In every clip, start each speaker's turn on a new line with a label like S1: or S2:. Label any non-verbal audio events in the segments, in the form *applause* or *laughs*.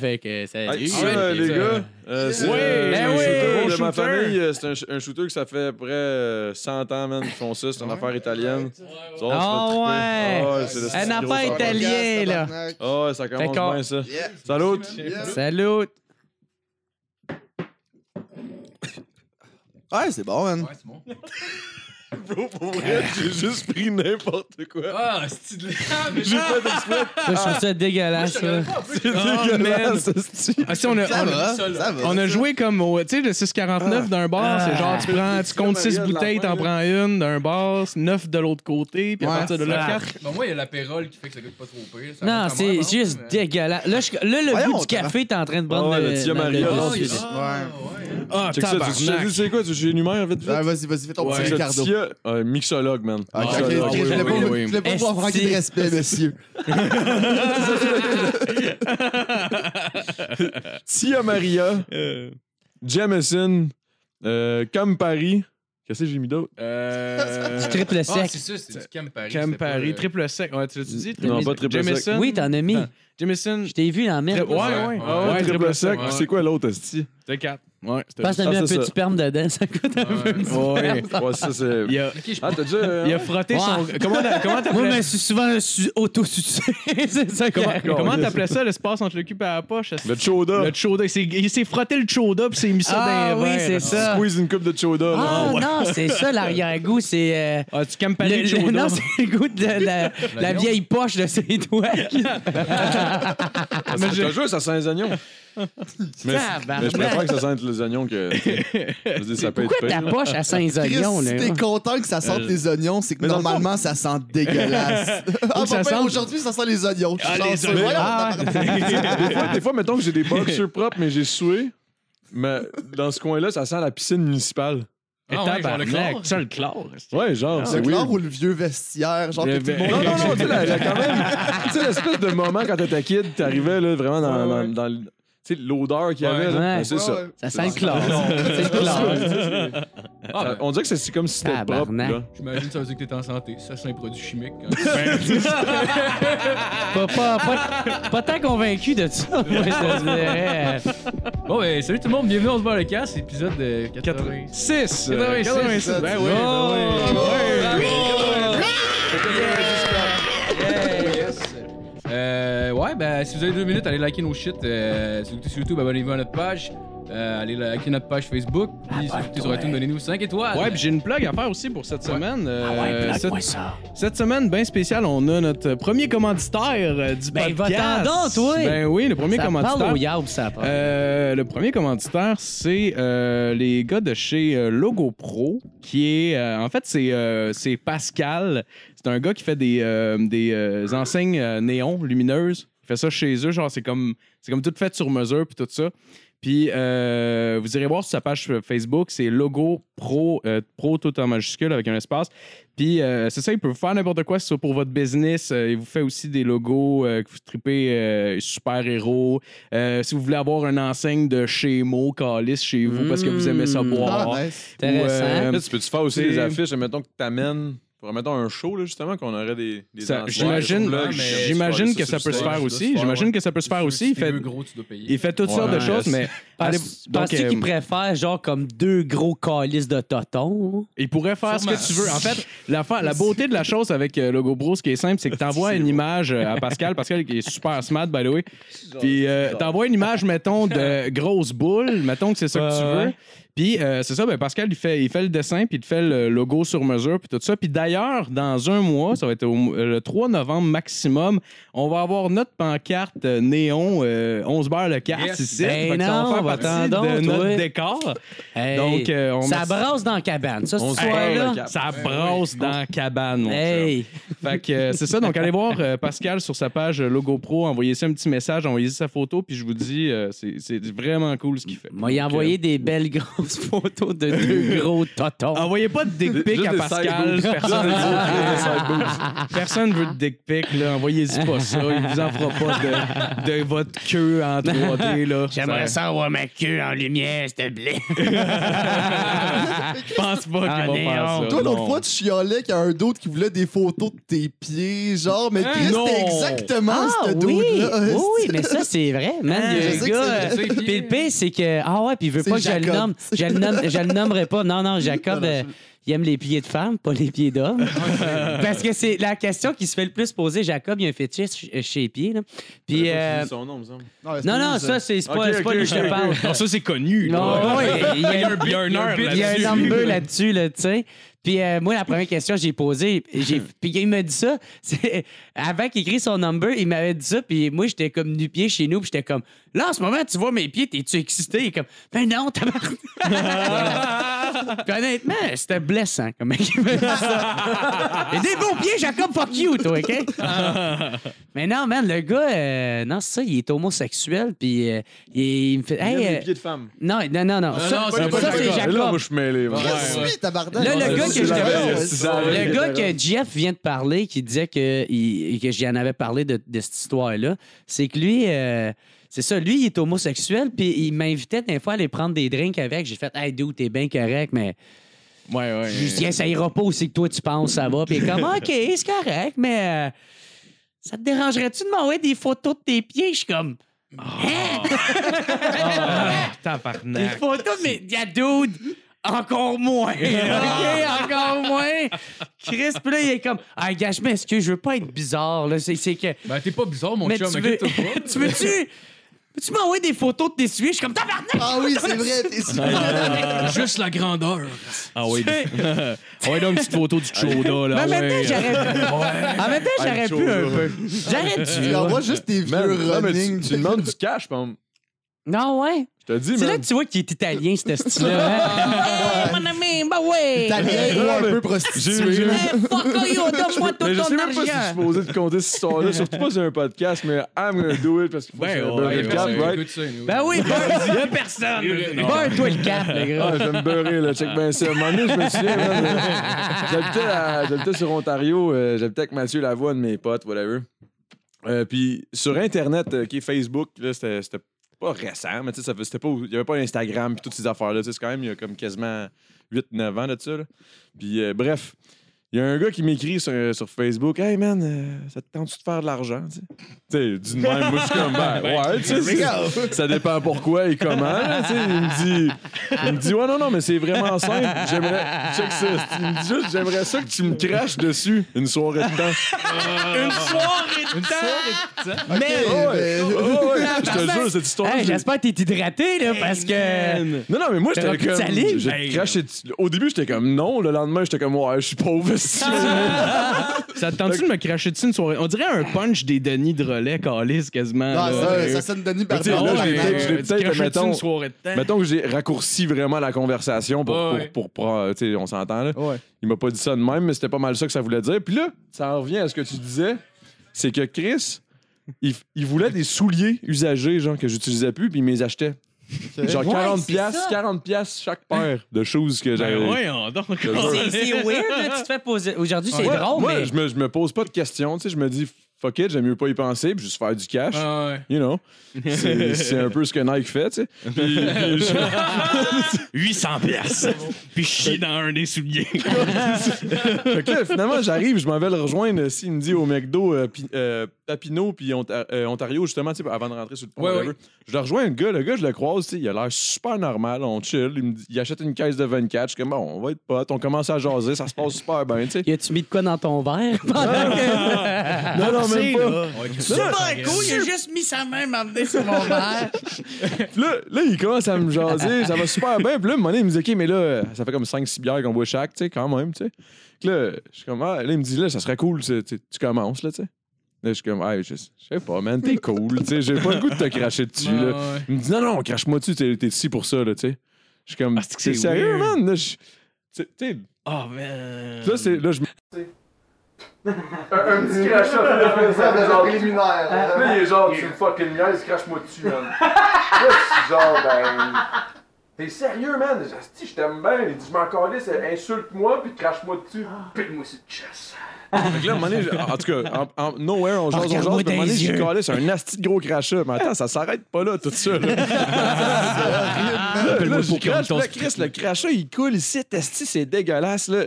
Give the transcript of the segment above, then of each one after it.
S1: fait que ça.
S2: Hey,
S1: eu,
S2: ça,
S1: euh,
S2: les
S1: ça.
S2: gars, euh, c'est
S1: Oui,
S2: euh, c'est
S1: ben
S2: un
S1: oui,
S2: shooter de
S1: shooter.
S2: ma famille. euh, C'est un, ch- un shooter que ça fait près euh, 100 ans, man, qu'ils font ça. C'est une affaire italienne. Ça, on se fait
S1: Ah
S2: triper.
S1: ouais.
S2: Ah ouais, c'est le
S1: Une
S2: style gros
S3: Oh,
S1: affaire
S2: affaire.
S1: italienne. italien, là.
S2: Ah ouais, ça commence
S1: D'accord.
S2: bien, ça.
S3: Yeah.
S2: Salut!
S1: Salut.
S3: Ouais, c'est bon, man.
S4: Ouais, c'est bon.
S2: Bro, pour vrai, j'ai juste pris n'importe quoi.
S4: Ah, c'est de Ah, mais
S2: J'ai fait exprès.
S1: Ça, je trouve ça
S4: Ah. Moi,
S1: dégueulasse.
S4: je te regardais
S1: ça.
S4: pas, en plus.
S2: C'est
S1: Oh,
S2: dégueulasse, ce
S5: Ah, si, on a,
S3: Ça
S5: on a-
S3: va,
S4: ça, là.
S3: ça va.
S5: on a joué comme au. Tu sais, le 6,49 d'un bar, c'est genre, tu, prends, tu comptes 6 bouteilles, t'en prends une d'un bar, 9 de l'autre côté, puis à
S3: Ouais,
S5: partir de là,
S1: ça.
S5: 4.
S4: Bon, moi, il y a l'apérole qui fait que ça goûte pas trop pire. ça
S1: Non,
S4: goûte à
S1: c'est
S4: mort,
S1: juste
S4: mais-
S1: dégueulasse. Là, je- là, le
S3: Voyons,
S1: goût du
S3: t'as-
S1: café, t'es en train de prendre
S2: Ah ouais,
S1: dans
S2: le Tia
S1: dans
S2: Maria.
S1: goût.
S4: Ah,
S6: Oh,
S2: Ouais.
S4: il- ah, ouais.
S5: Ah,
S2: Check ça, tu- tu sais,
S5: tabarnak! Ah,
S2: c'est quoi? Tu j'énumère vite
S3: Ouais,
S2: vite.
S3: Ah, vas-y, vas-y, fais ton
S5: Ouais.
S3: petit Ricardo.
S2: C'est
S3: Ok,
S2: un mixologue, man.
S3: ok,
S5: Ah,
S3: ok,
S5: oui,
S3: je voulais
S5: oui,
S3: pas vous-
S5: oui.
S3: je voulais pas vous
S1: Esti.
S3: manquer de respect, monsieur.
S2: Tia Maria,
S5: Euh.
S2: Jameson, euh, Campari. Qu'est-ce que j'ai mis d'autre? Euh,
S1: Du triple
S4: Ah,
S1: sec.
S4: c'est ça, c'est euh, du Campari.
S1: euh,
S5: Campari, triple sec. Ouais, tu l'as-tu dit?
S2: Non, pas triple sec.
S5: Jameson?
S1: Oui, t'en as mis.
S5: Non. Jameson.
S1: Mm. Je t'ai vu en
S5: Tri-
S1: mettre.
S5: Ouais, ouais.
S4: Ouais,
S5: Ah ouais,
S2: triple sec.
S5: ouais.
S2: C'est quoi l'autre, Esti?
S5: C'était 4. Ouais,
S1: Je
S5: c'était
S1: pense que t'as
S2: Ah,
S1: mis un
S2: c'est
S1: peu de
S2: ça.
S1: sperme dedans. Ça coûte un
S4: Ah,
S1: peu. une petite
S5: Ouais.
S1: sperme.
S2: Ouais, ça, c'est.
S5: Il a,
S4: Ok, je
S2: Ah, t'as déjà. euh,
S5: il a frotté
S1: Ouais.
S5: son. Comment t'as- comment
S1: Moi, je
S5: t'appelais
S1: me suis souvent su- auto-sucé. *laughs* c'est ça qui
S5: comment-
S1: arrive.
S5: comment t'appelais ça, l'espace entre le cul et la poche?
S2: Le Choda.
S5: Le choda. Il s'est- Il s'est frotté le choda puis s'est mis ça
S1: Ah
S5: dans les
S1: oui,
S5: verres.
S1: c'est ça.
S2: Squeeze une coupe de Choda.
S1: Ah
S2: là.
S1: non, c'est ça l'arrière-goût, c'est... euh,
S5: Ah, tu
S1: le-
S5: Campari
S1: le-
S5: choda.
S1: non, c'est le goût de la, la- la
S4: lion.
S1: vieille poche de ses doigts. qui-
S2: Ah, mais je te jure, ça sent les oignons. mais,
S1: Tabarnak.
S2: mais je préfère que ça sente les oignons que. Je veux dire, ça peut être
S1: Pourquoi ta
S2: pire.
S1: poche à
S3: Chris,
S1: Saint-Oignon,
S3: si
S1: là?
S3: t'es content que ça sente les oignons, c'est que
S2: Mais dans le fond-
S3: normalement, ça sent dégueulasse. Ah,
S5: que ça
S3: papa,
S5: sente-
S3: aujourd'hui, ça sent les oignons.
S5: Ah,
S3: Je
S5: les
S3: pense,
S5: oignons.
S3: voyons,
S1: Ah, ouais.
S2: Des fois, des fois, mettons que j'ai des boxers propres, mais j'ai sué. Mais dans ce coin-là, ça sent la piscine municipale.
S4: Ah ouais, genre le chlore.
S5: Ça, le chlore. c'est-
S2: Ouais, genre,
S3: Ah, C'est
S2: c'est
S3: clair
S2: weird.
S3: ou le vieux vestiaire, genre que
S5: Le
S3: tout le
S5: ve-
S3: monde...
S2: Eh ben, Non, non, non, tu sais, la- la- quand même. Tu sais, l'espèce de moment quand t'étais kid, t'arrivais là, vraiment dans,
S5: Ouais, ouais.
S2: dans, dans le- tu sais, l'odeur qu'il y avait.
S4: Ouais.
S2: là.
S1: Ouais.
S2: Ben, c'est
S3: Ouais,
S2: ça.
S3: ouais.
S1: Ça sent le chlore. C'est le chlore.
S2: Ça,
S4: Ah, ben,
S2: On dirait que c'est- c'est comme si c'était propre.
S1: Tabarnak.
S2: Là.
S4: J'imagine que ça veut dire que t'es en santé. Ça, c'est un produit chimique. quand-
S1: Pas, pas, pas, pas tant convaincu de ça, moi, je te
S5: Euh,
S1: dirais.
S4: Bon, ben, salut tout le monde. Bienvenue, on se bat le casse. Épisode euh, de 80.
S5: 6.
S4: 86.
S5: 86. Ben oui, ben oui.
S4: Yes. Euh, ouais, ben, si vous avez deux minutes, allez liker nos shit. Euh, si vous écoutez sur YouTube, abonnez-vous à notre page. Euh, allez liker notre page Facebook. Puis si vous écoutez sur iTunes, donnez-nous 5 étoiles.
S5: Ouais, puis j'ai une plug à faire aussi pour cette semaine.
S1: Ah
S5: Euh, cette,
S1: ça.
S5: cette semaine, bien spéciale, on a notre premier commanditaire euh, du
S1: Ben,
S5: podcast.
S1: va-t'en donc, toi!
S5: Ben oui, le premier
S1: Ça parle
S5: commanditaire.
S1: au yab, ça parle.
S5: Euh, le premier commanditaire, c'est euh, les gars de chez euh, Logo Pro, qui est, euh, en fait, c'est euh, c'est Pascal. C'est un gars qui fait des, euh, des euh, enseignes euh, néons lumineuses. Il fait ça chez eux, genre c'est comme c'est comme tout fait sur mesure puis tout ça. Puis euh, vous irez voir sur sa page Facebook, c'est Logo Pro, euh, Pro tout en majuscule avec un espace. Puis euh, c'est ça, il peut vous faire n'importe quoi, c'est ça pour votre business. Euh, il vous fait aussi des logos euh, que vous tripez euh, super héros. Euh, si vous voulez avoir une enseigne de chez Mo, Calis, chez vous, parce que vous aimez ça
S1: Mmh.
S5: boire. euh,
S3: Ah, nice.
S1: Intéressant.
S2: Là, tu peux-tu faire aussi
S5: C'est-
S2: des affiches, mettons que t'amènes, pour mettons un show, là, justement, qu'on aurait des. des
S5: Ça,
S2: enseignes,
S5: J'imagine,
S2: des
S3: Ah,
S2: blogs,
S4: mais-
S5: j'imagine
S2: sur-
S5: que ça
S2: sur-
S5: peut se
S2: sur-
S5: faire
S2: sur-
S5: aussi. J'imagine que ça peut se faire aussi.
S4: Si
S5: Il
S4: t'es
S5: fait,
S4: deux gros, tu dois payer.
S5: il fait toutes sortes de
S2: Ouais, yes.
S5: choses, mais allez,
S1: Penses-
S5: donc,
S1: Penses-tu
S5: euh,
S1: qu'il préfère genre comme deux gros calices de toton?
S5: il pourrait faire
S4: Sûrement.
S5: ce que tu veux. En fait, la, fa- la beauté de la chose avec euh, Logo Bro, ce qui est simple, c'est que t'envoies une image euh, à Pascal. Pascal qui est super smart, by
S1: *laughs*
S5: the way. Puis euh, t'envoies une image, mettons, de grosse boule, mettons que c'est ça que tu
S1: Ouais,
S5: veux.
S1: ouais.
S5: Puis euh, c'est ça, ben Pascal, il fait, il fait le dessin, puis il te fait le logo sur mesure, puis tout ça. Puis d'ailleurs, dans un mois, ça va être au- euh, le 3 novembre maximum, on va avoir notre pancarte euh, néon euh, 11 beurre le quart
S4: Yes.
S5: ici.
S1: Ben
S5: Fait que ça va
S1: non,
S5: faire
S1: va-t'en
S5: partie
S1: donc,
S5: de notre
S1: toi.
S5: décor.
S1: Hey,
S5: Donc, euh, on
S1: ça
S5: met-
S1: brasse dans la cabane, ça, ce
S2: On se
S1: soir-là.
S2: parle,
S5: Ça
S4: Ouais,
S5: brasse
S4: ouais.
S5: dans la cabane, mon cher.
S1: Hey,
S5: Fait que euh, c'est ça. Donc, allez voir euh, Pascal sur sa page euh, Logo Pro. envoyez ça un petit message, envoyez sa photo, puis je vous dis, euh, c'est c'est vraiment cool ce qu'il fait.
S1: m'a y
S5: Donc,
S1: envoyé des belles grosses photos de
S5: *laughs*
S1: deux gros totons.
S5: euh, Envoyez pas de dick pic
S2: Juste
S5: à
S2: des
S5: Pascal.
S2: side boobs.
S5: Personne
S2: Des side boobs.
S5: *laughs* personne veut de dick pic. là. Envoyez-y pas ça. Il vous en fera pas de, de votre queue en 3D. là.
S1: J'aimerais ça avoir
S7: ma queue en lumière, s'il te plaît.
S5: *laughs* Je pense pas
S1: Ah,
S5: qu'ils vont faire
S1: néon.
S5: ça.
S3: Toi, l'autre
S5: non.
S3: fois, tu chiolais qu'il y a un d'autre qui voulait des photos de tes pieds, genre, mais
S5: Hein?
S3: Chris, c'était
S5: Non.
S3: exactement
S1: Ah
S3: ce
S1: oui,
S3: dude-là. *laughs*
S1: oui, oui, mais ça, c'est vrai. Man,
S3: Ah,
S1: il y
S3: je
S1: a
S3: sais
S1: un
S3: que
S1: gars. euh,
S4: c'est- je sais.
S1: Puis le pire, c'est que. Ah ouais, puis il veut
S3: C'est
S1: pas que je le
S3: Jacob.
S1: nomme. Je le, nomme- je le nommerai pas. Non, non, Jacob, euh, il aime les pieds de femmes, pas les pieds d'hommes. Parce que c'est la question qui se fait le plus poser. Jacob, il y a un fétiche euh, chez les pieds. là. Puis. euh,
S2: son nom, me semble.
S1: Non, non, ça, c'est c'est pas,
S2: Ok,
S1: c'est pas
S2: ok,
S1: lui que je te
S2: ok.
S1: parle.
S5: Non, ça, c'est connu.
S1: Non,
S5: là.
S1: ouais, il y a-
S5: Il y a un heure
S1: Il y a
S5: là-dessus.
S1: un number là-dessus, là, tu sais. Puis euh, moi, la première question que j'ai posée, j'ai- puis il me dit ça, *laughs* c'est avant qu'il écrit son number, il m'avait dit ça, puis moi, j'étais comme nu-pied chez nous, puis j'étais comme, là, en ce moment, tu vois mes pieds, t'es-tu excité? Il est comme, ben non, tabarnak! *laughs* puis honnêtement, c'était blessant, comme mec il me dit ça. Il dit, des beaux pieds, Jacob, fuck you, toi, OK? Mais non, man, le gars, euh, non, c'est ça, il est homosexuel, puis euh, il, il me fait,
S2: Il aime
S1: hey,
S2: les
S1: euh,
S2: pieds de femme.
S1: non, non, non, non. ça,
S4: non,
S1: ça,
S4: c'est pas
S1: c'est
S4: Jacob.
S1: Jacob.
S2: Là, moi, je suis mêlé. vraiment.
S5: Ouais, ouais.
S3: Qu'est-ce que tu tabarnak?
S1: Là,
S2: Ouais,
S1: le gars
S2: c'est
S1: que je
S2: la
S1: te-
S2: veille,
S1: le
S2: il y a six ans, là,
S1: Le
S2: il
S1: gars
S2: était
S1: que Jeff vient de parler, qui disait que, il- que j'en avais parlé de, de cette histoire-là, c'est que lui, euh, c'est ça, lui, il est homosexuel, puis il m'invitait des fois à aller prendre des drinks avec. J'ai fait, hey, dude, t'es bien correct, mais
S5: Ouais, ouais.
S1: je lui dis, Hey, ça ira pas aussi que toi, tu penses, ça va. Puis il est comme, OK, c'est correct, mais euh, ça te dérangerait-tu de m'envoyer des photos de tes pieds? Je suis comme, Hein?
S5: Ah,
S1: Des
S5: tabarnak.
S1: photos, mais y a dude,
S4: *laughs*
S1: encore moins.
S4: Ah.
S1: OK, encore moins. Chris, puis là, il est comme, ah, gars, je m'excuse, je veux pas être bizarre, là. C'est, c'est que.
S4: Ben, t'es pas bizarre, mon
S1: mais
S4: chum.
S1: tu veux.
S4: inquiète-toi pas.
S1: *laughs* tu veux-tu. Peux-tu m'envoyer des photos de tes souliers? Je suis comme, tabarnak!
S3: Ah oui, c'est vrai, t'es sûr.
S4: Juste la grandeur.
S5: Ah ouais. Ah ouais, donc, une petite photo du Choda,
S1: Mais
S5: là.
S1: en même
S4: Ah
S1: temps,
S5: ouais.
S1: j'aurais pu. En même temps, j'aurais pu un peu. J'aurais dû.
S3: Tu envoies juste tes vieux
S2: Man, non, mais tu,
S3: running.
S2: tu demandes du cash, par exemple.
S1: Non, Ah ouais.
S2: Je te dis,
S1: C'est là
S2: man.
S1: que tu vois qu'il est italien, ce *laughs* style-là. Hey, mon ami, bah ouais!
S3: T'as rien ou un peu prostitué.
S2: J'ai-
S1: Hey, fuck you, donne-moi tout
S2: Mais *laughs* je sais
S1: ton
S2: même pas si je suis
S1: argent!
S2: supposé de compter cette
S5: *laughs*
S2: histoire-là, surtout pas sur un podcast, mais I'm gonna do it parce qu'il faut
S5: Ben,
S2: que je
S5: ouais,
S2: beurre
S5: ouais,
S2: le
S5: ouais,
S2: cap,
S5: ouais.
S2: right?
S4: Ah, Écoute ça, nous.
S1: Ben oui, beurre-
S4: Non.
S1: beurre-toi le cap, le gars.
S2: Ah, je vais me beurrer, là. Check ben ça. À un moment donné, je me souviens, man, *laughs* euh, j'habitais, à- j'habitais sur Ontario, euh, j'habitais avec Mathieu Lavoie, de mes potes, whatever. Euh, puis sur Internet, euh, qui est Facebook, là, c'était c'était pas récent, mais tu sais, ça fait- c'était pas- il y avait pas Instagram puis toutes ces affaires-là. Tu sais, C'est quand même, il y a comme quasiment 8-9 ans de ça, là. Puis euh, bref, il y a un gars qui m'écrit sur, sur Facebook Hey man, euh, ça te tente-tu de faire de l'argent? Tu sais? Tu sais, du de même, moi je suis comme ben, *laughs* ouais, tu sais, c'est- ça dépend pourquoi et comment. là, tu sais. il me dit, il me dit ouais non non mais c'est vraiment simple. J'aimerais, check ça. Il me dit juste j'aimerais ça que tu me craches dessus une soirée de temps.
S3: Oh, ouais.
S2: Oh, Ah, ouais, je te jure cette histoire.
S1: Hey,
S2: j'ai-
S1: j'espère que t'es hydraté, là, parce que.
S2: non, non, mais moi, j'étais
S1: T'aurais pu te
S2: comme.
S1: salir?
S2: j'ai
S5: Hey.
S2: craché dessus. Au début, j'étais comme non. Le lendemain, j'étais comme ouais, je suis pauvre. *laughs* si.
S5: Ça te tente-tu de me cracher dessus une soirée? On dirait un punch des Denis de relais, Calis, quasiment.
S3: Ah,
S5: là.
S3: ça, ça sonne Denis
S2: Mais tu sais, là,
S3: Barbier.
S2: j'ai
S5: mais,
S2: peut-être- je l'ai
S5: euh,
S2: peut-être,
S5: tu craches-tu
S2: mettons- Ben,
S5: une soirée de temps.
S2: Mettons que j'ai raccourci vraiment la conversation pour.
S4: Ouais,
S2: pour,
S4: ouais.
S2: pour, pour, euh, tu sais, on s'entend, là.
S3: Ouais.
S2: Il m'a pas dit ça de même, mais c'était pas mal ça que ça voulait dire. Puis là, ça en revient à ce que tu disais. C'est que Chris, il, il voulait des souliers usagés, genre, que j'utilisais plus, puis il me les achetait. Genre
S1: Ouais,
S2: 40
S1: c'est
S2: piastres,
S1: ça.
S2: 40 piastres chaque paire de choses que j'avais.
S5: Ben voyons donc.
S1: C'est c'est weird, là, tu te fais poser. Aujourd'hui, c'est
S2: Ouais,
S1: drôle,
S2: moi,
S1: mais.
S2: je, me, je me pose pas de questions, tu sais, je me dis fuck it, j'aime mieux pas y penser, puis juste faire du cash.
S4: Ah, ouais.
S2: You know, c'est c'est un peu ce que Nike
S1: *laughs*
S2: fait, tu sais. Puis- puis je-
S5: 800 pièces. Puis je chie dans un des souliers.
S3: Oh,
S2: Fait que là, finalement, j'arrive, je m'en vais le rejoindre. euh, S'il me dit au McDo, euh, Pi- euh, Papineau, puis Onta- euh, Ontario, justement, tu sais, avant de rentrer sur le pont,
S4: Ouais,
S2: whatever. je le rejoins, le gars, le gars, je le croise, tu sais, il a l'air super normal, on chill, il, me dit- il achète une caisse de 24, je suis comme, bon, on va être potes, on commence à jaser, ça se passe super bien, tu sais.
S1: Y a-tu mis de quoi dans ton verre? pendant que-
S2: Non, non, même pas.
S1: *laughs* Super cool, il a juste mis sa main m'emmener sur mon verre.
S2: Puis là, là, il commence à me jaser, ça va super bien. Puis là, à un moment donné, il me dit, OK, mais là, euh, ça fait comme 5-6 bières qu'on boit chaque, tu sais, quand même, tu sais. Puis là, je suis comme, ah, là, il me dit, là, ça serait cool, tu, sais, tu- tu commences, là, tu sais. Là, je suis comme, hey, je je sais pas, man, t'es cool, tu sais, j'ai pas le goût de te cracher dessus,
S4: Ouais,
S2: là.
S4: ouais.
S2: Il me dit, non, non, crache-moi dessus, t'es t'es ici pour ça, là, tu sais. Je suis comme,
S5: Ah, c'est que
S2: c'est
S5: c'est
S2: sérieux,
S5: weird.
S2: man? Là, je- tu sais, tu sais,
S5: Oh, man.
S2: là, c'est- là, je Là, il est genre, tu me fucking niaises, crache-moi dessus, man. Là, je suis genre, ben. T'es sérieux, man? J'ai dit, je t'aime bien. Il dit, je m'en calisse, insulte-moi, puis crache-moi dessus. Pile-moi cette chasse. Fait que là, à un moment donné, je- en en tout cas, en, en- nowhere, on jase, on jase,
S1: Regarde-moi
S2: puis à un moment donné,
S1: dans les
S2: j'ai
S1: yeux.
S2: calé, c'est un asti de gros crachat. Mais attends, ça s'arrête pas là, tout
S1: *laughs*
S2: ça. là. Là, je crache, là, Chris, le crachat, il coule ici, esti, c'est dégueulasse, là.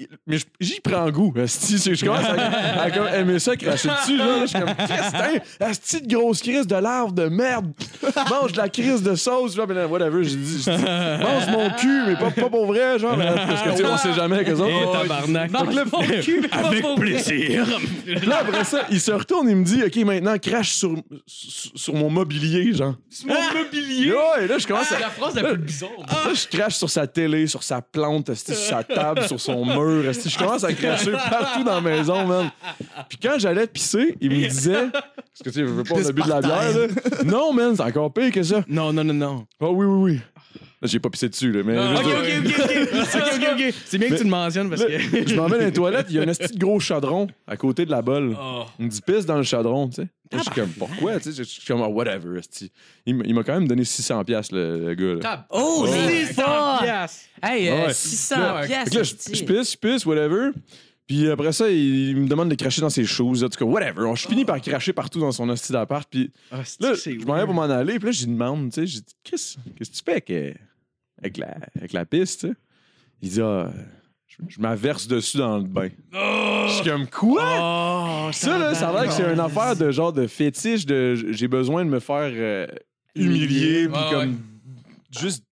S2: Il- Mais je- j'y prends goût, *laughs* esti. C'est- Je commence à, à comme aimer ça, cracher dessus, là. Je suis comme, Chris, t'es un esti de grosse crise de larve de merde. Mange de la crise de sauce, genre, mais là, whatever, j'ai dit, j'ai dit, mange mon cul, mais pas, pas pour vrai, genre, mais là, parce que, tu sais, on sait jamais que ça.
S5: Eh, tabarnak.
S1: Mange mon
S5: *laughs*
S1: cul, mais pas pour vrai.
S2: Là, après ça, il se retourne, il me dit, OK, maintenant, crache sur, sur, sur mon mobilier, genre.
S4: Sur mon mobilier.
S2: Ouais, là, je commence à.
S4: C'est la phrase la plus bizarre.
S2: Là, Ah, je crache sur sa télé, sur sa plante, esti, sur sa table, sur son mur. esti. Je commence à cracher partout dans la maison, man. Puis quand j'allais pisser, il me disait Parce que tu sais, je veux pas, on a bu de la bière, là. Non, man, c'est encore pire que ça.
S5: Non, non, non, non.
S2: Ah oui, oui, oui. Là, j'ai pas pissé dessus, là, mais. je veux
S6: Ah,
S5: Ok,
S2: dire,
S5: ok, ok, *laughs* ok. ok, ok, ok. C'est bien que
S2: Mais-
S5: tu le mentionnes parce
S2: là,
S5: que.
S2: je m'en vais dans les toilettes, il y a un esti de gros chadron à côté de la bolle.
S6: Ah.
S4: Oh.
S2: Il me dit pisse dans le chadron, tu sais. Là, je suis comme, pourquoi? Tu sais, je suis comme, Ah, whatever, esti. Il m- il m'a quand même donné 600$, piastres, le, le gars. là.
S4: Tab.
S1: Oh, c'est fort!
S5: Yes.
S1: Hey, euh,
S2: Ouais.
S1: 600
S2: Fait
S1: piastres.
S2: que là, je, je pisse, je pisse, whatever. Puis après ça, il, il me demande de cracher dans ses choses. En tout cas, whatever. On- Je finis par cracher partout dans son hostie d'appart. Puis
S5: Ah, c'est-
S2: là,
S5: c'est
S2: je m'en vais pour m'en aller. Puis là, je lui demande, tu sais, j'ai dit, Chris, qu'est-ce que tu fais avec, euh, avec la, avec la piste, tu sais? Il dit, ah, je, je m'averse dessus dans le bain. Je suis comme, quoi?
S5: Oh,
S2: ça, là, ça a l'air que c'est une affaire de genre de fétiche, de j- j'ai besoin de me faire euh, humilier, puis
S4: Ah, Ouais,
S2: comme juste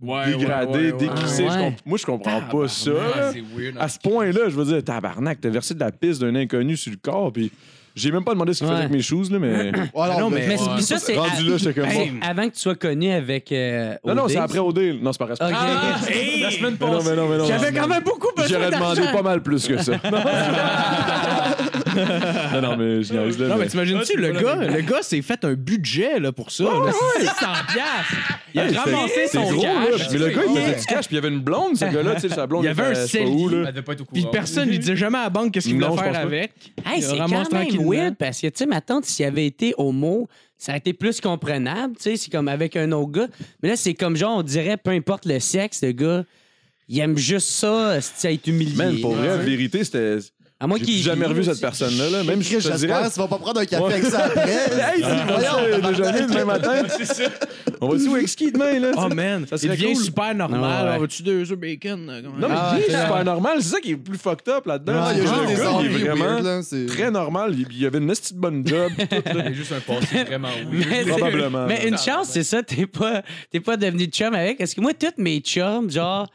S4: Ouais,
S2: dégrader, décrisser.
S1: ouais.
S2: Je comp- Moi, je comprends pas
S6: Ah,
S2: ça. là. Ah,
S4: C'est
S6: hein.
S4: weird.
S2: À ce point-là, je veux dire, tabarnak, t'as versé de la pisse d'un inconnu sur le corps, puis j'ai même pas demandé ce qu'il
S1: Ouais.
S2: faisait avec mes choses, là, *clears throat* Ah mais.
S3: non,
S1: mais
S3: mais.
S1: c'est- puis ça, c'est.
S2: Rendu là, j'étais comme.
S1: Hey,
S2: bon.
S1: avant que tu sois connu avec. euh,
S2: Non, non,
S1: Odé.
S2: c'est après au deal. Non, c'est pas
S1: Ok.
S2: responsable.
S4: La semaine
S2: Mais non, mais non, mais non.
S1: J'avais
S2: mais
S1: quand
S2: non.
S1: même beaucoup besoin
S2: J'aurais demandé
S1: d'argent.
S2: pas mal plus *laughs* que ça. non, non, mais je niaise, là.
S5: Non, mais
S2: mais-
S5: t'imagines-tu, le gars, le gars s'est fait un budget là, pour ça.
S3: Ah,
S5: là,
S1: *laughs*
S5: 600 piastres. Il a
S2: Hey,
S5: ramassé
S2: c'est- c'est
S5: son
S2: gros, là.
S5: cash.
S2: Mais le gars, il
S5: Yeah.
S2: faisait du cash, puis il y avait une blonde, ce gars-là, tu sais, sa blonde.
S5: Il y avait un
S2: était- je sais pas où,
S5: selfie.
S2: là.
S4: Elle devait pas être au
S5: Puis
S4: courant.
S5: personne lui disait jamais à la banque qu'est-ce qu'il
S2: Non,
S5: voulait
S2: je
S5: faire
S2: pense pas.
S5: avec.
S1: Hey, c'est
S5: Il
S1: quand
S5: ramasse
S1: même
S5: tranquillement.
S1: weird parce que, tu sais, ma tante, s'il avait été homo, ça a été plus comprenable. Tu sais, c'est comme avec un autre gars. Mais là, c'est comme genre, on dirait, peu importe le sexe, le gars, il aime juste ça, c'est être humilié.
S2: Man, pour vrai, la vérité, c'était.
S1: à moins
S2: J'ai
S1: qu'il-
S2: plus jamais revu cette personne-là, là. Même si je Ah, te dirais.
S3: *laughs* J'espère que tu vas pas prendre un café
S2: Ouais.
S3: avec ça après.
S2: *laughs* Hey, tu vas déjeuner demain *laughs* matin? On va-tu au exquis demain, là?
S5: Oh man,
S2: Ça
S5: il
S2: serait
S5: devient
S2: cool.
S5: super
S1: Ah,
S5: normal.
S1: ouais.
S5: Ah, Veux-tu deux œufs bacon? euh, comment-
S2: Non, mais
S1: Ah,
S2: il est
S1: c'est vrai.
S2: super normal. C'est ça qui est le plus fucked up là-dedans.
S3: Ah, il y a
S2: C'est
S3: juste
S2: que le
S3: des
S2: gars, il est
S3: envies
S2: vraiment
S3: weird, là. c'est-
S2: très normal. Il il avait une petite bonne job. pis tout,
S4: Il y
S2: là.
S4: a juste un
S2: *laughs*
S4: passé vraiment weird.
S1: Mais c'est-
S2: Probablement.
S1: Mais une chance, c'est ça, t'es pas, t'es pas devenu chum avec. Parce que moi, toutes mes chums, genre,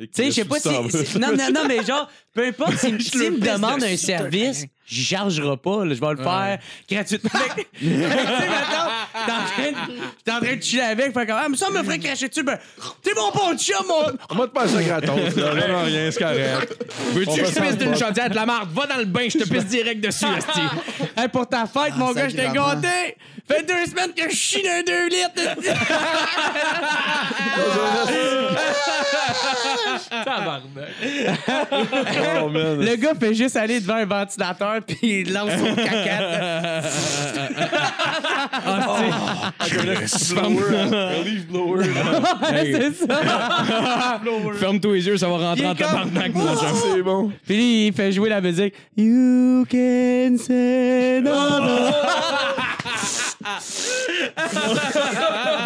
S2: Et
S1: tu sais, je sais
S2: sous
S1: pas si.
S2: ça,
S1: si- Non, non, non, mais genre, peu importe,
S2: *laughs*
S1: s'ils s'ils me demandent un service, je chargerai pas, là, je vais le faire gratuitement. Fait que- *laughs* fait que, tu sais, mettons, t'es en train de- t'es en train de chiller avec, fait comme, ah, mais ça me ferait cracher dessus, ben, t'es mon bon chum, mon.
S2: On va te passer un gratos. là. Non, non, rien, c'est
S1: *laughs*
S2: correct.
S5: Veux-tu
S2: On
S5: que
S2: va
S5: je te pisse
S2: s'en
S5: d'une
S2: battre.
S5: chaudière de la marde? Va dans le bain, je te pisse direct dessus, esti.
S1: Hey, pour ta fête, mon gars, je t'ai
S3: sacrément.
S1: gâté! Fait deux semaines que je chie d'un 2 litres!
S4: Tabarnak.
S2: Oh, man.
S1: Le gars fait juste aller devant un ventilateur puis il lance son caca.
S2: Un leaf blower.
S1: c'est ça.
S5: Ferme tous les yeux, ça va rentrer
S1: Il est
S5: en tabarnak,
S1: comme-
S5: mon chum.
S2: C'est bon.
S1: Puis lui, il fait jouer la musique. You can say no, no.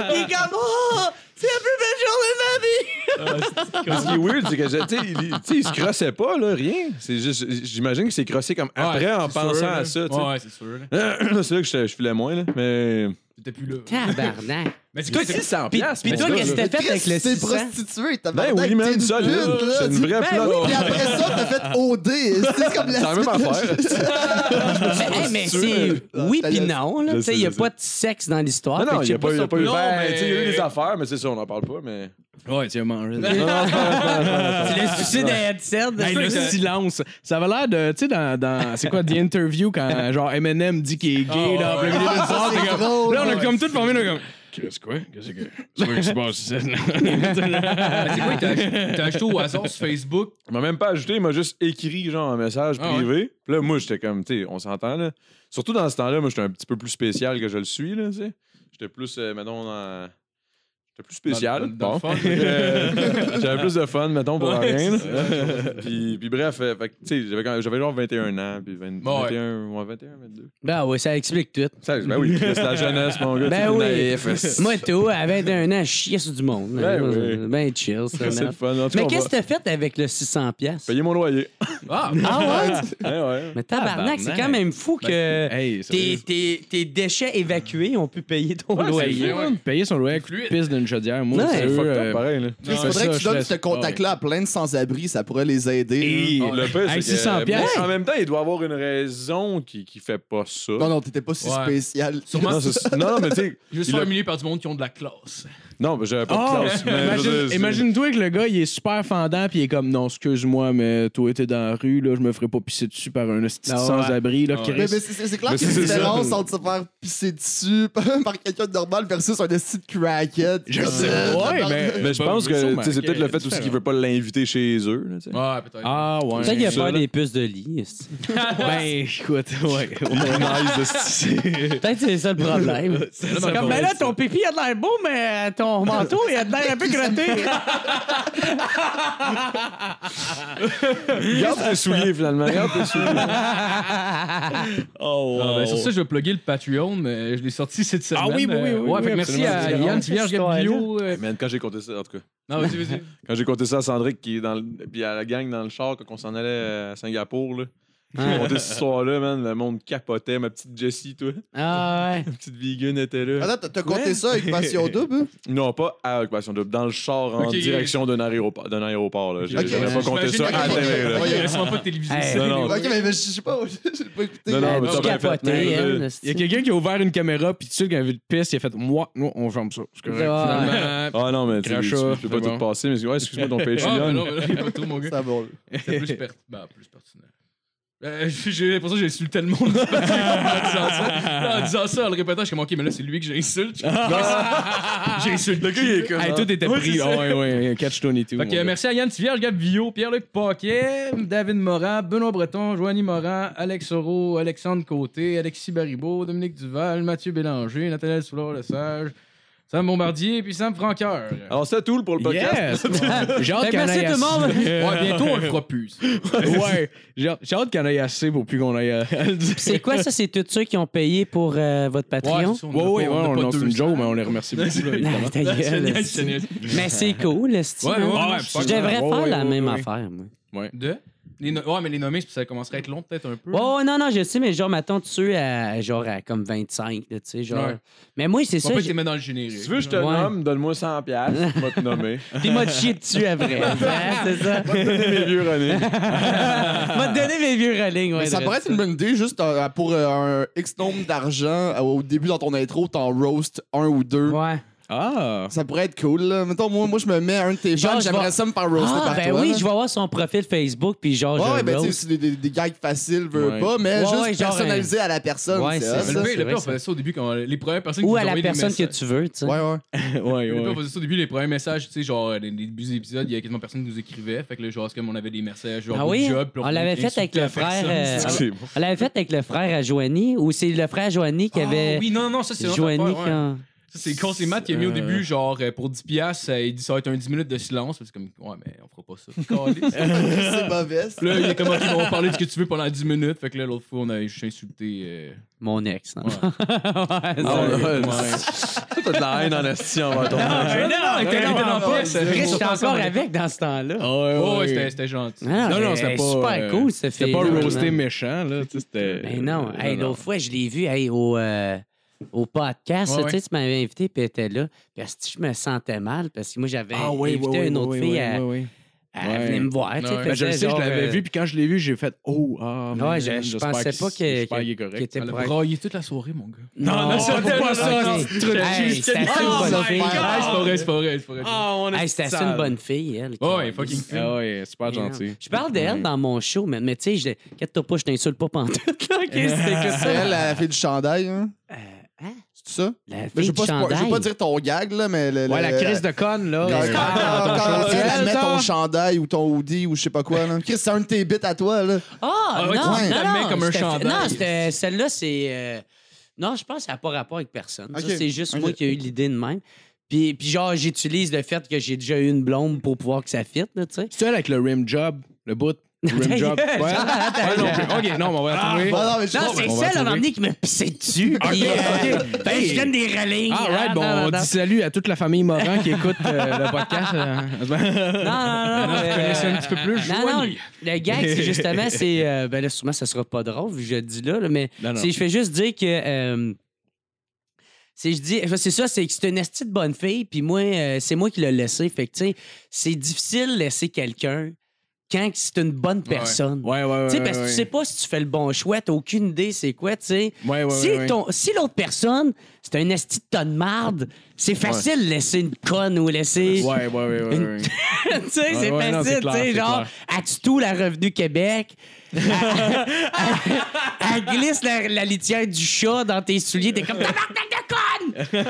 S1: il est comme, oh, c'est la plus belle journée
S2: Ce qui est weird, c'est que, je- tu sais, il- tu sais, il se crossait pas, là, rien. C'est juste, j'imagine qu'il s'est crossé comme après
S4: Ouais,
S2: en
S4: c'est sûr,
S2: pensant
S4: là.
S2: à ça, tu sais.
S4: Ouais, c'est sûr. là.
S2: *clears throat* C'est là que je, je filais moins, là. Mais.
S4: T'étais plus là.
S1: de ma vie! Tabarnak.
S4: Mais c'est quoi, c'est
S2: 600
S1: Puis,
S2: piastres,
S1: puis
S2: mon
S1: toi,
S2: gars,
S1: qu'est-ce que
S2: là.
S1: t'as fait avec le
S3: Chris, t'es
S1: 600?
S3: prostitué, t'as
S2: Ben oui, man, ça, là, c'est une vraie
S1: Ben oui,
S2: flotte.
S3: Puis après ça, t'as fait OD. C'est comme la
S2: C'est la même
S3: suite.
S2: affaire.
S1: Mais, hey, Eh, mais
S2: prostitué.
S1: c'est oui
S3: Ah,
S1: puis
S3: je-
S1: non. là.
S2: je
S1: Tu sais, il n'y a
S2: sais, je
S1: pas de sexe dans l'histoire.
S2: Non,
S1: fait
S2: non,
S1: que
S2: il
S1: je
S2: n'y a
S1: sais
S2: pas,
S1: si
S2: y a
S1: on
S2: pas
S1: peut-
S2: eu.
S4: Non,
S2: Ben,
S4: mais-
S2: tu sais, il y a eu des affaires, mais c'est ça, on n'en parle pas,
S4: *laughs*
S2: mais.
S5: Ouais, tiens, mange.
S1: Tu l'as sucé d'un headset.
S5: Hey, le
S1: Ah! C'est-
S5: silence. Ça avait l'air de. Tu sais, dans. dans c'est quoi, The Interview, quand genre Eminem dit qu'il est gay,
S4: Oh,
S5: là, en plein
S4: ouais.
S5: milieu d'une
S3: Ah, *laughs*
S5: soirée,
S3: c'est
S5: t'es comme-
S3: drôle,
S5: Là, on a
S3: ouais.
S5: comme tout formé, là, comme. Qu'est-ce quoi? Qu'est-ce que. C'est quoi qui se passe *laughs* ici,
S6: Ah,
S5: là?
S4: c'est quoi, t'as acheté- t'as acheté au hasard sur Facebook.
S2: Il m'a même pas ajouté, il m'a juste écrit genre un message
S4: Ah ouais.
S2: privé. Puis là, moi, j'étais comme, tu sais, on s'entend là. Surtout dans ce temps-là, moi, j'étais un petit peu plus spécial que je le suis, là, tu sais. J'étais plus, euh, mettons, dans. C'était plus spécial.
S6: Dans- dans- dans
S2: bon.
S6: le fun.
S2: *laughs* Euh, j'avais plus de fun, mettons, pour
S5: Ouais,
S2: rien.
S5: c'est
S2: là. puis, puis bref, euh, fait que, tu sais, j'avais, quand- j'avais genre 21 ans, puis 20
S6: Bon, ouais.
S2: 21, ouais, 21, 22.
S1: Ben oui, ça explique tout.
S2: Ça, ben oui, c'est la jeunesse, mon gars.
S1: Ben
S2: tu es
S1: oui.
S2: naïf, est-ce
S1: *laughs*
S2: que-
S1: Moi, tout, à 21 ans, je chiais sur du monde.
S2: Ben oui.
S1: Ben chill, ça.
S2: *laughs* c'est le
S1: merde.
S2: fun. En tout cas,
S1: Mais
S2: on
S1: qu'est-ce
S2: va
S1: que t'as fait avec le 600$? piastres?
S2: payer mon loyer.
S6: Ah!
S1: Ah
S2: *laughs*
S1: ouais?
S2: Hein, ouais.
S1: Mais tabarnak, c'est quand même fou que
S5: Ben, Hey,
S1: tes, tes- tes déchets évacués ont pu payer ton
S6: Ouais, c'est
S1: loyer.
S6: vrai.
S5: sérieux. Payer son loyer à coup de
S6: Fluide.
S5: pisse d'une chaudière, moi,
S1: Ouais.
S5: c'est
S2: Fuck
S5: sûr,
S2: up,
S1: hein.
S5: euh,
S2: pareil. là.
S3: Il
S5: Ouais,
S3: faudrait que
S5: ça,
S3: tu
S5: je
S3: donnes
S5: laisse-
S3: ce contact-là à plein de sans-abri, ça pourrait les aider.
S5: Et-
S6: Oh,
S2: Le pire,
S1: Hey,
S2: c'est que-
S1: 600 piastres.
S2: mais En même temps, il doit avoir une raison qui, qui fait pas ça.
S3: Non, non, t'étais pas si
S6: Ouais.
S3: spécial.
S6: Sûrement,
S2: Non, c'est- non, non, mais tu sais,
S6: je me suis
S2: Il
S6: fait
S2: a-
S6: humilier par du monde qui ont de la classe.
S2: non, mais j'avais pas
S5: Oh!
S2: de classe. mais je veux
S5: Imagine-
S2: dire, c'est-
S5: Imagine-toi que le gars, il est super fendant, puis il est comme, non, excuse-moi, mais toi, t'es dans la rue, là, je me ferai pas pisser dessus par un esti de
S1: Ah ouais.
S5: sans-abri, là,
S6: Ah
S5: Chris.
S6: ouais.
S3: Mais, mais c'est- c'est c'est clair
S2: Mais
S3: qu'il y a une
S2: c'est ça.
S3: différence entre se faire pisser dessus *laughs* par quelqu'un de normal versus un esti de crackhead.
S5: Je sais
S3: Euh,
S5: pas,
S3: tabarnak.
S5: mais-
S2: Mais je pense que
S5: Sûrement.
S2: tu sais, c'est peut-être le fait aussi qu'il veut pas l'inviter chez eux. là, tu sais.
S6: Ouais, peut-être.
S5: Ah, ouais.
S1: Peut-être qu'il y a
S2: Ça,
S1: pas
S2: là.
S1: des puces de lit. c'est-
S5: Ben, écoute, ouais. *laughs*
S1: Peut-être que c'est ça le problème.
S5: ça,
S1: C'est comme,
S5: pourrait
S1: ben là,
S5: être
S1: ton pipi a de l'air beau, mais ton manteau, il a de l'air un *laughs* peu crotté.
S2: Garde tes souliers finalement. Garde tes souliers.
S5: Oh,
S6: Ah, ben, sur ça, je vais plugger le Patreon. mais je l'ai sorti cette semaine.
S5: Ah oui, oui, oui,
S6: Euh, ouais,
S5: oui, oui,
S6: fait que merci
S5: absolument.
S6: à
S5: C'est
S6: Yann
S5: vraiment
S6: Tivierge
S1: cette
S6: Gabriel. euh,
S2: Man, quand j'ai compté ça, en tout cas,
S6: Non, vas-y, vas-y.
S2: quand j'ai compté ça à Sandrick qui est dans le- puis à la gang dans le char quand on s'en allait à Singapour là. J'ai compté cette histoire-là, man. Le monde capotait. Ma petite Jessie, toi.
S1: Ah ouais.
S2: Ma petite vegan était là.
S3: Attends, t'as- t'as compté ça avec Passion Double? hein?
S2: Non, pas à Occupation Double. Dans le char en
S6: Ok.
S2: direction d'un aéroport. D'un aéroport là. J'ai-
S3: Ok.
S2: J'aurais pas compté
S6: J'imagine
S2: ça Ah, ben à
S6: qu'il y a
S2: la télé, là.
S6: quelqu'un qui a sûrement pas de télévision.
S1: Hey.
S2: Non, non.
S3: Ok, mais mais je sais pas, *laughs* j'ai pas écouté.
S2: Non, non, mais
S1: Tu
S2: t'as bien fait.
S1: capotais,
S2: Mais,
S1: elle,
S2: euh,
S5: Il y a
S1: c'est-
S5: quelqu'un qui a ouvert une caméra, puis tout de suite, quand il a vu le pisse, il a fait, moi, non, on ferme ça. C'est correct.
S1: Ah.
S5: Finalement,
S6: Oh,
S2: Ah non, mais tu tu- tu
S5: Crachat,
S2: peux pas
S5: c'est
S2: tout
S5: bon.
S2: passer. Mais ouais, excuse-moi, ton
S6: Ah, ben non,
S2: Patreon.
S6: ben non, il y a pas tout, mon gars.
S3: Ça va. là.
S6: *laughs* C'est plus, per... bah, plus pertinent. Euh, j'ai l'impression que j'ai insulté le monde en *laughs* disant ça. Là, en disant ça, en le répétant, je suis comme, ok, mais là, c'est lui que j'insulte. Ah. *laughs* j'insulte. Le
S2: il est comme-
S5: Hey, tout était
S6: Ouais,
S5: pris.
S6: c'est ça.
S5: Ah ouais, ouais, catch 22.
S6: Fait que,
S5: mon
S6: euh,
S5: gars.
S6: merci à Yann Tivierge, Gab Villot, Pierre-Luc Paquet, David Morin, Benoît Breton, Joanie Morin, Alex Soro, Alexandre Côté, Alexis Baribeau, Dominique Duval, Mathieu Bélanger, Nathalie Soulard-Lesage, Sam Bombardier, puis Sam Franqueur.
S2: Alors, c'est tout pour le podcast.
S5: *laughs* Yes! J'ai
S1: Fait
S5: hâte
S1: que
S5: qu'on
S1: merci tout le
S5: aille à-
S1: monde.
S5: *laughs*
S6: Ouais, bientôt, on le fera
S1: *laughs*
S6: plus.
S5: ouais, j'ai j'ai hâte qu'on aille assez pour plus qu'on aille à, à *laughs* le dire.
S1: C'est quoi ça? C'est tous ceux qui ont payé pour euh, votre Patreon?
S6: c'est ça, on
S5: Ouais,
S6: a
S5: ouais,
S6: pas-
S5: ouais,
S6: on a
S5: on
S6: pas
S5: lance
S6: deux
S5: une joke, mais on les remercie beaucoup. *laughs* là, évidemment.
S1: Ah, ta
S6: Ah, c'est
S1: gueule,
S6: niais,
S1: esti.
S6: c'est niais. *laughs*
S1: Mais c'est cool, esti,
S6: Ouais,
S1: hein?
S6: ouais,
S3: Ah,
S6: ouais,
S1: Je devrais
S5: ouais,
S1: faire
S5: ouais,
S1: la
S5: ouais,
S1: même
S5: ouais.
S1: affaire, moi.
S6: De? Les no- Ouais, mais les nommés, ça commencerait à être long, peut-être un peu.
S3: Mm.
S1: Ouais, ouais, non, non, je sais, mais genre, mettons, tu sais, à, genre, à comme 25, là, tu sais, genre.
S6: Ouais.
S1: Mais moi, c'est
S6: On
S1: ça.
S6: peut
S1: j'ai-
S6: te mettre dans le générique.
S2: Si tu veux, je te
S1: Ouais.
S2: nomme, donne-moi 100$, piastres, je vais te nommer. *laughs*
S1: Puis m'a chié
S6: *laughs*
S1: dessus après. Hein, c'est ça. *laughs*
S2: Mes vieux René.
S1: m'a donné mes vieux rolling, ouais.
S3: Mais ça
S1: de
S3: pourrait être une bonne idée, juste euh, pour euh, un X nombre d'argent, euh, au début dans ton intro, t'en roast un ou deux.
S1: Ouais.
S5: Ah!
S3: Ça pourrait être cool. Là. Mettons, moi, moi, je me mets à un de tes
S1: Genre,
S3: fans,
S1: je
S3: j'aimerais
S1: vais-
S3: ça me faire roaster
S1: ah,
S3: par
S1: ben
S3: toi.
S1: oui,
S3: là.
S1: je vais avoir son profil Facebook, puis genre,
S3: Ouais,
S1: je
S3: ouais, ben tu sais,
S1: roast.
S3: c'est des, des, des gags faciles, veux
S5: Ouais.
S3: pas,
S1: Ouais,
S3: mais juste
S1: ouais, genre,
S3: personnalisé à la personne.
S1: Ouais,
S3: c'est
S1: c'est
S3: hot,
S1: ça.
S6: le
S3: ça.
S6: pire, le
S1: vrai,
S6: pire, on
S1: ça.
S6: faisait ça au début quand euh, les premières personnes
S1: Ou
S6: qui
S1: à
S6: nous
S1: la
S6: envoyaient des
S1: personne que
S6: messages-
S1: tu veux, tu sais.
S3: Ouais, ouais.
S5: Ouais,
S6: Au début, on
S5: ouais.
S6: faisait ça au début, les premiers messages, tu sais, genre, euh, les les débuts des épisodes, il y a quasiment personne qui nous écrivait. Fait que là, genre, c'est comme on avait des messages, genre,
S1: Ah
S6: good
S1: oui?
S6: job. puis
S1: On l'avait fait
S6: insultait
S1: avec le
S6: la personne.
S1: frère, euh,
S2: *laughs* C'est bon.
S1: On l'avait fait avec le frère à Joanie, ou c'est le frère à Joanie qui
S6: Ah
S1: avait.
S6: Oui, non, non, ça, c'est notre
S1: Joanie hein.
S6: affaire,
S1: qui
S6: ouais.
S1: en-
S6: Ça, c'est con, c'est Matt qui a mis au
S5: Euh.
S6: début, genre, euh, pour 10$, piastres, euh, il dit ça va être un 10 minutes de silence. Parce que, comme, ouais, mais on fera pas
S1: *laughs*
S6: ça. Caliste.
S3: *laughs* c'est mauvais. ça.
S6: *laughs* là, il est comme, ok, on va parler de ce que tu veux pendant 10 minutes. Fait que là, l'autre fois, on a juste insulté. euh,
S1: Mon ex. non?
S6: Ouais.
S1: *laughs* Ouais, c'est-
S2: Ah, ouais, ouais.
S6: Ouais.
S2: Toi, T'as de la haine en esti envers ton
S6: Ah,
S2: projet.
S6: non, non, t'es arrivé dans la pièce.
S1: Chris, j'étais
S6: Ensemble,
S1: encore
S6: on était-
S1: avec dans ce temps-là.
S5: Ah, ouais,
S6: Ouais,
S5: ouais.
S6: ouais, c'était- c'était gentil.
S5: Non, non, c'était pas.
S1: Ah super
S5: euh,
S1: cool, ce
S5: C'était
S1: film.
S5: pas
S1: vraiment.
S5: roasté euh, méchant, là. tu sais, C'était.
S1: Mais Ben non, hey, l'autre fois, je l'ai vu hey, au, euh, au podcast.
S6: Ouais,
S1: là, tu sais,
S6: ouais.
S1: Tu m'avais invité, puis elle était là. Puis asti, je me sentais mal parce que moi, j'avais
S5: Ah
S1: invité une autre fille à, à
S5: ouais.
S1: venir me voir. tu sais,
S6: Ouais, ouais.
S1: faisait
S5: Ben, je le sais, je
S1: genre,
S5: l'avais
S1: euh,
S5: vu, puis quand je l'ai vu, j'ai fait Oh, ah.
S1: Ouais,
S5: man,
S1: je- je
S5: j'espère
S1: pensais
S5: qu'il-
S1: pas que-
S5: j'espère qu'il est
S1: qu'il
S5: correct.
S1: était
S6: Elle a
S1: pour-
S6: braillé toute la soirée, mon gars.
S5: Non, non,
S6: c'est
S5: c'est pas ça.
S1: Ok.
S5: non, c'est trop
S1: Hey,
S5: cheap.
S1: c'était
S5: Oh
S1: une bonne
S5: my
S1: fille.
S5: God!
S6: Ah, c'est pas vrai, c'est pas vrai, c'est pas vrai.
S5: Ah, on
S1: Hey, C'était assez une bonne fille, elle.
S6: Ouais, fucking
S5: Ah, ouais, super gentil.
S1: Je parle d'elle dans mon show, mais, mais tu sais, je inquiète-toi pas, je t'insulte pas pantoute. là, ok, c'est que
S3: C'est
S1: ça.
S3: elle, la fille du chandail. Hein?
S1: hein?
S3: C'est ça?
S1: La
S3: Mais je
S1: fille
S3: veux pas,
S1: du
S3: spo- je veux pas
S1: chandail.
S3: dire ton gag, là, mais. le-
S5: Ouais,
S3: le-
S5: la Euh, crise de conne, là. Ah,
S3: Quand, quand- quand- quand elle met ton
S5: Attends.
S3: chandail ou ton hoodie ou je sais pas quoi, là. Chris, c'est un de tes bits à toi, là.
S1: Ah,
S6: Ah ouais,
S1: non,
S6: tu
S1: non,
S6: la mets
S1: non,
S6: comme un
S1: c'était-
S6: chandail.
S1: Non, c'était- celle-là, c'est. euh, Non, je pense que ça n'a pas rapport avec personne. Ça,
S3: Ok,
S1: C'est juste
S3: ok.
S1: moi qui ai eu l'idée de même. Puis, puis genre, j'utilise le fait que j'ai déjà eu une blonde pour pouvoir que ça fitte, là, tu sais.
S5: Seul avec le rim job,
S1: *laughs*
S5: le bout.
S1: Ta
S5: Rim job.
S1: gueule,
S5: Ouais. Ouais, non, mais- ok, non, mais on va la trouver.
S3: Ah non, mais je
S1: Non,
S3: comprends.
S1: *laughs* c'est
S5: on va
S1: celle, à un
S5: trouver.
S1: moment donné, qui me pissait dessus. Puis, euh, ben, je donne des relings.
S5: Ah, right,
S1: Ah,
S5: bon,
S1: non, non,
S5: on
S1: non.
S5: dit salut à toute la famille Morin qui écoute euh,
S1: *laughs*
S5: le podcast. euh.
S1: Non, non, non.
S4: Maintenant,
S1: euh,
S4: vous connaissez
S5: *laughs*
S4: un petit peu plus,
S1: Non, non,
S4: Joanie.
S1: le gag, c'est justement, c'est. euh, ben là, sûrement, ça sera pas drôle, vu que je le dis là, là, mais
S5: Ah Non, non.
S1: c'est- je fais juste dire que. euh, c'est, je dis, c'est ça, c'est que c'est une esti de bonne fille, puis moi, euh, c'est moi qui l'ai laissé. Fait que, tu sais, c'est difficile de laisser quelqu'un quand c'est une bonne personne.
S5: Ouais, ouais, ouais.
S1: Tu sais, parce que
S5: ouais,
S1: tu sais pas si tu fais le bon choix, t'as aucune idée c'est quoi, tu sais.
S5: Ouais, ouais,
S1: si
S5: ouais, ouais.
S1: ton- si l'autre personne, c'est un esti de tonne marde, c'est facile de laisser une conne ou laisser.
S5: Ouais, ouais, ouais, ouais,
S1: *laughs*
S5: ouais.
S1: tu sais, c'est
S5: ouais, non, c'est
S1: facile,
S5: clair,
S1: tu sais,
S5: c'est
S1: genre,
S5: clair.
S1: elle tue tout la Revenu *laughs* Québec, elle, elle glisse la, la litière du chat dans tes souliers, t'es comme « Tabarnak *laughs* de conne!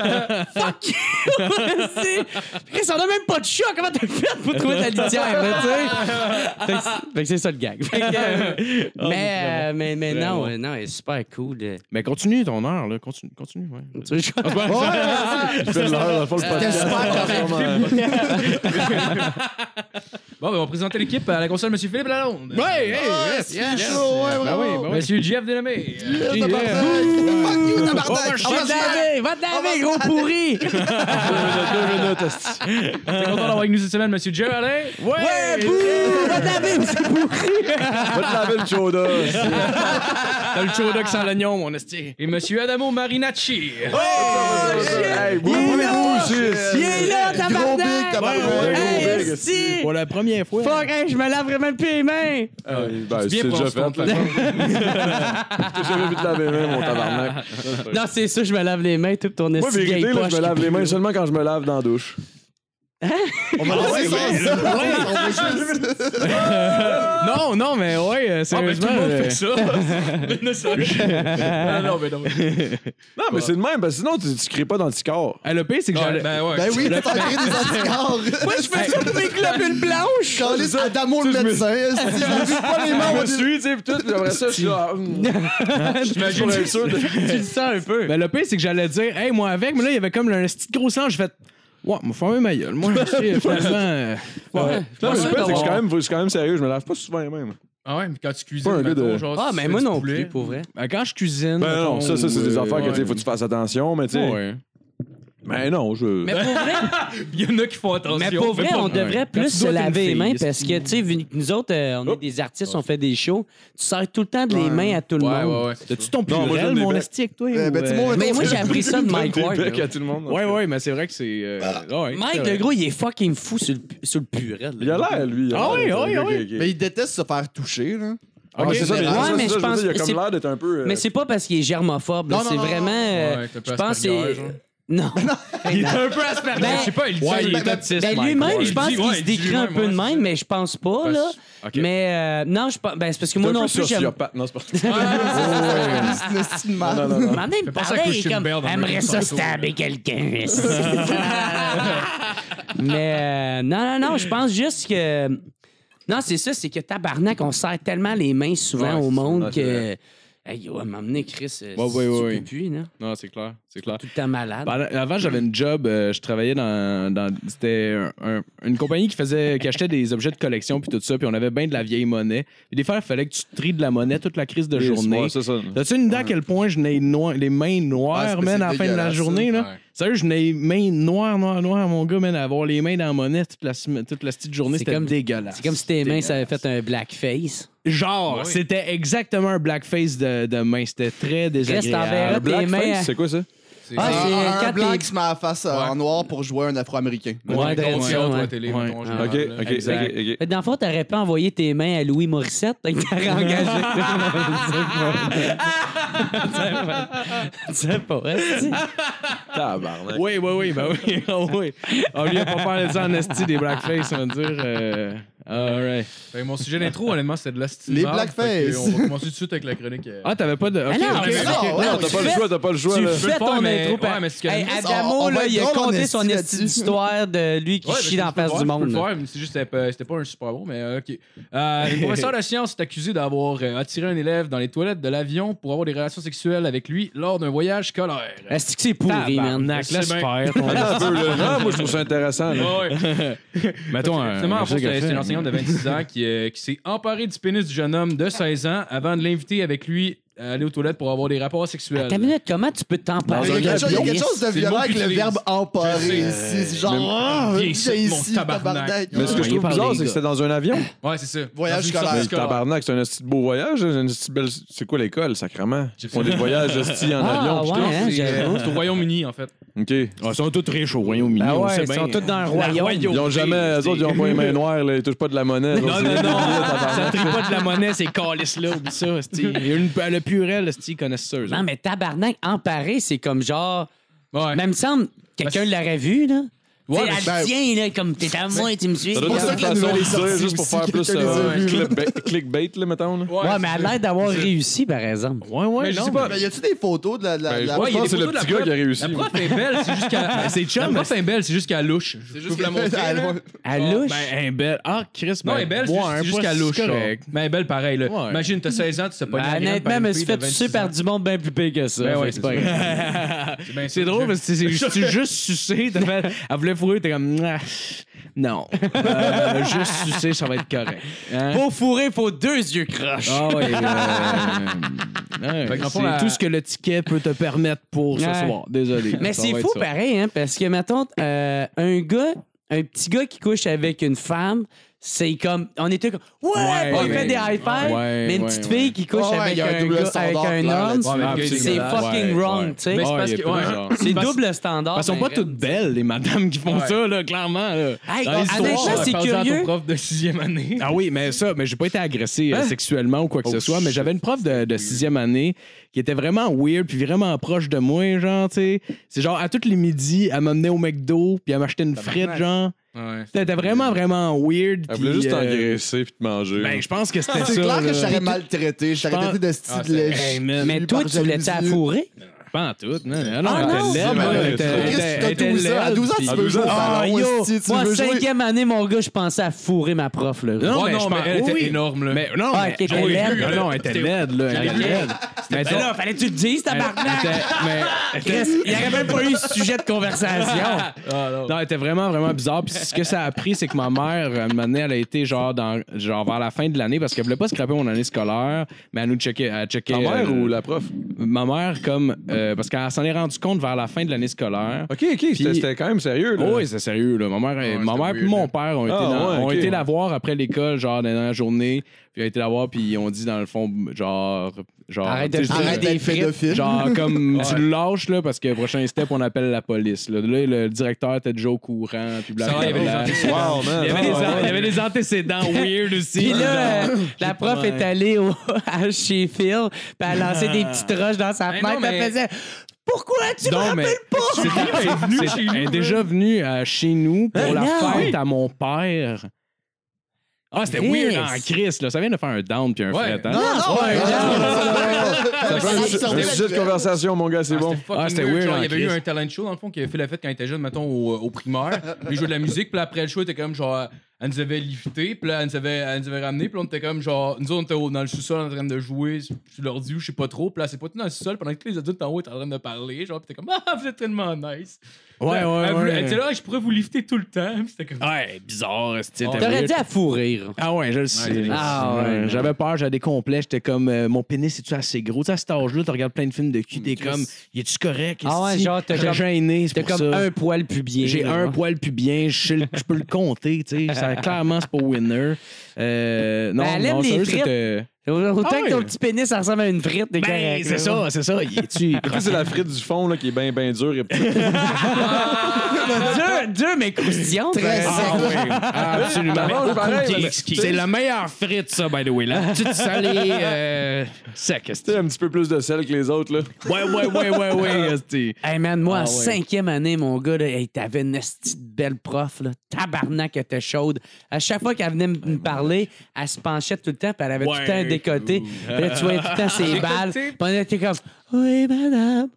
S1: Fuck you! » Tu sais, Chris, on a même pas de chat, comment t'as fait pour trouver de la litière, là, tu sais? Fait que c'est- Fait que c'est ça le gag. Fait que, *laughs* euh,
S5: Oh,
S1: mais, euh, mais, mais
S5: Très
S1: non,
S5: bon.
S1: euh, non, elle est super cool. euh.
S5: Mais continue ton heure, là. Continue, continue, ouais.
S1: Tu sais, genre-
S3: Ouais, ouais, ouais.
S2: Je fais l'heure, dans le fond, le
S3: C'était
S2: podcast.
S3: super correct.
S4: Bon, ben, on va présenter l'équipe à la console, Monsieur Philippe Lalonde.
S5: Ouais, hey,
S3: Ah,
S5: yes,
S3: c'est
S5: yes.
S3: chaud, ouais,
S5: Ben oui,
S3: bravo.
S6: Ah,
S5: ben oui.
S4: Monsieur Jeff Delamé.
S3: Tabarnak.
S5: Yeah.
S3: Fuck you, tabarnak.
S5: Oh, ben, je
S3: On va
S1: Va te
S3: se battre.
S1: laver, va te laver, gros pourri!
S4: T'es content d'avoir avec nous cette semaine, Monsieur Jeff Alain?
S1: Ouais, bouh! Va te laver, vous êtes pourri!
S2: Va te laver le chauda.
S5: T'as le chodoc sans l'oignon, mon esti.
S4: Et Monsieur Adamo Marinacci.
S6: Oh,
S2: Hey,
S1: Il
S2: oui,
S1: est
S2: oui,
S1: là.
S2: oui, c'est-
S1: Il est là,
S3: Gros big,
S1: tabarnak!
S3: tabarnak.
S2: Ouais, ouais,
S1: Hey,
S2: Gros big,
S1: esti!
S5: Pour la première fois.
S1: Fuck, hey, je me laverai même plus les mains!
S2: Ah, ben,
S4: bien
S2: C'est
S4: pour en
S2: déjà
S4: se
S2: fait. là. J'ai jamais vu te laver les mains, mon tabarnak.
S1: Non, c'est ça, je me lave les mains, tout ton
S2: Moi,
S1: esti
S2: vérité,
S1: gay
S2: là,
S1: poche
S2: je me lave
S1: qui
S2: les
S1: pue.
S2: mains seulement quand je me lave dans la douche.
S3: On va lancer ça. On va juste-
S5: Non, non, mais ouais, euh, sérieusement. euh,
S4: Ah, non, mais non.
S2: Non, mais c'est de même, parce que sinon, tu, tu crées pas d'anticorps.
S5: hey, le pire, c'est que j'allais.
S4: Ben ouais.
S3: Ben oui, t'as créé des anticorps.
S1: Moi, je fais ça pour mes globules blanches!
S3: Quand les Adamo le
S2: Tu sais, je me-
S3: médecin, si je lave pas les
S2: Je
S3: mains, on
S2: me
S3: dit-
S2: suis, tu sais, pis tout, pis après ça, je suis là. hum,
S4: J'imagine
S2: pour être sûr de-
S1: Tu le sens un peu.
S5: Mais Ben, le pire, c'est que j'allais dire, hey, moi avec, mais là, il y avait comme un petit gros sang. J'ai fait, ouais, m'a fermé ma gueule. Moi, je sais, finalement. euh,
S1: Ouais.
S2: Non,
S1: Je
S2: mais
S1: pense
S2: le fait, c'est que je suis
S1: d'avoir-
S2: quand même- je suis quand même sérieux, je me lave pas souvent les mains. moi.
S4: Ah ouais, mais quand tu cuisines,
S2: Pas un gars
S4: mettons,
S2: de-
S4: genre,
S1: Ah,
S4: tu
S1: mais
S4: fais
S1: moi
S4: du
S1: non
S4: poulet.
S1: plus, pour vrai.
S5: ben, quand je cuisine.
S2: Ben non,
S5: mettons,
S2: ça, ça, c'est des
S5: euh,
S2: affaires que, tu sais,
S5: ouais.
S2: faut que tu fasses attention, mais tu sais.
S5: Ouais.
S2: Mais non, je.
S1: Mais pour vrai,
S4: Il y en a qui font attention.
S1: mais pour vrai on devrait plus
S5: Quand tu
S1: se
S5: dois être
S1: laver
S5: une
S1: les
S5: fille,
S1: mains
S5: esti.
S1: parce que, tu sais, vu que nous autres, euh, on est des artistes, on fait des shows, tu sers tout le temps de les mains à tout le
S4: Ouais,
S1: monde.
S4: ouais, ouais.
S5: T'as-tu ton
S2: Non, moi,
S5: pluriel,
S2: j'aime les Eh,
S5: mon
S2: becs.
S5: esti, avec toi?
S3: Euh, ben,
S5: ou,
S3: tu sais,
S5: euh,
S3: moi,
S1: Mais
S3: mettons,
S1: moi,
S3: c'est-
S1: j'ai appris ça de Mike
S2: Des
S1: Ward.
S2: becs
S1: là.
S2: à tout le monde.
S5: Ouais, ouais, mais c'est vrai que c'est. euh, ouais, c'est
S1: Mike,
S5: vrai.
S1: le gros, il est fucking fou sur le, sur le purel.
S2: Il a l'air, euh, lui. il a
S5: Ah
S2: l'air
S5: oui,
S2: d'être un
S5: oui,
S2: gars
S5: oui.
S2: qui- qui-
S3: Mais il déteste se faire toucher, là.
S2: Ah, mais c'est ça, mais
S3: Ouais,
S2: c'est ça,
S1: mais
S2: c'est ça,
S1: je pense-
S2: veux dire, il a
S1: c'est-
S2: comme l'air d'être un peu. euh,
S1: Mais c'est pas parce qu'il est germophobe, là,
S3: Non, non,
S1: c'est
S3: non, non,
S1: vraiment. euh,
S4: Ouais, t'as
S1: je
S4: pas
S1: pense que
S4: Asperger,
S1: c'est.
S4: genre.
S1: Non.
S4: Il est un peu aspergé.
S1: Ben,
S4: je sais pas, il dit.
S5: Ouais, il
S4: il-
S5: est autiste.
S1: Ben,
S5: Mike
S1: lui-même,
S5: Ward.
S1: je pense
S4: Il dit-
S1: qu'il
S4: ouais,
S1: se
S4: il dit
S1: décrit un
S4: lui-même,
S1: peu de
S4: ouais,
S1: même, mais je pense pas, là.
S5: Ok.
S1: Mais euh, non, je pense. Ben, c'est parce que
S2: c'est
S1: moi
S2: un
S1: non
S2: peu
S1: plus, j'aime.
S2: sociopathe. Non, c'est pas
S3: C'est une style de
S2: *laughs*
S3: mal.
S2: Non,
S1: *laughs*
S2: non, non.
S1: M'en aime
S4: penser à
S1: parler,
S4: Christian
S1: comme.
S4: Bale dans
S1: Aimerait
S4: American
S1: ça
S4: Psycho.
S1: stabber quelqu'un. *laughs* mais euh, non, non, non, je pense juste que. Non, c'est ça, c'est que tabarnak, on serre tellement les mains souvent
S2: Ouais,
S1: au
S2: c'est
S1: monde
S2: vrai, c'est
S1: que. Hey, yo, m'emmener Chris. euh,
S5: Ouais,
S1: si
S5: ouais,
S1: tu
S5: ouais,
S1: peux
S5: ouais.
S1: plus, non?
S5: Non, c'est clair. C'est clair.
S1: Tout le temps malade.
S5: Ben, avant, j'avais une job. euh, je travaillais dans. dans- C'était un- un- une compagnie qui faisait, qui achetait des objets de collection puis tout ça. Puis on avait bien de la vieille monnaie. Puis des fois, il fallait que tu tries de la monnaie toute la crise de journée.
S2: C'est ça.
S5: T'as-tu une idée à quel point je n'ai noir- les mains noires,
S3: Ouais, c'est-
S5: man,
S3: c'est
S5: à la fin de la
S3: dégueulasse,
S5: journée, là?
S4: ça. Ouais.
S5: Sérieux, je n'ai les mains noires, noires, noires, mon gars, man, à avoir les mains dans la monnaie toute la, semaine- toute la petite journée,
S1: C'est
S5: c'était
S1: comme-
S5: dégueulasse.
S1: C'est comme si tes mains, ça avait fait un blackface.
S5: Genre,
S4: Oui.
S5: c'était exactement un blackface de, de main. C'était
S1: t'enverras
S5: très désagréable.
S1: des mains à-
S2: Blackface, c'est quoi ça?
S4: C'est-
S1: Ah,
S3: Un-
S1: c'est
S3: un-
S1: quand
S3: un blanc
S1: t'es-
S3: qui se met la face euh,
S4: Ouais.
S3: en noir pour jouer un afro-américain.
S4: Ouais,
S1: Ouais,
S4: dans le
S1: ouais,
S4: théâtre,
S1: ouais.
S4: la télé,
S5: Ouais.
S4: mettons, en
S1: Ah,
S4: général,
S2: Ok,
S4: là.
S2: ok,
S5: Exact.
S2: ok, ok.
S1: Fait que Dans le fond, t'aurais pas envoyé tes mains à Louis Morissette, t'as *laughs* engagé. Tu sais pas. Tu sais pas.
S2: Tabarnak.
S5: *laughs* oh Oui, oui, oui, ben oui, ah oui. On lui a pas parlé de ça en esti des blackface, on va dire. euh, Alright.
S6: Fait que mon sujet d'intro, honnêtement, c'était de la style.
S3: Les
S6: marde,
S3: blackface.
S6: fait que euh, On va commencer tout de suite avec la chronique. euh,
S5: Ah, t'avais pas de. ok,
S1: non,
S5: ok.
S1: mais
S3: non, ouais,
S2: T'as
S1: tu
S2: pas le
S1: fais-
S2: choix, t'as pas le choix.
S1: Tu
S2: là.
S1: fais
S6: le
S1: ton
S6: faire, mais-
S1: intro. par-
S6: ouais, mais c'est
S1: Hey,
S6: correct.
S3: On-
S1: Adamo,
S3: on
S1: là,
S3: va
S1: il a
S3: être drôle en
S1: compté
S3: esti
S1: son esti
S3: là-dessus.
S1: d'histoire de lui qui
S6: Ouais, mais
S1: chie dans
S6: je peux
S1: la
S6: le
S1: face
S6: faire,
S1: du
S6: je peux
S1: monde.
S6: le
S1: là.
S6: faire, mais C'est juste que c'était pas- c'était pas un super bon, mais euh, OK. Euh, une professeure de science est accusée d'avoir euh, attiré un élève dans les toilettes de l'avion pour avoir des relations sexuelles avec lui lors d'un voyage scolaire.
S1: Est-ce que c'est pourri, man?
S8: Tabarnak, laisse
S6: C'est bien.
S8: faire. ton-
S2: Un
S1: *laughs*
S2: peu, là. Non, moi, je trouve ça intéressant. là.
S6: Ouais, ouais.
S5: Mettons un.
S6: Finalement, en
S5: un
S6: fait,
S5: gars
S6: c'est c'est
S5: fait.
S6: une enseignante de 26 ans qui, euh, qui s'est emparée du pénis du jeune homme de 16 ans avant de l'inviter avec lui à aller aux toilettes pour avoir des rapports sexuels.
S1: T'as minute, comment tu peux t'en
S3: Il
S1: parler?
S3: y a quelque chose- il y a
S1: Yes.
S3: quelque chose de
S6: C'est le
S3: violent
S6: mot
S3: avec
S6: qu'ils
S3: le
S6: utilisent.
S3: verbe emparer
S6: Je
S3: ici.
S6: sais.
S3: C'est Genre,
S6: Mais-
S3: ah,
S6: Viens
S3: viens
S6: ici, mon
S3: ici,
S6: tabarnak.
S3: tabarnak.
S2: Mais ce que je trouve
S8: Voyez par
S2: bizarre,
S8: les
S2: c'est que
S8: gars.
S2: c'était dans un avion.
S6: Ouais, c'est ça.
S3: Voyage
S6: Dans une
S3: scolaire.
S5: Ah,
S6: sorte
S2: Mais
S6: de
S2: tabarnak, c'est un petit beau voyage. hein, Un petit belle... C'est quoi l'école, sacrement? Ils font des voyages hosties en
S1: Ah,
S2: avion. pis
S1: ouais,
S2: tout.
S1: hein,
S6: C'est
S1: j'avoue.
S6: euh, c'est au Royaume-Uni, en fait.
S2: OK.
S5: Ah, Ils sont tous riches au Royaume-Uni.
S1: Ah
S5: on
S1: ouais,
S5: sait
S1: ils
S5: bien.
S1: sont tous dans le royaume.
S2: Ils ont jamais, eux autres, ils ont pas les mains noires, là, ils touchent pas de la monnaie.
S8: Non, non, non, ça trie pas de la monnaie, ces calices-là, oublie ça. esti.
S5: Il y a une- Le purel, ils connaissent ça. eux
S1: Non, mais tabarnak, emparé, c'est comme genre.
S6: Ouais.
S1: Même Ben, semble, quelqu'un l'aurait vu, là.
S6: Ouais,
S1: Ouais,
S6: mais
S1: elle
S3: ben-
S1: tient, là, comme t'es à moi, tu me suis.
S2: Ça doit
S3: pour
S2: être
S3: ça
S2: une
S3: que la
S2: façon de
S3: nouvelle est
S2: dire,
S3: sortie
S2: juste pour
S3: aussi,
S2: faire plus
S3: quelqu'un les a
S2: euh,
S3: vus.
S2: clickbait, clickbait, là, mettons. là.
S1: Ouais, mais elle a l'air d'avoir réussi, par exemple.
S5: Ouais, ouais,
S6: Mais je
S5: non.
S6: sais pas.
S3: Mais Ah, ben, y a-tu des photos de la. de la-
S2: Ben,
S3: de la-
S2: je pense
S6: Ouais, il y a
S2: que
S6: des
S2: c'est le
S6: photos de la
S2: petit gars
S6: prof.
S2: qui a réussi.
S6: La
S2: moi.
S6: prof est belle, c'est juste qu'elle.
S5: C'est
S6: La
S5: chum.
S6: prof est belle, c'est juste qu'elle louche. Je
S3: C'est
S6: peux vous la
S3: que-
S6: montrer.
S3: *laughs* Ah,
S6: là.
S3: ouais.
S1: À
S5: Ah,
S1: louche.
S5: Ben, un belle. Ah, Chris,
S6: Non,
S5: ben,
S6: elle est belle, c'est
S5: ouais,
S6: juste- c'est
S5: un
S6: juste
S5: pas
S6: qu'elle
S5: si
S6: louche. genre. Mais
S5: correct.
S6: elle est belle pareil. Là.
S5: Ouais.
S6: Imagine, t'as 16 ans, tu sais pas
S1: Ben, honnêtement, je me suis fait sucer par du monde bien plus pire que ça.
S6: Ben
S1: Fait
S6: ouais,
S1: que c'est
S6: c'est
S1: pas
S6: ça.
S1: grave.
S6: Ben,
S5: C'est drôle
S6: *laughs*
S5: parce que c'est c'est- c'est juste sucé. t'as fait- Elle voulait fourrer, t'es comme. Ah, Non. Euh, juste sucé, ça va être correct. Hein?
S1: Pour fourrer, faut deux yeux croches.
S5: Ah oui, euh, ouais,
S6: Fait qu'en
S5: c'est
S6: fond, la-
S5: tout ce que le ticket peut te permettre pour ce
S1: Ouais.
S5: soir. Désolé.
S1: Mais
S5: Ça
S1: c'est
S5: va
S1: fou
S5: être ça.
S1: pareil, hein, parce que, mettons, euh, un gars, un petit gars qui couche avec une femme, c'est comme. On était comme. Ouais,
S5: Ouais,
S1: on lui
S5: ouais.
S1: fait des high fives.
S5: Ouais,
S1: mais une
S5: ouais,
S1: petite
S5: ouais.
S1: fille qui couche
S3: Ah ouais,
S1: avec,
S3: y a un
S1: un
S3: double
S1: gars, avec
S3: standard
S1: un
S3: clair
S1: homme,
S3: là-dessus.
S6: Ouais, mais
S1: c'est
S6: absolument.
S1: fucking
S5: Ouais,
S1: wrong,
S5: ouais.
S1: tu sais.
S6: Mais c'est
S5: Ah,
S6: parce
S5: il y a
S6: que-
S5: plus
S6: ouais.
S5: genre.
S1: C'est
S6: parce-
S1: double standard.
S5: Elles sont pas
S1: ben,
S5: toutes belles, les madames qui font
S6: Ouais.
S5: ça, là, clairement. Là.
S1: Hey, ah, ben,
S5: Dans les
S1: honnêtement,
S5: histoires,
S1: c'est curieux.
S6: prof de 6 année.
S5: Ah oui, mais ça, mais j'ai pas été agressé
S1: Hein?
S5: euh, sexuellement ou quoi que
S2: Oh,
S5: ce soit, mais
S2: shit.
S5: j'avais une prof de, de sixième année qui était vraiment weird puis vraiment proche de moi, genre, tu sais. C'est genre, à tous les midis, elle m'amenait au McDo puis elle m'achetait une frite, genre.
S6: Ouais.
S5: C'était vraiment, vraiment weird.
S2: Elle
S5: puis,
S2: voulait juste
S5: euh,
S2: t'engraisser puis te manger.
S5: Ben, je pense que c'était ça.
S3: C'est clair que
S5: là.
S3: je serais maltraité. Je serais
S5: pense-
S3: traité de style
S6: Ah,
S3: de
S6: c'est-
S3: lèche.
S5: Hey, man,
S1: Mais toi,
S3: par
S1: tu voulais-tu la
S3: jalousie.
S1: fourrer?
S5: Pas en tout, non, non, non,
S1: Ah,
S5: elle
S1: non?
S5: était laide,
S2: Mais
S5: là,
S2: ouais,
S5: elle était-
S2: c'est
S5: elle
S3: Chris,
S5: était-
S3: t'as
S5: elle était
S3: 12 ans. À
S5: laide,
S3: 12 ans,
S5: puis-
S3: tu peux jouer au
S1: Ah,
S3: ballon,
S1: yo!
S3: esti, tu
S1: Moi,
S3: veux jouer-
S1: cinquième année, mon gars, je pensais à fourrer ma prof, là.
S5: Non,
S6: Oh
S5: mais je
S6: non, mais
S5: pense-
S6: elle
S5: oui.
S6: était énorme, là.
S5: Mais non,
S1: Ah,
S5: mais
S1: elle était
S5: j'ai
S1: laide,
S5: vu,
S1: là.
S5: Non, elle était laide, là. Elle était laide. Mais
S1: Ben là, fallait que tu le dises,
S5: elle-
S1: tabarnak!
S5: elle était- mais- elle était-
S1: Chris, Il n'y aurait même pas eu ce sujet de
S5: *laughs*
S1: conversation.
S6: Ah, non.
S5: Non, elle était vraiment, vraiment bizarre. Puis ce que ça a pris, c'est que ma mère, à un moment donné, elle a été genre, dans, genre vers la fin de l'année parce qu'elle voulait pas scraper mon année scolaire, mais elle nous checkait. Elle checkait
S2: Ta mère
S5: euh,
S2: ou la prof?
S5: Ma mère, comme. euh, parce qu'elle s'en est rendue compte vers la fin de l'année scolaire.
S2: OK, OK, c'était c'était quand même sérieux. là.
S5: Oh oui, c'est sérieux. Là. Ma mère,
S6: Ouais,
S5: ma
S6: c'était
S5: mère puis
S6: weird,
S5: mon
S6: là.
S5: père ont été,
S2: Ah,
S5: dans-
S2: ouais,
S5: ont
S2: ok,
S5: été
S2: ouais.
S5: la voir après l'école, genre dans la journée. Puis ils ont été la voir, puis ils ont dit dans le fond, genre. genre
S1: Arrête de
S5: tu sais,
S1: parler.
S3: Arrête
S1: Des
S3: d'être
S1: frites,
S3: pédophile.
S5: Genre, comme tu le lâches, là, parce que prochain step, on appelle la police. Là, Là, le directeur était déjà au courant, puis
S6: Ça va, il y avait des
S5: blablabla.
S6: antécédents.
S2: Wow, man. Ah,
S5: Il y avait des an- il y avait des *laughs* antécédents weird aussi.
S1: Puis
S5: Ah,
S1: là, euh, la
S5: J'ai-
S1: prof
S5: ouais.
S1: est allée au, *laughs* à chez Phil, puis elle a lancé
S5: Ah.
S1: des petites roches dans sa
S6: Ben
S1: fenêtre,
S6: non,
S1: puis
S6: mais-
S1: elle faisait Pourquoi tu me
S5: Non, mais
S1: rappelles pas?
S5: c'est- c'est- elle est déjà venue à chez nous pour
S1: Hein,
S5: la
S1: non.
S5: fête à mon père. Ah, c'était
S1: Chris.
S5: weird en Chris, là. Ça vient de faire un down puis un
S6: Ouais.
S5: fret. hein.
S3: Non, non,
S1: Ouais,
S3: Ah, ouais,
S1: non.
S2: Ça fait un
S3: Ça
S2: su-
S3: servait
S2: un
S3: de-
S2: sujet de conversation, mon gars, c'est
S6: Ah,
S2: bon.
S6: c'était fucking
S5: Ah, c'était
S6: weird.
S5: weird
S6: genre,
S5: en
S6: il y avait eu
S5: crise.
S6: un talent show, dans le fond, qu'il avait fait la fête quand il était jeune, mettons, au, au primaire. Puis il jouait de la musique, puis là, après le show, il était comme genre. Elle nous avait lifté, puis là, elle nous avait, elle nous avait ramené, puis là, on était comme genre. Nous autres, on était au- dans le sous-sol en train de jouer sur l'ordi ou je sais pas trop, puis là, c'est pas tout dans le sous-sol pendant que tous les adultes en haut étaient en train de parler, genre, puis t'es comme *laughs* Ah, vous êtes tellement nice.
S5: Ouais,
S6: Elle
S5: ouais,
S6: voulait- Elle était
S5: ouais.
S6: là, Ah, je pourrais vous lifter tout le temps, *laughs* puis c'était comme.
S5: Ouais, bizarre. c'était
S6: T'aurais
S1: T'aurais
S5: weird.
S1: dit à fourrir.
S5: Ah ouais, je le sais.
S6: Ouais,
S1: Ah
S5: Ouais,
S1: ouais.
S5: J'avais peur, j'avais des complets. J'étais comme, euh, mon pénis, c'est-tu assez gros? Tu sais, à cet âge-là, tu regardes plein de films de cul, t'es comme, y est tu correct?
S1: Ah ouais,
S5: esti?
S1: genre, t'as
S5: J'étais
S1: comme-
S5: gêné, c'est
S1: T'as
S5: pour
S1: comme
S5: ça.
S1: un poil pubien.
S5: J'ai
S1: là.
S5: un poil plus bien, je sais le- je peux le compter, tu sais. Ça, clairement, c'est pas winner. Euh, non,
S1: Ben, elle aime
S5: non,
S1: les
S5: sérieux,
S1: frites.
S5: c'était.
S1: Autant
S5: Ah
S1: que ton
S5: ouais.
S1: petit pénis ça ressemble à une frite, t'es
S5: Ben,
S1: correct,
S5: c'est
S1: là.
S5: ça, c'est ça. Y es-tu
S2: En plus, c'est la frite du fond là, qui est bien, bien dure et petite.
S1: Dur, *laughs* Deux, deux, mais croustillantes.
S3: Très
S1: Ben,
S3: sec.
S5: Ah, Absolument.
S2: D'abord, c'est pareil, mais-
S9: C'est la meilleure frite, ça, by the way. La
S1: *laughs*
S9: petite salée euh, sec.
S2: Tu sais, un petit peu plus de sel que les autres, là.
S5: Ouais, ouais, ouais, ouais, *laughs* ouais. esti.
S1: Hey man, moi,
S5: Ah
S1: en cinquième année, mon gars, là, hey, t'avais une esti de belle prof, là, tabarnak, elle était chaude. À chaque fois qu'elle venait m- me parler, elle se penchait tout le temps, puis elle avait tout le temps un décoté. Puis là, tu voyais tout le
S5: *laughs*
S1: temps ses balles.
S6: Décolleté.
S1: Puis on était comme, oui, madame,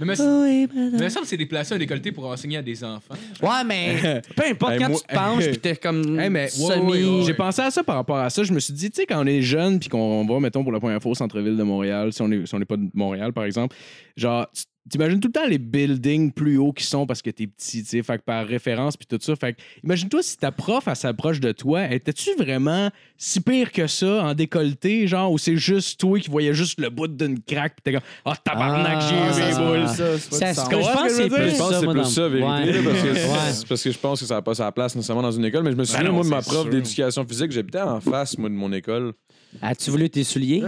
S6: Mais me-
S1: oui,
S6: mais il me
S1: madame.
S6: semble que c'est des placés à décolleté pour enseigner à des enfants.
S1: Ouais, *laughs* mais peu importe,
S5: Hey,
S1: quand
S5: moi-
S1: tu te *laughs* penches, puis t'es comme
S5: Hey, mais ouais,
S1: semi...
S5: ouais, ouais. j'ai pensé à ça par rapport à ça. Je me suis dit, tu sais, quand on est jeune puis qu'on va, mettons, pour la première fois au centre-ville de Montréal, si on n'est si on est pas de Montréal, par exemple, genre, tu- t'imagines tout le temps les buildings plus hauts qui sont parce que t'es petit, tu sais, fait que par référence puis tout ça. Fait que, imagine-toi si ta prof, elle s'approche de toi, étais-tu vraiment si pire que ça en décolleté, genre, ou c'est juste toi qui voyais juste le bout d'une craque pis t'es comme, ah, tabarnak,
S1: Ah,
S5: j'ai eu mes
S1: ça,
S5: boules.
S3: Ça, c'est
S1: Ça, se-
S3: pas du sang.
S1: je
S5: Ouais,
S1: pense que c'est
S5: je veux dire.
S1: plus
S2: Je pense
S1: ça,
S2: que c'est
S1: moi,
S2: plus
S1: dans-
S2: ça, vérité,
S1: Ouais.
S2: là, parce, que c'est-
S1: Ouais.
S2: parce que je pense que ça n'a pas sa place nécessairement dans une école. Mais je me souviens,
S9: non,
S2: moi, de
S9: c'est
S2: ma prof
S9: sûr.
S2: d'éducation physique, j'habitais en face, moi, de mon école.
S1: As-tu voulu tes souliers?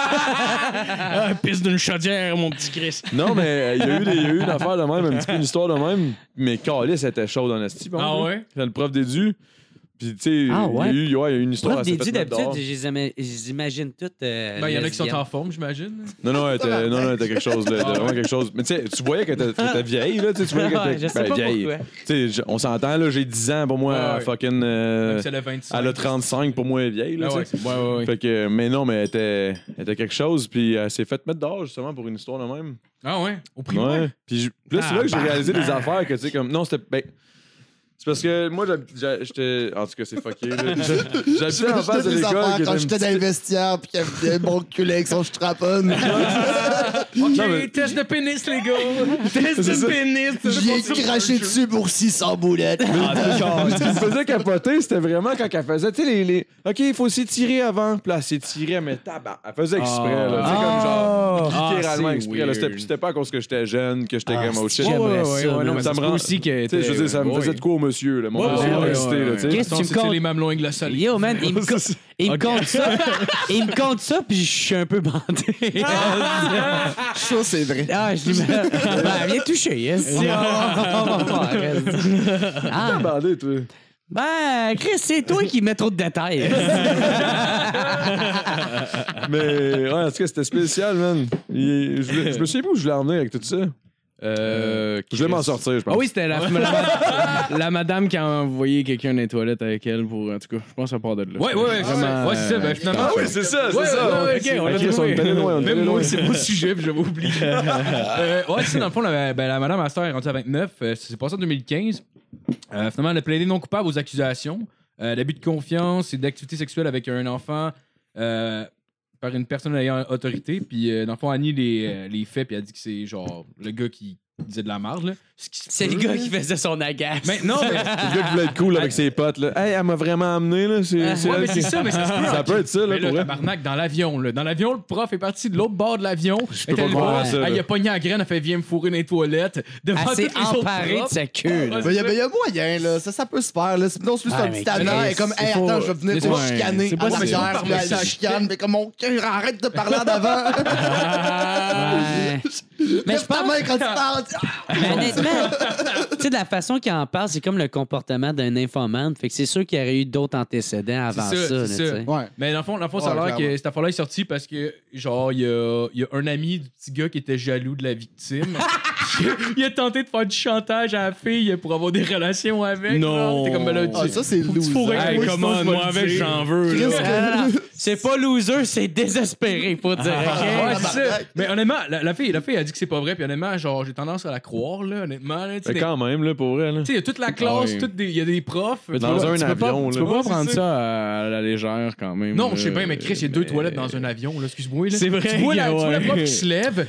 S9: Ah, pisse d'une chaudière, mon petit Chris.
S2: Non, *laughs* mais euh, il y a eu, des, il y a eu une affaire de même, un petit peu une histoire de même. Mais Calis était chaude en esti. par
S6: Ah
S2: contre, là.
S6: ouais?
S2: C'était le prof d'édu. Puis, tu sais,
S1: Ah
S2: il y
S1: ouais?
S2: a eu- ouais, il y a eu une histoire.
S1: Prof
S2: elle s'est
S1: d'édu,
S2: fait mettre
S1: d'habitude,
S2: dehors.
S1: je les ama- je les imagine toutes euh,
S6: Ben, il y en a qui sont
S1: lesbiennes.
S6: en forme, j'imagine.
S2: Non, non, elle était- non, non, elle était quelque chose, là. Elle était vraiment quelque chose. Mais tu sais, tu voyais que t'es- que t'es vieille, là. Tu sais, Ah tu voyais que
S1: Ouais,
S2: t'es
S1: je sais
S2: ben,
S1: pas
S2: vieille.
S1: pourquoi.
S2: Tu sais, je- on s'entend, là, j'ai 10 ans pour moi,
S6: Ouais, ouais.
S2: fucking. euh,
S6: Même si elle a 25.
S2: elle a 35 pour moi, elle est vieille, là.
S6: Ah
S2: tu
S6: ouais,
S2: sais.
S6: c'est-
S5: Ouais, ouais, ouais.
S2: Fait que, mais non, mais elle était, elle était quelque chose, puis elle s'est faite mettre dehors justement pour une histoire de même.
S6: Ah ouais, au primaire.
S2: Ouais. Puis je- puis là, c'est là que j'ai réalisé des affaires que tu sais, comme. Non, c'était. Ben, c'est parce que moi, j'hab- j'a- j'étais. En tout cas, c'est fucké. là. J'a- J'habitais en face de
S3: J'étais des
S2: l'école.
S3: affaires
S2: que
S3: quand
S2: j'ai une *laughs*
S3: j'étais dans le vestiaire puis qu'il y avait mon culé avec son strapon.
S6: Ok,
S2: Non, mais-
S6: test de pénis, les gars. test
S2: C'est
S6: de
S2: ça.
S6: pénis.
S3: J'ai craché dessus pour 600 boulettes.
S2: Ce qui me faisait capoter, c'était vraiment quand elle faisait, tu sais, les, les- OK, il faut s'étirer avant. Puis là, elle s'étirait, mais tabac. Elle faisait exprès, là. Tu sais, comme genre,
S5: Ah,
S2: littéralement
S5: c'est
S2: exprès. là.
S5: weird.
S2: C'était c'était pas à cause que j'étais jeune, que j'étais
S1: Ah,
S2: comme au
S1: c'est-
S2: shit.
S1: j'aimerais
S5: Ouais, ouais,
S1: ça,
S5: ouais, ouais,
S1: man.
S5: non, mais
S2: Ça me
S5: ça me
S2: rend-
S5: aussi qu'elle
S2: Tu sais,
S5: était-
S2: je veux dire, ça me
S6: euh,
S5: ouais.
S2: faisait de quoi au monsieur, là. Mon
S5: Ouais,
S2: monsieur
S5: ouais,
S2: m'a
S5: ouais,
S2: excité,
S5: ouais,
S2: là,
S5: ouais.
S2: tu sais.
S1: Qu'est-ce que tu me
S6: C'était
S1: comptes?
S6: les mamelons glacés.
S1: Yo, man, il me, co- il me compte ça. il me compte ça, puis je suis un peu bandé. *laughs*
S3: Ça, c'est vrai.
S1: ah, je dis, ben, ben, viens toucher, *laughs* yes. On va- on va voir, reste. Ah,
S2: Bandé, toi.
S1: ben, Chris, c'est toi qui mets trop de détails.
S2: Mais ouais, en tout cas, c'était spécial, man. Il- Je, voulais- je me souviens pas où je voulais emmener avec tout ça.
S5: Euh,
S2: Je voulais m'en
S5: Chris.
S2: sortir, je pense.
S5: Ah oui, c'était la, la,
S2: *laughs*
S5: la madame qui a envoyé quelqu'un dans les toilettes avec elle pour. En tout cas, je pense à part de là.
S6: Ouais, ouais, ouais.
S5: Vraiment,
S6: Ouais, c'est ça.
S5: euh,
S6: Ben, finalement.
S2: Ah oui, c'est ça, c'est
S6: Ouais,
S2: ça.
S6: ouais, ouais, ok, on a
S2: Chris,
S6: trouvé.
S2: est allé loin, on est allé
S6: Même
S2: loin.
S6: moi, c'est mon sujet, puis j'avais oublié. *laughs* euh, ouais, c'est dans le fond, la, ben, la madame Astor est rendue à 29. euh, c'est passé en 2015. Euh, finalement, elle a plaidé non coupable aux accusations euh, d'abus de confiance et d'activité sexuelle avec un enfant euh, par une personne ayant autorité. Puis, euh, dans le fond, Annie les, euh, les faits, puis elle dit que c'est genre le gars qui disait de la marde. là. Ce qui se
S1: C'est le
S6: peut,
S1: gars
S6: là.
S1: qui faisait son agace.
S6: Mais non,
S1: *laughs*
S6: mais.
S2: Le gars qui voulait être cool avec ses potes, là. Hey, elle m'a vraiment amené, là. C'est c'est
S6: Ouais,
S2: elle
S6: mais
S2: qui-
S6: c'est ça, mais ça se peut.
S2: Ça peut être ça, là,
S6: Mais là,
S2: pour vrai.
S6: tabarnak, dans l'avion, là. Dans l'avion, le prof est parti de l'autre bord de l'avion. Je
S2: peux pas croire ça, là.
S6: Il a pogné la graine, elle fait viens me fourrer dans les toilettes. Devant
S1: Elle
S6: toutes les
S1: s'est
S6: autres
S1: emparée de
S6: profs.
S1: sa queue. là.
S6: Ouais,
S3: Mais il y, a- mais y a moyen, là. Ça, ça peut se faire. Là. Sinon, c'est juste
S1: Ah,
S3: un
S1: mais
S3: petit amant.
S1: Chris,
S3: Et comme,
S1: c'est
S3: hey,
S1: pas-
S3: attends, je vais venir
S5: c'est
S3: pour
S5: pas-
S3: chicaner
S5: c'est
S3: à
S5: pas- c'est pas
S3: l'arrière, puis
S6: parmi
S3: elle
S6: ça.
S3: chicane. Mais comme, mon cœur, arrête de parler en avant.
S1: Ouais. Mais je
S3: Lève ta
S1: pense,
S3: main quand tu parles.
S1: mais *laughs* honnêtement, tu sais, de la façon qu'il en parle, c'est comme le comportement d'un informant. Fait que c'est sûr qu'il y aurait eu d'autres antécédents avant
S6: C'est
S1: ça.
S6: ça, c'est
S1: là,
S6: ça.
S1: tu sais.
S3: Ouais.
S6: Mais dans le fond, dans le fond ça a
S3: Ouais,
S6: l'air que
S3: clairement.
S6: cette affaire-là est sortie parce que, genre, il y a, il y a un ami du petit gars qui était jaloux de la victime. il a tenté de faire du chantage à la fille pour avoir des relations avec.
S5: Non.
S6: là. T'es comme, ben là, tu-
S3: Ah, ça, c'est
S6: faut que tu fourres
S3: loser.
S5: Hey,
S6: avec moi, sinon
S5: come
S6: je
S5: on,
S6: vais
S5: moi
S6: le
S5: avec,
S6: dire.
S5: j'en veux.
S6: *laughs*
S5: là.
S3: Chris, que-
S1: Ah, Non, non, non. C'est pas loser, c'est désespéré, faut dire. ok?
S6: Ouais, c'est ça. Mais honnêtement, la, la fille, la fille a dit que c'est pas vrai. Puis honnêtement, genre, j'ai tendance à la croire, là, honnêtement. là, tu sais,
S2: Mais
S6: des-
S2: quand même, là, pour vrai, là.
S6: tu sais, il y a toute la classe,
S5: Ouais.
S6: toutes des- il y a des profs. tu
S2: Dans
S6: vois.
S2: un
S5: tu peux
S2: avion,
S5: pas,
S2: là.
S5: tu peux pas
S6: Ouais,
S5: prendre
S6: c'est
S5: ça à la légère quand même.
S6: Non,
S5: là.
S6: je sais bien, mais Chris, il y a deux
S5: Mais-
S6: toilettes dans un avion, là, excuse-moi. là.
S5: euh, ben, C'est vrai
S6: Tu vois, la,
S5: que
S6: tu vois la
S5: ouais.
S6: prof qui se lève.
S1: Ouais.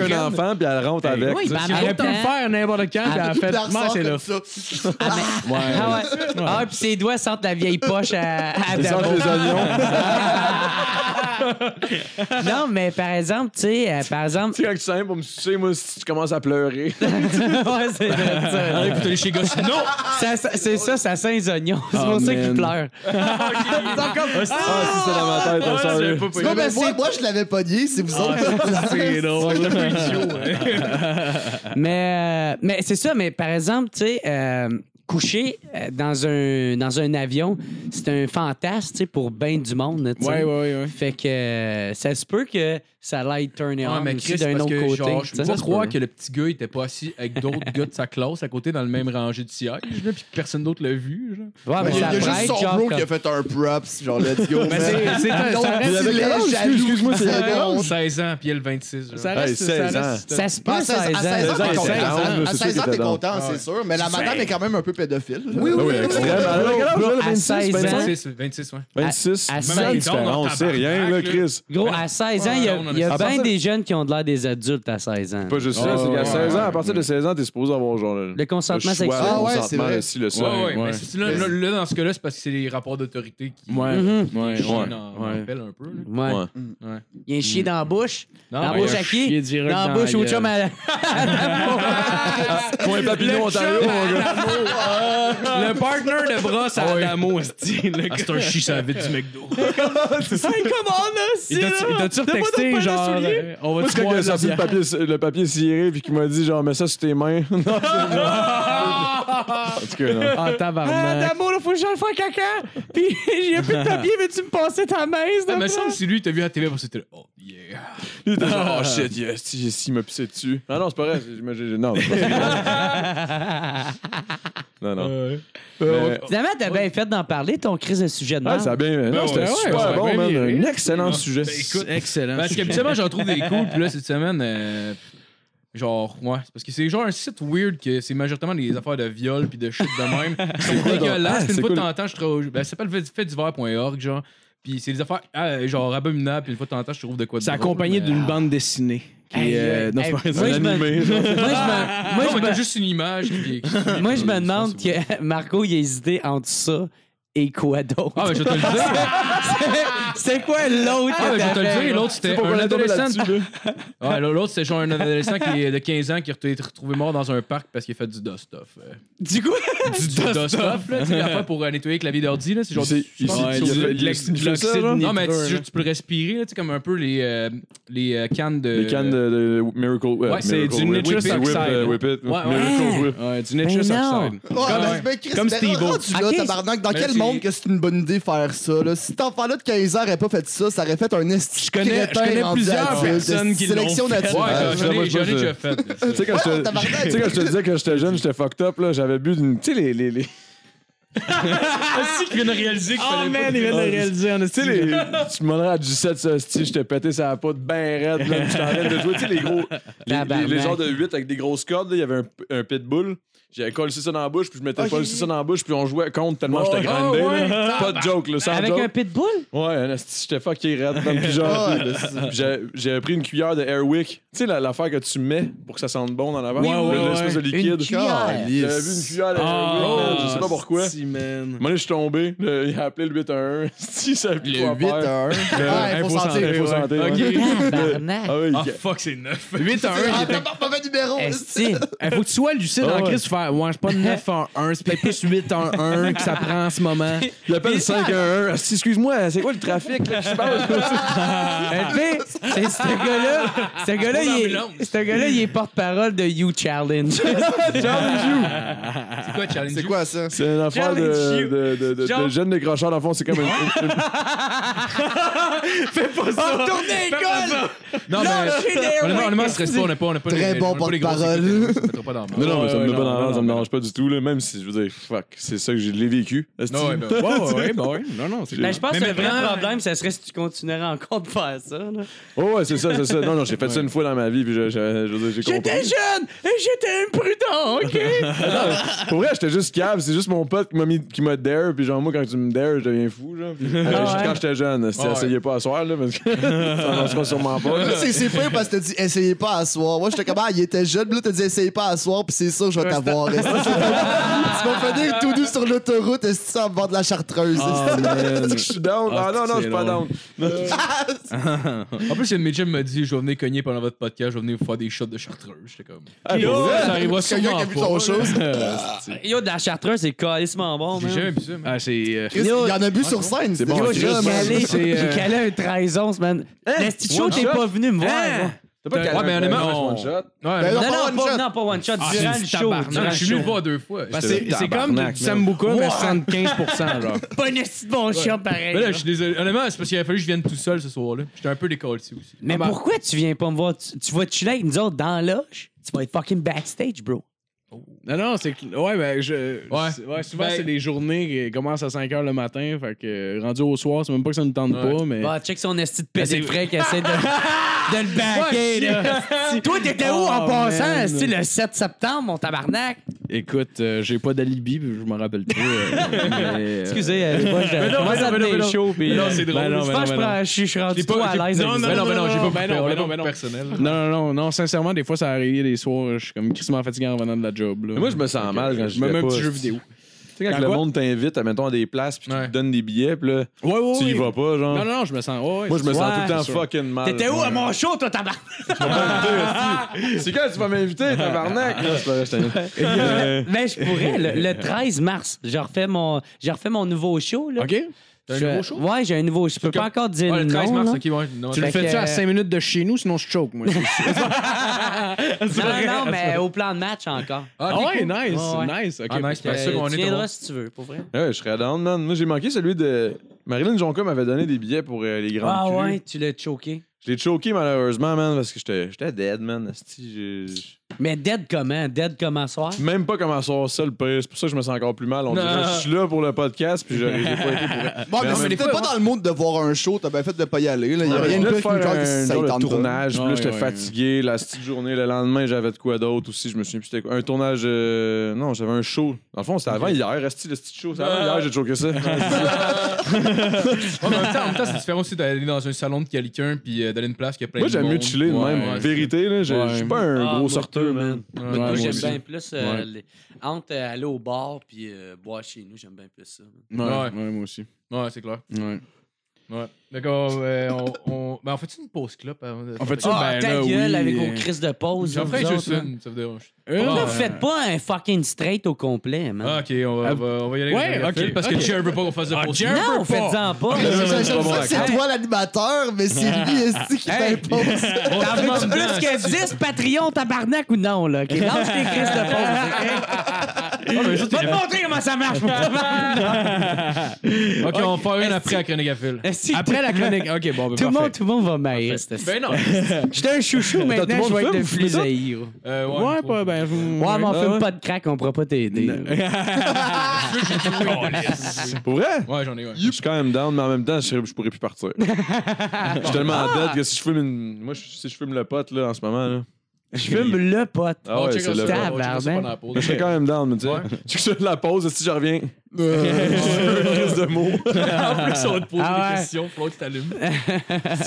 S1: Ouais,
S2: avec un enfant, puis elle rentre avec.
S1: Oui,
S2: tu sais.
S1: ben,
S5: Elle aurait pu
S1: autant-
S5: le faire n'importe quand, puis elle a
S3: Puis
S5: fait.
S3: elle
S5: Non,
S3: ressort
S5: c'est là.
S3: comme ça.
S1: Ah, mais- ah ouais. Ah, puis ses doigts sentent la vieille poche à, à
S2: *laughs* Elle sort
S1: Dabo.
S2: des oignons.
S1: *laughs* Non, mais par exemple, tu sais, euh, par exemple.
S2: Tu sais, quand tu sens pour me sucer, moi, si tu commences à
S6: *laughs*
S2: pleurer.
S1: *laughs* ouais, c'est vrai, ça.
S10: chez
S1: *laughs*
S10: Gosse. Non!
S1: Ça- ça- c'est ça, ça sent les oignons. C'est
S5: Oh,
S1: pour ça qu'il
S5: man.
S1: pleure.
S2: Ah, si, c'est dans ma tête, on s'en est.
S6: pas
S3: Non, mais moi, moi, je l'avais pogné, c'est vous autres.
S1: *laughs*
S5: C'est drôle.
S1: Mais, euh, mais c'est ça, mais par exemple, tu sais, euh, coucher euh, dans un, dans un avion, c'est un fantasme tu sais, pour bien du monde. tu sais.
S5: Ouais, ouais, ouais.
S1: Fait que euh, ça se peut que ça l'aille turner
S6: Ouais,
S1: on
S6: Ah, mais
S1: aussi
S6: Chris,
S1: d'un
S6: parce
S1: autre
S6: que,
S1: côté.
S6: genre, je
S1: tu
S6: peux
S1: sais.
S6: pas croire que le petit gars il était pas assis avec d'autres gars de sa classe à côté dans le même rangée de siège, là, puis que personne d'autre l'a vu. Genre.
S1: Ouais, mais
S3: Il y a
S1: ça pourrait
S3: juste
S1: être
S3: son
S1: genre
S3: bro
S1: comme-
S3: qui a fait un props, genre let's go.
S5: Mais
S3: man.
S5: c'est- c'est un-
S3: Donc,
S5: ça reste-
S3: il
S5: vous avez
S3: est
S5: quel âge? Ah,
S3: jaloux.
S5: Excuse-moi, c'est-
S3: Ça
S6: Elle a
S3: compte.
S6: 16 ans, puis elle 26. genre.
S5: Ça
S2: Hey,
S5: reste.
S2: 16
S5: ça reste-
S1: Ça se peut,
S3: À 16
S1: 16 ans.
S3: à 16 Ah, ans, t'es
S2: Ouais,
S3: content.
S2: 16 ans,
S3: À
S2: c'est
S3: 16
S2: sûr
S3: ans,
S2: que
S3: t'es
S2: t'es
S3: content, c'est sûr. Mais la madame est quand même un peu pédophile. Oui,
S2: Ah oui, extrêmement.
S1: À 16 ans.
S6: 26, 26, ouais.
S2: 26.
S1: À- à
S2: Même
S1: cinq
S2: une
S10: ans, on
S2: différence, c'est rien, là,
S10: tabarnak, là.
S2: Chris.
S1: Gros,
S6: Ben,
S1: à 16 ans, il y a, il y a
S2: À
S1: bien
S2: partir-
S1: des jeunes qui ont de l'air des adultes à 16 ans.
S2: Pas juste ça, Ah, c'est qu'à
S5: ouais,
S2: 16 ans, à
S5: ouais.
S2: partir de 16 ans, t'es supposé avoir genre le,
S1: Le consentement
S2: le choix,
S1: sexuel.
S2: le
S3: Ah ouais,
S2: consentement,
S3: c'est vrai.
S2: le ci, le
S6: Ouais,
S2: ça.
S6: ouais, mais
S5: ouais.
S6: c'est- là, là, là, dans ce cas-là, c'est parce que c'est les rapports d'autorité qui
S5: Ouais,
S1: Mhm.
S5: ouais,
S6: qui
S5: ouais.
S6: en- en
S5: ouais.
S6: appellent un peu. là.
S1: Ouais.
S2: Ouais.
S6: Mm. Ouais.
S1: Il y a un chien dans la bouche.
S6: Non,
S1: dans la
S6: mais-
S1: bouche à
S5: chier
S1: qui? Dans
S5: direct
S1: la
S5: dans
S1: bouche
S5: la
S1: au
S5: gueule.
S1: chum à la-
S2: Point papillon, Ontario, mon gars.
S5: Le partner de brosse à Adamo, style.
S10: Ah, c'est un chien, ça vite du McDo.
S1: *laughs*
S5: Il t'a- il t'a-tu texté,
S1: Ah,
S5: genre, euh, on va
S2: Moi,
S5: te
S2: c'est quand il a
S5: croire
S2: sorti le papier, le papier ciré puis qu'il m'a dit genre, mets ça sur tes mains. *laughs* Non, c'est- non. en tout cas, non.
S5: Ah,
S1: *laughs*
S5: tabarnak.
S1: Adamo, là, faut que je le fasse caca. Puis *laughs* j'ai plus de papier, veux-tu me passer ta main, s'il te
S6: Ah, mais
S1: plaît?
S6: ça, si lui, t'as vu à la TV, parce que t'es là, oh yeah.
S2: Il était genre, oh shit, yes, si, si, il m'a pissé dessus. Ah non, c'est pas vrai. j'ai- j'ai- j'ai- Non, c'est pas vrai. non, non.
S6: Euh,
S2: Mais-
S1: Finalement, t'as bien fait d'en parler, ton crise de sujet de
S2: Ah,
S1: merde.
S2: ça a bien. Non,
S10: ouais,
S2: c'était
S10: ouais,
S5: ouais,
S2: super bon,
S5: bien
S2: man.
S5: viré.
S2: Un excellent sujet.
S10: Ben, écoute,
S5: Excellent.
S6: Parce qu'habituellement, j'en trouve des cool, puis là, cette semaine, euh, genre, ouais. c'est Parce que c'est genre un site weird que c'est majoritairement des affaires de viol puis de shit
S1: *laughs*
S6: de même. c'est
S2: Ah,
S6: dégueulasse. Puis
S2: c'est
S6: une fois
S2: quoi
S6: de temps en temps, je trouve. Ben, ça s'appelle fait- faitdiver.org, genre. Puis c'est des affaires, euh, genre, abominables, puis une fois de temps en temps, je trouve de quoi de
S5: C'est
S6: drôle,
S5: accompagné
S6: mais-
S5: d'une bande dessinée. Qui,
S1: Aïe,
S5: euh,
S1: aïe,
S5: non, c'est
S1: aïe,
S5: pas-
S1: moi, je me-
S2: animé, genre.
S1: moi, je
S6: Ah,
S1: me- moi,
S6: non,
S1: je
S6: mais
S1: me-
S6: t'as juste une image. Puis...
S1: Moi, je me demande que Marco, il a hésité entre ça et quoi d'autre. *laughs*
S6: Ah, ben, je vais te le dire.
S1: C'est quoi l'autre?
S6: Ah, ben, je vais te le dire. L'autre,
S2: C'est
S6: c'était
S2: pas
S6: un
S2: qu'on a tombé
S6: adolescent.
S2: là-dessus, là.
S6: Ouais, l'autre, c'était genre un adolescent qui est de 15 ans qui a été retrouvé mort dans un parc parce qu'il a fait du dust-off. euh.
S1: Du coup,
S6: du dust-off, là. Tu sais, l'affaire pour euh, nettoyer le clavier d'ordi, là. C'est genre.
S2: C'est-
S6: du-
S2: il s'est-
S6: Ouais,
S2: il a
S6: du-
S2: fait-
S6: de l'ex-
S2: il a fait ça, genre?
S6: Non, mais tu, tu peux le respirer, là. Tu sais, comme un peu les, euh, les euh, cannes de.
S2: Les cannes de, de Miracle euh,
S6: Ouais, c'est
S2: Miracle
S5: du
S2: Whip.
S5: nitrous
S2: Whip,
S5: oxide.
S2: euh, Whip it.
S6: Ouais, ouais.
S2: Miracle
S6: *laughs*
S2: Whip.
S5: Ouais, Oh, du Nitrous
S1: Ben non.
S5: Oxide.
S3: Ouais, mais, ben, Chris,
S5: Comme
S3: ben,
S5: Steve-O.
S3: rendu là,
S1: Ok.
S3: tabarnak, dans
S6: Mais
S3: quel
S6: c'est-
S3: monde que c'est une bonne idée faire ça? Là? Si cet enfant-là de 15 ans n'aurait pas fait ça, ça aurait fait un esti
S5: Je connais- je
S3: crétin
S5: connais
S3: rendu
S5: plusieurs
S3: adulte, de
S5: personnes qui l'ont
S3: sélection
S5: fait.
S6: Ouais,
S3: naturelle.
S6: j'en
S2: Ah, moi,
S6: ai
S2: je
S6: j'en ai
S2: pense que-
S6: déjà fait. là, ça.
S2: Tu sais, quand je
S3: Ouais,
S2: te-
S3: tabarnak.
S2: tu sais, quand je te disais que j'étais jeune, j'étais fucked up, là, j'avais bu d'une. Tu sais, les. les, les...
S10: qui vient de réaliser que
S6: Ah,
S5: Oh man, il vient de le réaliser en
S2: Tu sais,
S6: *laughs*
S2: les... tu me demanderais à 17, ça, si j'étais pété ça la pote ben raide, là, puis j'étais en train de jouer. Tu sais, les gros. Les, les,
S1: Tabarnak.
S2: les genres de 8 avec des grosses cordes, là, il y avait un, un pitbull. J'avais collé ça dans la bouche, puis je mettais
S3: Ok.
S2: pas le ça dans la bouche, puis on jouait contre tellement j'étais
S6: Oh,
S5: Ah,
S2: grandé.
S6: ouais.
S2: là. Pas de joke, là, sans
S1: avec
S2: joke.
S1: un pitbull?
S2: Ouais, un esti, j'étais fucké raide. man, puis genre,
S3: Ouais.
S2: puis j'ai- J'avais pris une cuillère de Airwick. Tu sais, la- l'affaire que tu mets pour que ça sente bon dans la vache.
S5: Oui, oui,
S2: le- L'espèce de
S1: Une
S2: liquide.
S1: cuillère.
S2: J'avais vu une cuillère de Airwick, Oh, man, je sais pas pourquoi.
S5: Oh, Si, man.
S2: Moi, je suis tombé. le- il a appelé le *laughs* 811. Si, ça a plus quoi
S3: Le 8
S2: faire.
S3: à 1. Ouais, faut
S5: info santé,
S3: sentir.
S2: Info santé. ouais.
S1: Tabarnak.
S2: Ah
S6: bah.
S2: oui,
S10: Ah
S2: il-
S10: fuck, c'est neuf.
S5: 8 à 1.
S3: Ah, t'as pas mauvais numéro.
S1: Esti.
S5: *laughs* Il faut que tu sois lucide
S2: Ah
S5: en
S2: ouais.
S5: crise pour faire. Ouais, c'est pas 9 en 1, c'est peut-être plus 8 en 1 que ça prend en ce moment.
S2: il appelle le 511. Ah, si, excuse-moi, c'est quoi le trafic là, qui se passe?
S5: Ah.
S1: Ben, tu sais, c'est ce gars-là, ce gars-là, il est, ce gars-là, il est porte-parole de You Challenge.
S6: C'est quoi, Challenge
S3: C'est quoi ça?
S2: Ah, C'est une affaire de,
S1: Challenge you.
S2: de, de, de,
S1: Genre-
S2: de jeunes décrocheurs. Dans le fond, c'est comme une. une-
S1: Retournez l'école!
S6: Non,
S1: Lâchez
S5: Ben,
S1: des
S6: mais. Honnêtement, honnêtement, on serait pas, on n'a pas, on n'a pas
S3: Très
S6: les-
S3: bon
S6: on n'a pas les grosses
S3: porte-parole.
S6: écoutes, là, ça mettra pas dans le
S2: Non, non, mais ça me
S5: Ouais,
S2: met
S5: ouais,
S2: pas
S5: non,
S2: dans
S5: non,
S2: l'ordre, ça
S5: non.
S2: me dérange pas du tout, là, même si je veux dire, fuck, c'est ça que je l'ai vécu. esti.
S6: Non,
S2: *laughs*
S6: ouais, ben,
S5: Ouais, ouais, ouais, bah ouais. Non, non, c'est
S1: Ben, je pense que
S10: Mais
S1: le vrai
S10: maintenant-
S1: problème, ça serait si tu continuerais encore de faire ça. là.
S2: Oh, ouais, c'est ça, c'est ça. Non, non, j'ai fait ça une fois dans ma vie, puis je, je- je veux dire, j'ai compris.
S1: J'étais jeune et j'étais imprudent, OK?
S2: *laughs* Pour vrai, j'étais juste cave, c'est juste mon pote qui m'a mis, qui m'a dare, puis genre, moi, quand tu me dare, je deviens fou,
S5: *laughs*
S2: genre.
S5: Ah,
S2: Puis, euh,
S1: ouais.
S2: Quand j'étais jeune, c'était
S6: Ah ouais.
S2: essayez pas à soir, là, parce que *laughs* ça marchera sûrement pas.
S5: *laughs*
S3: Là, C'est c'est pire parce que t'as dit essayez pas à soir. Moi, j'étais comme, ah, il était jeune, puis là, t'as dit essayez pas à soir, puis c'est sûr, je vais
S5: Ouais, *laughs*
S3: noir. esti. tu vas finir tout nu sur l'autoroute et ça bord de la chartreuse.
S5: Ah.
S3: esti.
S2: Je suis down. Ah non, non, je suis pas down.
S4: En plus, il y a une de mes chums qui m'a dit Je vais venir cogner pendant votre podcast, je vais venir vous faire des shots de chartreuse. J'étais comme.
S2: Ah,
S6: Yo, ça arrivera
S3: C'est quelqu'un
S6: sûrement
S3: qui a vu ton
S6: pas.
S3: chose.
S1: Yo, de la chartreuse, c'est calissement bon,
S4: J'ai
S1: man.
S4: jamais vu ça, man.
S5: Ah, c'est. euh,
S3: Il y en a bu sur scène. C'est
S1: Yo, j'ai
S3: déjà, man.
S1: calé,
S5: c'est, euh,
S1: j'ai calé un 13 11 man. L'esti show,
S2: One
S1: t'es
S2: shot?
S1: pas venu me voir. moi.
S2: T'as pas
S4: Ouais,
S2: de
S4: mais honnêtement,
S2: one shot.
S4: Ouais,
S3: Ben
S4: mais-
S1: Hein? Non,
S3: pas
S1: non,
S3: one
S1: pas,
S3: shot.
S1: non, pas one shot.
S5: Ah,
S1: durant
S5: c'est
S1: le
S5: du
S1: show.
S5: tabarnak.
S1: durant
S4: non,
S1: le
S4: je suis venu
S1: show.
S4: le voir deux fois.
S5: parce
S4: J'étais-
S5: que Ah, ben, c'est c'est comme du Sambuca, mais 75 genre.
S1: Pas un esti de bon shot
S4: Ben
S1: pareil.
S4: là,
S1: là.
S4: je suis désolé. Honnêtement, c'est parce qu'il a fallu que je vienne tout seul ce soir-là. J'étais un peu décalé aussi. Ben
S1: Mais pourquoi tu viens pas me voir? Tu, tu vas te chiller avec nous autres dans la loge? Tu vas être fucking backstage, bro.
S5: *laughs* Non, non, c'est que. Ouais, ben, je.
S4: Ouais.
S5: c'est- souvent,
S4: Ben-
S5: c'est des journées qui commencent à 5 h le matin. Fait que, euh, rendu au soir, c'est même pas que ça nous tente
S4: Ouais.
S5: pas, mais.
S1: Bah, check son esti de pédéfrais qui essaie de, *laughs* de le backer, là. *laughs* Toi, t'étais où en
S5: Oh,
S1: passant,
S5: man.
S1: esti, le 7 septembre, mon tabarnak?
S5: Écoute, euh, j'ai pas d'alibi, puis je m'en rappelle plus. euh,
S2: *laughs*
S1: Excusez, *laughs* euh, les boys, je commence à
S4: ben non, ben
S1: tenir
S4: non.
S1: chaud, puis,
S4: Ben non,
S1: euh,
S4: c'est drôle.
S2: *laughs*
S1: ben non,
S5: Je
S1: ben
S5: pense
S1: non,
S5: que je
S1: ben
S5: prends-
S1: non. je suis rendu
S4: J'ai pas-
S1: trop
S4: j'ai-
S1: à l'aise. avec
S5: non,
S1: ça.
S4: Ben non, ben non, j'ai pas
S5: ben
S4: coupé,
S5: non,
S4: on
S5: ben
S4: l'a
S5: non,
S4: pas
S5: ben non.
S4: personnel.
S5: Non, non, non, non, sincèrement, des fois, ça arrive des soirs, je suis comme crissement fatigué en venant de la job. Là.
S2: Mais moi, je me sens
S5: Fait que,
S2: mal quand je
S5: me
S2: vais
S5: mets un
S2: pas,
S5: petit jeu
S2: c'est-
S5: vidéo.
S2: Tu sais, quand
S5: Quand
S2: le
S5: quoi?
S2: monde t'invite, admettons, à des places, puis qu'ils
S4: Ouais.
S2: te donnent des billets, puis là,
S5: Ouais, ouais,
S2: tu y
S5: ouais.
S2: vas pas, genre.
S5: Non, non, non, je me sens. ouais,
S2: Moi, je me
S5: c'est-
S2: sens
S5: ouais,
S2: tout le temps
S5: c'est sûr.
S2: fucking mal.
S1: T'étais où à
S2: Ouais. *laughs*
S1: mon show, toi, tabarnak?
S2: C'est quand tu vas m'inviter,
S1: Ah,
S2: tabarnak? Non, c'est pas vrai, je t'invite. Euh,
S1: Mais Ben, je pourrais, le, le 13 mars, j'ai refait mon, j'ai refait mon nouveau show, là.
S5: OK?
S4: T'as
S1: Je-
S4: un nouveau show?
S1: Ouais, j'ai un nouveau. Je peux pas encore dire
S4: Ouais,
S1: le
S4: le 13 mars,
S1: nom. là.
S4: ok, ouais. Non,
S5: Tu le
S1: Fait
S5: fais-tu
S1: que-
S5: à 5 minutes de chez nous, sinon je choke, moi.
S1: Non, non, mais au plan de match encore.
S5: Ah
S4: ok,
S5: ouais,
S4: cool.
S5: nice,
S1: Ouais, ouais.
S5: nice. OK.
S4: Ah, nice,
S1: Euh,
S4: parce que on
S1: tu
S4: est
S1: viendras
S4: drôle.
S1: si tu veux, pour vrai.
S2: Ouais, je serais down, man. Moi, j'ai manqué celui de. Marilyn Jonca m'avait donné des billets pour euh, les grandes
S1: Ah
S2: cues.
S1: ouais, tu l'as choqué.
S2: Je l'ai choqué, malheureusement, man, parce que j'étais j'étais dead, man. Asti, j'ai- j'ai-
S1: Mais dead comment? Dead comment soir?
S2: Même pas comment sortir ça le pire. C'est pour ça que je me sens encore plus mal. On
S4: Non.
S2: dirait, je suis là pour le podcast, puis j'ai j'ai pas été pour.
S3: Bon,
S2: Mais
S3: mais
S2: en
S3: si
S2: même
S3: t'étais pas dans le monde de voir un show, t'as bien fait de pas y aller. là. Il y a
S2: Ouais, Ah, je
S3: rien de
S2: venais
S3: plus qu'une
S2: faire
S3: genre que
S2: un
S3: ça
S2: genre
S3: y
S2: de
S3: tente pas.
S2: tournage. puis là,
S5: Ouais,
S2: j'étais
S5: ouais.
S2: fatigué. La petite journée, le lendemain, j'avais de quoi d'autre aussi. Je me souviens plus c'était quoi. Un tournage. euh, Non, j'avais un show. Dans le fond, c'était avant hier. Resti, le petit show. C'était avant
S4: Ouais.
S2: hier, j'ai choqué ça.
S4: Ouais, mais en même temps, en même temps, c'est différent aussi d'aller dans un salon de quelqu'un puis euh, d'aller une place qui a plein
S2: Moi,
S4: de monde.
S2: j'aime mieux chiller de
S5: Ouais,
S2: même.
S5: ouais.
S2: Vérité, là, je je suis pas un
S1: Ah,
S2: gros
S1: moi,
S2: sorteur,
S1: too,
S2: man.
S4: Ouais,
S1: Moi,
S5: moi
S1: j'aime
S5: aussi.
S1: bien plus euh,
S5: Ouais.
S1: les- entre euh, aller au bar puis euh, boire chez nous, j'aime bien plus ça.
S5: Ouais,
S4: Ouais.
S5: ouais, moi aussi.
S4: Ouais, c'est clair.
S5: Ouais.
S4: Ouais. D'accord, euh, on, on... Ben, on fait-tu une pause clope avant de...
S5: En fait, ça,
S1: Ah,
S5: ben,
S1: ta
S5: là,
S1: gueule
S5: oui,
S1: avec
S5: euh,
S1: vos crises de pause.
S4: J'en
S1: vous
S4: ferai juste
S1: autres, là.
S4: une, ça me dérange.
S5: euh,
S1: Pourquoi
S4: Ah,
S1: vous
S4: ouais.
S1: faites pas un fucking straight au complet, man?
S4: Ah, ok, on va,
S5: Ah,
S4: on va- on va y aller.
S5: ouais,
S4: avec Gabriel,
S5: ok,
S4: Parce
S5: ok.
S4: que Jerry veut pas qu'on fasse de
S5: Ah,
S4: pause.
S5: Jer-
S1: non,
S5: veux
S1: faites-en pas.
S3: J'aime
S2: C'est pas bon
S3: ça que *laughs* c'est
S1: acteur.
S3: toi l'animateur, mais c'est lui esti qui t'impose.
S1: T'en veux plus que 10 Patreon, tabarnak ou non, là? OK, lâche tes crises de pause. ok? *laughs* Va te montrer comment ça marche, mon tabarnak.
S4: Ok, on va en faire une
S1: Est-ce-
S4: après à Chronique à fil.
S1: Esti,
S5: Après la chronique. OK, bon,
S1: Tout le
S5: ben, parfait.
S1: monde, tout le monde va m'haïr.
S4: Ben non.
S1: J'étais un chouchou, maintenant je vais être de plus haïr.
S4: Euh,
S5: Ouais, pas, ben... vous-
S1: Ouais, mais on
S5: Ah,
S1: fume
S5: ouais.
S1: pas de crack, on pourra pas t'aider. *laughs*
S2: Pour vrai?
S4: Ouais, j'en ai
S1: Ah
S4: un.
S2: Je suis quand même down, mais en même temps, je, serais- je pourrais plus partir. Je suis tellement en dette que si je fume une. Moi, je- si je fume le pote, là, en ce moment, là.
S1: Je fume le pote.
S2: Ah ouais, c'est
S4: checkera
S2: le
S4: ça, on
S2: pote.
S4: checkera ça pendant la pause.
S2: Je
S4: *laughs*
S2: serais quand même down, mais tu sais. Tu sais, la pause, si je reviens. *laughs* Une crise de mots.
S4: En plus, on va te poser
S1: Ah ouais.
S4: des questions, faut que tu t'allumes.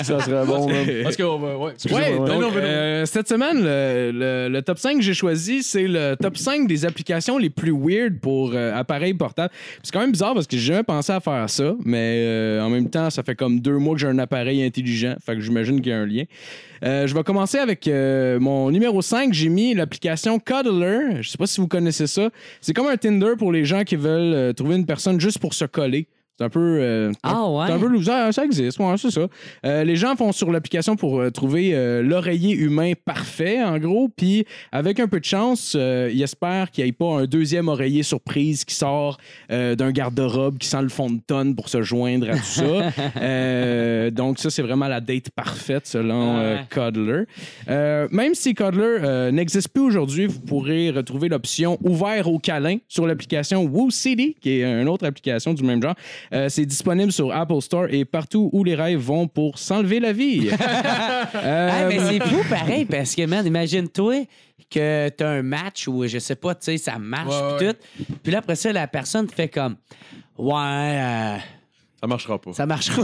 S2: Ça serait
S5: *laughs*
S2: bon, man.
S4: Parce qu'on va. Ouais.
S5: Ouais,
S2: Excusez-moi,
S5: donc,
S4: non, mais non.
S5: euh, cette semaine, le, le- le top 5 que j'ai choisi, c'est le top 5 des applications les plus weird pour euh, appareils portables. Puis C'est quand même bizarre parce que j'ai jamais pensé à faire ça, mais euh, en même temps, ça fait comme deux mois que j'ai un appareil intelligent, fait que j'imagine qu'il y a un lien. Euh, je vais commencer avec euh, mon numéro 5. J'ai mis l'application Cuddler. Je sais pas si vous connaissez ça. C'est comme un Tinder pour les gens qui veulent euh, trouver une personne juste pour se coller. C'est un peu. euh,
S1: Ah ouais?
S5: c'est un peu loser, Ah, ça existe, ouais, c'est ça. Euh, les gens font sur l'application pour euh, trouver euh, l'oreiller humain parfait, en gros, puis avec un peu de chance, euh, ils espèrent qu'il n'y ait pas un deuxième oreiller surprise qui sort euh, d'un garde-robe qui sent le fond de tonne pour se joindre à tout ça.
S1: *laughs*
S5: Euh, donc ça, c'est vraiment la date parfaite selon euh,
S1: Ouais.
S5: Codler. Euh, même si Codler euh, n'existe plus aujourd'hui, vous pourrez retrouver l'option ouvert au câlin sur l'application Woo City, qui est une autre application du même genre. Euh, c'est disponible sur Apple Store et partout où les rêves vont pour s'enlever
S1: *laughs*
S5: la vie. Euh,
S1: Ah, mais c'est fou pareil, parce que, man, imagine-toi que t'as un match où, je sais pas, tu sais, ça marche
S4: Ouais,
S1: pis
S4: ouais.
S1: tout. Puis là, après ça, la personne fait comme Ouais, euh,
S2: Ça marchera pas. *laughs*
S1: ça marchera.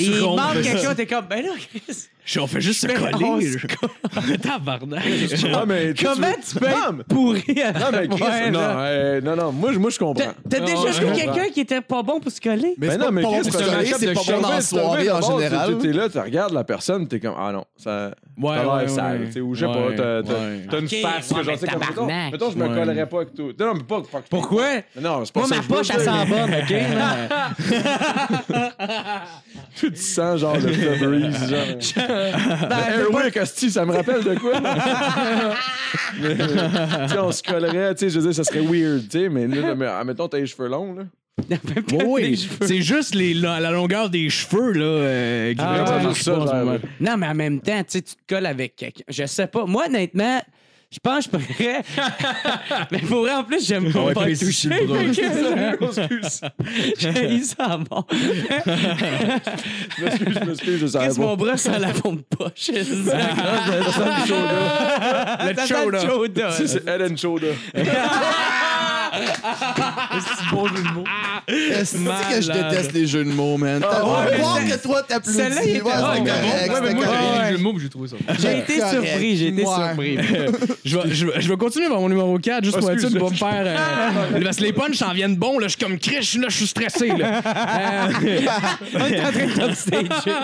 S1: Il
S6: rompes.
S1: manque quelqu'un, t'es comme, ben là, Chris,
S6: On fait juste se
S1: Ben, *laughs* on
S6: coller.
S1: se
S2: *laughs*
S6: je- Tabarnak.
S2: Ah, mais
S1: *laughs*
S2: tu-
S1: comment tu peux être pourri à
S2: Non, mais Chris,
S1: Ouais,
S2: non,
S1: là.
S2: euh, non, non, moi, je- moi je comprends.
S1: T'as t'as déjà joué
S4: ouais.
S1: quelqu'un qui était pas bon pour se coller?
S3: Mais
S2: Ben
S3: c'est
S2: non,
S3: pas
S2: mais
S3: bon
S2: Chris, c'est
S3: pour se
S2: un
S3: coller,
S4: match
S3: c'est
S4: de
S3: pas bon dans la
S2: T'as
S3: soirée
S2: vu,
S3: en
S2: d'abord, tu-
S3: général.
S2: Tu es là, tu regardes la personne, t'es comme ah non, ça.
S5: Ouais,
S2: t'as l'air
S5: ouais,
S2: sale,
S5: ouais.
S2: tu sais, ou je sais pas,
S5: Ouais,
S2: t'as-
S5: ouais.
S2: t'as t'as une
S1: Ok,
S2: face
S1: ouais,
S2: que j'en
S1: mais
S2: sais comme mettons,
S1: tabarnak.
S2: mettons, je me
S5: Ouais.
S2: collerais pas avec toi. Non, mais pas fuck.
S1: Pourquoi?
S2: Non, c'est pas
S1: Moi,
S2: ça.
S1: ma
S2: que je veux
S1: poche, elle
S2: dire.
S1: s'en va,
S2: *laughs*
S1: OK? *laughs* Ben,
S2: Tu sens genre le Febreze,
S1: *laughs*
S2: genre. Airwick, hostie, Eh ça me rappelle de quoi? Mais, tu sais, on se collerait, tu sais, je veux dire, ça serait weird, tu sais, mais là, mais, admettons, t'as les cheveux longs, là.
S1: ben,
S5: Ouais, oui, c'est juste les, la, la longueur des cheveux là, euh, qui
S1: Ah,
S5: vraiment
S1: ouais.
S5: marche
S2: Ça,
S5: pas en ce
S2: genre,
S5: moment.
S2: ouais.
S1: Non, mais en même temps, tu sais, tu te colles avec quelqu'un. Je sais pas. Moi, honnêtement, je pense que je pourrais. mais pour vrai, en plus, j'aime pas me faire toucher. *laughs* J'ai eu ça à mort.
S2: Je m'excuse, je m'excuse, je savais
S1: Qu'est-ce que
S2: pas.
S1: mon bras sent la pompe poche? *laughs*
S2: Ça sent le soda.
S1: Le chauda. chauda.
S2: Tu sais, c'est Ed and
S5: *laughs*
S2: Soda.
S3: Est-ce que je déteste les jeux de mots, man? T'as
S1: ouais,
S3: voir
S1: mais
S3: que toi t'applaudis.
S1: celle-là, il était
S3: Ouais,
S4: Ah,
S1: bon,
S3: c'est
S1: mais
S3: correct,
S4: Ouais, Ben, mais moi,
S3: c'est correct.
S4: j'ai eu le mot, j'ai trouvé ça.
S1: J'ai été
S3: Correct,
S1: surpris, j'ai été
S3: moi.
S1: surpris.
S5: *laughs* Je vais, je, vais- je vais continuer vers mon numéro 4 juste pour être sûr de pas me faire. euh, parce que les punchs en viennent bons, là, je suis comme criche, là, je suis stressé. Là.
S1: On est en train de t'obstager.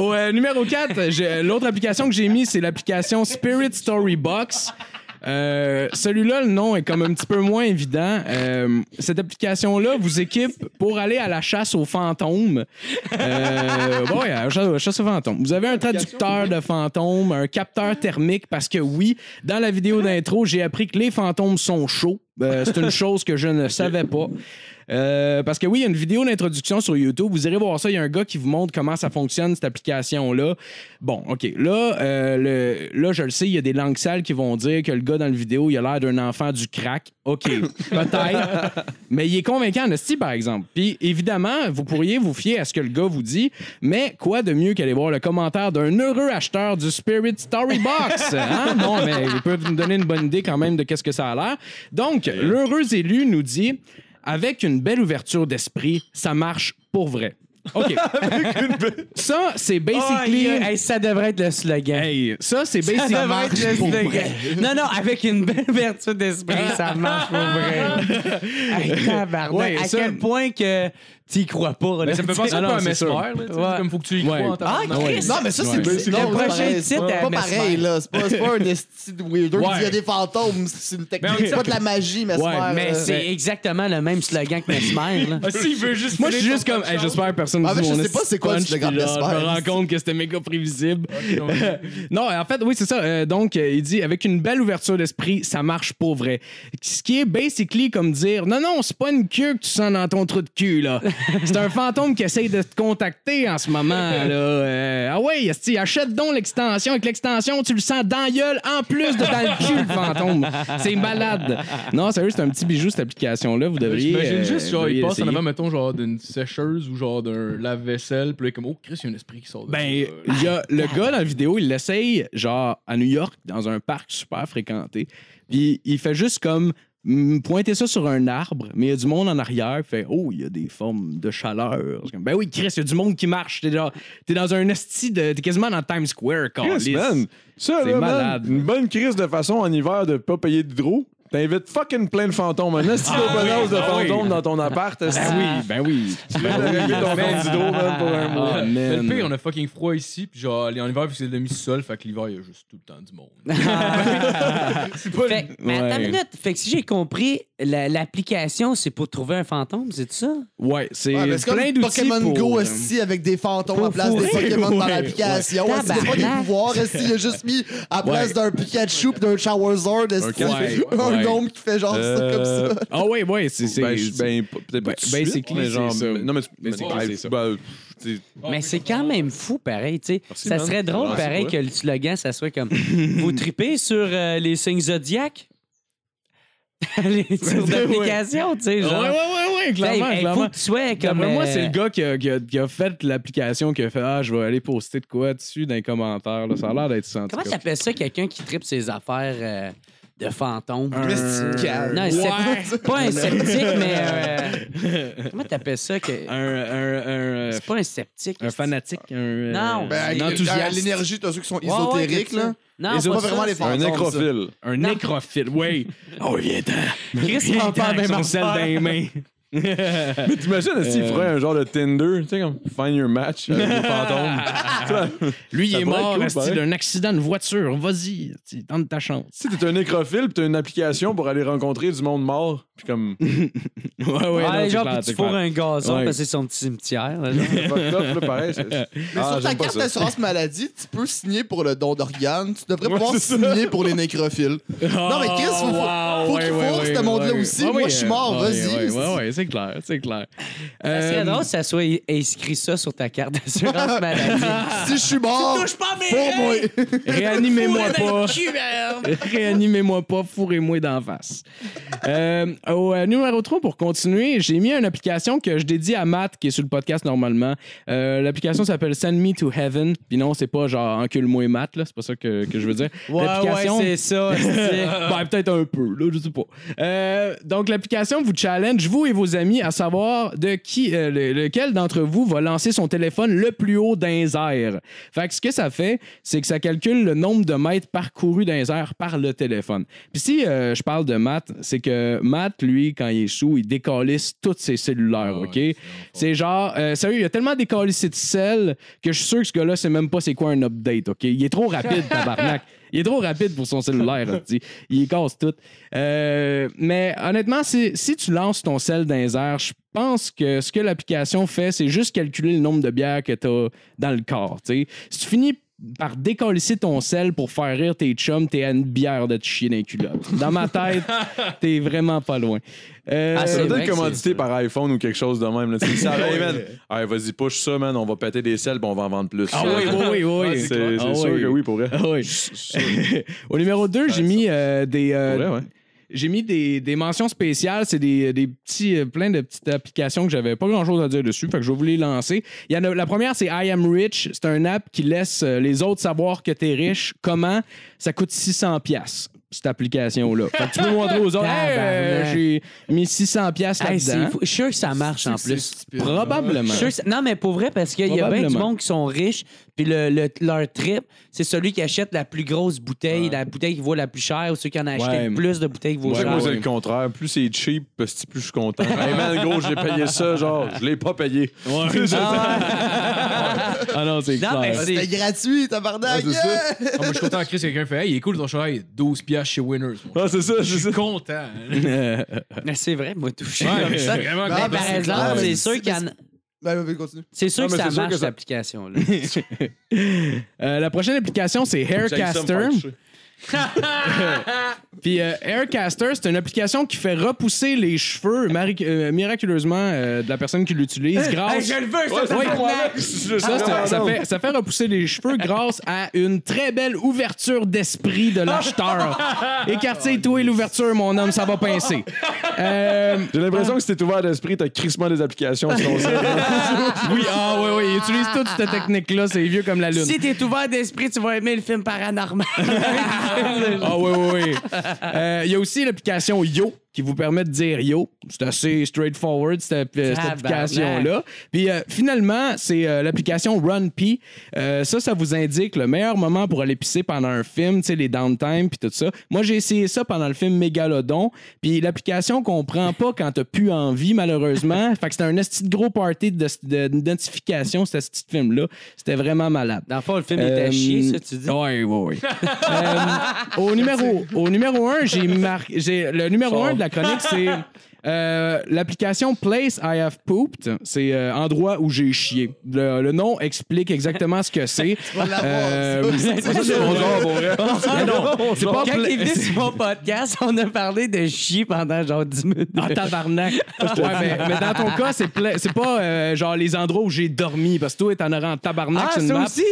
S5: *laughs* Au euh, numéro 4, j'ai- l'autre application que j'ai mis, c'est l'application Spirit Story Box. Euh, Celui-là, le nom est comme un petit peu moins évident. Euh, cette application-là vous équipe pour aller à la chasse aux fantômes. Euh, ouais, à la chasse- à la chasse aux fantômes. Vous avez un traducteur de fantômes, un capteur thermique, parce que oui, dans la vidéo d'intro, j'ai appris que les fantômes sont chauds. Euh, c'est une chose que je ne savais pas. Euh, parce que oui, il y a une vidéo d'introduction sur YouTube. Vous irez voir ça. Il y a un gars qui vous montre comment ça fonctionne, cette application-là. Bon, OK. Là, euh, le, là, je le sais, il y a des langues sales qui vont dire que le gars dans la vidéo, il a l'air d'un enfant du crack. OK, peut-être. *laughs* mais il est convaincant en esti, par exemple. Puis évidemment, vous pourriez vous fier à ce que le gars vous dit. Mais quoi de mieux qu'aller voir le commentaire d'un heureux acheteur du Spirit
S1: *laughs*
S5: Story Box? Hein? Non, mais il peut nous donner une bonne idée quand même de qu'est-ce que ça a l'air. Donc, l'heureux élu nous dit avec une belle ouverture d'esprit, ça marche pour vrai.
S1: *laughs*
S5: OK. ça, c'est basically.
S1: Oh, hey, ça devrait être le slogan.
S5: Hey, ça, c'est
S1: Ça
S5: basically.
S1: devrait être le slogan. Non, non, avec une belle vertu d'esprit, ça marche pour vrai. hey, tabarnak,
S5: Ouais,
S1: à
S5: ça-
S1: quel point que tu y crois pas. là,
S4: Ça me fait
S1: tu sais. Ah
S4: penser un peu
S5: non,
S4: à
S5: c'est
S4: Mesmer,
S5: sûr.
S4: là, tu sais,
S1: Ouais.
S4: c'est comme faut que tu y crois
S5: Ouais.
S4: en
S1: Ah,
S4: tant
S1: Chris!
S3: Non, mais ça c'est
S2: Ouais.
S3: non,
S1: Le
S3: c'est pas
S1: prochain
S3: pareil,
S1: titre
S3: c'est pas-
S1: à
S3: pas
S1: Mesmer.
S3: pareil là, c'est pas, c'est pas un esti de weirdo qui dit il y a des fantômes, c'est une
S4: Mais en
S3: technique,
S4: même
S3: c'est pas de la magie mais
S5: Ouais,
S1: Mais c'est exactement le même slogan que Mesmer. là.
S4: Ah, S'il veut juste.
S5: Moi, je suis juste comme. Hey, J'espère que personne ne
S3: Ah,
S5: dit
S3: mais je
S5: mon
S3: sais pas
S5: esti
S3: c'est quoi le
S5: punch,
S3: slogan
S5: puis
S3: de
S5: genre, Je
S3: l'espère.
S5: me rends compte que c'était méga prévisible.
S4: non,
S5: *laughs* non, en fait, oui, c'est ça. Euh, donc, euh, il dit avec une belle ouverture d'esprit, ça marche pour vrai. Ce qui est basically comme dire non, non, c'est pas une queue que tu sens dans ton trou de
S4: *laughs*
S5: cul, là. c'est un fantôme qui essaye de te contacter en ce moment, là. Euh, ah ouais, esti, achète donc l'extension. Avec l'extension, tu le sens dans la gueule en plus de dans le cul, le fantôme. C'est malade. Non, sérieux, c'est un petit bijou, cette application-là. Vous devriez.
S4: J'imagine
S5: euh,
S4: juste, genre, il
S5: devriez
S4: passe en
S5: l'essayer.
S4: avant, mettons, genre d'une sécheuse ou genre d'un lave-vaisselle, puis là, il est comme, oh, Chris, il y a un esprit qui sort de
S5: Ben,
S4: ça.
S5: il y a le gars dans la vidéo, il l'essaye, genre, à New York, dans un parc super fréquenté. Puis il fait juste comme mm, pointer ça sur un arbre, mais il y a du monde en arrière. Il fait Oh, il y a des formes de chaleur. C'est comme, ben oui, Chris, il y a du monde qui marche. T'es genre- t'es dans un esti de. T'es quasiment dans Times Square,
S2: Chris,
S5: câlisse.
S2: man. Ça,
S5: C'est
S2: là, man,
S5: malade.
S2: une bonne crise de façon en hiver de pas payer d'hydro. T'invites fucking plein de fantômes. Un esti d'open house de
S5: ah oui.
S2: fantômes dans ton appart. esti.
S5: Ben oui, ben oui.
S2: Tu *laughs* viens de régler ton compte d'hydro, man, pour un mois.
S5: Ah, man.
S4: Mais le pire, on a fucking froid ici, puis genre, en hiver, puis c'est demi-sol, fait que l'hiver, il y a juste tout le temps du monde.
S1: Fait, mais attends une minute. Fait que si j'ai compris, la- l'application, c'est pour trouver un fantôme, c'est ça?
S5: Ouais, c'est
S3: Ouais, mais c'est
S5: plein
S3: comme
S5: d'outils.
S3: Pokémon
S5: pour,
S3: Go
S5: euh,
S3: aussi avec des fantômes à
S5: pour
S3: place des
S5: fourrer,
S3: Pokémon dans
S5: ouais,
S3: l'application.
S1: ouais.
S3: Ouais, c'est pas des
S1: Tabarnak.
S3: pouvoirs. Est-ce qu'il a juste mis à place d'un Pikachu pis d'un Charizard est-ce qu'il a
S5: Ouais,
S3: un
S5: ouais.
S3: nombre qui fait genre ça comme ça?
S2: Euh,
S5: Ah ouais, ouais, c'est. c'est-
S2: ben, je- ben, pas- peut-être pas
S5: Ben,
S2: tout de suite,
S5: basically,
S2: mais genre,
S5: c'est ça.
S2: Non, mais tu- mais
S5: Basically,
S2: ben,
S5: c'est ça.
S2: ben, tu sais,
S4: Ah,
S1: Mais c'est quand même fou, pareil. tu sais.
S2: Merci,
S1: ça
S2: man.
S1: serait drôle,
S2: Merci,
S1: pareil,
S2: ouais.
S1: que le slogan, ça soit comme Vous tripez sur euh, les signes zodiaques? *laughs* les sur l'application, tu sais,
S5: Ouais, ouais,
S1: genre.
S5: ouais, ouais, clairement.
S1: Hey, hey,
S5: clairement.
S1: faut que tu sois comme.
S5: D'après moi,
S1: euh,
S5: c'est le gars qui a, qui a- qui a fait l'application, qui a fait Ah, je vais aller poster de quoi dessus dans les commentaires. là. Ça a l'air d'être ça. en tout
S1: Comment
S5: cas.
S1: t'appelles ça quelqu'un qui tripe ses affaires? euh, de fantôme.
S3: Mystical.
S1: Non, un sceptique. Pas un
S5: *laughs*
S1: sceptique, mais. euh,
S5: un,
S1: comment t'appelles ça? Que...
S5: *laughs* un, un, euh,
S1: C'est pas un sceptique.
S5: un fanatique, un. euh,
S1: Non.
S3: Ben, avec-
S5: un
S3: à
S5: enthousiaste.
S3: L'énergie, t'as ceux qui sont
S1: Ouais, ouais,
S3: ésotériques,
S1: c'est ça.
S3: là.
S1: Non,
S3: Ils sont
S1: pas
S3: Ah, pas
S1: ça.
S3: vraiment les fantômes.
S2: Un
S3: ça.
S2: nécrophile.
S5: Un
S1: *laughs*
S5: nécrophile, oui. oh, viens-t'en. *laughs*
S1: Chris prend pas la
S5: Viens-t'en,
S1: même
S5: son sel dans
S1: affaire.
S5: les mains.
S2: Mais t'imagines s'il ferait un genre de Tinder, tu sais, comme Find Your Match avec des fantômes. Tu sais,
S6: Lui, il
S2: Ça
S6: est
S2: pourrait être
S6: mort
S2: cool,
S6: esti,
S2: pareil.
S6: d'un accident de voiture. Vas-y, esti, tente
S3: *laughs*
S6: ta chance.
S2: si t'es un nécrophile, pis t'as une application pour aller rencontrer du monde mort, puis comme.
S5: Ouais, ouais,
S1: Ouais,
S5: non, c'est
S1: genre,
S5: clair,
S1: puis
S5: c'est
S1: tu fourres
S5: clair.
S1: un gazon
S5: Ouais.
S1: parce que c'est son petit cimetière. là, genre.
S2: fucked up, là, pareil. c'est-
S3: Mais
S2: Ah,
S3: sur ta
S2: j'aime pas
S3: carte
S2: ça.
S3: d'assurance maladie, tu peux signer pour le don d'organes. Tu devrais
S2: Ouais,
S3: pouvoir
S2: c'est ça.
S3: signer pour les
S5: *laughs*
S3: nécrophiles. non, mais Chris, faut,
S5: wow,
S3: faut, faut
S5: ouais,
S3: qu'il
S5: ouais,
S3: fourre
S5: ouais,
S3: ce monde-là
S5: ouais.
S3: aussi.
S5: Ouais,
S3: Moi,
S5: oui,
S3: je suis
S5: euh,
S3: mort,
S5: ouais,
S3: vas-y.
S5: Ouais, ouais, ouais, c'est clair, c'est clair.
S1: Ça serait
S5: Euh,
S1: drôle si ça soit inscrit ça sur ta carte
S5: *laughs*
S1: d'assurance maladie.
S5: Ah,
S3: Si je suis mort,
S7: pas
S3: fourre-moi.
S5: Réanimez-moi pas. *laughs* Réanimez-moi pas, fourrez-moi d'en face. Euh, au euh, numéro 3, pour continuer, j'ai mis une application que je dédie à Matt, qui est sur le podcast normalement. Euh, L'application s'appelle Send Me to Heaven. Puis non, c'est pas genre Encule-moi Matt, là. C'est pas ça que, que je veux dire. L'application-
S1: c'est ça. c'est-
S5: *laughs* ben, peut-être un peu, là, je sais pas. Euh, donc, l'application vous challenge, vous et vos amis, à savoir de qui, euh, le- lequel d'entre vous va lancer son téléphone le plus haut dans les airs. Fait que ce que ça fait, c'est que ça calcule le nombre de mètres parcourus dans les airs par le téléphone. Puis si euh, je parle de Matt, c'est que Matt, lui, quand il est sous, il décalisse tous ses cellulaires, OK? C'est genre, euh, sérieux, il a tellement décalissé de sel que je suis sûr que ce gars-là sait même pas c'est quoi un update, OK? Il est
S1: *laughs*
S5: trop rapide, tabarnak. Il est trop rapide pour son cellulaire, hostie. il casse tout. Euh, mais honnêtement, si, si tu lances ton sel dans les airs, je pense que ce que l'application fait, c'est juste calculer le nombre de bières que tu as dans le corps. tu sais. Si tu finis par décollisser ton sel pour faire rire tes chums, t'es à une bière de te chier dans les culottes. Dans ma tête, t'es vraiment pas loin. Euh,
S1: Ah,
S2: Ça
S1: C'est
S2: doit
S1: vrai
S2: être
S1: que
S2: commandité
S1: c'est-
S2: par iPhone ou quelque chose de même. Là. Tu sais, ça, hey, man, hey, vas-y, push ça, man. On va péter des selles puis on va en vendre plus.
S5: ah oui, oui, oui, oui.
S2: C'est c'est
S5: Ah
S2: sûr
S5: oui.
S2: que oui, pour vrai.
S5: Ah oui. *laughs* Au numéro 2, j'ai mis euh, des. euh,
S2: Pour vrai, ouais.
S5: J'ai mis des, des mentions spéciales, c'est des, des petits, euh, plein de petites applications que j'avais pas grand chose à dire dessus, fait que je vais vous les lancer. Il y en a- la première, c'est I Am Rich. C'est un app qui laisse euh, les autres savoir que t'es riche. Comment Ça coûte 600 pièces cette application-là. Fait que tu peux montrer
S1: *laughs*
S5: aux autres, Hey, euh,
S1: Tabarnak.
S5: j'ai mis 600
S1: *laughs*
S5: pièces
S1: Hey,
S5: là-dedans.
S1: c'est fou. Je suis sûr que ça marche en plus. Je
S5: *laughs* Probablement.
S1: suis sûr que ça- Non, mais pour vrai, parce qu'il y a bien du
S5: Probablement.
S1: monde qui sont riches, puis le, le- leur trip, c'est celui qui achète la plus grosse bouteille, la bouteille qui vaut la plus chère, ou ceux qui en achètent
S5: Ouais.
S1: le plus de bouteilles qui vaut
S5: Ouais,
S2: Moi,
S1: cher.
S2: c'est le contraire. Plus c'est cheap, plus je suis content. hey, man, gros, j'ai payé ça, genre, je l'ai pas payé.
S5: *laughs* Ah non, c'est
S1: Non,
S5: clair.
S1: mais
S3: *laughs* C'était gratuit, tabarnak.
S2: Ouais, c'est ça.
S3: yeah!
S4: Ah, moi, je suis content en Chris, quelqu'un fait Hey, il est cool ton chandail, 12 piastres chez Winners. mon
S2: Ah, c'est ça,
S4: Je
S2: c'est ça.
S4: suis content.
S1: *laughs* Mais c'est vrai, moi, touché comme
S4: Ouais,
S1: ça. Ah,
S4: vraiment
S3: Non,
S1: Mais
S4: content.
S3: ben,
S1: par
S3: c'est
S1: exemple,
S3: clair,
S1: c'est
S3: mais
S1: sûr,
S3: c'est-
S1: qu'il y en a-
S3: Ben, vas-y, continue.
S1: c'est sûr
S2: Non,
S1: que
S2: mais
S1: ça
S2: c'est sûr
S1: marche,
S2: que
S1: cette
S2: ça-
S1: application-là.
S5: *laughs* Euh, la prochaine application, c'est Haircaster. Puis euh, Aircaster, c'est une application qui fait repousser les cheveux mari- euh, miraculeusement euh, de la personne qui l'utilise grâce.
S1: le veux,
S2: Ouais, c'est
S5: Oui.
S2: ça, moi, mec. Je-
S5: Ça, c'est-
S2: Eh, Ah,
S5: ça
S2: non.
S5: fait, ça fait repousser les cheveux grâce à une très belle ouverture d'esprit de
S2: *laughs*
S5: l'acheteur. Écartez-toi l'ouverture, mon homme, ça va pincer.
S2: *laughs*
S5: Euh, *laughs*
S2: J'ai l'impression que si t'es ouvert d'esprit, t'as crissement des applications sur ton site.
S5: *laughs* oui, ah oui, oui, ils utilisent toute cette technique-là, c'est vieux comme la lune.
S1: Si t'es ouvert d'esprit, tu vas aimer le film paranormal.
S5: Ah oui, oui, oui. Euh, Il y a aussi l'application Yo qui vous permet de dire Yo. C'est assez straightforward, cette, euh, cette
S1: Tabarnak.
S5: application-là. Puis euh, finalement, c'est euh, l'application Run P. Euh, ça, ça vous indique le meilleur moment pour aller pisser pendant un film, tu sais, les downtime puis tout ça. Moi, j'ai essayé ça pendant le film Mégalodon. Puis l'application comprend pas quand t'as plus envie, malheureusement. fait que c'était un esti de gros party de- de- d'identification, de, ce petit film-là. C'était vraiment malade.
S1: Dans le fond, le film
S5: Euh,
S1: était à chier, ça, tu dis. *laughs*
S5: Oui, oui, oui. Euh, au, numéro, au numéro 1, j'ai marqué. j'ai- Le numéro 1 de la chronique, c'est. euh, L'application Place I Have Pooped, c'est euh, endroit où j'ai chié. Le, le nom explique exactement ce
S3: *laughs*
S5: que c'est.
S3: vas l'avoir,
S5: *laughs*
S3: ça.
S5: ça, c'est mon genre, pour vrai. Mais non, c'est pas
S1: Quand
S5: pla-
S1: il est *laughs* venu sur mon podcast, on a parlé de chier pendant genre 10 minutes.
S5: Ah, tabarnak! Ouais, mais, mais dans ton cas, c'est pla- c'est pas euh, genre les endroits où j'ai dormi, parce que toi, t'en auras en tabarnak
S1: Ah,
S5: sur une
S1: ça
S5: map.
S1: aussi?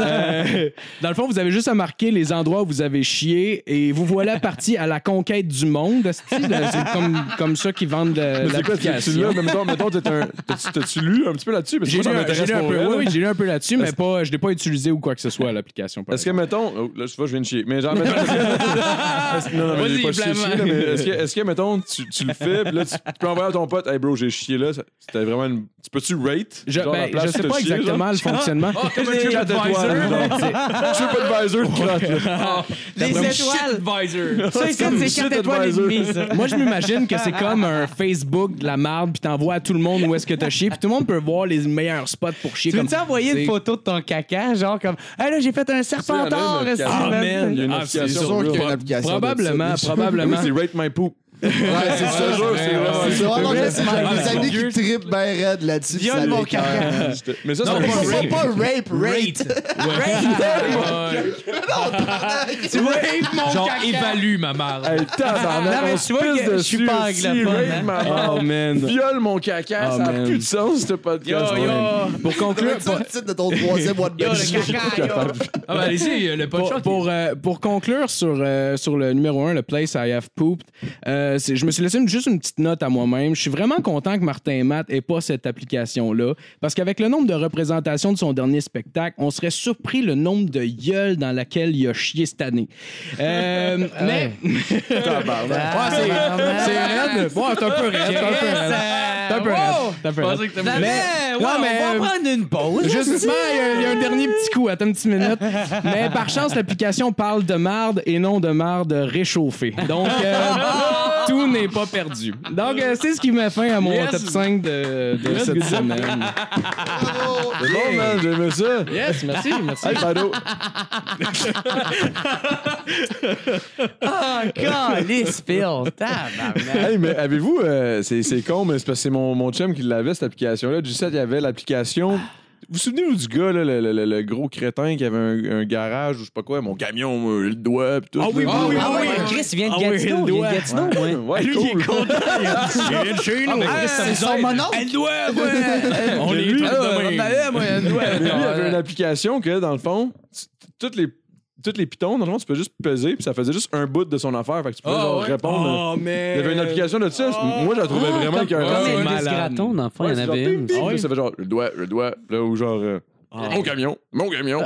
S5: Euh, dans le fond, vous avez juste à marquer les endroits où vous avez chié et vous voilà parti à la conquête du monde. esti. d'habitude, euh, c'est comme, comme ça qu'ils vendent la-
S2: Mais c'est quoi, tu- tu
S5: l'application.
S2: l'as, mais mettons, mettons, t'es un- t'as-tu t'as-tu lu un petit peu là-dessus? Parce que
S5: J'ai
S2: moi,
S5: lu,
S2: ça
S5: un- j'ai
S2: m'intéresse
S5: lu un
S2: pour
S5: peu,
S2: vrai,
S5: oui,
S2: là.
S5: j'ai lu un peu là-dessus, mais pas, je l'ai pas utilisé ou quoi que ce soit, l'application. par
S2: Est-ce que,
S5: exemple.
S2: mettons, oh, là, je sais pas, je viens de chier, mais genre,
S5: *laughs*
S2: mettons, est-ce que- non, non, mais j'ai
S6: Vas-y,
S2: pas chié,
S6: blâme.
S2: chié, là, mais est-ce que, est-ce que, mettons, tu, tu le fais, puis là, tu, tu peux envoyer à ton pote, hey bro, j'ai chié là, ça- c'était vraiment une. Tu peux-tu rate?
S5: Je,
S2: genre, la
S5: ben,
S2: place
S5: je
S2: où
S5: sais
S2: t'as
S5: pas
S2: chié, genre? *laughs*
S5: exactement le fonctionnement.
S4: Ah,
S2: Comme un trip
S6: TripAdvisor,
S2: advisor, genre. Tu veux pas de visor de crotte, là.
S1: *laughs* Les étoiles.
S6: Advisor.
S1: Ça,
S2: C'est comme
S1: c'est
S2: shit
S1: 4 étoiles et
S2: advisor.
S1: demie, ça.
S5: Moi, je m'imagine que c'est comme un Facebook de la marde, puis t'envoies à tout le monde où est-ce que t'as chié, puis tout le monde peut voir les meilleurs spots pour chier.
S1: Tu
S5: Comme...
S1: veux-tu envoyer
S5: c'est-
S1: une photo de ton caca, genre comme Hey là, j'ai fait un serpentor!
S2: C'est un
S1: esti,
S2: homme, Ah,
S1: man.
S2: Il y a une
S6: Ah, c'est
S2: application,
S3: sûr
S2: bro.
S3: qu'il y a une application. de
S5: Probablement,
S3: ça.
S2: Oui,
S5: probablement.
S2: c'est rate my poop.
S3: Ouais, c'est
S2: Je te
S3: ça.
S2: jure, c'est
S3: C'est
S2: vraiment.
S3: vraiment
S1: vrai.
S3: juste
S1: Ah,
S3: mes
S1: c'est
S3: amis qui trippent bien raide là-dessus. puis
S1: Viole
S3: ça
S1: mon
S3: les cœur.
S1: caca.
S5: Ah.
S2: Mais ça, c'est
S6: Non,
S2: un
S6: mais
S3: Mais
S2: peu-
S6: c'est-
S3: c'est pas rape, rate.
S1: Tu vois,
S6: Genre, évalue ma marde.
S2: Hey,
S1: *laughs*
S2: tabarnak,
S1: Non, mais
S2: on
S1: tu
S2: se
S1: vois
S2: pisse
S1: que je
S2: dessus,
S1: suis pas
S2: si,
S1: anglophone,
S2: rape
S1: hein.
S2: ma
S5: Oh,
S2: mère.
S5: man.
S2: Viole mon caca,
S5: Ah,
S2: ça n'a
S5: man.
S2: plus de sens, ce podcast.
S1: Yo, yo.
S5: Pour conclure,
S3: C'est ça le titre de ton troisième mois de
S1: yo,
S3: bêche.
S1: le caca, yo.
S6: Ah, bah, allez-y, le punch
S5: pour, pour, euh, pour conclure sur, euh, sur le numéro 1, le Place I Have Pooped, euh, c'est- je me suis laissé une- juste une petite note à moi-même. Je suis vraiment content que Martin et Matt ait pas cette application-là, parce qu'avec le nombre de représentations de son dernier spectacle, on serait surpris le nombre de gueules dans laquelle il a chié cette année. Euh, mais...
S2: Tabarnak.
S1: Ah,
S5: Ouais, Ah, c'est c'est raide. Bon, c'est un peu raide. C'est un peu raide. C'est un peu raide. C'est un peu raide.
S1: Mais, ouais,
S5: Non, mais-
S1: on va prendre une pause.
S5: Justement, il y, a- il y a un dernier petit coup, attends une petite minute. Mais par chance, l'application parle de marde et non de marde réchauffée. Donc, *laughs* euh, tout n'est pas perdu. Donc, euh, c'est ce qui met fin à mon
S6: Yes.
S5: top 5 de, de cette semaine.
S2: C'est bon, man, j'aimais ça.
S5: Yes, merci, merci.
S2: Hey, Pado.
S1: Ah, calice, Phil. Tabarnak.
S2: Hey, mais avez-vous. euh, c'est c'est con, mais c'est parce que c'est mon, mon chum qui l'avait, cette application-là. Du set, il y avait l'application. Vous vous souvenez-vous du gars, là, le, le- le- le gros crétin qui avait un, un garage ou je sais pas quoi, mon camion, euh, le doigt, pis tout. Ah oui,
S1: Ah
S2: oui,
S1: ouais, Chris il vient de
S5: Ah oui,
S1: Gatineau.
S5: il
S1: Il
S5: doit.
S1: vient de Gatineau,
S2: Ouais,
S1: moi.
S2: ouais, cool.
S5: Ah,
S3: C'est son monon.
S6: On les traite
S5: Euh,
S6: de même.
S2: *laughs* Mais lui, il avait une application que, dans le fond, tu- toutes les. Toutes les pitons, dans le fond, tu peux juste peser, puis ça faisait juste un bout de son affaire. Fait que tu pouvais genre répondre. Il
S5: mais.
S2: y avait
S6: Ah.
S2: une application de ça. Moi, je la trouvais vraiment qu'un
S1: Comme
S2: rêve.
S1: Elvis
S5: malade.
S1: Graton, dans le fond,
S2: Oh, Ouais,
S1: il y
S2: c'est
S1: en
S2: genre
S1: avait
S2: ping,
S1: une.
S2: ping, puis Ça fait genre le doigt, le doigt, là, ou genre euh, mon camion, mon camion.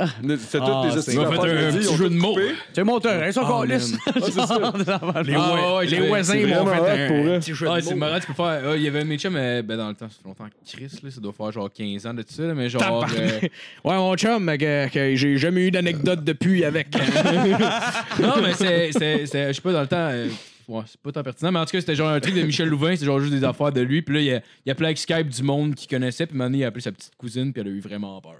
S2: C'est
S1: Ah,
S2: toutes les
S1: c'est-
S2: astuces.
S6: On va faire un petit jeu de mots.
S2: Ah,
S1: C'est mon
S5: hein,
S1: terrain,
S5: Ah,
S1: ils sont calices.
S5: *laughs*
S4: Ah,
S6: Les ouais, les voisins.
S2: C'est vraiment hot pour eux.
S6: de
S4: Ouais, c'est marrant, tu peux faire. ah, Il y avait un métier, mais ben, dans le temps, ça fait longtemps que Chris, là, ça doit faire genre 15 ans de tout ça, là, mais genre. euh,
S5: Ouais, mon chum, mais que, que j'ai jamais eu d'anecdote depuis avec.
S4: *laughs* Non, mais c'est. c'est- c'est- Je sais pas, dans le temps. euh, Ouais, c'est pas tant pertinent, mais en tout cas, c'était genre un truc de Michel Louvain, c'était genre juste des affaires de lui. Puis là, il, a- il appelait avec Skype du monde qu'il connaissait, puis maintenant, il a appelé sa petite cousine, puis elle a eu vraiment
S5: *laughs*
S4: peur.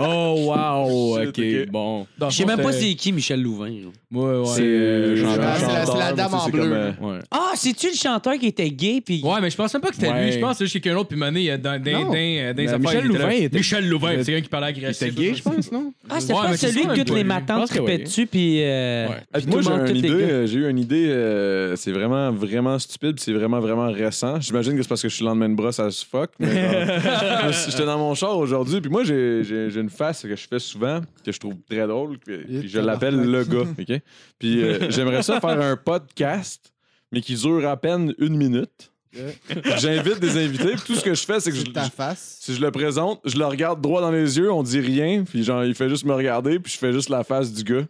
S5: Oh, wow.
S2: Shit,
S5: Ok,
S2: ok.
S5: bon.
S4: Dans le
S1: *laughs* Je sais
S4: fond,
S1: même pas
S4: c'était-
S1: c'est qui Michel Louvain. là.
S4: Ouais, ouais.
S5: C'est euh,
S3: C'est
S5: Jean-Pierre.
S3: la- c'est la dame en
S2: euh,
S3: bleu.
S5: Ouais.
S1: Ah, c'est-tu le chanteur qui était gay? Puis...
S4: Ouais, mais je pense même pas que c'était
S5: Ouais.
S4: lui, je pense que c'est juste quelqu'un d'autre, puis maintenant, il y a dans, dans,
S5: Non.
S4: dans, dans les
S5: Mais
S4: affaires,
S5: Michel
S4: il était là.
S5: Louvain était-
S4: Michel Louvain,
S5: était-
S4: c'est quelqu'un qui parlait agressif.
S5: C'était gay, je pense, non?
S1: Ah, c'était
S4: Ouais,
S1: pas
S4: mais c'est
S1: celui
S4: ça,
S1: que toutes
S4: ouais.
S1: les
S5: Je
S1: matantes
S5: pense que
S1: tripaient
S5: oui.
S1: dessus, puis... euh,
S5: Ouais.
S2: Hey,
S1: puis
S2: Moi,
S1: tout
S2: j'ai
S1: le monde,
S2: un
S1: toutes les
S2: idée,
S1: gars.
S2: euh, j'ai eu une idée, euh, c'est vraiment, vraiment stupide, puis c'est vraiment, vraiment récent. J'imagine que c'est parce que je suis le lendemain de brosse à ce fuck. mais
S1: *laughs*
S2: genre, J'étais dans mon char aujourd'hui, puis moi, j'ai j'ai- j'ai une face que je fais souvent, que je trouve très drôle, puis, puis je l'appelle le gars, OK? Puis
S3: *laughs*
S2: euh, j'aimerais ça faire un podcast, mais qui dure à peine une minute. J'invite des invités, puis tout ce que je fais, c'est que je,
S3: C'est ta face.
S2: si je le présente, je le regarde droit dans les yeux, on dit rien, puis genre, il fait juste me regarder, puis je fais juste la face du *laughs* gars.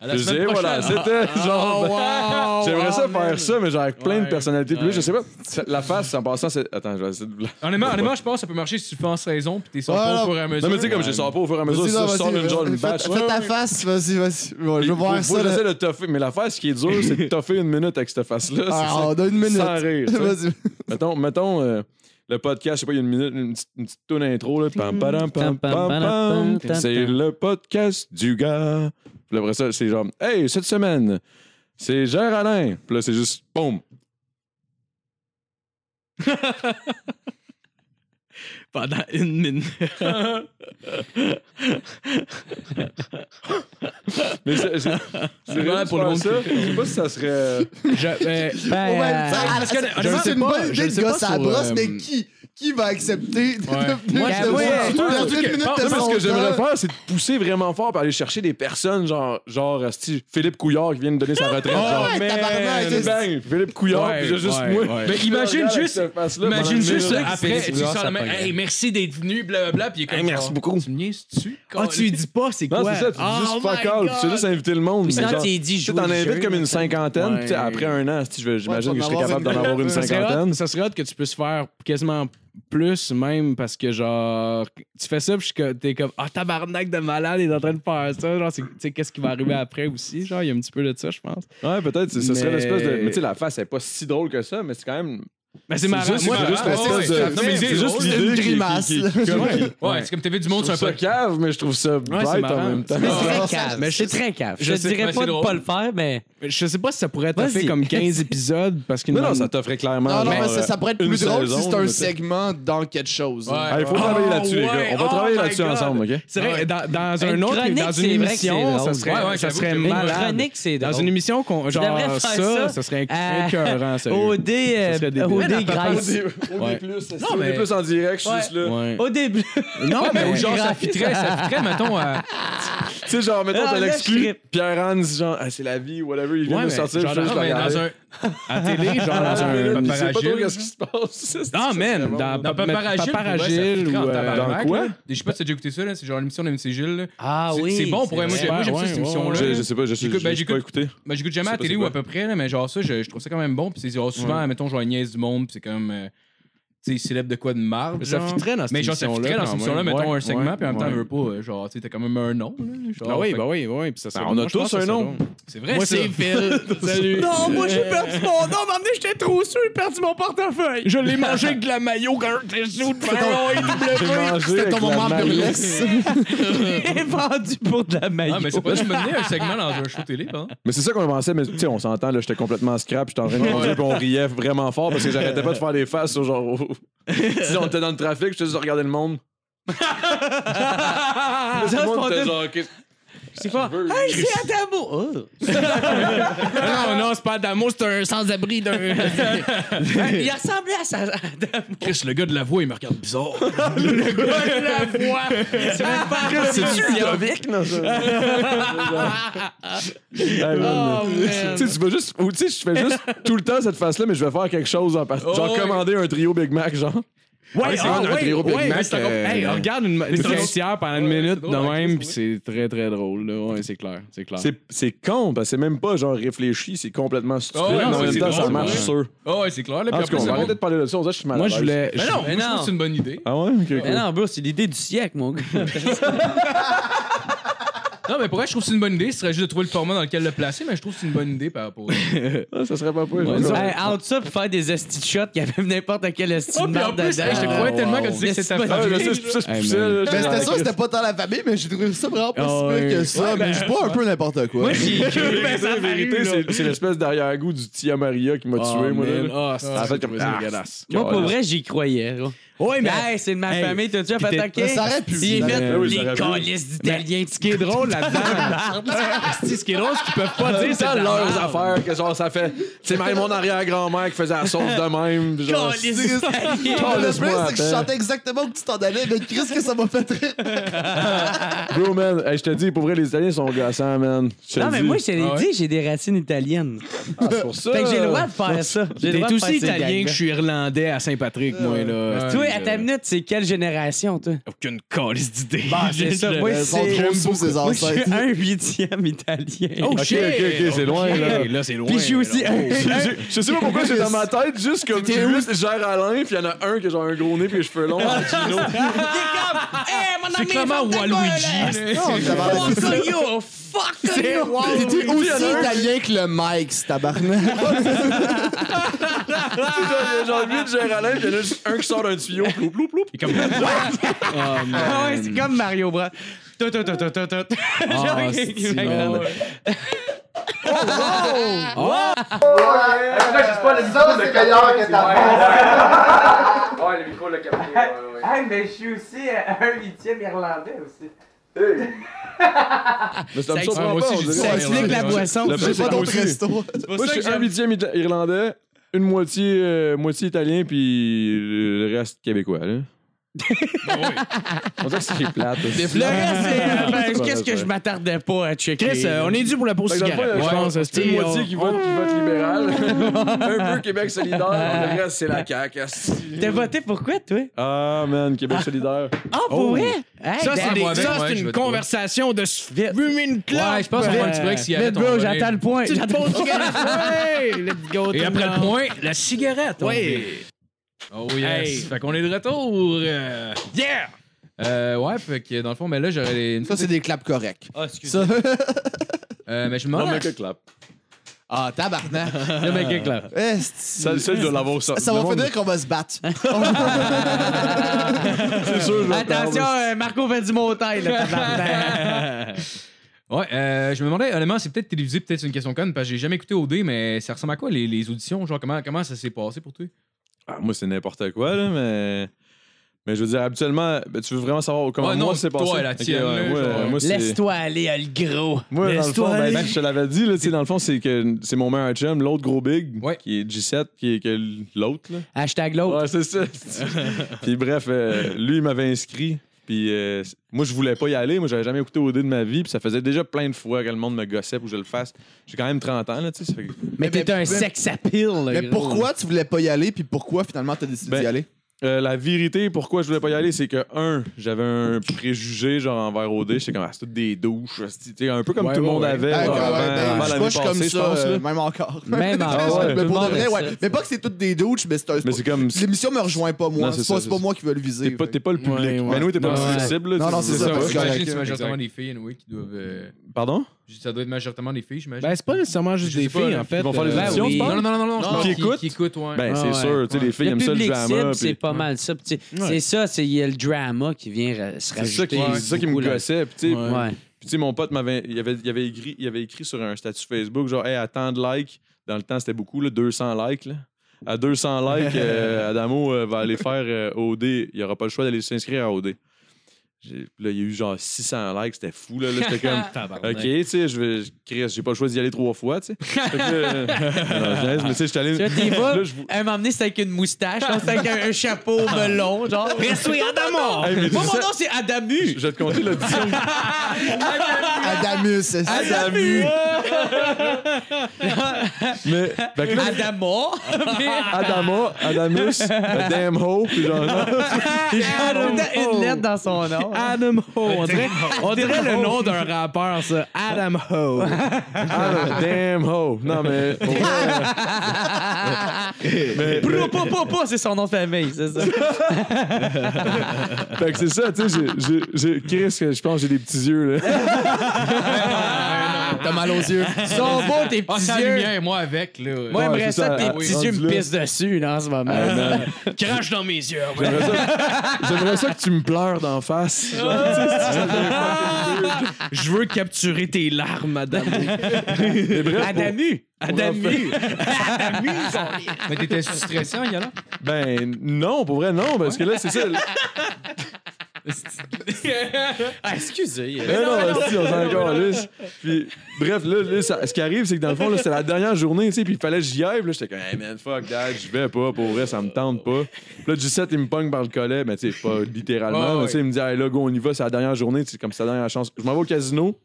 S4: À la
S2: Je
S4: semaine
S2: dis, voilà,
S4: prochaine.
S2: c'était genre. ben, J'aimerais ça faire ça, mais genre avec plein de personnalités. Puis là, je sais pas, ça- la face, en passant, c'est. Attends, je vais essayer de. Non,
S4: Honnêtement, honnêtement, je pense que ça peut marcher si tu le fais en saison, puis t'es sorti
S3: Voilà.
S4: au fur et à mesure. euh,
S2: mais tu sais, comme je sors pas au fur et à mesure,
S3: Vas-y,
S2: si
S3: là,
S2: je sors
S3: vas-y,
S2: une genre une
S3: fais-
S2: batch.
S3: Fais ta face, vas-y, vas-y. Ouais, Je veux voir ça. là.
S2: J'essaie de toffer, mais la face, ce qui est dure, c'est de toffer une minute avec cette face-là. c'est
S3: Ah,
S2: ça.
S3: On a une minute.
S2: Sans rire, tu sais.
S3: Vas-y.
S2: Mettons, mettons euh, le podcast, je sais pas, il y a une minute, une petite, une petite toune intro, là. Pam, padam, pam, pam, pam,
S1: Tam, tam,
S2: C'est
S1: tam.
S2: le podcast du gars. Puis après ça, c'est genre, hey, cette semaine, c'est Gérard Alain. Puis là, c'est juste, boum.
S5: Pendant une minute.
S2: Mais c'est. C'est c'est
S4: vraiment
S2: juste
S4: pour le
S2: faire
S4: monde
S2: ça. Je sais pas si ça serait.
S3: *laughs*
S5: Je, euh,
S1: Ben,
S3: Ouais,
S1: euh,
S3: ça-
S5: parce que-
S3: ça-
S5: je
S3: ça,
S5: sais
S3: c'est une
S5: pas,
S3: bonne
S5: je
S3: idée
S5: sais
S3: de
S5: pas
S3: gosse à
S5: sur,
S3: brosse,
S5: euh,
S3: mais qui qui va accepter de devenir
S1: Moi,
S3: de-
S1: j'avoue,
S3: de-
S2: surtout que-
S3: de- d'une minute de
S2: Non, moi, ce que
S3: son
S2: j'aimerais
S3: temps.
S2: faire, c'est de pousser vraiment fort pour aller chercher des personnes, genre, genre esti, Philippe Couillard qui vient de donner sa retraite. genre,
S3: Ouais, tabarnak,
S2: bang, bang, Philippe Couillard,
S5: Ouais,
S2: puis j'ai juste
S5: ouais,
S2: moi.
S5: ouais.
S6: Mais imagine juste, imagine juste
S2: là.
S6: après, tu sors le même. Hey, merci d'être venu, blablabla. Puis il est comme.
S2: merci
S6: genre,
S2: beaucoup.
S6: Tu me niaises-tu?
S5: Ah, tu lui dis pas, c'est
S2: Non,
S5: quoi?
S2: c'est ça, tu dis
S5: Ah,
S2: juste
S5: oh
S2: fuck
S5: my
S2: all,
S5: God.
S2: tu sais juste inviter le monde.
S1: Puis
S2: mais
S1: sinon,
S2: genre,
S1: t'es dit,
S2: tu sais,
S1: jouer
S2: t'en
S1: au
S2: invites
S1: jeu,
S2: comme
S1: là.
S2: une cinquantaine, puis tu sais, après un an, esti, je vais- j'imagine
S3: Ouais,
S2: que je serais
S3: faut en
S2: capable d'en
S3: avoir
S2: avoir une
S3: une
S5: Ça serait
S2: cinquantaine.
S5: hot- Ça serait hot que tu puisses faire quasiment plus, même parce que genre, tu fais ça, puis je suis co- t'es comme, ah, tabarnak de malade, il est en train de faire ça. Genre, c'est- tu sais, qu'est-ce qui va arriver après aussi? Genre, il y a un petit peu de ça, je pense.
S2: Ouais, peut-être, c'est- ce serait
S5: Mais-
S2: l'espèce de. Mais tu sais, la face, elle est pas si drôle que ça, mais c'est quand même.
S5: Mais
S2: C'est
S5: marrant.
S2: juste-
S5: Moi,
S2: c'est
S5: je-
S2: juste
S3: Ah,
S2: l'espèce
S3: c'est-
S2: de-
S3: c'est-
S2: Non,
S3: c'est-
S2: mais c'est juste
S3: c'est une
S2: l'idée qui-
S3: grimace.
S2: qui-
S3: là.
S2: qui-
S6: Ouais, c'est comme t'as vu du
S2: Je
S6: monde sur
S2: trouve ça
S6: un podcast.
S2: cave, mais je trouve ça bête en
S5: marrant.
S2: même temps.
S1: Mais
S3: Ah,
S1: c'est
S3: ça-
S1: très cave.
S5: mais je-
S1: C'est très cave. Je
S5: je
S1: te
S5: sais-
S1: dirais
S6: mais
S1: pas
S6: c'est
S1: de
S6: drôle.
S1: pas le faire, mais.
S5: Je sais pas si ça pourrait être
S1: Vas-y.
S5: fait comme 15 épisodes parce qu'une
S2: *laughs* Non, non, ça t'offrait clairement.
S3: Non, non,
S2: genre,
S3: mais ça, ça pourrait être
S2: une
S3: plus drôle
S2: saison,
S3: si
S2: là,
S3: c'est un
S2: tu sais.
S3: segment dans quelque chose.
S6: Ouais.
S2: Ah, il faut travailler là-dessus, les gars. On va
S6: ouais,
S2: travailler
S6: oh my
S2: là-dessus
S6: God.
S2: ensemble, OK?
S5: C'est vrai, dans, dans
S1: Une
S5: un autre,
S1: chronique,
S5: dans une
S1: c'est vrai que c'est
S5: émission,
S1: drôle.
S5: ça serait,
S6: Ouais, ouais,
S5: ça
S6: j'avoue
S5: serait
S6: que oui.
S1: Une
S5: malade.
S1: chronique, c'est
S5: Dans
S1: drôle.
S5: une émission, qu'on, genre
S1: devrais faire
S5: ça,
S1: ça.
S5: ça, serait
S1: Euh,
S5: écœurant, hein, sérieux.
S1: OD, euh,
S5: Ça serait débile.
S1: OD
S5: Mais
S1: Grèce.
S5: Ouais.
S2: Non, mais plus en direct, je suis juste là.
S5: Ouais.
S1: OD bleu.
S5: Non,
S6: Ouais, mais
S5: mais
S6: genre, ça fitterait, ça fitterait, mettons, euh, à.
S2: Tu sais, genre, mettons,
S1: Ah, là,
S2: t'as
S1: je
S2: l'exclu.
S1: trippe.
S2: Pierre-Anne, dit genre, ah, c'est la vie, whatever, il vient
S5: Ouais,
S2: de
S5: mais
S2: sortir.
S5: genre,
S2: je suis
S6: Non,
S2: juste
S6: mais
S2: là,
S6: dans un.
S5: à télé, genre dans
S2: Ah,
S5: un.
S2: *laughs* minute,
S6: un
S2: je sais pas
S6: paparagile.
S2: trop qu'est-ce qui se passe. *laughs*
S5: Ah, man!
S2: C'est
S5: Dans,
S2: vraiment-
S5: dans
S6: Dans Paparagile, pour
S5: Paparagile ou.
S6: vrai, ça
S5: euh,
S6: flippe en
S2: dans
S6: tabarnak,
S2: quoi?
S6: là. Je sais pas si t'as déjà écouté ça, là. C'est genre l'émission de MC Gilles, là.
S1: Ah
S6: C'est-
S1: oui.
S6: C'est bon pour moi.
S1: vrai.
S6: j'ai- Moi, j'aime
S5: Ouais,
S6: ça, cette
S5: ouais,
S6: émission-là.
S2: Je, je sais pas, je sais
S6: J'écoute- ben,
S2: j'ai pas
S6: j'écoute-
S2: écouté.
S6: Ben, j'écoute
S2: Je
S6: jamais
S2: sais
S6: à la
S2: pas
S6: télé
S2: c'est
S6: ou
S2: quoi.
S6: à peu près, là, mais genre ça, je, je trouve ça quand même bon. Puis c'est genre souvent, mettons, genre, niaise du monde, puis c'est comme. euh, tu sais, ils célèbrent de quoi de marre.
S5: Ça
S6: genre.
S5: fitterait dans cette
S6: Mais genre, ça
S5: émission-là,
S6: fitterait dans
S5: quand
S6: cette émission-là,
S5: même.
S6: mettons
S5: Ouais,
S6: un segment, puis en même temps,
S5: ouais.
S6: je veux pas, euh, genre, tu sais, t'as quand même un nom, là. Genre,
S5: Ah oui,
S6: fait-
S5: bah oui, oui. Puis ça serait-
S2: Ben, on a
S5: moi, je
S2: tous
S5: pense que
S2: un
S5: ça serait
S2: nom.
S5: drôle.
S6: C'est vrai,
S5: Moi,
S6: ça.
S5: c'est
S6: *laughs*
S5: Phil. Salut.
S1: Non, moi j'ai perdu mon nom, mais emmené, j'étais trop sûr, j'ai perdu mon portefeuille.
S5: Je l'ai mangé avec de la maillot quand j'étais sous de
S2: J'ai mangé
S3: C'était
S2: avec
S3: ton
S2: la
S3: moment
S2: maillot.
S3: burlesque.
S1: J'ai vendu pour de la magie.
S6: Ah, mais c'est pas juste me mener un segment dans un show télé, hein. pardon.
S2: Mais c'est ça qu'on pensait, mais tu sais, on s'entend, là, j'étais complètement scrap, j'étais en train de manger, puis on riait vraiment fort parce que j'arrêtais pas de faire des faces, sur genre. *laughs* au- si on était dans le trafic, j'étais juste regardé le *laughs* monde. Là, tout le monde était *laughs* genre, qu'est-ce
S1: C'est pas.
S2: que tu veux?
S1: Hey, c'est Adamo! Oh.
S5: Non, non, c'est pas d'amour, c'est un sans-abri d'un.
S1: Hey, Il ressemblait à sa. Adamo.
S6: Chris, le gars de la voix, il me regarde bizarre.
S1: la voix! C'est même pas
S2: Jovic, non, ça. Hey, Oh, man. Tu sais, tu vas juste. Ou tu sais, je fais juste tout le temps cette face-là, mais je vais faire quelque chose en partant. Genre
S6: ouais.
S2: commander un trio Big Mac, genre.
S5: Ouais,
S2: ah, ouais, ouais,
S5: mais c'est encore- Hey, regarde une une
S6: drôle.
S5: frontière pendant une
S6: Ouais,
S5: minute
S6: c'est
S5: de
S6: drôle,
S5: même,
S6: ouais.
S5: puis c'est très, très drôle. là. Ouais, c'est clair, c'est clair.
S2: C'est- C'est con, parce que c'est même pas genre réfléchi, c'est complètement stupide.
S6: Ah ouais,
S2: mais en
S6: non,
S2: même
S6: c'est
S2: temps,
S6: drôle,
S2: ça marche
S5: ouais.
S2: sûr.
S6: Ah ouais, c'est clair, là.
S2: En tout
S6: Puis
S2: cas,
S6: après,
S2: on
S6: c'est
S2: va
S6: bon.
S2: arrêter de parler de ça, on dirait que je suis mal
S5: Moi,
S2: à
S5: je
S2: l'aise.
S5: voulais.
S6: Mais non, moi, je
S1: Mais
S6: trouve que c'est une bonne idée.
S2: Ah ouais? Ok,
S1: Mais
S2: cool.
S1: non, bro, c'est l'idée du siècle, mon gars.
S6: Non, mais pour vrai, je trouve que c'est une bonne idée. Ce serait juste de trouver le format dans lequel le placer, mais je trouve que c'est une bonne idée par rapport
S2: *laughs*
S6: à ça.
S2: Ah, ça Ah, serait pas possible.
S1: Hey, entre ça, pour faire des esti de shots, il y avait n'importe quel esti de
S6: Ah, puis en
S1: marde
S6: plus, hey, je te
S1: dedans.
S6: croyais
S5: wow.
S6: tellement quand tu disais que c'était ta
S1: Ah,
S2: Ah,
S6: famille.
S2: je sais, c'est pour ça que je
S5: Hey,
S2: poussais,
S5: man.
S1: Ben,
S2: là,
S3: Mais
S2: j'étais
S3: Ben, c'était
S2: dans
S3: sûr
S2: la
S3: que c'était pas tant la famille, mais j'ai trouvé ça vraiment pas
S5: Ah,
S3: si pire
S5: ouais.
S3: que ça. mais je bois un peu n'importe quoi.
S2: crise. La vérité, c'est- c'est l'espèce d'arrière-goût du Tia Maria qui m'a tué, moi. là.
S5: Ah,
S2: Ah, fait,
S5: c'est
S2: comme-
S5: c'est
S2: ah,
S5: dégueulasse.
S1: Moi, pour vrai, j'y croyais. gros.
S5: Ouais,
S1: Mais hey, c'est de ma
S5: Hey,
S1: famille, t'as-tu à
S5: puis t'es-
S1: attaquer?
S3: Ça aurait pu.
S1: Il est fait
S2: Ben oui, ça
S1: les
S2: aurait pu.
S1: calices d'Italiens.
S5: ce qui est
S1: *laughs*
S5: drôle là-dedans, Asti, ce qui est drôle, c'est qu'ils peuvent pas dire
S2: C'est
S5: ça.
S2: dans leurs affaires que genre ça fait. C'est même mon arrière-grand-mère qui faisait la sauce de même. pis Genre,
S1: Calices d'Italiens.
S2: Oh,
S3: Le
S2: laisse-moi
S3: problème, c'est que je
S2: attendre.
S3: chantais exactement où tu t'en allais, mais Chris, que ça m'a fait rire.
S2: bro, man, hey, je te dis, pour vrai, les Italiens sont gossants, man. Je te
S1: Non, mais
S2: dis.
S1: moi, je te l'ai
S6: Ah ouais?
S1: dit, j'ai des racines italiennes.
S2: Ah, c'est pour
S1: *laughs*
S2: ça.
S1: Fait que j'ai le droit de faire ça. J'ai le
S5: T'es
S1: droit de faire
S5: aussi
S1: ces
S5: italien que
S1: gags-là.
S5: je suis irlandais à Saint-Patrick, moi, là.
S1: Toi,
S5: Asti,
S1: à ta
S5: euh,
S1: minute, c'est quelle génération, toi?
S5: Aucune calice d'idée.
S1: Bah, c'est ça. Moi,
S3: Elles sont
S1: c'est.
S3: trop sous ses
S1: Moi, je suis
S3: ancêtres.
S1: un huitième italien.
S5: Oh,
S2: Ok,
S5: shit!
S2: ok, ok, c'est loin, là.
S5: Là, c'est loin.
S1: Puis je suis
S5: là.
S1: aussi un- *laughs*
S2: Je, je sais pas pourquoi c'est dans ma tête, juste comme
S3: C'était où?
S2: juste gère Alain, puis il y en a un qui a genre un gros nez puis les cheveux
S3: *laughs*
S2: longs. en chino.
S6: C'est clairement Waluigi. là.
S3: Non, tabarnak.
S2: oh,
S1: yo, fuck
S3: T'étais aussi italien que le Mike, ce tabarnak.
S2: Genre, Il y a genre 8 gère Alain, puis il y en a juste un qui sort d'un tuyau. Ploup, ploup, ploup.
S6: Et comme-
S5: Ah, man.
S1: Ah ouais, c'est comme Mario Bros. Tout, tout, tout, tout, tout, tout. Genre,
S5: Ah,
S1: il- il-
S5: c'est-
S1: il- Hey, mais je suis aussi euh, un huitième irlandais aussi.
S2: Mais ça me
S1: Ça
S2: surprend
S6: explique-
S2: pas,
S6: moi aussi,
S2: on
S6: j'ai dit
S2: dirait.
S1: Ça
S6: Ouais,
S1: explique
S6: ouais,
S1: la
S6: ouais.
S1: boisson.
S2: Le
S1: ça.
S2: fait,
S3: J'ai
S2: c'est
S3: pas
S2: qu'on
S3: d'autres
S2: suit.
S3: restos.
S2: Moi, je suis un huitième Ita- irlandais, une moitié, euh, moitié italien, puis le reste québécois. Là.
S6: Ah
S2: On dirait que *laughs* c'est plate.
S1: Le reste, c'est, euh, ben, qu'est-ce que je m'attardais pas à checker?
S5: Chris, euh, on est dû pour la pause
S2: Fait que dans le fond,
S5: cigarette,
S2: il y a
S5: je
S2: genre
S5: pense.
S2: une
S5: hostie,
S2: moitié
S5: on-
S2: qui vote, qui vote libéral, *laughs* un peu Québec solidaire, le reste c'est la CAQ. asti.
S1: T'as voté pour quoi, toi?
S2: Ah man, Québec solidaire.
S1: Ah, pour vrai? Hey,
S5: Ça,
S1: ben,
S5: c'est des-
S6: moi,
S5: ça,
S6: ben,
S5: c'est
S6: ouais, je
S5: une
S6: vais te trouver.
S5: conversation de se fumer une clope.
S6: Ouais, je pense qu'on va un petit break s'il y avait
S1: Mais bro, j'attends le point.
S5: Petite
S1: J'attends-
S5: pause cigarette. Ouais, let's go.
S6: Et
S5: tout
S6: après le
S5: monde.
S6: point, la cigarette. on
S5: Ouais.
S6: dit. Oh yes.
S5: Hey.
S6: Fait qu'on est de retour. euh.
S5: Yeah!
S6: Euh, ouais, fait que dans le fond, mais là, j'aurais les- une.
S3: Ça, c'est des claps corrects.
S1: Ah, excuse.
S3: Ça-
S6: Euh, mais je me
S2: Non,
S6: demande.
S2: mais que clap.
S3: Ah, tabarnak.
S1: *laughs* Le mec est clair.
S3: Eh,
S2: Ça,
S3: c'est-
S2: ça, il doit l'avoir sorti.
S3: Ça va
S2: Le monde-
S3: finir qu'on va
S2: *laughs*
S3: se battre.
S2: C'est sûr, je vais
S1: Attention,
S2: perdre.
S1: euh, Marco fait du montagne,
S5: *laughs*
S1: là, tabarnak.
S6: Ouais, euh, je me demandais, honnêtement, c'est peut-être télévisé, peut-être c'est une question conne, parce que j'ai jamais écouté OD, mais ça ressemble à quoi les, les auditions? Genre, comment, comment ça s'est passé pour toi?
S2: Ah, moi, c'est n'importe quoi, là, mais. Mais je veux dire, habituellement, ben, tu veux vraiment savoir comment
S6: Ouais, non,
S2: moi c'est
S6: toi,
S2: passé.
S6: la
S2: Ok,
S6: tienne, là,
S2: moi,
S6: genre.
S2: moi, c'est-
S1: Laisse-toi aller, euh, le gros.
S2: Moi, dans le fond,
S1: Laisse-toi
S2: ben,
S1: aller.
S2: ben, je te l'avais dit, là, tu sais, dans le fond, c'est que c'est mon meilleur chum, l'autre gros big,
S6: Ouais.
S2: qui est G7, qui est que l'autre, là.
S1: Hashtag l'autre.
S2: Ouais, c'est
S6: *laughs*
S2: ça. puis bref, euh, lui, il m'avait inscrit. Puis euh, c- moi, je voulais pas y aller. Moi, j'avais jamais écouté OD de ma vie. Puis ça faisait déjà plein de fois que le monde me gossait pour que je le fasse. J'ai quand même 30 ans, là, tu sais. ça fait que-
S1: Mais t'es
S3: mais-
S1: un
S3: mais-
S1: sex appeal, là,
S3: Mais
S1: gros.
S3: pourquoi tu voulais pas y aller, puis pourquoi finalement t'as décidé
S2: Ben,
S3: d'y aller?
S2: Euh, la vérité, pourquoi je voulais pas y aller, c'est que, un, j'avais un préjugé, genre, envers OD. J'étais comme, ah, c'est toutes des douches. hostie. Tu sais, Un peu comme
S5: Ouais,
S2: tout le
S5: ouais,
S2: monde
S5: ouais.
S2: avait
S3: Ah,
S2: genre,
S3: ouais,
S2: euh, avant,
S3: ben,
S2: avant
S3: je-
S2: l'année
S3: moi, je suis
S2: passée,
S3: comme
S2: je
S3: ça,
S2: pense.
S3: euh,
S2: là.
S3: même encore. *laughs*
S1: Même
S2: Ah
S1: encore.
S2: ouais.
S3: mais pour de vrai,
S1: Tout le monde
S3: ouais.
S1: fait ça.
S3: Mais pas que c'est toutes des douches, mais c'est un.
S2: Mais c'est comme, t'es
S3: L'émission me rejoint pas, moi.
S2: Non, c'est
S3: C'est
S2: ça,
S3: pas,
S2: c'est
S3: c'est pas
S2: ça.
S3: moi qui veux le viser.
S2: pas, t'es pas le public.
S5: Ouais, ouais.
S2: Mais nous, t'es pas
S1: Ouais.
S2: accessible. là,
S3: Non,
S2: tu-
S3: non, c'est ça, parce que-
S6: J'imagine que c'est
S2: correct.
S6: majoritairement des filles, anyway, qui doivent. euh,
S2: Pardon?
S6: ça doit être majoritairement des filles, j'imagine.
S5: Ben, c'est pas nécessairement juste
S6: Je
S5: des
S6: sais pas,
S5: filles,
S6: là.
S5: en fait.
S2: Ils vont faire les
S5: Euh,
S2: auditions,
S1: oui.
S2: tu penses?
S6: Non, non, non, non, non, je
S2: Non,
S6: pense
S2: qui
S6: qu'ils-
S2: écoutent?
S6: qu'ils écoutent, ouais.
S2: Ben,
S5: Ah,
S2: c'est
S5: ouais.
S2: sûr. Tu sais, les filles
S1: Le
S2: aiment ça, le
S1: public
S2: drama.
S1: cible,
S2: puis-
S1: c'est pas mal ça. petit.
S5: Ouais.
S1: C'est ça, c'est il y a le drama qui vient ra- se
S2: C'est
S1: rajouter.
S2: ça qui, c'est ça qui me
S1: beaucoup, là.
S2: gossait. Puis, tu sais,
S5: Ouais.
S1: Ouais.
S2: Puis tu sais, mon pote m'avait, il avait, il avait écrit, il avait écrit sur un statut Facebook genre, hey, à tant de likes. Dans le temps, c'était beaucoup, là, 200 likes. Là.
S1: *laughs*
S2: À 200 likes, euh, Adamo euh, va aller faire euh, OD. Il n'y aura pas le choix d'aller s'inscrire à OD. J'ai- Là, il y a eu genre 600 likes, c'était fou. Là, là
S1: *laughs*
S2: j'étais comme, ok, tu sais, je vais, Chris, j'ai pas le choix d'y aller trois fois, tu sais. Fait que
S1: *laughs*
S2: là, non, je niaise, mais tu sais, j'étais allé.
S1: Tu vois, t'y vas,
S2: Là, je vous-
S1: À un moment donné, c'était avec une moustache, là, c'était avec un, un *laughs* chapeau melon, genre. Restez Adamo!
S2: Hey, mais
S1: Oh. Moi,
S2: tu
S1: mon
S2: sais-
S1: nom, c'est Adamu!
S2: je vais te compter l'audition.
S3: Adamus, c'est ça.
S1: Adamu!
S2: mais, fait que là,
S1: Adamo! *laughs*
S2: Adama, Adamus, a damn ho, puis genre,
S1: Adam une lettre dans son nom.
S5: *laughs* Adam Ho. On dirait, on dirait le nom d'un rappeur, ça. Adam Ho.
S2: Ah, damn ho. Non, mais. pour vrai, mais-
S1: Pro, pas, pas, pas, c'est son nom de famille, c'est ça.
S2: euh, Fait que c'est ça, tu sais, j'ai- j'ai- j'ai. Chris, que je pense que j'ai des petits yeux, là.
S1: Ah,
S3: T'as mal aux yeux.
S1: Ils sont beaux, tes
S6: Ah,
S1: petits
S6: c'est la
S1: yeux.
S6: lumière, moi avec, là.
S1: Moi,
S2: Ouais,
S1: j'aimerais
S2: c'est
S1: ça,
S2: ça,
S1: tes
S2: à-
S1: petits
S2: rendu
S1: yeux me
S2: là.
S1: pissent dessus, là, en ce moment.
S2: Ah, man.
S5: Crache dans mes yeux.
S2: J'aimerais ça- J'aimerais ça que tu me pleures d'en face.
S1: *laughs*
S2: Genre, tu sais, ça fait fucking weird.
S5: Je veux capturer tes larmes,
S2: *laughs*
S5: Adam.
S2: Mais bref, pour-
S1: Adamu!
S2: pour en fait-
S1: Adamu! Adamu, son
S6: Mais t'étais-tu
S1: Ah,
S6: stressé en y allant?
S2: Ben, non, pour vrai, non, parce que là, c'est ça. Ben
S1: Ah, excusez.
S2: non, si, on s'en calisse. Puis, bref, là, là, ça- ce qui arrive, c'est que dans le fond, là, c'était la dernière journée, tu sais, puis il fallait que j'y aille. Puis là, j'étais comme, hey man, fuck that, je vais pas, pour vrai, ça me tente pas. Puis là, G7, il me pogne par le collet, mais tu sais, pas littéralement.
S6: Ouais,
S2: mais
S6: ouais.
S2: tu sais, il me dit, hey, là, go, on y va, c'est la dernière journée, c'est comme c'est la dernière chance. Je m'en vais au casino.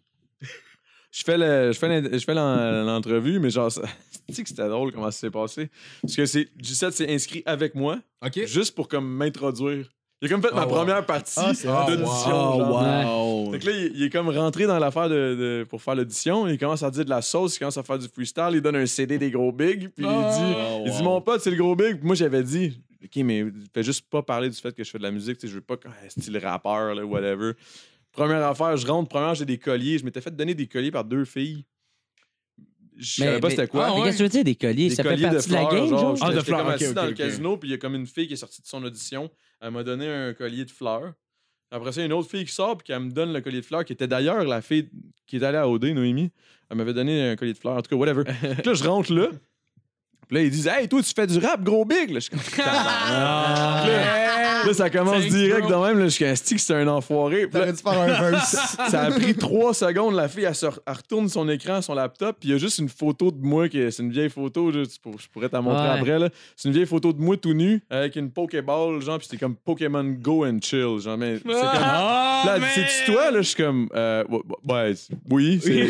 S2: Je fais, le, je fais, l'in- je fais l'en- l'entrevue, mais genre, ça- *laughs* tu sais que c'était drôle comment ça s'est passé. Parce que c'est, G7 s'est inscrit avec moi,
S6: Ok.
S2: juste pour comme m'introduire. Il a comme fait ma
S1: Ah,
S6: wow.
S2: première partie
S6: Ah,
S2: d'audition.
S3: Oh,
S1: Oh,
S2: genre. Fait que là, il, il est comme rentré dans l'affaire de, de- pour faire l'audition. Il commence à dire de la sauce, il commence à faire du freestyle. Il donne un CD des gros bigs. Puis il, dit,
S1: Ah,
S2: il dit Mon pote, c'est le gros big. Puis moi, j'avais dit Ok, mais fais juste pas parler du fait que je fais de la musique. tu sais, Je veux pas que- ah, style rappeur, là, whatever. Première affaire, je rentre. Première, j'ai des colliers. Je m'étais fait donner des colliers par deux filles. Je
S1: Mais-
S2: savais pas
S1: mais- Ah,
S2: c'était quoi.
S1: Mais qu'est-ce que tu veux dire, des colliers?
S2: Des
S1: ça fait
S2: colliers
S1: partie de,
S2: de fleurs,
S1: la game, genre?
S2: genre.
S5: Ah, de
S2: J'étais j'étais
S5: fleurs,
S2: comme
S5: ok,
S2: assis
S5: ok,
S2: dans le
S5: ok.
S2: casino, puis il y a comme une fille qui est sortie de son audition. Elle m'a donné un collier de fleurs. Après ça, il y a une autre fille qui sort, puis qui me donne le collier de fleurs, qui était d'ailleurs la fille qui est allée à OD, Noémie. Elle m'avait donné un collier de fleurs, en tout cas, whatever. Puis là, je rentre là.
S5: *laughs*
S2: Puis là, ils disent Hey, toi, tu fais du rap, gros big. Là, je suis comme, Tabarnak. Puis là,
S5: Ah.
S2: Là, ça commence direct de même. Là, je suis un stick, c'est un enfoiré. Puis là,
S3: T'aurais dû faire un verse.
S2: ça a pris trois secondes. La fille, elle, se re- elle retourne son écran, son laptop. Puis il y a juste une photo de moi. qui est- C'est une vieille photo. Je, tu pour- je pourrais t'en montrer
S1: Ouais.
S2: après. là. C'est une vieille photo de moi tout nu avec une Pokéball. Genre, puis c'était comme Pokémon Go and Chill. Genre, mais c'est
S5: Ah!
S2: comme.
S1: Ah,
S2: Là, elle dit, c'est-tu toi? Là, je suis comme, euh, ouais, ouais, c'est- oui, c'est oui,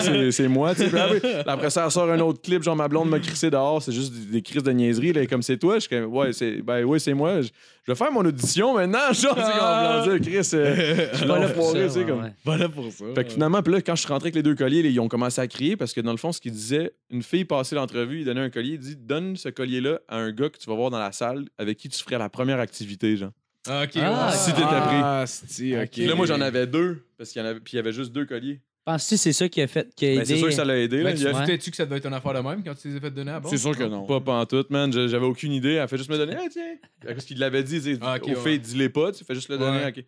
S2: c'est- c'est moi. tu sais. Puis là, oui. Là, après ça, elle sort un autre clip, genre ma blonde m'a crissé dehors, c'est juste des, des crises de niaiserie. Là, comme c'est toi, je suis comme, ouais, c'est ben, oui, c'est moi. Je, je vais faire mon audition maintenant. Genre, tu sais, comme, on dit, Chris, euh, je suis
S1: Voilà
S2: là
S1: pour ça,
S2: tu sais,
S1: ouais,
S2: comme.
S1: ouais.
S5: Voilà pour ça.
S2: Fait que finalement, puis là, quand je suis rentré avec les deux colliers, là, ils ont commencé à crier parce que dans le fond, ce qu'ils disaient, une fille passait l'entrevue, il donnait un collier, il dit Donne ce collier-là à un gars que tu vas voir dans la salle avec qui tu ferais la première activité, genre.
S6: Ok,
S1: Ah,
S2: Si t'étais pris.
S5: Ah, si, ok.
S2: Puis Là, moi, j'en avais deux, parce qu'il y en avait, puis il y avait juste deux colliers.
S1: Penses-tu que c'est ça qui a fait qui a
S2: Ben, c'est
S1: aidé?
S2: sûr que ça l'a aidé. Là.
S6: Ben,
S2: Il
S6: tu
S2: y a-
S1: Ouais.
S6: doutais-tu que ça devait être une affaire de même quand tu les as fait donner à bord?
S5: C'est sûr que non.
S2: Pas pantoute, man. Je- J'avais aucune idée. Elle fait juste me donner, ah, tiens. Parce qu'il l'avait dit, il
S6: Ah, ok,
S2: aux
S6: ouais.
S2: filles, dis-les pas, tu fais juste le donner.
S6: Ouais.
S2: ok. Fait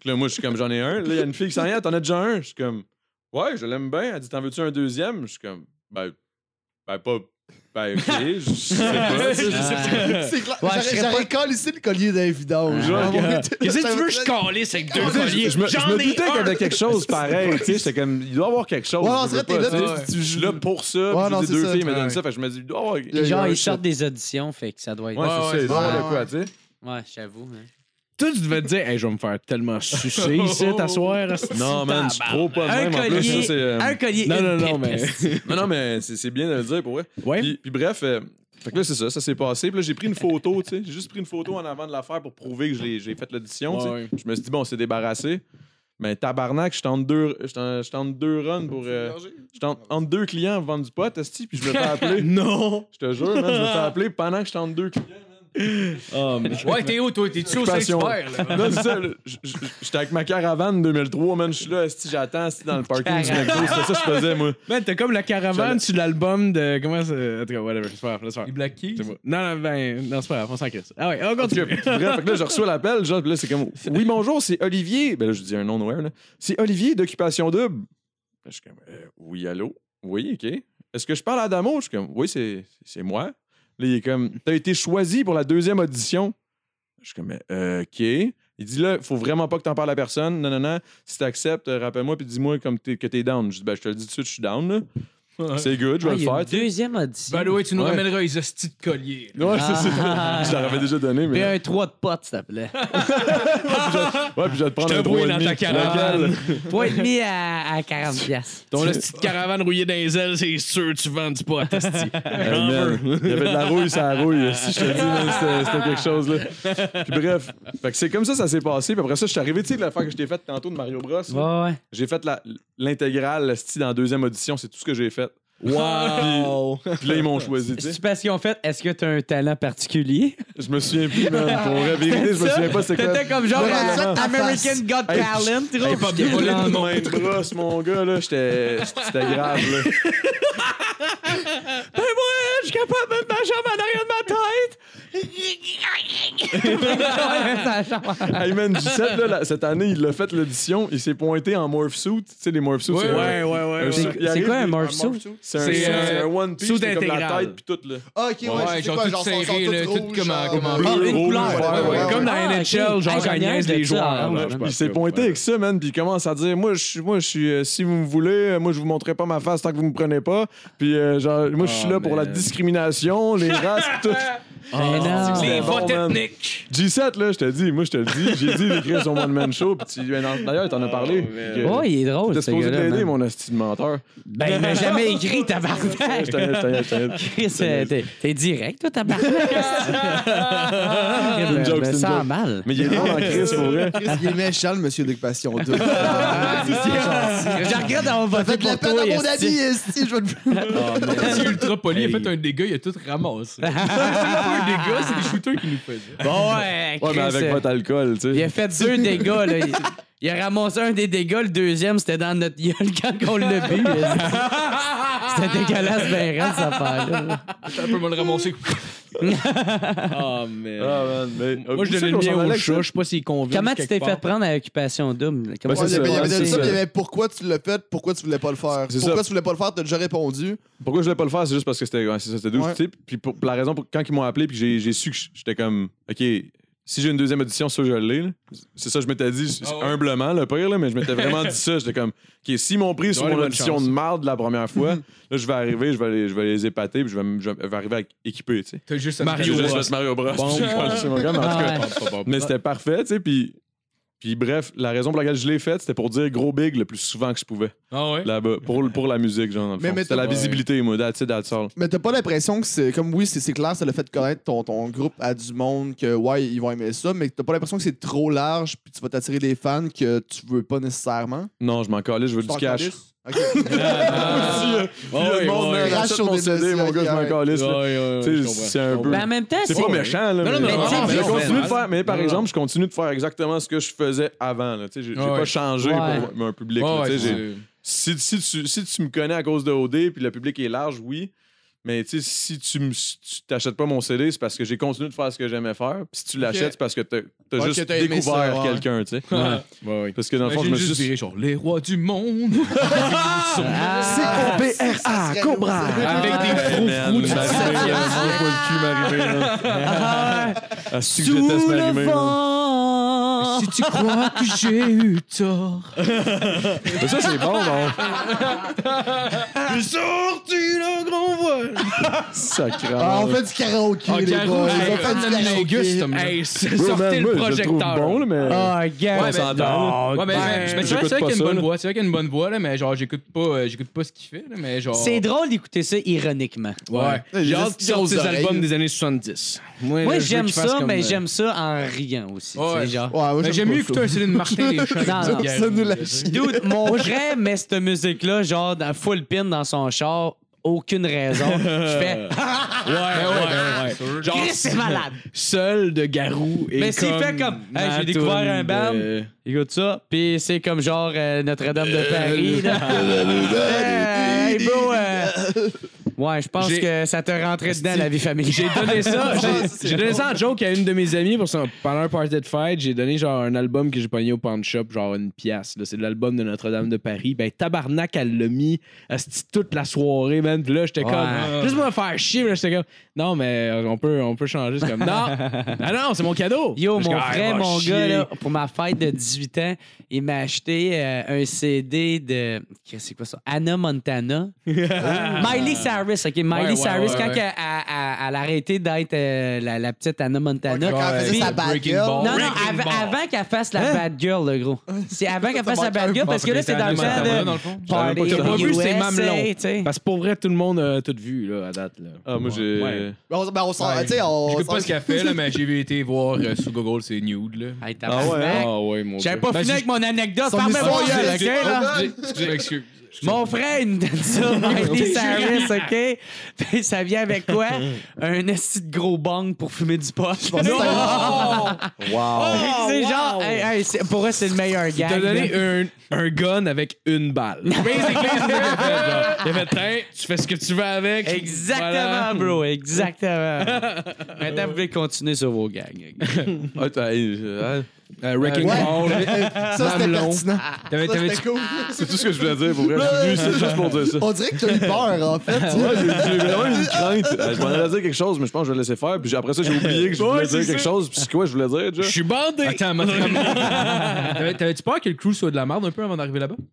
S2: que Là, moi, je suis comme, j'en ai un. Là, il y a une fille qui s'en vient, t'en as déjà un. Je suis comme, ouais, je l'aime bien. Elle dit, t'en veux-tu un deuxième? Je suis comme, ben, ben, pas. Ben, ok, je sais
S5: Ah,
S2: pas. tu sais, je-
S3: C'est clair.
S1: Ouais,
S3: J'aurais-
S1: je serais
S3: J'aurais collé ici le collier Ah, d'un vidange.
S2: Genre,
S7: Qu'est-ce que tu veux, je calisse avec deux colliers?
S2: Je me, je
S7: J'en
S2: me
S7: ai
S2: doutais qu'il y avait
S7: un!
S2: quelque chose pareil. tu sais, J'étais comme, il doit y avoir quelque chose.
S3: Ouais, en
S2: je veux
S3: vrai, t'es
S2: pas,
S3: là,
S2: tu sais.
S3: t'es-
S2: Je suis là pour ça.
S3: Ouais,
S2: puis
S3: non,
S2: j'ai
S3: c'est
S2: deux
S3: ça.
S2: filles me donnent
S6: Ouais.
S2: ça. Fait que je me dis, il doit y avoir-
S3: y a-
S2: Ouais,
S1: Les
S3: il y a
S1: gens,
S3: un
S1: ils
S3: shot.
S1: sortent des auditions, fait que ça doit être. Ouais,
S2: c'est ça. Il doit y avoir de quoi, tu sais.
S1: j'avoue. hein.
S5: Toi, tu devais te dire, hey, je vais me faire tellement sucer ici, t'asseoir.
S2: Non,
S5: bah,
S2: man, je suis trop pas de
S1: Un
S2: même. En plus,
S1: collier,
S2: ça, c'est. euh,
S1: Un collier,
S5: Non,
S1: une
S5: non,
S1: *laughs*
S5: non,
S1: pipe,
S5: mais.
S1: est-ce que-
S2: Non, non, mais c'est c'est bien de le dire pour vrai.
S5: Ouais.
S2: Puis, puis bref, euh, fait que là, c'est ça, ça s'est passé. Puis là, j'ai pris une photo, tu sais. J'ai juste pris une photo en avant de l'affaire pour prouver que je l'ai- j'ai fait l'audition, tu sais.
S5: Ouais.
S2: Je me suis dit, bon, c'est débarrassé. Mais tabarnak, je tente deux, j'étais en- j'étais entre deux runs pour. euh, j'étais en- entre deux clients pour vendre du pot, esti, puis je me fais appeler. *laughs*
S5: Non!
S2: Je te jure, man, je me fais appeler pendant que j'étais entre deux clients.
S5: Oh, mais-
S6: Ouais, t'es où, toi? T'es-tu au
S2: Passion.
S6: Saint-Hubert, là?
S2: Non, c'est *laughs* ça, là, j- j- J'étais avec ma caravane 2003, man. Je suis là, esti, j'attends, esti, dans le parking du McDo. C'était ça que je faisais, moi.
S5: Man, t'as comme la caravane sur l'album de. Comment ça. En tout cas, whatever. C'est pas grave, laisse faire.
S6: Les Black Keys?
S5: C'est moi. Non, non, ben, non, c'est pas grave, on s'en crisse. Ah ouais, on
S2: En tout cas,
S5: continue.
S2: puis bref, fait que là, je reçois l'appel, genre, puis là, c'est comme Oui, bonjour, c'est Olivier. Ben là, je dis un nom noir, là. C'est Olivier d'Occupation Double. Là, je suis comme Euh, Oui, allô? Oui, OK. Est-ce que je parle à Damo? Je suis comme Oui, c'est c'est moi. Là, il est comme T'as été choisi pour la deuxième audition. Je suis comme Euh, OK. Il dit là, faut vraiment pas que t'en parles à personne. Non, non, non. Si t'acceptes, euh, rappelle-moi, puis dis-moi comme t'es- que t'es down. Je dis Ben, je te le dis tout de suite, je suis down, là. C'est good, je
S1: Ah,
S2: vais le
S1: il y a
S2: faire.
S1: une
S2: tu sais.
S1: Deuxième audition.
S6: Ben, ouais, tu nous
S2: Ouais.
S6: ramèneras les hosties de collier.
S2: Ouais, c'est
S1: Ah.
S2: ça. *laughs* Je leur avais déjà donné, mais.
S1: Fais un 3 de potes, s'il te *laughs* plaît.
S2: Ouais, puis je vais te prendre
S5: te
S2: un
S5: vois
S2: droit
S5: dans
S2: et demi.
S5: ta caravane.
S2: Local.
S1: 3 et demi à, à 40 piastres.
S2: *laughs*
S5: Ton
S2: tu-
S5: petite caravane rouillée dans les ailes, c'est sûr, tu vends du pot à
S2: Hey, man, Il y avait de la rouille, ça rouille. Si je te dis, man, c'était c'était quelque chose. Là. Puis bref, fait que c'est comme ça ça s'est passé. Puis après ça, je suis arrivé, tu sais, de l'affaire que je t'ai faite tantôt de Mario Bros. là.
S1: Ouais, ouais.
S2: J'ai fait la- l'intégrale, le style, dans la deuxième audition. C'est tout ce que j'ai fait.
S5: Wow!
S2: Puis là, ils m'ont choisi, tu sais.
S1: C'est parce qu'ils ont fait, est-ce que t'as un talent particulier?
S2: Je me souviens plus, man. Pour la vérité, je me
S1: Ça,
S2: souviens pas c'était quoi.
S1: T'étais comme genre
S3: Ouais,
S1: euh,
S3: ça, ta
S1: American
S3: face.
S1: God
S2: Hey,
S1: Talent, trop.
S2: Hey, pas bien volé de main grosse, mon gars, là. J'étais c'était grave, là.
S1: Ben moi, je suis capable de mettre ma jambe en arrière de ma tête.
S2: Hey man, G7, là, la- cette année, il l'a fait l'audition. Il s'est pointé en morph suit. Tu sais, les morph suits, c'est-
S5: Ouais, ouais, ouais.
S2: Un
S1: C'est-
S2: suit- il
S1: c'est
S2: arrive,
S1: quoi un
S2: il-
S1: morph suit?
S2: C'est un,
S5: C'est,
S2: c'est
S5: euh,
S2: un One Piece,
S5: suit
S2: c'est comme la
S5: intégral.
S2: tête puis tout là.
S3: Ah, ok, ouais,
S6: Ouais,
S3: je sais
S6: genre
S3: quoi,
S6: tout
S3: genre
S6: serré,
S3: serré,
S6: là,
S3: tout
S6: tout comme en- comme en-
S1: Ah, une
S2: Rouge,
S1: couleur.
S2: vert,
S3: ouais, ouais.
S5: Comme dans
S1: Ah,
S5: NHL,
S1: ok.
S5: genre,
S1: Ah,
S5: quand ils
S1: génial,
S5: niaisent
S1: de
S5: les
S1: ça,
S5: joueurs.
S1: ah,
S5: là,
S1: ouais.
S5: je pense
S2: Il s'est
S5: que-
S2: pointé avec ça, man, puis il commence à dire Moi, je suis, moi, je suis, euh, si vous me voulez, euh, moi, je vous montrerai pas ma face tant que vous me prenez pas. Puis, euh, genre, moi, je suis
S5: Ah,
S2: là pour la
S5: man.
S2: discrimination,
S1: *laughs*
S2: les races, pis tout.
S1: Ben non.
S2: c'est
S6: Les
S2: bon,
S6: votes
S2: man.
S6: *laughs* ethniques!
S2: G7, là, je te dis, moi, je te le dis, j'ai dit d'écrire son one-man show, puis tu- ben, d'ailleurs, t'en as parlé. Puis que-
S1: Oh, Ah, il est drôle,
S2: T'es
S1: ce
S2: supposé
S1: gars-là,
S2: t'aider,
S1: man.
S2: mon asti de menteur.
S1: Ben, il m'a jamais écrit,
S2: Je
S1: tabarnak.
S2: t'aide, je t'aide, je t'aide.
S1: *laughs* Chris, euh, t'es- t'es direct, toi, tabarnak.
S2: *laughs* une
S1: Je
S2: joke,
S1: me
S2: c'est une
S1: sens
S2: joke.
S1: mal.
S2: Mais il est drôle en crise, Ah,
S1: *laughs*
S2: pour vrai.
S3: Il est méchant, le monsieur d'occupation
S6: *laughs*
S3: 2.
S1: Ah, Je regrette d'avoir voté
S3: Faites la
S1: pour
S3: peine
S1: toi,
S3: à mon
S1: esti.
S3: ami, esti, je vais le
S6: C'est ultra poli, il a fait un dégât, il a tout ramassé. C'est pas un dégât, c'est les shooters qui nous font ça.
S1: Bon, ouais,
S2: Ouais, mais
S1: Chris,
S2: avec
S1: euh,
S2: votre alcool, tu
S1: Il
S2: sais.
S1: a fait deux dégâts, là. Il, il a ramassé un des dégâts, le deuxième, c'était dans notre gueule *laughs* quand on l'a bu. C'était dégueulasse, ben raide, cette affaire-là.
S6: Un peu mal ramassé.
S5: Ah,
S2: Ah,
S5: man.
S2: man, mais-
S5: Moi, je
S2: Où c'est
S5: donnais
S2: qu'on
S5: le
S2: s'en
S5: mien au
S2: allait,
S5: chat, je sais pas s'il convainc.
S1: Comment tu t'es fait prendre à Occupation Double? Comment
S2: Ben, c'est
S1: tu
S2: ça,
S1: t'es
S3: Il y avait
S1: passé?
S3: de ça, puis il y avait pourquoi tu l'as fait, pourquoi tu voulais pas le faire.
S2: C'est ça.
S3: Pourquoi tu voulais pas le faire, t'as déjà répondu.
S2: Pourquoi je voulais pas le faire, c'est juste parce que c'était ouais, c'est ça, c'était douce,
S3: Ouais.
S2: tu sais. Puis pour, pour la raison, pour, quand ils m'ont appelé, puis j'ai j'ai su que j'étais comme, OK, si j'ai une deuxième audition, ça, je l'ai. là. C'est ça, je m'étais dit, c'est- humblement, le pire, là, mais je m'étais vraiment dit ça. J'étais comme, OK, si mon prix sur
S5: Ouais,
S2: mon
S5: bonne
S2: audition
S5: chance.
S2: de marde la première fois, là, je vais arriver, je vais les, je vais les épater, puis je vais, me- je vais arriver avec- équipé, tu sais.
S6: T'as juste à
S2: Je
S6: Mario.
S2: vais juste Mario Bros. puis *laughs* je vais aller chez mon gars, mais en tout cas, mais c'était parfait, tu sais, puis... Puis bref, la raison pour laquelle je l'ai faite, c'était pour dire gros big le plus souvent que je pouvais
S6: Ah ouais.
S2: là-bas pour, pour la musique genre dans le
S3: Mais- euh,
S2: fond.
S3: mais
S2: C'était la
S3: t'as-
S2: visibilité moi, that's it, that's all.
S3: Mais t'as pas l'impression que c'est. Comme oui, c'est c'est clair, ça le fait de connaître ton, ton groupe à du monde, que ouais, ils vont aimer ça, mais t'as pas l'impression que c'est trop large, puis tu vas t'attirer des fans que tu veux pas nécessairement.
S2: Non, je m'en calais, je veux
S3: Tu
S2: du
S3: t'en
S2: cash. euh,
S3: calisses? Ok.
S2: *laughs* Puis le monde
S3: Ah, ouais.
S2: man, achète
S3: Sur
S2: mon
S3: des
S2: CD, mon gars, je m'en calisse,
S3: dossiers,
S2: là. Tu sais,
S5: je comprends.
S2: c'est un peu.
S1: Ben, en même temps,
S2: C'est pas
S1: c'est-
S2: méchant, là.
S5: Non, non, mais
S1: vraiment,
S2: je
S1: mais non,
S2: continue
S5: mais-
S2: de faire, mais par
S5: Non,
S2: exemple, je continue de faire exactement ce que je faisais avant, là. Tu sais, j'ai j'ai
S6: Ouais.
S2: pas changé
S1: Ouais.
S2: pour un public, là.
S6: Ouais,
S2: Tu sais, j'ai-
S6: c'est-
S2: si, si tu, si tu me connais à cause de OD puis le public est large, oui. Mais tu sais, si tu me- si tu t'achètes pas mon CD, c'est parce que j'ai continué de faire ce que j'aimais faire. Puis si tu l'achètes, c'est parce que t'as t'as
S3: Ouais, que
S2: juste
S3: t'as aimé
S2: découvert
S3: ça, ouais.
S2: quelqu'un, tu sais.
S5: Ouais, ouais.
S2: Parce que dans le fond, je
S6: Imagine
S2: me
S6: juste
S2: suis.
S6: viré genre les rois du monde.
S1: Ah,
S3: Ça
S7: C-O-B-R-A,
S3: serait
S7: Cobra.
S3: lourd. Ah.
S6: Avec des
S2: Ah, Man,
S6: frous du
S2: Marimé, là, mange-moi le cul, Marimé, là.
S1: ah,
S2: Ah, c'est que je
S1: sous
S2: déteste
S1: le
S2: Marimé, là.
S1: vent.
S6: *laughs* Si tu crois que j'ai eu tort.
S2: Mais ça, c'est bon, non? sorti le grand voile!
S3: Ah, on fait du karaoké, les boys. On fait du karaoké.
S5: Hey,
S2: Sortez
S5: sortez le projecteur.
S2: bon, là, mais...
S1: Ah, gars.
S6: Ouais, mais- oh,
S2: s'entend,
S6: Ouais, mais, mais- mais c'est vrai
S2: j'écoute
S6: c'est vrai
S2: pas
S6: qu'il y a
S2: ça,
S6: une bonne
S2: là.
S6: voix. C'est vrai qu'il y a une bonne voix, là, mais genre, j'écoute pas, euh, j'écoute pas ce qu'il fait, là, mais genre.
S1: C'est drôle d'écouter ça ironiquement.
S5: ben, Ouais.
S3: Ouais,
S5: J'ai
S3: j'ai
S5: hâte
S3: juste
S5: qu'ils sortent
S3: aux
S5: ces
S3: oreilles.
S5: albums des années 70.
S1: Moi,
S5: là, je veux
S1: j'aime
S5: qu'ils fassent
S1: ça,
S5: comme,
S1: mais
S5: euh,
S1: j'aime ça en riant aussi. tu sais,
S6: Ouais.
S1: genre.
S3: Ouais, moi,
S6: Mais j'aime
S3: pas
S6: mieux
S3: ça.
S6: écouter un Céline Martin des chants.
S1: Non, non.
S3: Ça nous la chie.
S1: *laughs* Dude, mon vrai, mais cette musique-là, genre, dans full pin dans son char, aucune raison. Je *laughs* fais, Ah,
S5: Ouais, Ben ouais, ouais. ouais. Genre,
S1: Chris, c'est *laughs* malade.
S5: seul de Garou et
S1: Mais s'il fait comme, Hey, j'ai découvert un band. Écoute ça, puis c'est comme genre euh, Notre-Dame de Paris. là. Euh, hey, bro, euh, Ouais, je pense
S5: J'ai-
S1: que ça te rentrait dedans, la vie familiale.
S5: J'ai
S1: *laughs*
S5: donné ça, j'ai- j'ai donné ça en joke à une de mes amies pour son, pendant un party de fête. J'ai donné genre un album que j'ai pogné au pawn shop, genre une pièce. là. C'est l'album de Notre-Dame de Paris. Ben tabarnak, elle l'a mis asti, toute la soirée, man. Puis là, j'étais
S1: Ouais.
S5: comme, Ah. juste me faire chier. Puis là, j'étais comme, non, mais euh, on peut, on peut changer.
S1: *laughs*
S5: C'est comme, non, non, non, c'est mon cadeau.
S1: Yo,
S5: Puis je
S1: mon
S5: suis comme,
S1: frère,
S5: Ah, va
S1: mon
S5: chier.
S1: gars, là, pour ma fête de 18 ans, il m'a acheté euh, un CD de. Qu'est-ce que C'est quoi ça? Anna Montana. Miley Cyrus, OK? Miley
S6: ouais,
S1: Cyrus,
S6: ouais,
S1: quand
S6: ouais.
S1: qu'elle- Elle, elle- elle a arrêté d'être euh, la, la petite Anna Montana.
S6: Oh,
S3: Quand elle faisait
S1: Puis-
S3: sa bad
S6: Breaking
S3: girl.
S6: Ball.
S1: non, non,
S6: Breaking
S1: av-
S6: Ball.
S1: avant qu'elle fasse la bad girl, le gros. C'est avant qu'elle fasse la bad girl, parce que là, c'est dans le temps
S6: Montana, dans le
S1: de.
S6: fond.
S1: Party
S5: T'as pas vu ses
S1: USA,
S5: mamelons. Ah
S1: tu sais.
S5: Parce que pour vrai, tout le monde a tout vu, là, à date, là.
S2: Ah, moi, j'ai...
S5: Ouais.
S3: Ben, on- ben, on s'en.
S6: Ouais.
S3: Tu sais, on.
S6: J'écoute pas
S3: s'en-
S6: ce qu'elle fait, là, mais j'ai été voir euh, sur Google, c'est nude, là.
S1: Hey, t'as
S2: Ah
S1: pas-
S2: ouais, hein?
S5: Ah ouais, mon
S1: J'avais
S5: gars.
S1: pas
S6: Ben,
S1: fini
S6: c'est-
S1: avec mon anecdode.
S3: Son
S1: Parle-moi,
S3: histoire,
S1: mon
S3: c'est-
S1: gueule,
S6: c'est-
S1: OK, là?
S6: Je m'excuse.
S1: Mon frère, il me donne
S2: *laughs*
S1: ça, Miley Cyrus, OK? Puis ça vient avec
S2: *laughs*
S1: quoi? Un esti de gros bang pour fumer du pot. *laughs* c'est genre, hey, hey, c'est- pour eux, c'est le meilleur gag.
S5: T'as
S1: là.
S5: donné un, un gun avec une balle. Basically, c'est ce qu'il a fait. genre. Il a fait, tiens, tu fais ce que tu veux avec.
S1: Exactement,
S5: Voilà.
S1: bro, exactement. Maintenant, vous pouvez continuer sur vos gags.
S2: Ah, t'as- hey, euh, hein.
S5: Euh, Wrecking
S3: Ouais.
S5: Ball.
S3: euh, Ça, c'était
S5: Mamelon.
S3: pertinent.
S6: T'avais,
S3: Ça,
S6: t'avais,
S3: c'était cool.
S2: *laughs* C'est tout ce que je voulais dire, pour vrai. Je suis venu, c'est juste pour dire
S3: *laughs*
S2: ça.
S3: On dirait que t'as eu peur, en fait. tu
S2: Ouais,
S3: sais.
S2: j'ai j'ai vraiment eu une crainte. Euh, Je m'en allais dire quelque chose, mais je pense que je vais le laisser faire. Puis j'ai- après ça, j'ai oublié que je voulais dire quelque chose. Puis c'est quoi, je voulais dire, déjà?
S5: Je suis bandé.
S6: attends, moi,
S5: *laughs*
S6: t'avais, t'avais-tu peur que le crew soit de la merde un peu avant d'arriver là-bas?
S5: Euh,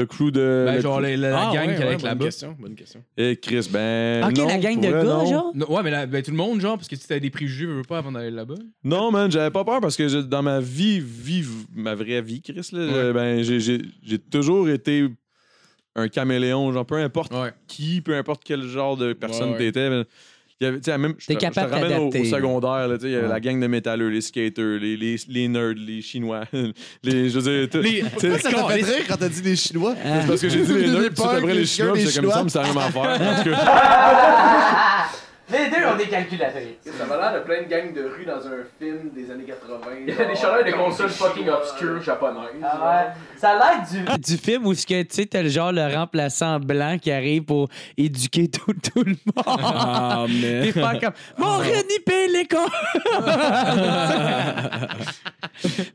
S2: Le crew de.
S6: Ben,
S2: le
S6: genre,
S2: crew-
S6: la, la- la gang qui allait être
S5: bonne
S6: là-bas.
S5: question, bonne question.
S2: Eh, Chris, ben.
S1: OK,
S2: non,
S1: la gang
S2: pour
S1: de
S2: vrai,
S1: gars,
S2: non.
S1: genre?
S6: Non, ouais, mais la- ben, tout le monde, genre, parce que tu t'avais des préjugés, veux veux pas, avant d'aller là-bas.
S2: Non, man, j'avais pas peur parce que je- dans ma vie, vie, ma vraie vie, Chris, là, euh, ben, j'ai- j'ai j'ai toujours été un caméléon. Genre, peu importe
S6: Ouais.
S2: qui, peu importe quel genre de personne
S5: Ouais, ouais.
S2: t'étais. ben, il y avait- tu sais, même, je, te,
S1: T'es capable
S2: je te ramène au,
S1: d'adapter,
S2: au secondaire, là, tu sais, il y avait
S1: Ouais.
S2: la gang de métalleux, les skaters, les, les, les nerds, les chinois, *laughs* les, je veux dire, tout- tu sais,
S3: Ça t'a fait rire quand t'as dit les Chinois.
S2: C'est parce que j'ai dit les
S3: J'ai
S2: nerds,
S3: peur
S2: puis tout après
S3: que
S2: les
S3: les
S2: chinois, puis
S3: Chinois,
S2: j'étais comme ça,
S3: les
S2: mais ça n'a rien à faire. En tout
S3: *laughs*
S2: cas,
S1: Les deux, on est calculatrices.
S11: Ça m'a l'air de plein de gangs de rue dans un film des années 80. Il y a des chaleurs de consoles fucking obscures japonaises.
S1: Ah Ça a l'air du... film où ce que, tu sais, t'as le genre le remplaçant blanc qui arrive pour éduquer tout, tout le monde.
S5: Ah, mais.
S1: *laughs* Puis faire comme Mon René paye les
S2: *laughs*
S1: cons!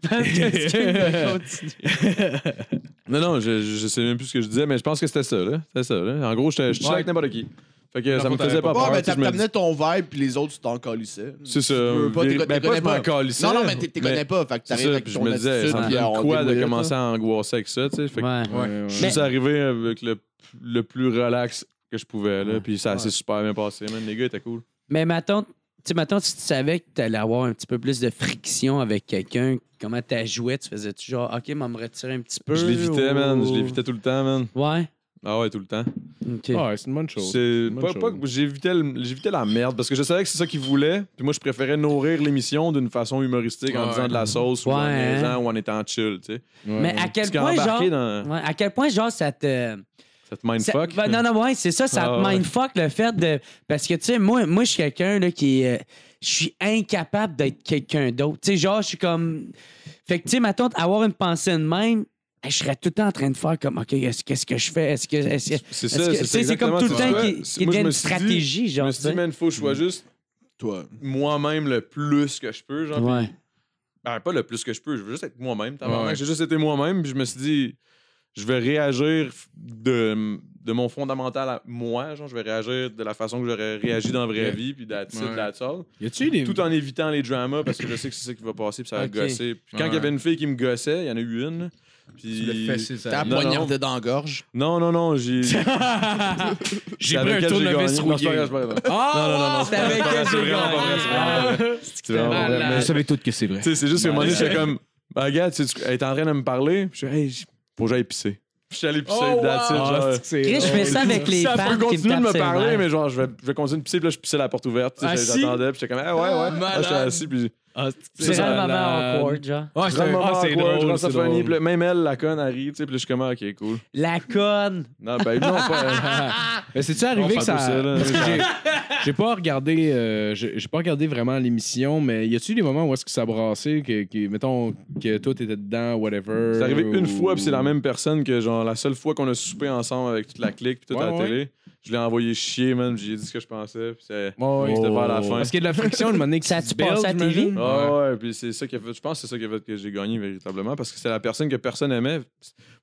S1: Parce que ce que je continue.
S2: Non, non, je, je sais même plus ce que je disais, mais je pense que c'était ça, là. C'était ça, là. En gros, j'étais- je suis avec n'importe qui. Fait que ça me faisait pas
S3: Bon,
S2: peur.
S3: ben,
S2: tu sais,
S3: t'as-
S2: je me dis-
S3: t'amenais ton vibe, puis les autres, tu t'en calissais.
S2: C'est ça.
S3: Tu veux pas,
S2: Vér-
S3: t'es- t'es
S2: ben, pas,
S3: connais
S2: je m'en
S3: pas.
S2: calissais,
S3: Non, non, mais t'es- t'es
S2: mais-
S3: connais pas. Fait que
S2: C'est
S3: t'arrives
S2: ça,
S3: avec
S2: puis je
S3: ton
S2: me disais,
S3: attitude,
S2: ça me
S3: puis
S2: donne
S3: on
S2: quoi de
S3: débrouille,
S2: commencer
S3: là.
S2: à angoisser avec ça, tu sais. Fait que
S1: Ouais.
S2: je suis
S1: Mais-
S2: juste arrivé avec le, le plus relax que je pouvais, là.
S1: Ouais.
S2: Puis ça s'est super bien passé, man. Les gars étaient cool.
S1: Mais maintenant, tu sais, mettons, si tu savais que tu allais avoir un petit peu plus de friction avec quelqu'un, comment tu jouais, tu faisais-tu genre, OK, m'en me retirer un petit peu?
S2: Je l'évitais,
S1: ou-
S2: man. Je l'évitais tout le temps, man.
S1: Ouais.
S2: Ah ouais, tout le temps.
S1: OK.
S5: Ah, Ouais, c'est une bonne chose.
S2: C'est
S5: bonne
S2: pas, pas
S5: chose.
S2: que j'évitais le- j'évitais la merde parce que je savais que c'est ça qu'ils voulaient. Puis moi, je préférais nourrir l'émission d'une façon humoristique en
S6: Ouais.
S2: disant de la sauce ou en
S1: Ouais, hein.
S2: niaisant ou en étant chill, tu sais.
S1: Mais à quel
S2: Parce
S1: point, genre.
S2: qu'embarquer dans
S1: ouais, à quel point, genre, ça te.
S2: cette mindfuck.
S1: Ça- ben, non, non, ouais, c'est ça, ça
S2: Ah,
S1: te
S2: ouais.
S1: mindfuck le fait de. Parce que, tu sais, moi, moi je suis quelqu'un là, qui. euh, je suis incapable d'être quelqu'un d'autre. Tu sais, genre, je suis comme. Fait que, tu sais, ma tante, avoir une pensée de même, je serais tout le temps en train de faire comme, OK, est-ce- qu'est-ce que je fais? Est-ce que. Est-ce que...
S2: C'est
S1: Est-ce
S2: ça,
S1: que-
S2: c'est
S1: tu
S2: ça,
S1: sais, c'est comme tout le
S2: exactement
S1: temps
S2: ça.
S1: qui, qui
S2: Moi, je
S1: devient
S2: me
S1: une
S2: suis dit-
S1: stratégie,
S2: Je
S1: genre.
S2: me suis
S1: tu
S2: dit,
S1: sais.
S2: man, faut que je sois juste
S3: Toi.
S2: moi-même le plus que je peux. Genre, euh, puis-
S1: Ouais.
S2: ben, pas le plus que je peux, je veux juste être moi-même.
S6: Ouais.
S2: tabarnak. J'ai juste été moi-même, puis je me suis dit, je vais réagir de, de mon fondamental à moi. Genre, je vais réagir de la façon que j'aurais réagi dans la vraie vie, puis that's it,
S6: Ouais.
S2: that's all.
S5: Y a-tu des.
S2: Tout en évitant les dramas, parce que je sais que c'est ça qui va passer, puis ça va
S1: Ok.
S2: gosser. Puis quand il
S6: Ouais.
S2: y avait une fille qui me gossait, il y en a eu une. là,
S6: Tu l'as
S2: Puis...
S6: fessé,
S3: T'as
S6: ça.
S2: Non,
S3: poignardé dans la gorge.
S2: Non, non, non, j'ai.
S7: J'ai
S2: avec
S7: pris un
S2: elle, j'ai
S7: tournevis
S2: gagné. Non,
S7: rouillé.
S2: c'est pas grave, c'est pas grave.
S1: Ah,
S2: C'est avec elle, c'est vraiment pas vrai, c'est vraiment pas vrai. C'est vraiment
S5: Ah,
S2: pas vrai. Mais-
S6: Je savais tout que c'est vrai.
S2: Tu sais, c'est juste que un moment donné, j'étais comme, *laughs* bah, regarde, tu sais, tu- elle est en train de me parler. Puis Je suis, hey, j- faut que j'aille pisser. Ah, Puis Je suis allé pisser, puis
S5: Ah,
S2: that's it, genre.
S1: Chris, je fais ça avec les
S2: Ça
S1: fans
S2: peut
S1: qui me
S2: continuer de me
S1: tapent ses
S2: parler,
S1: nerfs.
S2: mais genre, je vais, je vais continuer de pisser, puis là, je pissais la porte ouverte. Tu sais,
S5: Assis?
S2: J'attendais, puis j'étais comme, ah ouais, ouais. Là, j'étais assis, puis
S1: C'est
S2: ça,
S1: vraiment awkward, genre.
S5: Ah,
S2: je rends le moment
S5: c'est
S2: awkward, je
S5: drôle,
S2: rends ça
S5: c'est
S2: funny,
S5: drôle.
S2: puis là, même elle, la conne, elle rit, tu sais, puis là, je suis comme, ah, ok, cool.
S1: La conne.
S2: Non, ben, non, pas.
S5: *laughs* Mais c'est-tu
S2: On
S5: arrivé
S2: fait
S5: que
S2: un
S5: ça.
S2: peu ça, là.
S5: parce que j'ai- j'ai pas regardé, euh, j'ai j'ai pas regardé vraiment l'émission, mais y a-tu des moments où est-ce que ça brassait, que, que- mettons que toi t'étais dedans, whatever.
S2: C'est arrivé une
S5: ou-
S2: fois, puis c'est la même personne que, genre, la seule fois qu'on a soupé ensemble avec toute la clique, puis toute
S5: Ouais,
S2: la
S5: ouais.
S2: télé, je l'ai envoyé chier, man, puis j'ai dit ce que je pensais, puis c'est-
S5: Ouais, ouais.
S2: c'était vers la fin.
S5: Parce qu'il y a de la friction, le moment donné, qui
S1: Ça
S5: se
S1: a-tu
S5: build,
S1: passé à la télé?
S5: j'imagine.
S2: Ah ouais, puis c'est ça qui a fait. Je pense que c'est ça qui a fait que j'ai gagné véritablement parce que c'est la personne que personne aimait.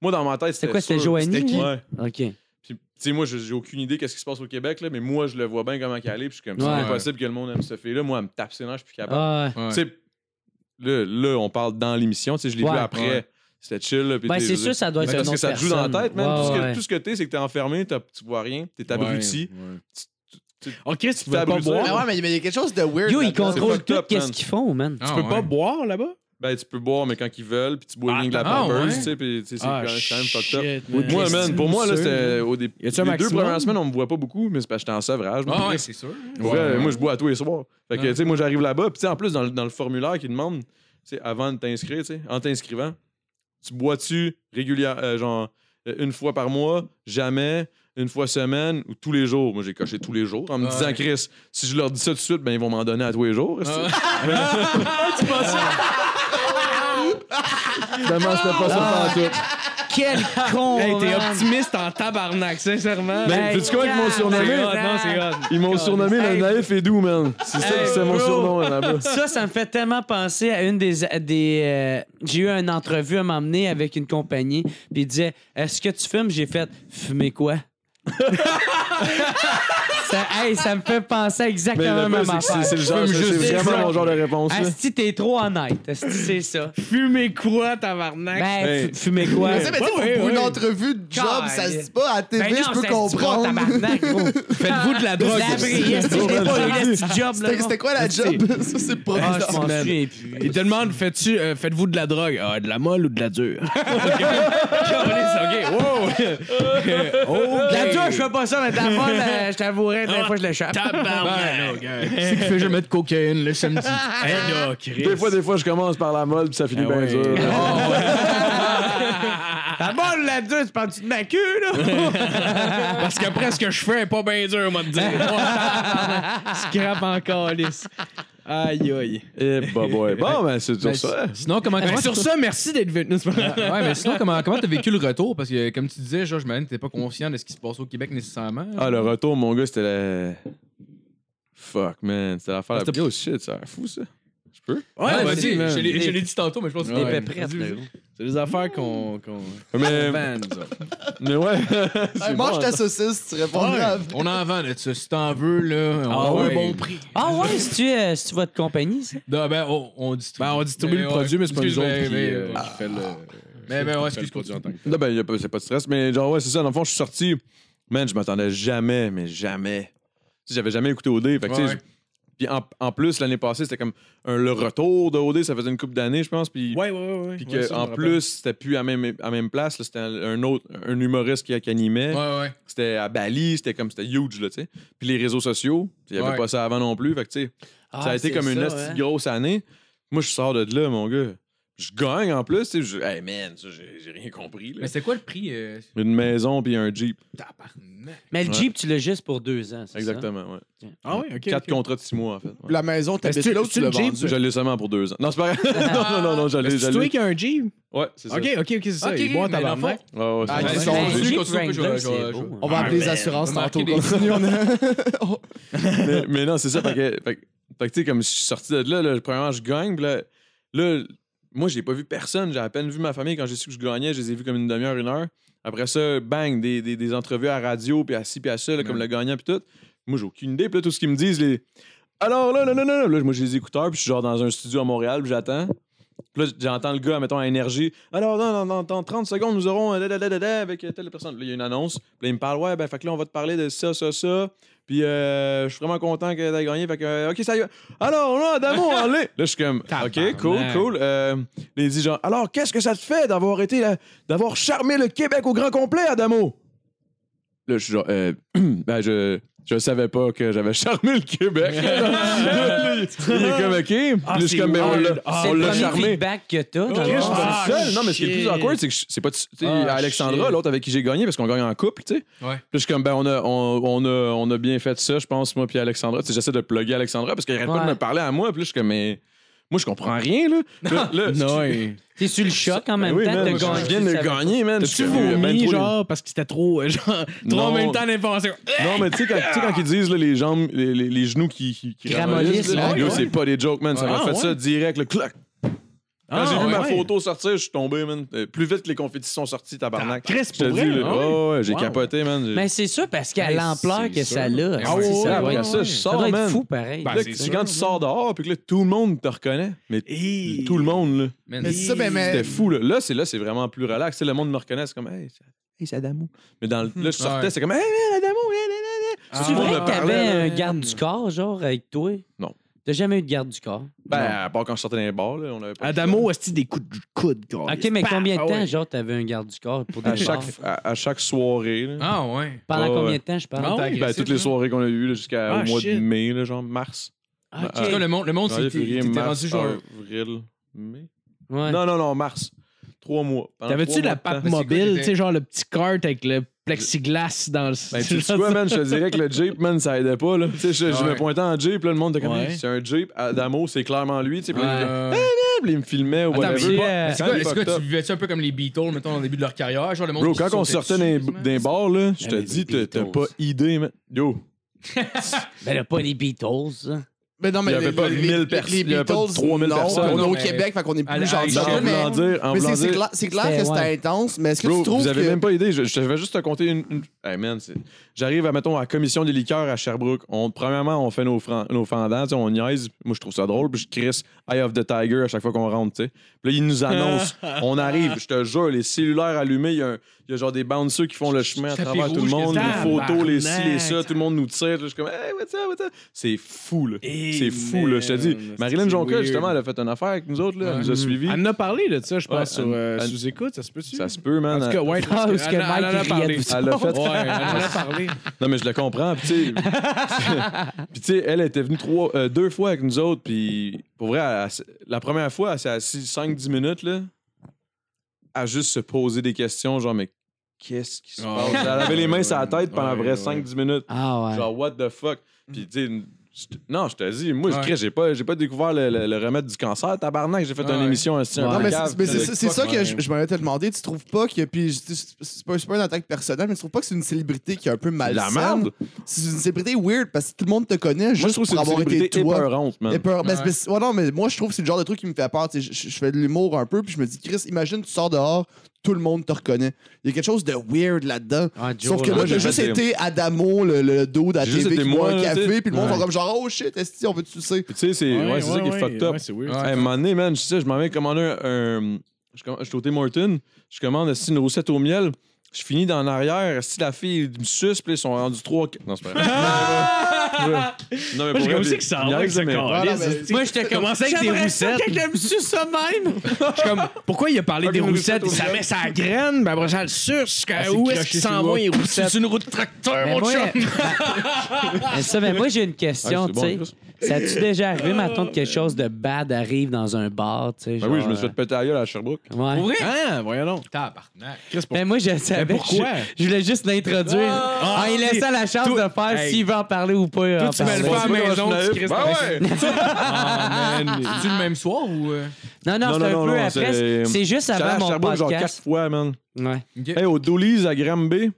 S2: Moi, dans ma tête, c'était.
S1: C'est quoi, c'était
S2: sûr.
S1: Joanie?
S2: Ouais.
S1: là? OK.
S2: Puis, tu sais, moi, je- j'ai aucune idée qu'est-ce qui se passe au Québec, là, mais moi, je le vois bien comment qu'elle est. Puis je suis comme, c'est
S1: Ouais.
S2: impossible que le monde aime cette fille-là. Moi, elle me tape ses nerfs, je suis plus capable.
S1: Ah, ouais.
S2: Tu sais, là, là, on parle dans l'émission. Tu sais, je l'ai
S1: Ouais.
S2: vu après. C'était chill. Là, puis
S1: Ben,
S2: t'es-
S1: c'est sûr, ça doit
S2: mais
S1: être un
S2: parce que
S1: autre
S2: ça te joue dans la
S1: personne.
S2: tête, man.
S1: Ouais,
S2: tout, ce
S1: ouais.
S2: que, tout ce que t'es, c'est que t'es enfermé, t'as- tu vois rien, t'es abruti.
S5: Oh, Chris, tu
S2: T'as
S5: peux pas
S2: abusé.
S5: boire.
S3: Mais ouais, mais il y a quelque chose de weird.
S1: Yo, ils
S3: là-dedans.
S1: contrôlent
S2: fucked
S1: tout
S2: up,
S1: qu'est-ce
S2: man.
S1: qu'ils font, man.
S2: Ah,
S5: Tu peux pas boire là-bas?
S2: Ben, tu peux boire, mais quand ils veulent, puis tu bois rien que de la
S6: Ah,
S2: Pampers,
S6: ouais.
S2: tu sais, puis tu sais, c'est
S5: Ah,
S2: quand quand même fucked up.
S5: shit,
S1: Moi,
S5: man.
S2: Moi, man, pour moi, là,
S5: Sûr,
S2: c'était au début.
S5: Y
S2: Les
S5: a-tu un
S2: deux
S5: maximum?
S2: premières semaines, on me voit pas beaucoup, mais c'est parce que j'étais en sevrage. moi.
S6: Ah ouais, c'est sûr.
S2: Pour vrai, Moi, je bois à tous les soirs. Fait que, tu sais, moi, j'arrive là-bas, puis tu sais, en plus, dans le, dans le formulaire qu'ils demandent, tu sais, avant de t'inscrire, tu sais, en t'inscrivant, tu bois-tu régulièrement, genre, euh, une fois par mois, jamais, une fois semaine ou tous les jours? Moi, j'ai coché tous les jours en me
S6: Ouais.
S2: disant, Chris, si je leur dis ça tout de suite, ben, ils vont m'en donner à tous les jours. est-ce que-
S6: Ah.
S2: *laughs* Finalement, c'était pas ça pantoute.
S1: Ah, Quel con!
S5: Hey, t'es
S1: man.
S5: optimiste en
S1: *laughs*
S5: tabarnak, sincèrement.
S2: Ben,
S1: Hey,
S2: tu quoi, ils m'ont surnommé?
S5: C'est hot, non, c'est hot.
S2: Ils m'ont surnommé le
S1: Hey.
S2: naïf et doux, man. C'est ça,
S1: Hey,
S2: c'est mon
S1: bro.
S2: surnom *laughs* là-bas.
S1: Ça, ça me fait tellement penser à une des. des euh, j'ai eu une entrevue à m'emmener avec une compagnie, puis il disait Est-ce que tu fumes J'ai fait Fumer quoi *laughs* ça, hey, ça me fait penser à
S2: Mais
S1: exactement
S2: le
S1: la
S2: pire,
S1: même
S2: c'est que c'est
S1: affaire.
S2: c'est le genre,
S1: Fume
S2: c'est
S1: juste
S2: c'est
S1: des
S2: vraiment
S1: fronts.
S2: mon genre de réponse. là.
S1: Asti, t'es trop honnête. Asti, c'est ça.
S5: Fumer quoi, tabarnak?
S1: Ben,
S2: Hey.
S1: fu- fumer quoi
S3: Mais tu sais, mais tu sais,
S5: Ouais,
S3: pour
S5: ouais,
S3: une
S5: ouais.
S3: entrevue de job, ça se dit pas à la
S1: Ben
S3: TV,
S1: non,
S3: je
S1: ça
S3: peux
S1: se dit pas,
S3: comprendre. *laughs*
S1: tabarnak, gros.
S5: Faites-vous de *laughs* la drogue.
S1: Labré, asti, je l'ai pas eu, le petit job, là.
S3: C'était c'était quoi la job? *laughs* Ça, c'est
S1: Ah, je
S3: provisoire.
S1: m'en
S5: Man.
S1: souviens plus.
S5: Il te demande, fais-tu, euh, faites-vous de la drogue? Ah, de la molle ou de la dure? ok, ok, wow!
S1: De La job, je fais pas ça, mais de la folle, euh, je t'avouerais, des fois, je l'échappe.
S5: *laughs* Tabarnak!
S6: C'est qu'il fait jamais de cocaïne le *laughs* samedi.
S5: Hey, là, Chris. *laughs*
S2: Des fois, des fois, je commence par la molle, puis ça finit
S5: Ah
S2: bien
S5: ouais.
S2: dur. là. *laughs*
S1: La bonne, la dure, tu prends-tu de ma queue, là?
S5: Parce que presque ce que je fais est pas bien dur, on va te dire. Scrap en calice. Aïe, aïe.
S2: Eh, bah, ouais. Bon, ben, c'est toujours ça.
S6: Sinon, comment
S5: Ben,
S6: comment
S5: sur ça, merci d'être venu. C'est pas grave.
S6: Ouais, mais sinon, comment comment t'as vécu le retour? Parce que, comme tu disais, genre, je m'imagine que t'es pas conscient de ce qui se passe au Québec nécessairement.
S2: Ah, le retour, mon gars, c'était la. Fuck, man. Ah, C'était l'affaire la plus. Yo, shit, c'est fou, ça. Je peux?
S6: Ouais,
S5: Ouais,
S6: vas-y,
S5: vas-y, man.
S6: je l'ai je l'ai dit tantôt, mais je pense que
S1: Des
S6: Ouais.
S1: péprettes,
S6: Vas-y,
S1: là,
S6: vas-y.
S1: gros.
S5: C'est des affaires qu'on. qu'on-
S2: Mais,
S5: qu'on
S2: *laughs*
S5: vend, nous autres.
S2: mais ouais.
S3: Hey,
S2: c'est
S3: mange
S2: bon,
S3: ta saucisse, tu réponds grave.
S6: On en vend de ça. Si t'en veux, là, on
S5: Ah
S6: a un
S5: ouais.
S6: bon prix.
S1: Ah ouais, c'est-tu euh, c'est-tu votre compagnie, ça?
S6: Non, ben, on, on distribue.
S5: Ben, on distribue
S6: Mais
S5: le
S6: ouais,
S5: produit, mais c'est pas nous
S6: excuse,
S5: autres
S6: ben,
S5: qui,
S6: ben,
S5: euh,
S6: ouais.
S5: qui fait le.
S6: Mais, ben, ouais,
S5: qui fait le
S6: excuse,
S5: produit en tant que tel.
S2: Non, ben, y a pas- c'est pas de stress, mais genre, ouais, c'est ça. Dans le fond, je suis sorti. Man, je m'attendais jamais, mais jamais. Tu sais, j'avais jamais écouté OD. Fait que, tu sais,
S6: Ouais, ouais.
S2: je- Puis en, en plus, l'année passée, c'était comme un- le retour de OD. Ça faisait une couple d'années, je pense. Puis
S5: Ouais, ouais, ouais. ouais.
S2: puis que,
S5: Ouais, ça, je me
S2: en
S5: rappelle.
S2: plus, c'était plus à même, à même place. là, C'était un autre, un humoriste qui, qui animait.
S6: Ouais, ouais.
S2: C'était à Bali, c'était comme, c'était huge, là, tu sais. Puis les réseaux sociaux, il n'y avait
S6: Ouais.
S2: pas ça avant non plus. Fait que, tu sais, ça a
S1: Ah,
S2: été comme une
S1: hein.
S2: hostie de grosse année. Moi, je sors de là, mon gars. Je gagne en plus, tu sais. je- Hey man, ça, j'ai j'ai rien compris. là.
S6: Mais c'est quoi le prix? euh,
S2: Une maison puis un Jeep.
S6: Tabarnak.
S1: Mais le
S2: Ouais.
S1: Jeep, tu l'as juste pour deux ans, c'est
S2: Exactement, ouais.
S5: Ah, ouais, ok.
S2: Quatre
S5: ok.
S2: contrats de six mois, en fait. ouais.
S3: La maison, t'habites
S5: Est-ce que-
S3: là ou
S5: est-ce que
S3: tu l'as
S5: le Jeep,
S3: vendu?
S2: Je l'ai seulement pour deux ans. Non, c'est pas grave. *laughs* non, non, non, j'allais.
S5: Mais C'est toi
S2: j'allais.
S5: qui as un Jeep.
S2: Ouais, c'est ça.
S5: Ok, ok, ok, c'est ça.
S6: Ok,
S5: Il boit en
S6: mais dans le
S5: tabarnak.
S6: fond-
S2: Ouais, ouais,
S3: Ah,
S2: c'est
S3: ils
S2: ça.
S3: sont-
S1: Ben,
S2: J'ai-
S1: le
S6: Continue,
S1: Jeep
S6: continue,
S1: Wrangler,
S6: je vais- je vais-
S1: c'est
S6: je vais-
S1: beau, hein.
S3: On va appeler les assurances
S6: Remarquez
S3: tantôt.
S6: les-
S3: Continue, on a-
S2: mais, mais non, c'est ça. Fait que, fait, que- fait que, tu sais, comme je suis sorti de là, là premièrement, je gagne. puis Là, là, moi, j'ai pas vu personne. J'ai à peine vu ma famille. Quand j'ai su que je gagnais, je les ai vus comme une demi-heure, une heure. Après ça, bang, des, des, des entrevues à radio, puis à ci, puis à ça, là, comme le gagnant, puis tout. Moi, j'ai aucune idée. Puis là, tout ce qu'ils me disent, les. Alors là, non, non, non, non. Là, moi, j'ai les écouteurs, puis je suis genre dans un studio à Montréal, puis j'attends. Puis là, j'entends le gars, mettons, à énergie. Alors, non, non, non, dans 30 secondes, nous aurons euh, da, da, da, da, da, avec euh, telle personne. Là, il y a une annonce. Puis là, il me parle, ouais, ben, fait que là, on va te parler de ça, ça, ça. Puis euh, je suis vraiment content que t'aies gagné. Fait que, euh, OK, ça y va. Alors, là, Adamo, allez! Là, je suis comme, OK, cool, cool. Euh, là, il dit genre, alors, qu'est-ce que ça te fait d'avoir été, là, d'avoir charmé le Québec au grand complet, Adamo? Là, je suis genre, euh, *clears throat* ben, je. Je savais pas que j'avais *laughs* charmé le Québec. Là, il est comme, OK. Puis là, je suis comme, ben, on l'a-
S1: Ah, C'est
S2: on
S1: le Ah,
S2: l'a
S1: premier
S2: charmé.
S1: feedback que t'as. dans le
S2: Chris,
S1: fond.
S2: je suis seul. Non, mais ce qui est le plus awkward, c'est que je- c'est pas. tu sais,
S1: Ah,
S2: Alexandra, l'autre avec qui j'ai gagné, parce qu'on gagne en couple, tu sais.
S6: Ouais.
S2: Puis je suis comme, ben, on a, on, on a, on a bien fait ça, je pense, moi, puis Alexandra. Tu sais, j'essaie de plugger Alexandra, parce qu'elle arrête pas
S1: Ouais.
S2: de me parler à moi, puis là, je suis comme, mais. Moi, je comprends rien, là. Puis là, là,
S5: Non, ouais.
S1: T'es sur le choc en
S2: ben
S1: même
S2: oui,
S1: temps.
S2: man,
S1: t'as
S2: moi,
S1: gagné,
S2: je viens
S1: tu
S2: de le
S1: savais pas.
S2: gagner, man.
S5: T'as-tu
S2: Je suis- ben,
S5: vomi,
S2: trop-
S5: genre, parce que c'était trop, euh, genre, trop en
S2: Non.
S5: même temps d'informations.
S2: Non, mais tu sais, quand, tu sais, quand ils disent là, les jambes, les, les- les genoux qui, qui, qui
S1: Ramollissent,
S2: ramollissent, là,
S1: ouais,
S2: là,
S1: ouais.
S2: c'est pas des jokes, man. Ça m'a
S5: Ah,
S2: fait
S5: ouais.
S2: ça direct, le clac. Quand
S5: Ah,
S2: j'ai vu ma
S5: ouais.
S2: photo sortir, je suis tombé, man. Euh, Plus vite que les confettis sont sortis, tabarnak.
S5: Ah, Chris,
S2: Je te
S5: pour
S2: dis,
S5: vrai,
S2: là,
S5: ah ouais?
S2: oh, ouais, j'ai
S5: Wow. Ben,
S2: capoté, man. J'ai-
S1: Mais c'est sûr, parce qu'à
S5: Mais
S1: l'ampleur
S5: c'est
S1: que
S5: sûr.
S1: ça a,
S5: Ah
S1: c'est-
S5: ouais,
S1: ça doit
S2: après
S1: être-
S2: ça, je
S1: ça
S2: sors,
S1: doit être
S2: man.
S1: fou pareil.
S2: Là, Ben, c'est quand
S5: hein.
S2: tu sors dehors, puis que là, tout le monde te reconnaît. Mais
S5: Et-
S2: tout le monde, là.
S6: Man,
S3: Mais c'est ça, ben, mais.
S2: C'était fou, là. Là, c'est, là, c'est vraiment plus relax. Tu sais, le monde me reconnaît, c'est comme, hey, c'est, hey, c'est Adamo. Mais dans le, là, je sortais,
S6: Ouais.
S2: c'est comme, hey, man, Adamo, hey, hey, hey, hey.
S1: Tu
S2: Tout le monde
S1: vrai
S2: me
S1: que t'avais
S2: parlait, là.
S1: un garde du corps, genre, avec toi?
S2: Non.
S1: T'as jamais eu de garde du corps?
S2: Ben, à part quand je sortais dans les bars, là, on avait pas.
S5: Adamo, est-ce des coups de coude, gros?
S1: OK, mais
S5: Paf!
S1: combien de
S5: Ah
S1: temps,
S5: ouais.
S1: genre, t'avais un garde du corps pour des
S2: À chaque,
S1: bars?
S2: à, à chaque soirée, là.
S6: Ah, ouais.
S1: Pendant
S2: Ouais, ouais.
S1: combien de temps, je parle?
S5: Ah ouais,
S6: T'es
S2: Ben,
S6: agressif,
S2: toutes les
S6: là.
S2: soirées qu'on a eues là, jusqu'à
S5: Ah,
S2: au mois
S5: shit.
S2: de mai, là, genre mars. Ben, euh,
S1: Ah,
S6: En tout cas,
S1: OK.
S6: le monde, le monde
S2: Janvier,
S6: c'est
S2: février,
S6: t'es
S2: mars,
S6: rendu genre.
S2: avril, mai.
S1: Ouais.
S2: Non, non, non, mars. Trois mois. Pendant
S5: T'avais-tu
S2: trois
S5: de la
S2: mois temps.
S5: pape
S6: Mais c'est quoi,
S5: mobile,
S6: t'étais-
S5: tu sais, genre le petit cart avec le plexiglas dans le.
S6: *laughs*
S2: Ben, tu sais quoi, man, je te dirais que le Jeep, man, ça aidait pas, là. Tu sais, je, je
S6: Ouais.
S2: me pointais en Jeep, là, le monde était comme,
S5: Ouais.
S2: c'est un Jeep, Adamo, c'est clairement lui, tu sais, puis là, il était
S6: Euh,
S2: Puis il me filmait ou
S6: Attends, mais
S2: whatever.
S6: c'est-
S2: Pas-
S6: Est-ce
S2: quand
S6: que,
S2: il
S6: est-ce que
S2: fucked
S6: tu
S2: up.
S6: vivais-tu un peu comme les Beatles, mettons, dans le début de leur carrière? Genre le monde
S2: Bro,
S6: qui
S2: quand on
S6: sautait
S2: sortait
S6: dessus,
S2: d'un
S6: man.
S2: d'un bar, là, je
S1: Ah,
S2: te
S1: les
S2: dis, t'as- t'as
S1: Beatles.
S2: pas idée, man. Yo,
S1: Ben, là, pas les Beatles. hein.
S3: Mais non, mais
S2: Il y avait
S3: les-
S2: pas
S3: les-
S2: 1000
S3: les
S2: personnes,
S3: les
S2: il y avait pas
S3: Beatles,
S2: 3000
S3: non,
S2: personnes.
S3: On est
S6: Non,
S3: au
S6: mais-
S3: Québec, fait qu'on est
S6: à la-
S3: plus
S6: à
S3: gentil.
S6: l'échelle,
S2: en
S6: mais-
S2: voulant dire, en
S3: Mais c'est-
S2: voulant
S3: c'est
S2: dire-
S3: clair, c'est clair
S1: C'était-
S3: que c'était
S1: ouais.
S3: intense, mais est-ce que
S2: Bro,
S3: tu trouves
S2: vous avez
S3: que...
S2: même pas idée. Je, je vais juste te compter une. une- Hey man, c'est- j'arrive à mettons à commission des liqueurs à Sherbrooke. On, premièrement, on fait nos, fran- nos fendants, tu sais, on niaise. Moi, je trouve ça drôle. Puis je crisse Eye of the Tiger à chaque fois qu'on rentre. tu sais. Puis là, ils nous annoncent. on arrive. Je te jure, les cellulaires allumés, il y, a un- il y a genre des bouncers qui font le chemin à
S6: Tapis
S2: travers tout le
S6: rouge,
S2: monde.
S5: qu'est-ce
S2: Les
S5: que-
S2: photos, les ci, les ça.
S5: Tabarnak.
S2: Tout le monde nous tire. Je suis comme, hey, what's up, what's up? C'est fou, là.
S5: Eh,
S2: C'est fou, là. Je te dis.
S5: man,
S2: Marilyn
S5: c'est
S2: Jonca,
S5: weird.
S2: justement, elle a fait une affaire avec nous autres, là. Elle nous a suivis.
S6: Ah,
S5: Elle en a parlé de ça, je pense,
S2: Ouais,
S5: sur
S2: Anne-
S5: euh,
S2: Anne-
S5: sous-écoute, ça se peut-tu?
S2: Ça se peut, man.
S5: En tout cas, ouais, je pense
S1: Ah,
S5: que-
S1: parce que
S5: elle en- elle en a
S1: Mike riait
S5: parlé.
S1: de
S5: Ouais,
S1: ça.
S2: Elle a fait.
S5: elle en a parlé.
S2: Non, mais je le comprends. Puis, tu sais, *laughs* puis, tu sais, elle était venue trois, euh, deux fois avec nous autres. Puis, pour vrai, elle- elle s- la première fois, elle s'est assise 5-10 minutes, là, à juste se poser des questions, genre, mais qu'est-ce qui se
S5: Ouais,
S2: passe?
S5: ouais,
S2: Elle avait les mains
S5: ouais,
S2: sur la tête pendant
S5: ouais,
S2: vrai
S5: ouais.
S2: 5-10 minutes.
S1: Ah, ouais.
S2: Genre, what the fuck? Puis, tu sais, Je te- Non, je te dis, moi, je
S6: Ouais.
S2: crie, j'ai pas, j'ai pas découvert le, le- le remède du cancer, tabarnak. J'ai fait
S6: Ouais,
S2: une
S6: ouais.
S2: émission aussi.
S3: Non, mais c'est- mais c'est c'est ça que je, je m'en étais demandé. Tu trouves pas que. Puis, je- c'est c'est pas, c'est pas une attaque personnelle, mais tu trouves pas que c'est une célébrité qui est un peu malsaine?
S2: la merde.
S3: C'est une célébrité weird parce que tout le monde te connaît
S2: Moi, je
S3: juste
S2: trouve que c'est
S3: pour
S2: une
S3: avoir été
S2: célébrité
S3: toi.
S2: épeurante, man.
S3: Et peur- mais c'est-
S6: Ouais.
S3: mais c'est- ouais, non, mais moi, je trouve que c'est le genre de truc qui me fait peur. Tu sais, Je je fais de l'humour un peu, puis je me dis, Chris, imagine, tu sors dehors, tout le monde te reconnaît. Il y a quelque chose de weird là-dedans.
S1: Ah, Joe,
S3: Sauf que
S1: là.
S3: là,
S2: moi,
S3: j'ai
S2: j'ai
S3: juste
S2: fait des-
S3: été Adamo, le, le dos de la
S2: J'ai juste
S3: TV,
S2: été
S3: qui boit
S2: moi,
S3: un
S2: là, tu sais.
S3: café, puis le monde
S2: Ouais.
S3: sont comme genre, oh shit, esti, on veut te sucer.
S2: Puis tu sais, c'est ouais, c'est ça qui est fucked up.
S5: c'est weird.
S2: Ouais, à un moment donné, man, je sais, je m'en vais commander un. un- je commande- je suis au Tim Hortons, je commande aussi une roussette au miel. Je finis dans l'arrière, si la fille me suce, puis là, ils sont rendus 3 Non, c'est *laughs* pas vrai. non,
S7: Moi,
S2: mais
S7: j'ai
S2: vrai,
S7: comme aussi
S2: des-
S7: que ça
S2: des
S7: enlève
S2: niaises,
S7: ce
S2: mais-
S7: corps.
S3: Voilà, mais-
S7: Moi,
S1: Moi, j'étais comme.
S7: Commencer avec des
S1: J'aimerais ça
S7: roussettes.
S1: Quelqu'un me suce ça
S2: *laughs*
S1: même.
S7: je suis comme, pourquoi il a parlé des roussettes? Il ça met sa graine, ben après ça le suce. jusqu'à Où est-ce qu'il s'en va, les roussettes? C'est une roue de
S6: Ben,
S7: tracteur,
S1: Mais
S7: mon
S1: Ben, moi,
S7: chum!
S1: *laughs* mais ça, mais moi, j'ai une
S2: Ah, c'est
S1: question, tu
S2: bon,
S1: sais.
S2: Chris.
S1: Ça a-tu déjà
S2: *laughs*
S1: arrivé, maintenant que quelque chose de bad arrive dans un bar, tu sais? euh,
S2: Ben oui, je me suis fait péter la gueule à Sherbrooke.
S1: Ouais.
S5: Ah, voyons donc.
S6: Tabarnak.
S1: Mais Ben, moi, je savais.
S5: Mais pourquoi?
S1: Je, je voulais juste l'introduire. Ah, il laissait la chance de faire
S5: Hey.
S1: s'il veut en parler ou pas. en
S5: tu
S2: Ah,
S5: vas le
S1: parler.
S5: faire. maison, tu
S2: Ben ouais!
S6: *laughs* C'est-tu le même soir ou. euh?
S1: Non, non,
S2: Non,
S1: c'est un
S2: non,
S1: peu
S2: non,
S1: après.
S2: c'est-
S1: C'est juste
S2: J'allais à
S1: avant mon
S2: Sherbrooke genre quatre
S1: podcast.
S2: fois, man.
S1: Ouais.
S2: Hey, au Doolies à Granby,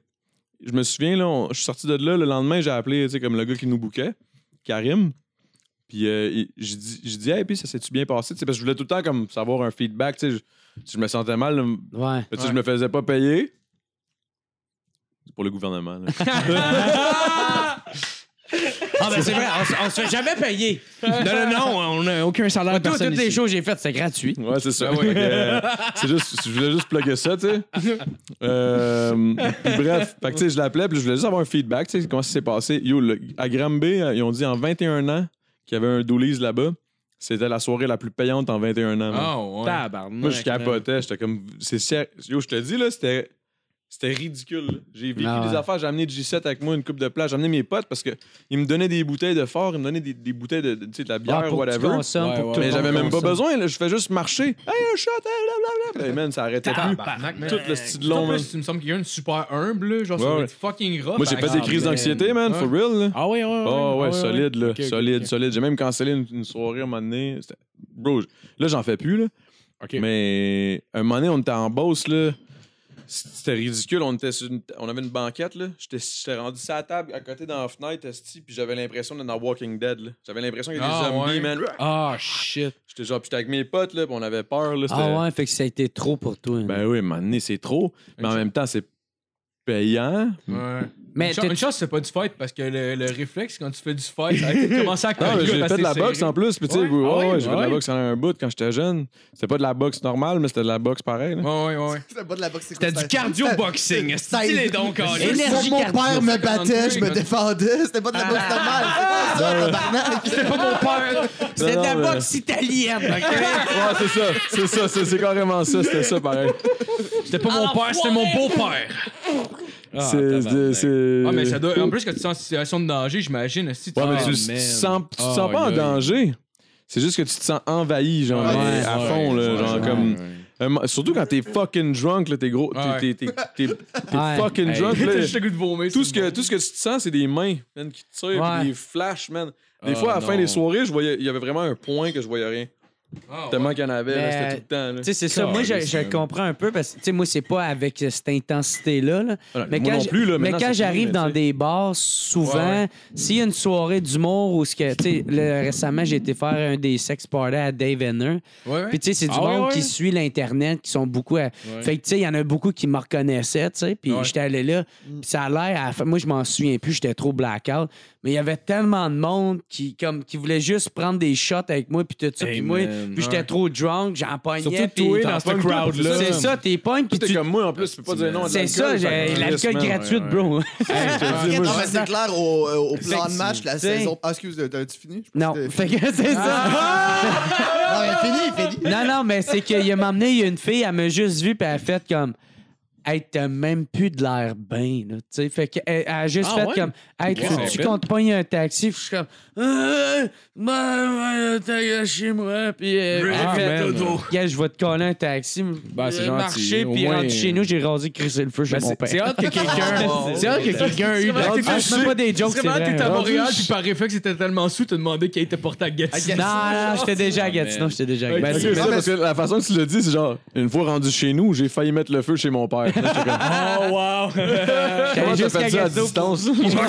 S2: je me souviens, là, on- je suis sorti de là, le lendemain, j'ai appelé, tu sais, comme le gars qui nous bouquait, Karim. Puis euh, il- j'ai dit, j'ai dit, hey, puis ça s'est-tu bien passé? Tu sais, parce que je voulais tout le temps comme savoir un feedback, tu sais, je- si je me sentais mal, là,
S1: Ouais.
S2: tu sais, je me faisais pas payer. C'est pour le gouvernement, là.
S1: Ah, ben c'est vrai, on, s- on se fait jamais payer.
S5: Non, non, non, on n'a aucun salaire
S1: Tout-
S5: personne
S1: ben, toutes les
S5: ici.
S1: choses que j'ai faites, c'est gratuit.
S2: Ouais, c'est
S1: Ah
S2: ça. Fait que, euh, c'est juste, je voulais juste plugger ça, tu sais.
S1: *laughs*
S2: Euh, puis bref, fait que, tu sais, je l'appelais, puis je voulais juste avoir un feedback, tu sais, comment ça s'est passé. Yo, le- à Granby, euh, ils ont dit en 21 ans qu'il y avait un Doolies là-bas. C'était la soirée la plus payante en 21 ans. man.
S6: Ah, ouais.
S5: Tabarnak.
S2: Moi, je capotais. J'étais comme. C'est ser- Yo, je te dis, là, c'était. C'était ridicule. là. J'ai vécu
S1: Ah ouais.
S2: des affaires. J'ai amené du G7 avec moi, une coupe de plage. J'ai amené mes potes parce qu'ils me donnaient des bouteilles de fort, ils me donnaient des, des bouteilles de, de- tu sais, de la bière,
S1: Ah, pour que tu
S2: whatever.
S1: consommes, pour que tout le
S2: Mais j'avais
S1: monde
S2: même pas
S1: consomme.
S2: besoin, là. je fais juste marcher. Hey, un shot, hey, blablabla. Hey, man, ça arrêtait plus.
S6: Tabarnak, man.
S2: Tout le style
S6: En
S2: long, man.
S6: plus, tu me sembles qu'il y a une super humble, là, genre, ça
S2: Ouais,
S6: doit
S2: ouais.
S6: être fucking rough.
S2: Moi, j'ai fait des
S6: Ah,
S2: crises
S6: man.
S2: d'anxiété, man, for real, là.
S5: Ah oui, oui, oui.
S2: Ah ouais, solide, là.
S5: ok,
S2: solide,
S5: ok.
S2: solide. J'ai même cancellé une, une soirée à un moment donné. C'était- Bro, j- là, j'en fais plus, là.
S5: OK.
S2: Mais un moment donné, on était en bosse, là. C'était ridicule. On, était sur une- on avait une banquette, là. J'étais, j'étais rendu sur la table, à côté dans la fenêtre, esti, puis j'avais l'impression d'être dans Walking Dead, là. J'avais l'impression qu'il y avait des
S6: Ah,
S2: zombies,
S6: ouais.
S2: man.
S5: Ah, shit.
S2: J'étais genre, puis j'étais avec mes potes, là, puis on avait peur, là. C'était-
S1: Ah ouais, fait que ça a été trop pour toi. hein.
S2: Ben
S5: Mhm.
S2: oui, à un moment donné, c'est trop. Mais en même temps, c'est payant.
S6: Ouais.
S1: mais
S6: une, cha-
S1: t'es-
S6: une chance, c'est pas du fight parce que le, le réflexe quand tu fais du fight, ça a été commencé à
S2: Non, mais
S6: Parce
S2: j'ai
S6: que
S2: fait de la
S6: c'est
S2: boxe
S6: serré.
S2: en plus. Puis, tu sais,
S6: Ouais,
S2: ouais, ouais,
S5: ah
S2: j'ai
S5: ouais,
S2: fait de
S5: ouais.
S2: la boxe en un bout quand j'étais jeune. C'était pas de la boxe normale, mais c'était de la boxe pareil. là.
S6: Ouais, ouais, ouais.
S3: C'était pas de la boxe, c'est
S7: T'as
S3: quoi,
S7: du
S3: c'était-
S7: cardio-boxing.
S3: Ça-
S7: Stylé donc, en
S1: Et- Énergie
S3: Mon
S1: cardio.
S3: père me battait,
S6: Comme
S3: je me
S6: un-
S3: défendais. C'était pas de la
S2: Ah.
S3: boxe normale. C'est
S2: Euh,
S3: pas ça, tabarnak.
S1: c'est de la
S2: Non, mais-
S1: boxe italienne, OK?
S2: *laughs* Ouais, c'est ça. C'est ça. C'est c'est carrément ça. C'était ça
S5: *laughs*
S2: pareil.
S5: Bah,
S6: C'était pas mon père, c'était mon beau-père.
S2: C'est.
S5: ben.
S2: c'est- c'est-
S6: Ah, mais ça doit. En plus, quand tu es en situation de danger, j'imagine. Si tu
S2: Ouais, mais
S6: Ah,
S2: tu, tu
S6: man.
S2: te sens, tu te
S5: Ah,
S2: sens pas en
S5: aïe.
S2: danger. C'est juste que tu te sens envahi, genre,
S3: Ouais,
S2: mais à
S5: ouais,
S2: fond, là,
S5: ouais,
S2: genre,
S5: ouais,
S2: comme... Un mo- surtout quand t'es fucking drunk, là, t'es gros...
S6: Ouais.
S2: T'es, t'es, t'es- t'es- t'es
S1: Ouais.
S2: fucking
S5: Hey.
S2: drunk,
S5: *laughs*
S2: là.
S6: T'as juste le goût de vomir.
S2: tout
S6: c'est
S2: ce que
S6: bon.
S2: tout ce que tu te sens c'est des mains man, qui te tirent
S1: Ouais.
S2: puis des flashs man des
S5: Ah,
S2: fois à la fin
S5: non.
S2: des soirées je voyais il y avait vraiment un point que je voyais rien
S6: Ah, ouais.
S2: tellement qu'il y en avait là,
S1: Mais,
S2: c'était tout le temps là.
S1: Tu sais, c'est ça. Moi, je, je le comprends un peu parce que, tu sais, moi, c'est pas avec euh, cette intensité-là. là.
S2: Voilà,
S1: Mais
S2: moi
S1: quand,
S2: non
S1: j-
S2: plus là
S1: mais quand
S2: maintenant, c'est fini,
S1: j'arrive
S2: mais
S1: dans
S2: tu sais.
S1: des bars, souvent, s'il y a une soirée d'humour ou ce que. Tu sais, le- récemment, j'ai été faire un des sex parties à Dave Henner.
S6: Ouais, ouais.
S1: Puis, tu sais, c'est du
S5: Ah ouais,
S1: monde
S5: ouais.
S1: qui suit l'Internet, qui sont beaucoup. à- Fait que, tu sais, il y en a beaucoup qui me reconnaissaient, tu sais. Puis,
S6: Ouais.
S1: j'étais allé là.
S2: Mm.
S1: Puis, ça a l'air. à la fin- Moi, je m'en souviens plus, j'étais trop blackout. Mais il y avait tellement de monde qui, comme, qui voulait juste prendre des shots avec moi, puis tout ça.
S5: Hey,
S1: puis, moi,
S5: man,
S1: puis j'étais trop drunk, j'en pognais.
S5: Surtout
S1: puis-
S5: toi dans ce
S2: t'en pognes
S5: crowd-là.
S1: C'est ça, t'es pognes, puis
S2: Tout est
S1: tu.
S2: comme moi en plus tu peux pas dire non à de
S1: C'est ça,
S2: l'alcool, fait
S1: j'ai Ah,
S2: que-
S1: l'alcool
S2: Yes, man.
S1: gratuit, bro. hein.
S2: ben,
S3: Non, mais c'est clair, au, au plan de match, la
S1: Tu sais.
S3: saison. Ah, excuse, t'as-tu fini? Je
S1: Non,
S3: pensais que
S1: fait
S3: t'avais
S1: que c'est ça.
S3: fini. Non, mais fini, fini.
S1: Non, non, mais c'est qu'il m'a amené, il y a une fille, elle m'a juste vu, puis elle a fait comme. Hey, t'as même plus de l'air bien, là. Tu sais, fait que, elle, elle a juste
S7: Ah
S1: fait
S7: ouais?
S1: comme, hey, tu
S7: Ouais, c'est
S1: veux-tu qu'on te pogne un taxi? Puis je suis comme, ah, ben, ben, t'as gars chez moi. Puis, euh,
S5: Ah,
S1: elle fait,
S5: man.
S1: Gars, je vais te coller un taxi. Ben,
S5: Bah, c'est
S1: j'ai
S5: gentil.
S1: marché,
S5: Au
S1: puis
S5: moins-
S1: rendu chez nous, j'ai rasé crisser le feu chez
S5: Ben,
S1: mon
S5: c'est-
S1: père.
S5: c'est hâte
S1: *laughs*
S5: que quelqu'un. c'est hâte que quelqu'un ait eu
S1: Ah,
S5: de-
S1: je fais pas des jokes, c'est
S6: Vraiment,
S1: vrai.
S6: t'es à Montréal,
S5: Rendu-
S6: puis par réflexe, t'étais tellement sous, t'as demandé qu'il était porté à Gatineau.
S1: Non, non, j'étais déjà à Gatineau, j'étais déjà à
S2: Ok,
S1: Gatineau. Ben,
S2: c'est ça, parce que la façon que tu le dis, c'est genre, une fois rendu chez nous, j'ai failli mettre le feu chez
S1: *laughs*
S2: mon père. J'étais comme,
S1: J'allais
S2: Comment t'as
S1: jusqu'à
S2: fait ça à
S1: Gatineau.
S2: distance?
S5: *laughs*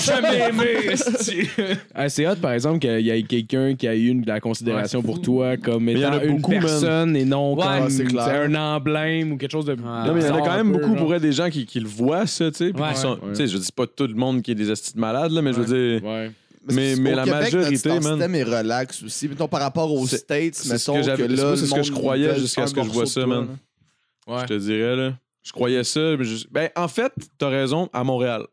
S5: Ah, c'est hot, par exemple, qu'il y ait quelqu'un qui a eu une- de la considération pour toi comme
S2: il y en
S5: étant
S2: a
S5: une
S2: beaucoup, man.
S5: personne et non
S1: Ouais,
S5: comme
S3: c'est clair.
S5: c'est un emblème ou quelque chose de.
S1: Ah,
S2: Non, mais il y en a
S5: bizarre
S2: quand
S5: un
S2: même
S5: peu,
S2: beaucoup
S5: genre.
S2: pour être des gens qui, qui le voient, ça, tu sais. puis
S1: Ouais.
S2: qui sont-
S5: Ouais.
S2: Tu sais, je dis pas tout le monde qui est des astuces malades, là, mais je veux dire,
S5: Ouais.
S2: Mais- mais la majorité,
S3: Le
S2: man.
S3: système est relax aussi. Mettons, par rapport aux
S2: C'est-
S3: States,
S2: c'est ce
S3: mettons
S2: que
S3: que,
S2: j'avais- c'est
S3: là,
S2: moi,
S3: le
S2: c'est ce que
S3: monde
S2: je croyais
S3: veulent
S2: jusqu'à
S3: faire
S2: ce que je
S3: un
S2: vois
S3: morceau
S2: ça,
S3: de
S2: man.
S3: toi, là.
S2: je te dirais, là, je croyais ça. mais je- Ben, en fait, t'as raison, à Montréal.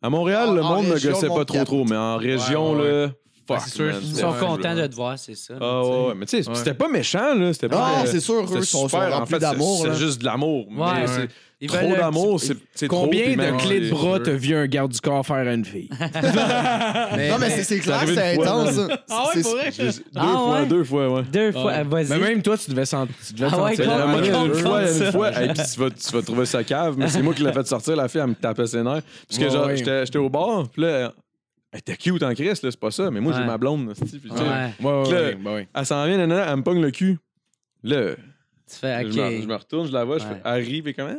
S2: À Montréal,
S3: En-
S2: le
S3: en
S2: monde ne
S3: région,
S2: gossait
S3: le monde
S2: pas trop,
S3: capte.
S2: trop, mais en région,
S6: ouais,
S2: là, fuck.
S6: c'est sûr,
S2: man,
S6: ils
S1: Ils
S2: c'était
S1: sont
S2: horrible.
S1: contents de te voir, c'est ça.
S2: Ah ouais, ouais, mais tu sais,
S6: Ouais.
S2: c'était pas méchant, là. C'était pas.
S3: Ah,
S2: euh,
S3: c'est sûr,
S2: c'était
S3: eux sont sont
S2: super, en fait,
S3: remplis
S2: c'est-
S3: d'amour.
S2: C'est
S3: là.
S2: juste de l'amour. mais
S1: Ouais.
S2: c'est-
S1: Ils veulent
S2: Trop
S1: un
S2: d'amour, c'est c'est trop.
S5: Combien
S2: puis
S5: de
S2: même,
S5: clés de
S2: c'est-
S5: bras t'as vu un garde du corps faire à une fille?
S3: Non, mais c'est- c'est clair,
S2: arrivé
S3: c'est
S2: une fois,
S3: intense. ça. C'est-
S2: J'ai- Deux
S1: Ah *laughs*
S2: fois,
S1: ouais?
S2: deux fois, ouais.
S1: petit- Deux fois,
S5: Ouais.
S1: vas-y.
S5: Mais même toi, tu devais sentir. Tu devais
S1: Ah ouais,
S5: sentir
S1: con-
S2: Moi,
S5: la
S1: ouais,
S5: manière-
S1: con-
S2: une
S1: compte
S2: fois,
S1: ça.
S2: une fois, hey, puis tu vas, tu vas trouver sa cave, mais c'est moi qui l'ai fait sortir, la fille, elle me tapait ses nerfs. Parce que
S5: Ouais,
S2: genre,
S5: ouais.
S2: j'étais j'étais au bar, puis là, elle était cute en crise, là, c'est pas ça, mais moi,
S1: Ouais.
S2: j'ai ma blonde, là, c'ti, puis tu sais,
S1: Ouais,
S5: Ouais, ouais,
S2: Là,
S5: ouais, ouais, ouais.
S2: elle s'en vient, nanana, elle me pogne le cul. Là,
S1: tu fais,
S2: je, me, je me
S1: ok.
S2: retourne, je la vois, je
S1: Ouais.
S2: fais, arrive et comment? là?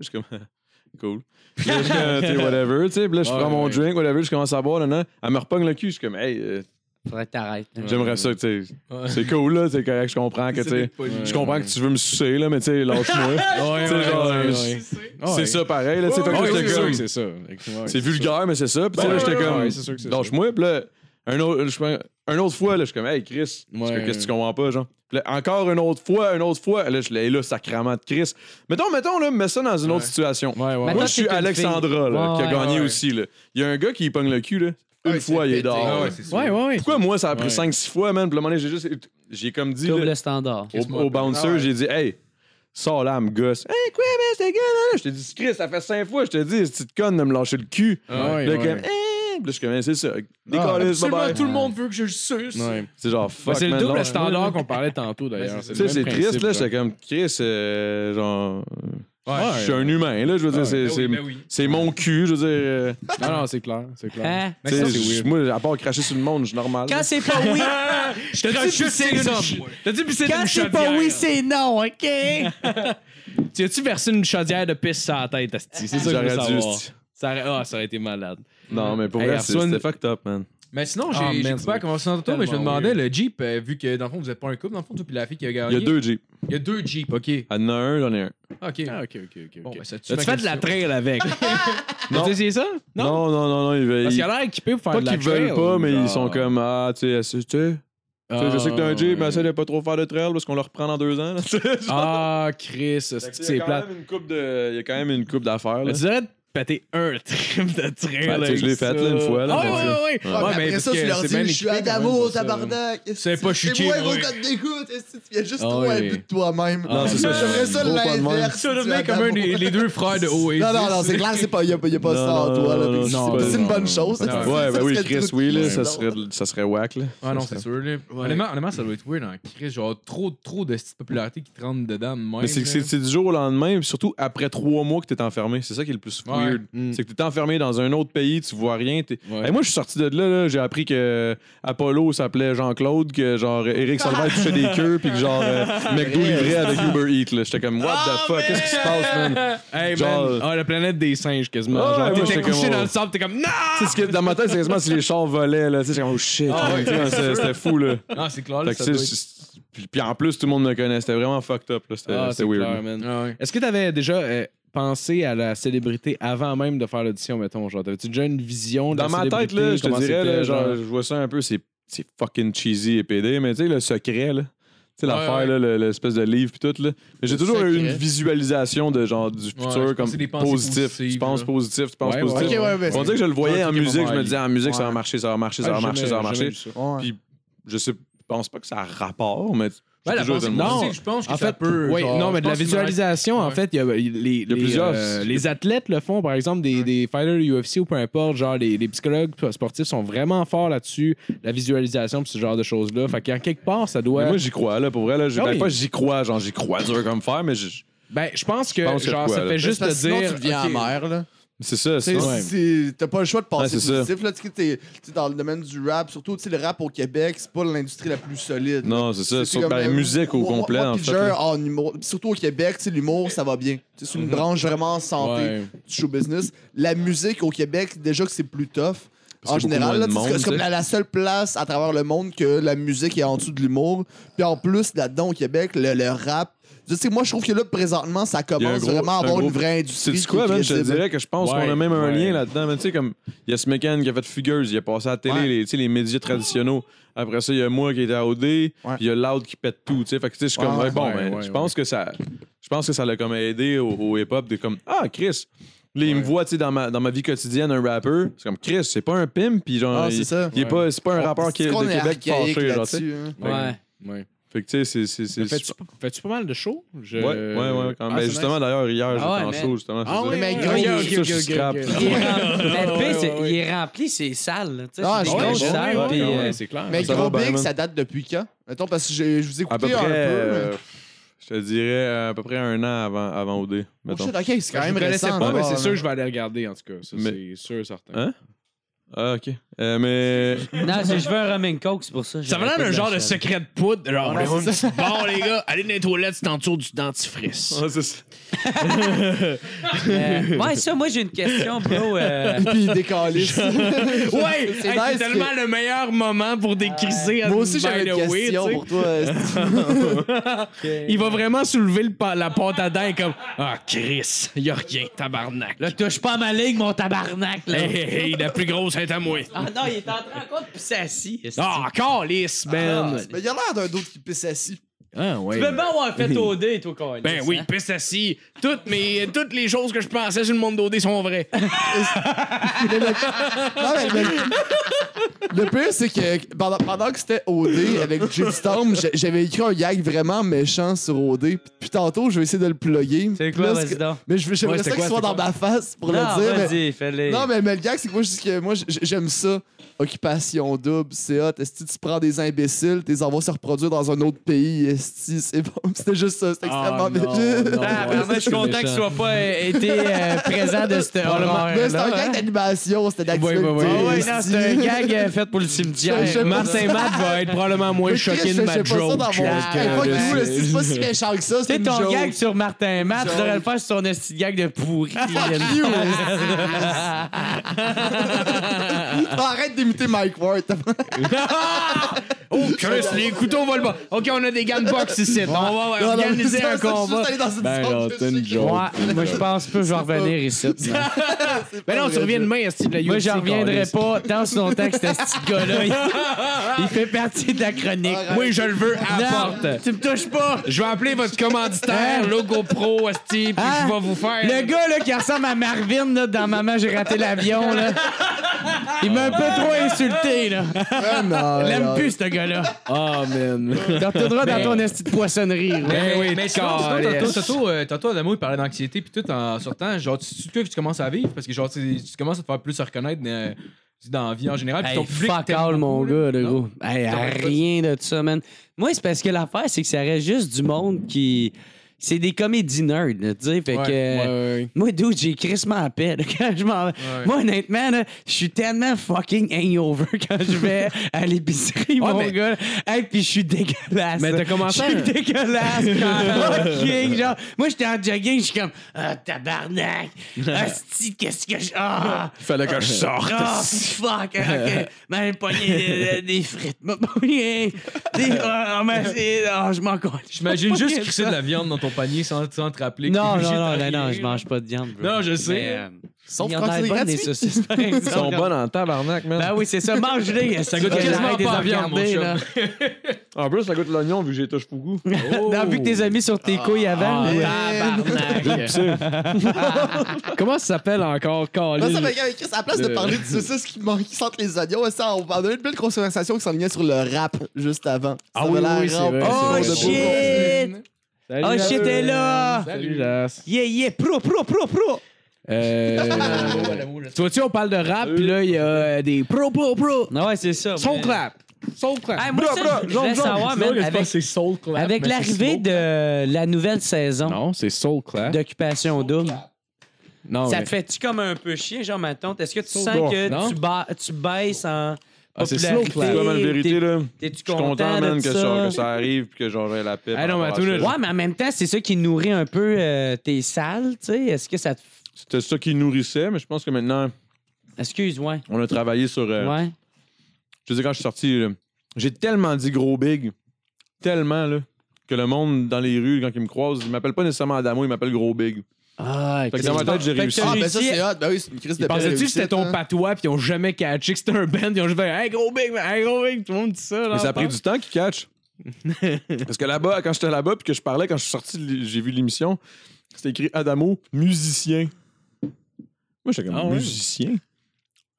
S2: Je suis comme, *laughs*
S1: *laughs*
S2: cool. Puis là, je suis comme, t'sais, whatever, tu sais, puis là, je
S5: Ouais,
S2: prends mon
S5: ouais.
S2: drink, whatever, je commence à boire, nanana, elle me repogne le cul, je suis comme, hey, euh,
S1: Faudrait que t'arrêtes.
S2: j'aimerais ça, tu sais, c'est cool, là, c'est correct, je
S5: Ah,
S2: comprends que, tu sais, je comprends que tu veux me sucer, là, mais tu sais, lâche-moi.
S1: *laughs*
S2: Tu sais, genre,
S5: ouais,
S6: euh,
S2: je-
S5: Ah ouais.
S2: C'est ça pareil, là, tu sais, fait que
S5: Ouais,
S2: là,
S5: c'est
S2: j'étais
S5: sûr
S2: comme,
S5: que c'est ça. Ouais,
S2: c'est
S5: ça.
S2: vulgaire, mais c'est ça. Puis tu sais, là,
S5: Ouais,
S2: j'étais
S5: ouais,
S2: comme,
S5: ouais, c'est sûr que c'est ça.
S2: lâche-moi. Puis là, un autre, je fais- un autre fois, là, je suis comme, hey, Chris, parce que
S5: Ouais.
S2: qu'est-ce que tu comprends pas, genre? Puis là, encore une autre fois, une autre fois. Là, je l'ai là, sacrament de Chris. Mettons, mettons, là, mets ça dans une autre situation.
S5: Ouais, ouais, ouais.
S2: Moi,
S1: Mettons
S2: je suis
S1: que t'es une
S2: Alexandra, là,
S1: fille.
S2: qui a
S1: Ouais,
S2: gagné
S6: ouais.
S2: aussi, là. Il y a un gars qui pogne le cul, là. Une
S3: Ouais,
S2: fois,
S3: c'est
S2: il est
S3: pété.
S2: dehors.
S6: Ah ouais, c'est sûr.
S5: Ouais, ouais, ouais.
S2: Pourquoi moi, ça a pris
S5: Ouais.
S2: 5-6 fois, man? Puis là, à un moment donné, j'ai juste. J'ai comme dit.
S1: Double
S2: là,
S1: le standard.
S2: au, au bouncer, j'ai dit, hey, sors là, elle me gosse. Hey, quoi, mais c'est gars, là, là? Je te dis, Chris, ça fait cinq fois, je te dis, petite conne de me lâcher le cul.
S5: Ah ouais,
S2: Puis là,
S5: ouais.
S2: comme, hey! Puis là, je commence, c'est ça. Décollez, bye
S6: Absolument
S2: bye.
S6: tout le monde veut que je le suce.
S5: Ouais.
S2: C'est genre, fuck,
S5: Ben, c'est le
S2: man,
S5: double
S2: lâche-
S5: standard qu'on parlait tantôt d'ailleurs.
S2: Tu sais, c'est triste, là. J'étais comme, Chris, euh, genre, je suis un humain, là. Je veux dire, c'est.
S6: Ben oui,
S2: c'est-
S6: ben oui.
S2: C'est mon cul, je veux dire. euh,
S5: Non, non, c'est clair, c'est clair.
S1: Hein?
S2: tu sais, je- moi, à part cracher sur le monde, je suis normal.
S1: Quand c'est pas oui,
S6: Ah,
S5: Je te dis pisser les hommes. T'as dit pisser
S1: quand c'est pas oui, c'est non, hein. OK?
S5: Tu as-tu versé une chaudière de pisse sur la tête, Asti? C'est ça que je veux
S2: J'aurais dû,
S5: savoir.
S2: c'ti.
S5: Ça aurait... Ah, ça aurait été malade.
S2: Non, mais pour
S5: Hey,
S2: vrai, c'est-
S5: reçois une-
S2: c'était fucked up, man.
S6: Mais sinon,
S5: Ah,
S6: j'ai j'ai
S5: man,
S6: coupé à
S5: c'est
S6: commencer tantôt, mais je me
S5: tellement
S6: demandais, le Jeep, euh, vu que dans le fond, vous êtes pas un couple, dans le fond, toi puis la fille qui a
S2: Il y
S6: gagné.
S2: a deux Jeeps.
S6: Il y a deux Jeeps, ok.
S2: Il y en a un, j'en ai un.
S6: Ok.
S5: Ah, ok, ok, ok.
S6: Bon, ben, ça tue
S5: tu
S6: ma
S5: fais de la
S6: question.
S5: trail avec.
S2: Non.
S5: T'as essayé ça?
S2: Non, non, non, non, il va.
S5: Parce
S2: il-
S5: qu'il a l'air équipé pour faire
S2: Pas
S5: de la
S2: qu'ils veulent
S5: trail,
S2: pas, mais ils
S5: genre.
S2: sont comme Ah, tu sais, essaie- tu sais, tu sais, je sais que t'as un Jeep, mais essaie de pas trop faire de trail parce qu'on le reprend dans deux ans. là. Tu sais, genre.
S5: Ah, Chris,
S2: Fait que, tu
S5: c'est
S2: sais, il y
S5: c'est
S2: a quand
S5: plate.
S2: même une coupe de- Il y a quand même une coupe d'affaires. là.
S5: Tu dirais de péter un trip de
S2: Ben,
S5: trail.
S2: tu sais, je l'ai
S5: avec
S2: fait,
S5: ça.
S2: là, une fois, là,
S5: Ah,
S2: mais
S5: ouais,
S2: tu sais.
S5: ouais, ouais.
S3: Ouais,
S5: Ouais,
S3: mais après
S5: parce
S3: ça,
S5: que
S3: tu leur
S5: c'est
S3: dis,
S5: bien
S3: je suis
S5: équipé quand même,
S3: Adamo,
S5: ça.
S3: tabarnak.
S6: C'est pas chiqué,
S3: C'est moi,
S6: oui.
S3: gros code d'écoute. est-ce que Tu viens juste
S5: Ah
S3: trop un
S5: oui.
S3: but de toi-même.
S5: Ah, c'est
S2: ça,
S3: J'aimerais
S2: je-
S3: ça
S2: gros pas de même.
S3: l'inverse.
S6: Ça
S3: tu
S6: devient
S3: es
S6: comme un
S3: Adamo.
S6: des les deux frères de
S3: *laughs*
S6: Oasis.
S3: Non, non, non, c'est clair, c'est pas- il n'y a, il y a pas ça en
S2: Non,
S3: toi.
S2: non,
S3: là.
S2: non,
S5: non,
S3: C'est une
S5: non,
S3: bonne
S5: non,
S3: chose.
S6: non.
S3: ça,
S2: Ouais,
S3: ça
S2: ben oui,
S3: serait le
S2: Chris,
S3: truc
S2: oui, là,
S3: qui-
S2: ça serait, ça serait whack, là.
S6: Ah non,
S2: Ça
S6: c'est
S2: serait-
S6: sûr. Là. Honnêtement, honnêtement, ça doit être weird en crise. Genre, trop, trop de petites popularités qui te rentrent dedans. de Même,
S2: Mais c'est
S6: là.
S2: c'est- c'est du jour au lendemain, puis surtout après trois mois que t'es enfermé. C'est ça qui est le plus
S6: Ouais.
S2: weird.
S5: Mm.
S2: C'est que t'es enfermé dans un autre pays, tu vois rien. t'es-
S5: Ouais.
S2: Hey, moi, je suis sorti de là, là, j'ai appris que Apollo s'appelait Jean-Claude, que genre Eric
S5: Ah!
S2: Salvaire touchait des queues, puis que genre euh,
S5: *laughs*
S2: McDo livrait avec Uber Eats. là. J'étais comme, what
S5: Ah,
S2: the fuck, qu'est-ce qui se passe, man?
S6: *laughs*
S5: Hey, man.
S2: Genre-
S5: Ah, la planète des singes, quasiment.
S2: Ah, ouais,
S5: Genre,
S2: moi,
S5: t'étais
S2: j'étais
S5: couché
S2: comme-
S5: dans le sable, t'es comme, non!
S2: Tu sais, ce que- dans ma tête, c'est quasiment si les chars volaient, là. Tu sais, j'étais comme, oh shit,
S5: Ah,
S2: man, tu sais, c'était c'était fou, là.
S6: Non, c'est clair.
S2: Fait
S6: Là,
S2: que
S6: Ah, ça
S2: c'est-
S6: doit être...
S2: c'est- puis, puis en plus, tout le monde me connaît. C'était vraiment fucked up, là. C'était
S5: Ah,
S2: c'était
S5: c'est
S2: weird.
S5: clair,
S2: là.
S5: man.
S6: Ah, ouais.
S5: Est-ce que t'avais déjà euh, pensé à la célébrité avant même de faire l'audition, mettons? Genre, t'avais-tu déjà une vision de
S2: Dans
S5: la
S2: ma tête,
S5: célébrité?
S2: là, je te
S5: Comment
S2: dirais,
S5: c'était,
S2: là, genre, je vois ça un peu, c'est c'est fucking cheesy et pédé, mais tu sais, le secret, là. Tu sais, l'affaire,
S6: ouais.
S2: là, le- l'espèce de livre puis tout, là. Mais j'ai toujours eu une visualisation de genre du futur
S6: je
S2: comme
S6: pensais des pensées
S2: positif.
S6: positives,
S2: Tu penses
S6: là.
S2: positif, tu penses
S5: Ouais, ouais.
S2: positif.
S3: Ok, ouais, ouais.
S2: On dirait que je le voyais
S5: Genre,
S2: en
S5: tu sais,
S2: musique, je
S5: comment-
S2: me disais en musique, ça va marcher, ça va marcher, ça
S5: Ah,
S2: va marcher, ça va
S5: jamais-
S2: marcher.
S5: jamais vu ça.
S3: Ouais.
S2: Puis je sais, je pense pas que ça a rapport, mais
S6: Ouais, la
S2: toujours
S6: pensée
S2: aimé ça.
S6: positive, je pense que
S5: En
S6: ça
S5: fait,
S6: peut.
S5: oui,
S6: genre,
S5: non, mais
S6: je
S5: de la
S6: pense que
S5: visualisation, en
S6: ouais.
S5: fait, il y a les, les,
S2: y a plusieurs-
S5: euh, les athlètes le font, par exemple, des, des fighters UFC ou peu importe, genre les, les psychologues sportifs sont vraiment forts là-dessus, la visualisation, pis ce genre de choses-là. Fait qu'en quelque part, ça doit.
S2: Mais moi, j'y crois, là, pour vrai. Là, je-
S5: Ah
S2: ben,
S5: oui.
S2: pas j'y crois, genre, j'y crois dur comme fer, mais je-
S5: ben, je pense que,
S2: Je pense que
S5: genre,
S2: quoi,
S5: ça
S2: là?
S5: fait juste te
S3: Parce que sinon,
S5: dire.
S3: tu deviens
S5: OK,
S3: amer, là.
S2: c'est ça, c'est
S3: Tu sais, c'est- T'as pas le choix de
S2: Ouais,
S3: passer
S2: c'est ça.
S3: positif. Là, tu sais, t'es- t'es dans le domaine du rap, surtout tu sais, le rap au Québec, c'est pas l'industrie la plus solide.
S2: Non, c'est ça.
S3: C'est
S2: Sur,
S3: comme,
S2: ben,
S3: euh,
S2: musique au
S3: moi- moi-
S2: complet,
S3: moi,
S2: en
S3: puis
S2: fait.
S3: Jer,
S2: là. Mm-hmm.
S3: en humour- surtout au Québec, tu sais, l'humour, ça va bien. Tu sais, C'est une branche vraiment santé
S5: Ouais.
S3: du show business. La musique au Québec, déjà que c'est plus tough.
S2: Parce
S3: en
S2: qu'il y a beaucoup
S3: général,
S2: moins
S3: là,
S2: de
S3: tu sais, c'est
S2: monde,
S3: comme
S2: tu sais.
S3: la, la seule place à travers le monde que la musique est en dessous de l'humour. Puis en plus, là-dedans au Québec, le, le rap. Tu sais, moi, je trouve que là, présentement, ça
S2: Il y a un
S3: commence
S2: gros-
S3: vraiment à
S2: un
S3: avoir
S2: gros-
S3: une vraie industrie.
S2: C'est-tu
S3: qui
S2: quoi,
S3: est
S2: man? Je te
S3: crédible.
S2: dirais que je pense
S5: Ouais,
S2: qu'on a même un
S5: ouais.
S2: lien là-dedans. man. Tu sais, comme, il y a ce mécan qui a fait Figures, il a passé à la télé,
S3: Ouais.
S2: les, tu sais, les médias traditionnels. Après ça, il y a moi qui était à OD, puis il y a Loud qui pète tout, tu sais. Fait que, tu sais, je suis comme,
S3: Ouais,
S2: ouais, bon,
S5: ouais,
S2: ben,
S5: ouais,
S2: je pense que ça... Je pense que ça l'a comme aidé au, au hip-hop de comme, ah, Chris... Là, il me voit, tu sais, dans ma, dans ma vie quotidienne, un rappeur. C'est comme, Chris, c'est pas un pimp, puis genre,
S3: Ah, c'est
S2: il-
S3: ça.
S2: il est pas, c'est pas un rappeur qui,
S3: C'est
S2: de
S3: qu'on est
S2: Québec
S3: archaïque
S2: fâché, genre, tu sais.
S3: là-dessus, hein.
S1: Ouais.
S2: Fait que, tu sais, c'est- c'est... c'est-
S5: Fais-tu fais-tu pas mal de shows? Je-
S2: Ouais, ouais, ouais. Quand,
S5: Ah,
S2: ben,
S5: c'est
S2: justement, d'ailleurs, hier, j'étais
S1: Ah ouais,
S2: en
S1: man.
S2: show, justement.
S5: Ah
S2: c'est
S5: ouais,
S3: Mais
S5: ouais,
S3: gros,
S5: ouais,
S3: je-
S5: ok,
S2: ça, je
S5: ok, ok,
S2: scrape.
S5: ok.
S1: Il est rempli, mais le pire, c'est-
S5: ouais, ouais.
S1: il est rempli, c'est sale. là. Tu sais,
S3: Ah,
S1: c'est
S3: je
S1: des grosses
S3: comprends,
S1: salles,
S5: Ouais,
S1: puis,
S5: ouais,
S1: euh,
S5: c'est clair.
S3: Mais
S2: Ça
S3: Gros
S2: va bien,
S3: Big,
S2: man.
S3: ça date depuis quand? Mettons, parce que j'ai- je vous ai
S2: À peu
S3: écouté
S2: près,
S3: un peu.
S2: euh,
S3: mais-
S2: je te dirais, euh, à peu près un an avant, avant OD,
S3: Oh
S2: mettons.
S3: shit, ok, c'est quand
S5: Je
S3: même
S5: me connaissais
S3: récent.
S5: pas, mais
S3: d'abord,
S5: c'est
S3: là.
S5: sûr que je vais aller regarder, en tout cas. Ça,
S2: Mais-
S5: C'est sûr, certain.
S2: Hein? ah, OK. Euh, mais...
S1: Non, c'est je veux un rum and coke, c'est pour
S7: Ça
S1: ça. j'aurais
S7: va
S1: pas
S7: l'air d'un
S1: de
S7: genre
S1: la
S7: de
S1: chance.
S7: secret de poudre. Genre,
S3: Ouais,
S7: on est bon, les gars, allez dans les toilettes, c'est en dessous du dentifrice.
S2: Ah, c'est ça.
S1: Euh, ouais, ça, moi, j'ai une question, bro. euh,
S3: Puis il décalisse.
S7: Ouais, hey,
S3: *laughs* C'est
S7: c'est
S3: nice
S7: tellement le meilleur moment pour décrisser à
S3: Moi aussi, j'avais
S7: by
S3: une
S7: the way,
S3: question
S7: tu sais.
S3: pour
S7: *laughs*
S3: toi. euh,
S7: Il va vraiment soulever le pa- la pâte à dents et comme Ah, Chris, y a rien, tabarnak.
S1: Là, touche pas à ma ligne, mon tabarnak, là.
S7: Hey, hey, hey,
S5: *laughs*
S7: la plus grosse est à moi.
S1: Ah non, il est en train encore de pisser assis. esti.
S7: Ah, calice,
S3: Ben,
S7: man.
S3: Mais il y a l'air d'un d'autre qui pisse assis.
S7: Ah, ouais.
S1: Ah, Tu peux bien avoir fait au dé, toi, quand
S7: Ben oui, piste assis. Toutes, mes, toutes les choses que je pensais sur le monde d'OD sont vraies.
S3: Non, mais le, le pire, c'est que pendant, pendant que c'était OD avec Jim Storm, j'a- j'avais écrit un gag vraiment méchant sur OD. Puis tantôt, je vais essayer de le plugger.
S1: C'est
S3: Puis
S1: quoi,
S3: là, ce que-
S1: vas-y donc?
S3: Mais je veux- j'aimerais
S7: Ouais,
S3: ça
S7: c'était
S3: qu'il
S7: quoi,
S3: soit
S7: c'est
S3: dans ma face pour
S1: Non,
S3: le dire. mais-
S1: vas-y, fais-le.
S3: Non, mais, mais le gag, c'est que moi, je dis que moi, j- j- j'aime ça. Occupation double, c'est hot. Est-ce que tu prends des imbéciles, t'es envois se reproduire dans un autre pays? Est-ce que c'est bon? *laughs* C'était juste ça, c'était extrêmement *laughs* méchant.
S1: Ah, ben, ben, je suis content qu'il soit pas euh, été *laughs* euh, présent de ce horreur.
S3: Mais c'était un gag d'animation, c'était d'actualité.
S5: Ouais, ouais, ouais.
S1: Ah hein? ouais, non,
S3: esti.
S1: c'est un gag euh, fait pour le cimetière.
S3: Je sais pas.
S5: Martin Matt va être probablement moins
S3: Mais
S5: choqué
S3: Chris,
S5: de
S3: je
S5: ma
S3: fais pas ça
S5: joke. Ah,
S3: dans mon
S5: que
S3: Hey, fuck
S5: de-
S3: you, esti, c'est pas si méchant que ça,
S1: Tu
S3: c'est
S1: sais,
S3: une
S1: ton
S3: joke.
S1: gag sur Martin Matt, tu devrais le faire sur ton esti de gag de pourri.
S3: You,
S1: *laughs*
S3: esti. *laughs* Arrête d'imiter Mike Ward.
S7: Oh, Chris, les couteaux volent pas. OK, on a des gun box ici. On va
S3: Non, non,
S7: organiser
S3: ça,
S7: un
S3: ça, je suis
S7: combat.
S3: juste allé dans une
S5: Ben
S3: zone
S5: non,
S3: que
S5: c'est
S3: je
S5: une
S3: sais
S5: joke.
S1: Ouais, moi je pense pas que je vais revenir ici. man.
S7: Mais non, tu reviens demain, Steve. la
S1: Moi
S7: UFC,
S1: j'en reviendrai
S7: calice.
S1: pas tant sur longtemps que ce petit gars-là. *laughs* il- Il fait partie de la chronique.
S3: Arrête.
S7: Oui, je le veux à la
S1: Non,
S7: porte.
S1: tu me touches pas!
S7: Je vais appeler votre commanditaire, Logo Pro, Steve, puis
S1: Ah,
S7: je vais vous faire.
S1: Le gars là, qui ressemble à Marvin là, dans Maman, j'ai raté l'avion, là. il m'a un peu trop insulté. là. *laughs*
S3: Ah, non,
S1: L'aime
S3: non.
S1: plus, ce gars-là.
S5: Ah, man.
S1: Tu retourneras dans ton esti de poissonnerie. là.
S7: Ben oui,
S6: Mais sinon, sinon, tantôt, tantôt, euh, tantôt, Adamo, il parlait d'anxiété, puis tout en sortant, genre, tu, tu, tu commences à vivre, parce que genre, tu, tu commences à te faire plus reconnaître euh, dans la vie en général, puis
S1: Hey,
S6: ton public
S1: fuck
S6: t'aime
S1: all, mon
S6: beaucoup, là.
S1: gars, le
S6: Non?
S1: gros. Hey,
S6: T'aurais pas-
S1: rien de ça, man. Moi, c'est parce que l'affaire, c'est que ça reste juste du monde qui. C'est des comédies nerds, là, tu sais. Fait que. Moi, dude, j'ai crissement à paix. là, *laughs* quand je m'en vais. Moi, honnêtement, là, je suis tellement fucking hangover quand je vais à l'épicerie, mon
S7: mais-
S1: gars. Hey, puis je suis dégueulasse.
S5: Mais t'as commencé
S1: Je
S5: à-
S1: suis dégueulasse. fucking, genre. Moi, j'étais en jogging, je suis comme, ah, tabarnak. Asti, qu'est-ce que je. Ah!
S2: Il fallait que je sorte.
S1: Oh, fuck! hein, Ok, m'a pogné des, des frites, m'a pogné des. Oh, m'a oh, je m'en colle. *laughs*
S6: J'imagine juste crisser de la viande dans ton panier sans, sans te rappeler. que
S1: Non,
S6: t'es
S1: non,
S6: végétarien.
S1: non, non, non, je mange pas de viande. bro.
S6: Non, je sais.
S1: Mais, euh,
S3: Sauf
S1: il y
S3: quand
S1: en a
S3: c'est
S1: bonnes, des
S3: gratuit.
S1: saucisses,
S5: *laughs*
S1: par exemple.
S2: Ils sont bonnes en tabarnak, man.
S1: *laughs* Ben oui, c'est ça. Mange-les. Ça
S6: goûte quasiment pas à viande, mon chum.
S2: En plus, ça goûte l'oignon vu que j'y touche beaucoup.
S1: Non, vu que t'es amis sur
S5: Ah.
S1: tes couilles avant.
S6: Ah,
S1: là. *laughs*
S5: Comment ça s'appelle encore,
S3: Là,
S5: Calis?
S3: ça fait que, Chris, à la place de parler de saucisses qui, man- qui sentent les oignons, ça, on on a eu une belle conversation qui s'enlignait sur le rap juste avant.
S5: Ah
S3: Ça
S5: oui,
S3: avait
S5: oui,
S3: l'air
S5: c'est
S3: rap.
S5: vrai,
S1: Oh
S5: c'est vrai.
S1: shit! Oh shit, elle est là!
S5: Salut, Jas.
S1: Yeah, yeah, pro, pro, pro, pro!
S5: Euh, tu vois-tu, on parle de rap, puis là, il y a euh, des pro, pro, pro.
S1: Ah ouais, c'est ça.
S5: Soul
S1: mais-
S5: clap. Soul clap.
S1: Hey, moi, ça, je- je voulais savoir, man, avec,
S5: soul clap.
S1: avec l'arrivée de la nouvelle saison
S5: Non, c'est soul clap.
S1: d'Occupation Double,
S5: Non,
S1: ça
S5: mais-
S1: te fait-tu comme un peu chier, genre, ma tante? Est-ce que tu sens
S2: Bon,
S1: que
S5: non?
S1: tu, ba- tu baisses en
S5: Ah, c'est slow
S1: popularité?
S5: clap.
S2: C'est vraiment la vérité, là.
S1: T'es- T'es-tu
S2: Je suis
S1: content,
S2: content,
S1: de
S2: man,
S1: ça?
S2: que ça, que ça arrive puis que j'aurai la paix.
S5: Ah non, mais
S2: par rapport
S5: attends,
S2: à
S5: là,
S2: ça.
S1: Ouais, mais en même temps, c'est ça qui nourrit un peu euh, tes salles, tu sais. Est-ce que ça te...
S2: C'était ça qui nourrissait, mais je pense que maintenant,
S1: Excuse, ouais.
S2: on a travaillé sur. euh,
S1: Ouais.
S2: Je veux dire, quand je suis sorti, là, j'ai tellement dit gros big, tellement, là, que le monde dans les rues, quand ils me croisent, ils m'appellent pas nécessairement Adamo, ils m'appellent gros big.
S1: Ah,
S2: Fait que dans ma tête, j'ai réussi.
S3: Ah,
S1: J'ai
S3: ben ça,
S1: dit-
S3: c'est hot. Ben oui, c'est une crise de
S5: Pensais-tu que c'était ton
S3: père.
S5: patois, puis ils ont jamais catché que c'était un band, ils ont juste fait Hey gros big, man, hey gros big, tout le monde dit ça. Là,
S2: *laughs* Mais ça a pris du temps
S1: *laughs*
S2: qu'ils catch. Parce que là-bas, quand j'étais là-bas, puis que je parlais, quand je suis sorti, l- j'ai vu l'émission, c'était écrit Adamo, musicien. Moi, j'étais comme
S5: Ah ouais?
S2: musicien.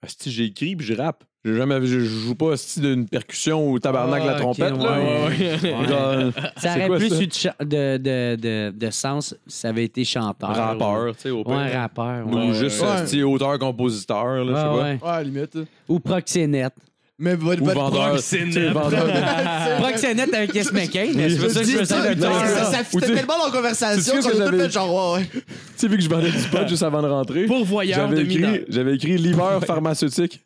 S2: Asti, j'ai écrit, puis je rappe. J'ai jamais, je je joue pas asti d'une percussion ou tabarnak
S1: Ah,
S2: la
S1: ok,
S2: trompette. là.
S1: ouais,
S2: Genre,
S1: Ça
S2: C'est
S1: aurait
S2: quoi,
S1: plus
S2: ça?
S1: eu de, cha- de, de, de, de sens si ça avait été chanteur.
S2: rappeur, tu sais, au
S1: Ou, ou un
S2: pire.
S1: rappeur.
S2: Ou
S1: Ouais.
S2: juste euh,
S3: Ouais.
S2: asti, auteur-compositeur, là, je sais
S1: Ah,
S2: pas.
S1: ouais.
S3: hein. Ouais, à la limite.
S1: Ou proxénète.
S3: Mais votre
S2: Ou
S3: votre *laughs*
S2: vendeur. tu sais, vendeur.
S1: proxénète avec Yes McCain. C'est pour ça que je
S3: dis
S1: me
S3: ça,
S1: sens
S3: mais
S1: docteur,
S3: ça,
S1: là.
S3: ça fitait tellement dans la
S2: C'est
S3: conversation
S2: sûr
S3: qu'on
S2: que
S3: a tout
S2: j'avais-
S3: fait genre, ouais, ouais.
S2: Tu sais, vu que je vendais du
S1: *laughs*
S2: pot juste avant de rentrer,
S5: Pourvoyeur de
S2: j'avais
S5: mineurs.
S2: écrit, j'avais écrit livreur pharmaceutique.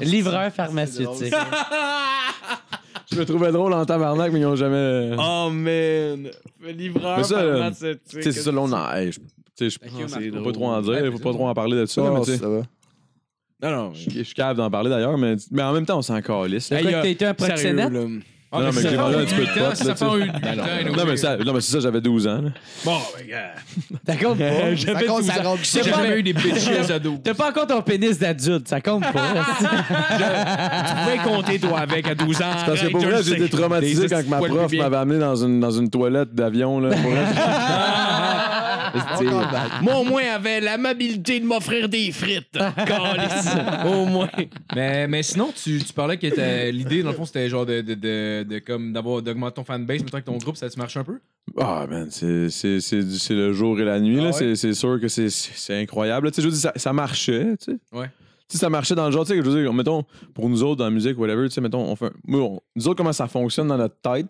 S1: Livreur
S3: C'est
S1: pharmaceutique.
S3: drôle,
S2: Je me trouvais drôle en tabarnak, mais ils ont jamais. euh,
S5: Oh man, livreur,
S2: Mais ça, euh,
S5: pharmaceutique.
S2: Tu sais, c'est ça, là, on en- hey, je- tu sais, je
S1: you, Marco.
S2: peux pas trop en dire, faut pas trop en parler de ça,
S3: ça.
S2: mais
S3: Ah,
S2: tu sais,
S3: ça va.
S5: Non, non,
S2: je je suis capable d'en parler d'ailleurs, mais, mais en même temps, on s'en calisse. là.
S1: Hey, euh, T'as été un proxénète?
S2: Non, non, mais j'ai vendu un petit peu de pot, là,
S6: temps, ça
S2: tu sais.
S6: fait un 8 ans.
S2: Non, mais ça, non, mais c'est ça, j'avais 12 ans. là.
S1: Ça compte *laughs* pas.
S3: Ça compte, ça rentre.
S1: J'ai
S6: J'ai
S1: pas-
S6: jamais eu des bitches *laughs* ados.
S1: T'as pas encore ton pénis d'adulte, ça compte *laughs* pas.
S5: Tu pouvais compter, toi, avec à 12 ans.
S2: Parce que pour vrai, j'ai été traumatisé quand que ma prof m'avait amené dans une, dans une toilette d'avion. là. Pour vrai, *laughs*
S3: Encore bad.
S5: Moi, au moins, avait l'amabilité de m'offrir des frites.
S6: *laughs*
S5: Calice. au moins.
S6: Mais, mais sinon, tu, tu parlais que t'as- l'idée, dans le fond, c'était genre de, de, de, de comme d'avoir d'augmenter ton fanbase, mais que ton groupe, ça te marche un peu.
S2: Ah, man, c'est- c'est c'est du- c'est le jour et la nuit.
S6: Ah
S2: là.
S6: ouais?
S2: C'est- C'est sûr que c'est- c'est c'est incroyable. là. Tu sais, je veux dire, ça, ça marchait, tu sais.
S6: Ouais.
S2: Tu sais, ça marchait dans le genre, tu sais, je veux dire, mettons, pour nous autres, dans la musique, whatever, tu sais, mettons, on fait... nous, on- nous autres, comment ça fonctionne dans notre tête,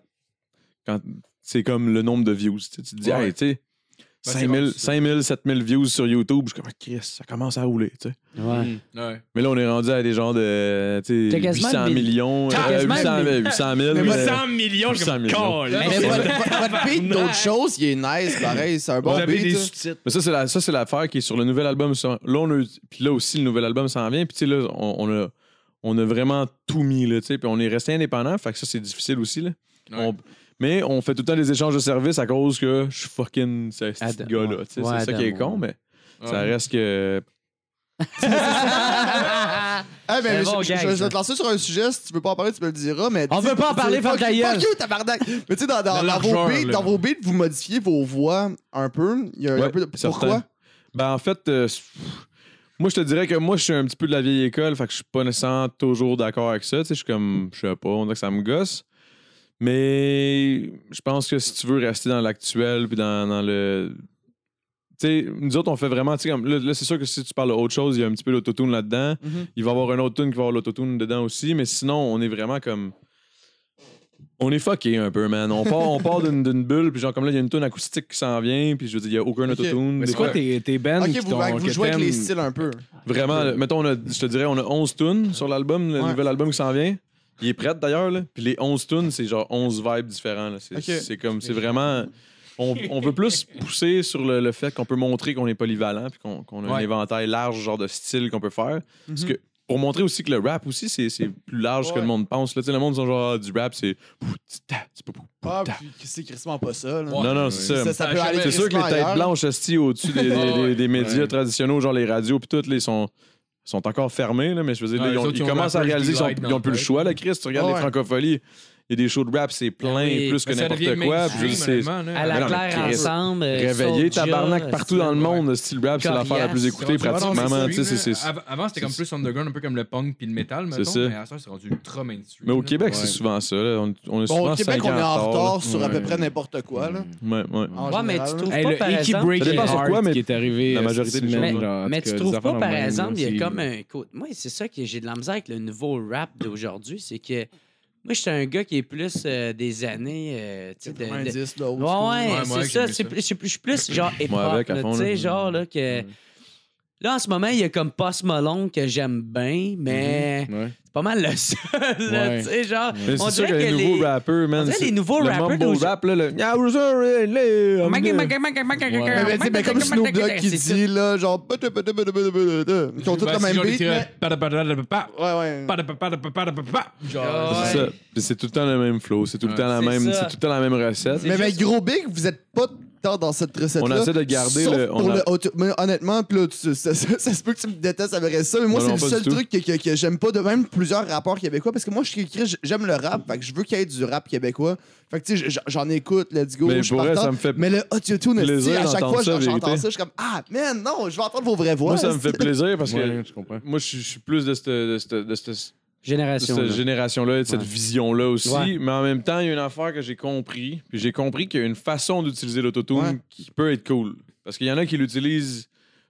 S2: quand c'est comme le nombre de views. Tu sais, tu te dis,
S6: Ouais. Ben,
S2: hey, tu sais,
S6: c'est
S2: 5000,
S6: rare, ça.
S2: 5000, 7000 views sur YouTube, je suis comme, Ah, Chris, ça commence à rouler, tu sais.
S1: *laughs* Ouais.
S6: Ouais.
S2: Mais là, on est rendu à des genres de, tu sais,
S1: T'as quasiment
S2: 800
S1: le mille-
S2: millions,
S1: T'as
S2: euh,
S1: quasiment
S2: 800
S1: le
S2: 800 000.
S3: Mais moi,
S2: euh,
S5: 100 millions, je
S2: 100
S5: me
S2: millions.
S3: Mais
S5: colle.
S3: votre votre beat d'autres choses, il est nice, pareil. C'est un
S5: Vous
S3: bon
S5: avez des
S3: beat. hein. là.
S5: sous-titres.
S2: Mais ça, c'est la- ça, c'est l'affaire qui est sur le nouvel album. ça. Là, on a, eu- puis là aussi, le nouvel album s'en vient. Puis tu sais, là, on, on a, on a vraiment tout mis, là, tu sais. Puis on est resté indépendant, fait que ça, c'est difficile aussi, là.
S6: Ouais.
S2: On- mais on fait tout le temps des échanges de services à cause que je suis fucking ce petit
S1: Adam,
S2: gars-là,
S1: ouais.
S2: tu sais.
S1: Ouais,
S2: c'est ça qui est
S1: Adam,
S2: con, mais ça
S6: Ouais.
S2: reste que...
S3: Ah,
S1: C'est un
S3: mais
S1: bon
S3: je, je-
S1: gag,
S3: je- je
S1: ça.
S3: vais te lancer sur un sujet. Si tu veux pas en parler, tu me le diras. Mais
S1: On
S3: tu sais,
S1: veut pas en
S3: tu sais,
S1: parler, ferme
S3: fuck
S1: ta
S3: you,
S1: gueule.
S3: Fuck you, tabarnak. Mais tu sais, dans, dans,
S6: La
S3: dans vos
S6: largeur,
S3: beats,
S6: là.
S3: dans vos beats, vous modifiez vos voix un peu. Il y a un
S2: Ouais,
S3: peu de-
S2: certain.
S3: Pourquoi
S2: Ben, en fait, euh, c'est- moi, je te dirais que moi, je suis un petit peu de la vieille école, fait que je suis pas nécessairement toujours d'accord avec ça. Tu sais, je suis comme, je sais pas, on dirait que ça me gosse. Mais je pense que si tu veux rester dans l'actuel, puis dans, dans le. Tu sais, nous autres, on fait vraiment. tu sais, Comme, là, là, c'est sûr que si tu parles d'autre chose, il y a un petit peu l'autotune là-dedans.
S5: Mm-hmm.
S2: Il va y avoir un autre tune qui va avoir l'autotune dedans aussi. Mais sinon, on est vraiment comme. On est fucké un peu, man. On part, on part d'une, d'une bulle, puis genre, comme là, il y a une tune acoustique qui s'en vient, puis je veux dire, il n'y a aucun
S3: Ok.
S2: autotune.
S5: Mais
S2: Des
S5: c'est quoi
S2: fois-
S5: tes, tes bands
S3: Ok,
S5: qui
S3: vous,
S5: t'ont-
S3: ben, vous
S5: que
S3: jouez avec
S5: t'aimes?
S3: les styles un peu.
S2: Vraiment, là, mettons, on a- je te dirais, on a 11 tunes sur l'album, le
S3: Ouais.
S2: nouvel album qui s'en vient. Il est prêt d'ailleurs, là. Puis les 11 tunes, c'est genre 11 vibes différents. là. C'est
S3: Ok.
S2: c'est comme, c'est vraiment. On, on veut plus pousser sur le, le fait qu'on peut montrer qu'on est polyvalent, puis qu'on qu'on a un
S6: Ouais.
S2: éventail large, genre de style qu'on peut faire. Parce que pour montrer aussi que le rap aussi, c'est c'est plus large que
S3: Mhm. Ouais.
S2: le monde pense. Là, Tu sais, le monde, ils sont genre, ah, du rap, c'est. c'est pas-
S3: Ah, puis c'est crissement pas ça. là.
S2: Non, non, c'est ça.
S3: Ça, ça peut
S6: Ça
S3: aller
S2: C'est sûr que les
S3: crissement ailleurs.
S2: têtes blanches hosties au-dessus des, des-
S6: Ouais,
S2: des-
S6: ouais.
S2: des médias traditionnels, genre les radios puis toutes, les sont sont encore fermés, là, mais je veux dire,
S6: Ouais,
S2: ils, ont-
S6: les autres,
S2: ils
S6: ils ont
S2: commencent à
S6: rappers
S2: réaliser qu'ils
S6: delight dans
S2: n'ont plus le
S6: la tête.
S2: choix, là, Chris. Tu regardes
S3: Ouais.
S2: les francophonies, Il y a des shows de rap, c'est plein,
S1: oui,
S2: plus que
S6: Ça devient
S2: n'importe quoi.
S6: mainstream,
S2: puis c'est
S6: honnêtement, là.
S1: À la
S2: Ah, Mais non, mais
S1: claire
S2: Chris,
S1: ensemble. euh,
S2: réveillé,
S1: Soulja,
S2: tabarnak, partout dans le monde. Le style rap, c'est l'affaire la plus
S1: Coriace.
S2: écoutée
S6: C'est rendu
S2: pratiquement. man, tu
S6: mainstream,
S2: sais, c'est-
S6: là.
S2: c'est-
S6: Av- Avant, c'était comme plus underground, un peu comme le punk puis le metal,
S2: C'est
S6: mettons.
S2: ça.
S6: Mais à ça, c'est rendu ultra mainstream.
S2: Mais au
S6: là.
S2: Québec, c'est souvent ça. là. On on est
S3: Bon,
S2: souvent
S3: au Québec,
S2: cinq
S3: on
S2: ans
S3: est en retard sur à peu
S2: Ouais.
S3: près n'importe quoi. Là,
S2: Ouais, ouais.
S3: en
S1: Ouais, mais
S3: général,
S1: tu
S3: là.
S1: trouves
S5: Hey,
S1: pas,
S5: le
S1: par
S5: Icky
S1: exemple...
S5: Breaking
S2: dépend sur
S5: Heart
S2: quoi, mais
S5: qui est arrivé
S2: la
S5: euh,
S2: majorité
S5: cette
S2: des gens,
S1: Mais,
S5: semaine, genre, en tout
S1: mais
S5: cas,
S1: tu
S5: des
S1: trouves
S5: affaires
S1: pas,
S5: de
S1: par
S5: même
S1: exemple, il y
S5: aussi,
S1: a comme
S5: là.
S1: un côté. Moi, c'est ça que j'ai de la misère avec le nouveau rap d'aujourd'hui, c'est que moi, je suis un gars qui est plus euh, des années. euh, tu sais, de- de-
S3: 90, là, old
S1: Ouais,
S3: school.
S1: ouais,
S6: Ouais,
S1: c'est
S6: moi, j'ai
S1: ça.
S6: vu
S1: c'est
S6: ça.
S1: plus- c'est plus- Je suis plus genre
S2: Moi,
S1: hip-hop,
S2: avec, à
S1: là,
S2: fond,
S1: tu sais,
S2: là.
S1: genre là que. Là, en ce moment, il y a comme Post Malone que j'aime bien, mais
S5: Ouais.
S1: c'est pas mal le seul, là,
S5: Ouais.
S1: tu sais, genre.
S2: Mm-hmm. Mais
S1: On
S2: c'est sûr
S1: dirait
S2: que les
S1: que
S2: nouveaux
S1: les-
S2: rappeurs, man.
S1: on dirait
S2: c'est-
S1: les nouveaux
S2: le
S1: rappeurs
S2: mumble
S1: d'aujourd'hui-
S2: rap, là, le. Ah, vous savez, les-
S1: Oh
S5: Ouais.
S3: Mais, ben, tu sais, ben, comme Snoop Dogg qui
S1: C'est ça.
S3: dit, là, genre, ils ont tous
S6: Ben,
S3: le
S6: si
S3: même
S6: j'en ai
S3: beat.
S6: tiré-
S3: mais-
S6: Padapadapadapa,
S3: Ouais, ouais.
S6: padapadapadapa, genre,
S1: Ouais.
S2: C'est ça. Puis c'est tout le temps le même flow, c'est tout le
S6: Ouais.
S2: temps la
S1: C'est
S2: même,
S1: ça.
S2: c'est tout le temps la même recette.
S3: Mais mais gros big, vous êtes pas tant dans cette recette-là.
S2: On essaie de garder
S3: sauf
S2: le- on
S3: pour
S2: a-
S3: le auto- mais honnêtement, puis là, tu- ça, ça- ça se peut que tu me détestes avec ça, mais moi,
S2: Non,
S3: c'est
S2: non,
S3: le
S2: pas du
S3: seul
S2: tout.
S3: truc que, que- que j'aime pas, de même plusieurs rapports québécois, parce que moi, je suis- j'aime le rap, fait que je veux qu'il y ait du rap québécois. Fait que tu sais, j- j'en écoute, let's go,
S2: Mais
S3: je suis
S2: pour vrai,
S3: partant.
S2: ça me fait-
S3: Mais le autotune,
S2: plaisir
S3: esti, à chaque
S2: d'entendre
S3: fois,
S2: ça,
S3: j'entends ça,
S2: vérité.
S3: je suis comme, ah, man, non, je vais entendre vos vraies voix.
S2: Moi, ça me
S3: esti.
S2: fait plaisir parce que
S5: Ouais, je comprends.
S2: moi, je suis- je suis plus de cette, de cette, de cette- de
S1: Génération.
S2: cette
S1: là.
S2: génération-là, et de cette
S1: Ouais.
S2: vision-là aussi.
S1: Ouais.
S2: Mais en même temps, il y a une affaire que j'ai compris. Puis j'ai compris qu'il y a une façon d'utiliser l'autotune
S3: Ouais.
S2: qui peut être cool. Parce qu'il y en a qui l'utilisent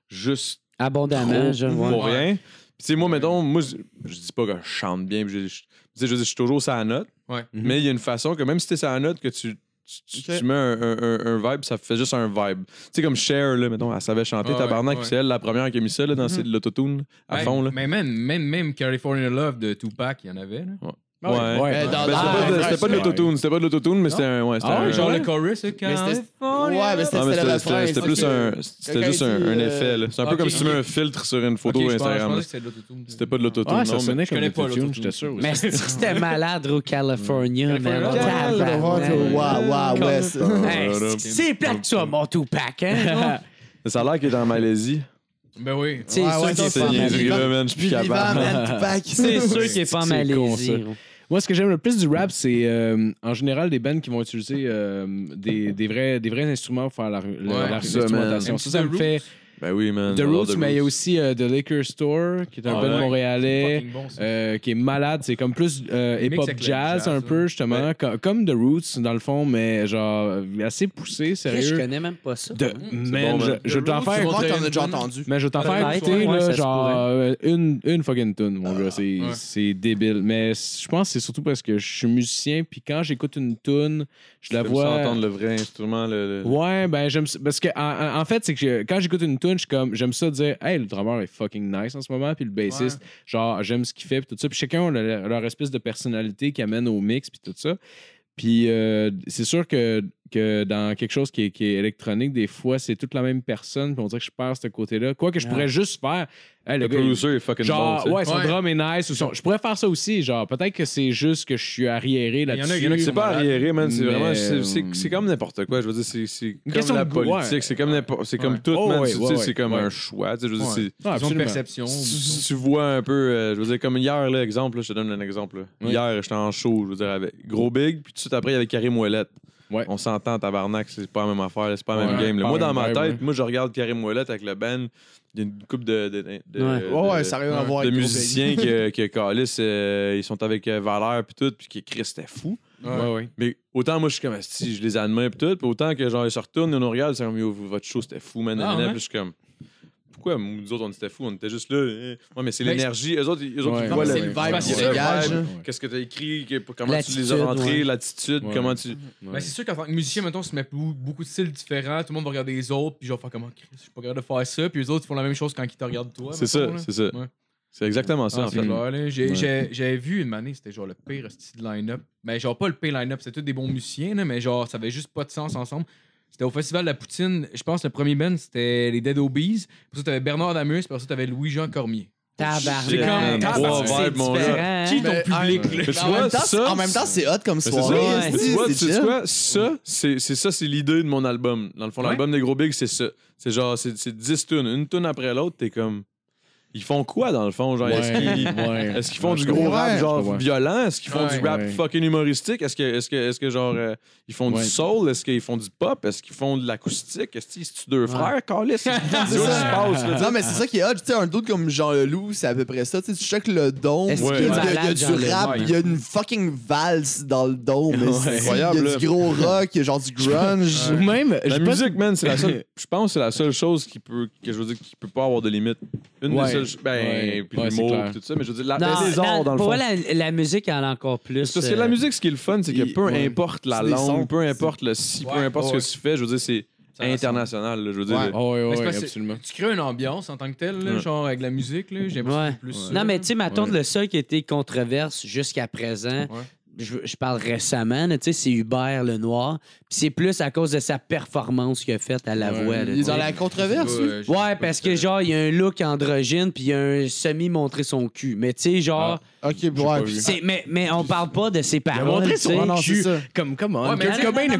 S2: juste
S1: Abondamment,
S2: trop
S1: je
S2: pour
S1: vois.
S2: rien. Puis tu sais, moi, mettons, moi, je, je dis pas que je chante bien. puis je, je- tu sais, je veux dire, je suis toujours sur la note.
S6: Ouais.
S2: Mais il y a une façon que même si t'es sur la note, que tu, tu, tu-
S3: Ok.
S2: tu mets un, un- un- un vibe, ça fait juste un vibe. Tu sais, comme Cher, là, mettons, elle savait chanter
S6: Ouais,
S2: Tabarnak,
S6: ouais.
S2: puis c'est elle la première qui a mis ça là, dans c'est de l'autotune à
S6: Hey,
S2: fond. Là.
S6: Mais même, même, même California Love de Tupac, il y en avait. là.
S2: Ouais.
S5: Ouais.
S3: Mais dans-
S2: Ben, c'était
S3: Ah,
S2: pas de-
S3: ouais,
S2: c'était pas de
S5: ouais.
S2: l'autotune, c'était pas de l'autotune, mais c'était un. Ouais, c'était
S5: Ah
S2: un-
S5: ouais,
S6: Genre
S5: ouais.
S6: Oh, le chorus, c'est
S3: Mais c'était-
S6: quand.
S3: Ouais, mais c'était
S2: Ah, mais
S3: c'était le
S2: c'était-
S3: refrain,
S2: c'était c'était plus
S3: ok.
S2: un,
S3: Quand
S2: c'était juste un,
S3: il dit,
S2: un
S3: euh,
S2: effet. là. C'est un peu
S6: ok,
S2: comme si tu
S6: ok.
S2: mets un filtre sur une photo
S6: Ok, je pense- je
S2: Instagram.
S6: pensais
S2: là.
S6: que c'était de l'autotune.
S2: C'était pas de l'autotune.
S5: Ouais,
S2: non,
S5: ça
S2: mais-
S5: sonnait comme
S6: connais
S5: des
S6: pas
S5: tunes,
S6: l'autotune.
S5: j'étais sûr. aussi.
S1: Mais c'est- c'était malade au
S2: Ben,
S1: California, man.
S6: California.
S1: Tabarnak.
S3: Wow, wow, ouais, c'est-
S1: Hey,
S2: ben,
S1: c'est- c'est plat que tu as mon Tupac,
S2: *laughs*
S1: hein?
S2: Ça a l'air qu'il est en Malaisie.
S6: Ben oui.
S1: C'est
S3: Ouais, Ah ouais,
S1: sûr qu'il
S3: c'est
S1: est pas en
S2: Ces
S3: niaiserie.
S1: Malaisie.
S2: niaiseries-là, man, je suis plus
S3: Vivant,
S2: capable.
S3: man, Tupac.
S1: C'est sûr qu'il est pas en
S5: C'est con,
S1: Malaisie.
S5: ça. Moi, ce que j'aime le plus du rap, c'est euh, en général des bands qui vont utiliser euh, des, des, vrais, des vrais instruments pour faire la- la- la-
S2: ça,
S5: l'instrumentation.
S6: man.
S5: Ça, ça me
S6: The
S5: fait
S2: Ben oui, man.
S5: The
S2: j'adore
S5: Roots, mais il y a aussi euh, The Liquor Store, qui est un
S2: Ah
S5: band
S2: ouais.
S5: montréalais.
S6: Fucking bon, ça.
S5: euh, qui est malade, c'est comme plus euh,
S6: Mix
S5: hip-hop
S6: avec le
S5: jazz,
S6: jazz,
S5: un
S6: ouais.
S5: peu justement, co- comme The Roots dans le fond, mais genre assez poussé,
S1: Je
S5: sérieux.
S1: connais même pas ça.
S5: De, man,
S2: bon,
S5: je,
S2: man.
S5: je vais t'en
S3: Je
S5: faire,
S3: crois que
S6: Contre
S3: t'en as déjà
S6: une-
S3: entendu.
S5: mais je vais t'en faire
S1: Peut-être,
S5: écouter
S1: ouais,
S5: là,
S1: ça se
S5: genre euh, une, une fucking tune, mon gars, c'est
S6: ouais.
S5: c'est débile. Mais c- je pense que c'est surtout parce que je suis musicien, puis quand j'écoute une tune, je la
S2: J'aime ça
S5: vois.
S2: entendre le vrai instrument. le- le-
S5: Ouais, ben j'aime ça- parce que en, en- en fait, c'est que je- quand j'écoute une tune, je suis comme j'aime ça dire "Hey, le drummer est fucking nice en ce moment" puis le bassiste, genre j'aime ce qu'il fait puis tout ça, puis chacun a leur, leur espèce de personnalité qui amène au mix puis tout ça. Puis euh, c'est sûr que, que dans quelque chose qui est, qui est électronique, des fois, c'est toute la même personne, puis on dirait que je perds ce côté-là. Quoi que je pourrais juste faire Hey, le
S2: Le
S5: gars, il-
S2: producer est fucking bon.
S5: Genre,
S2: tu sais.
S5: ouais, son drum est nice. Ou son... Je pourrais faire ça aussi. Genre, peut-être que c'est juste que je suis arriéré
S6: y en a-
S5: là-dessus.
S6: il y en a qui
S2: C'est pas
S6: malades.
S2: arriéré, man. C'est
S5: Mais,
S2: vraiment.
S5: euh,
S2: c'est- C'est c'est comme n'importe quoi. Je veux dire, c'est- c'est comme
S5: question
S2: la
S5: de goût, ouais.
S2: politique. C'est comme n'importe- c'est comme tout,
S5: Oh,
S2: man.
S5: ouais,
S2: Tu
S5: ouais,
S2: sais, C'est comme
S5: ouais.
S2: un choix. tu sais, Je veux dire,
S6: Ouais.
S2: c'est.
S6: Ils
S5: Ah,
S6: ont une
S5: absolument.
S6: perception.
S2: Si tu vois un peu, euh, je veux dire, comme hier, là, exemple, là, je te donne un exemple. là.
S5: Oui.
S2: Hier, j'étais en show, je veux dire, avec Gros Big, puis tout de suite après, il y avait Karim Ouellette.
S5: Ouais.
S2: On s'entend, tabarnak, c'est pas la même affaire, là, c'est pas la même
S5: Ouais,
S2: game. là.
S5: pas
S2: Moi,
S5: la
S2: dans ma
S5: même
S2: tête,
S5: vibe,
S2: moi, je regarde Karim Ouellette avec le band, il y a une couple de, de, de- de-
S1: Ouais.
S3: Ouais, ouais,
S2: de-
S3: ça n'a rien à voir
S2: de
S3: avec Gros Big.
S2: musiciens que, que Calis, euh, ils sont avec euh, Valère, puis tout, puis que Chris, c'était fou.
S5: Ouais, ouais.
S2: Mais autant, moi, je suis comme, Ah, si je les admets, puis tout, puis autant que, genre, ils se retournent, ils nous regardent, c'est comme, Yo, votre show, c'était fou, man,
S6: Ah,
S2: nan, nan,
S6: ouais?
S2: puis je suis comme. Pourquoi nous autres on était fous, on était juste là. euh, Ouais, mais c'est
S6: Ben,
S2: l'énergie. Eux autres, ils- eux autres
S5: Ouais.
S2: ils
S5: Non,
S2: voient
S5: mais
S2: le-
S5: c'est le vibe
S2: parce
S6: qui
S2: que
S6: se
S2: le
S3: dégage,
S2: vibe,
S5: hein.
S2: Qu'est-ce que tu as écrit, que- comment tu les as
S1: L'attitude,
S2: rentrés,
S1: ouais.
S2: l'attitude,
S5: Ouais.
S2: comment tu.
S6: Ben, c'est sûr qu'en tant que musicien, mettons, tu mets bou- beaucoup de styles différents, tout le monde va regarder les autres, puis je vais faire comment, Chris, je suis pas capable de faire ça, puis les autres ils font la même chose quand ils te regardent toi.
S2: C'est
S6: mettons,
S2: ça,
S6: là.
S2: c'est ça.
S6: Ouais.
S2: C'est exactement ça,
S6: Ah,
S2: en
S6: c'est
S2: fait.
S6: clair, là. J'ai-
S2: Ouais.
S6: j'ai- J'avais vu une année, c'était genre le pire style line-up. Mais genre pas le pire line-up, c'était tous des bons musiciens, là, mais genre ça avait juste pas de sens ensemble. C'était au Festival de la Poutine, je pense le premier band c'était les Dead Obies. Pour ça t'avais Bernard Damus, pour ça t'avais Louis-Jean Cormier.
S2: J'ai
S1: Tabarnak.
S2: comme
S6: trois
S1: C'est
S2: vibes, mon gars.
S1: différent.
S6: Qui ton
S3: Mais,
S6: public,
S3: hein,
S6: là?
S2: Mais tu
S3: en,
S2: vois,
S3: même temps,
S2: ça,
S3: en même temps, c'est hot comme
S2: Mais c'est
S3: soirée.
S2: ça,
S1: Ouais,
S2: tu
S3: esti,
S2: vois,
S3: c'est
S2: tu sais
S3: chill.
S2: quoi, ça, c'est c'est ça, c'est l'idée de mon album. Dans le fond, l'album des gros bigs, c'est ça. C'est genre, c'est c'est 10 tunes, une tune après l'autre, t'es comme. Ils font quoi dans le fond? Genre, est-ce qu'ils est-ce qu'ils font du gros
S3: comprends.
S2: rap genre
S5: Ouais.
S2: violent? Est-ce qu'ils font
S6: Ouais.
S2: du rap
S5: Ouais.
S2: fucking humoristique? Est-ce que, est-ce que, est-ce que genre euh, ils font
S5: Ouais.
S2: du soul? Est-ce qu'ils font du pop? Est-ce qu'ils font de l'acoustique? Est-ce qu'ils sont deux frères? Calisse, c'est
S3: C'est
S2: ce qui
S3: ça.
S2: se passe là.
S3: Non, mais c'est ça qui est hot. Tu sais, un doute comme Jean Leloup, c'est à peu près ça. Tu sais, tu checkes le dôme.
S1: Est-ce
S3: il y a-
S2: qu'il est
S3: il y a-
S1: malade,
S3: il y a,
S1: Jean
S3: du
S1: Leloup?
S3: rap, il y a une fucking valse dans le dôme. c'est incroyable. Il y a
S2: là.
S3: du gros rock, il y a genre du grunge.
S5: Ou même,
S2: La
S5: je pense-
S2: musique, man, c'est la seule. *laughs* Je pense que c'est la seule chose qui peut, que je veux dire, qui peut pas avoir de limite. Une des
S5: Ouais.
S2: seules. ch- Ben,
S5: Ouais.
S2: puis
S5: Ouais, c'est
S2: l'humour,
S5: clair.
S2: puis tout ça. Mais je veux dire, la,
S1: Non,
S2: les arts, dans le
S1: pour
S2: fond.
S1: vrai, la, la musique en a encore plus.
S2: C'est Parce que la
S1: euh,
S2: musique, ce qui est le fun, c'est que
S5: il-
S2: peu
S5: ouais.
S2: importe la
S3: C'est des sons.
S2: langue, peu importe le si, peu
S6: Ouais.
S2: importe
S6: Ouais.
S2: ce que tu fais, je veux dire, c'est international. là, je veux dire,
S3: Ouais.
S2: le-
S5: Ah ouais,
S6: Mais
S5: ouais,
S6: c'est parce que-
S5: absolument.
S6: Tu crées une ambiance en tant que telle, là,
S2: Ouais.
S6: genre avec la musique, là, j'ai l'impression
S1: Ouais.
S6: que c'est plus.
S1: Non, mais tu sais, ma tante,
S5: Ouais.
S1: le seul qui a été controverse jusqu'à présent,
S6: Ouais.
S1: je, je parle récemment, là, tu sais, c'est Hubert le Noir. Puis c'est plus à cause de sa performance qu'il a faite à la
S5: Ouais.
S1: voix. là,
S3: Il
S1: tu
S3: est
S1: sais.
S3: dans la controverse, lui.
S1: Ouais, parce que genre, il y a un look androgyne, puis il y a un semi montré son cul. Mais tu sais, genre,
S3: Ok, ouais. puis c'est-
S1: c'est- mais, mais on parle pas de ses parents.
S5: montré
S1: tu sais.
S5: son
S3: Ah non, c'est
S5: cul.
S3: ça.
S5: Comme, comment?
S1: non, non, non,
S6: Ouais, mais
S1: mais c'est parce que-
S2: Ouais,
S5: une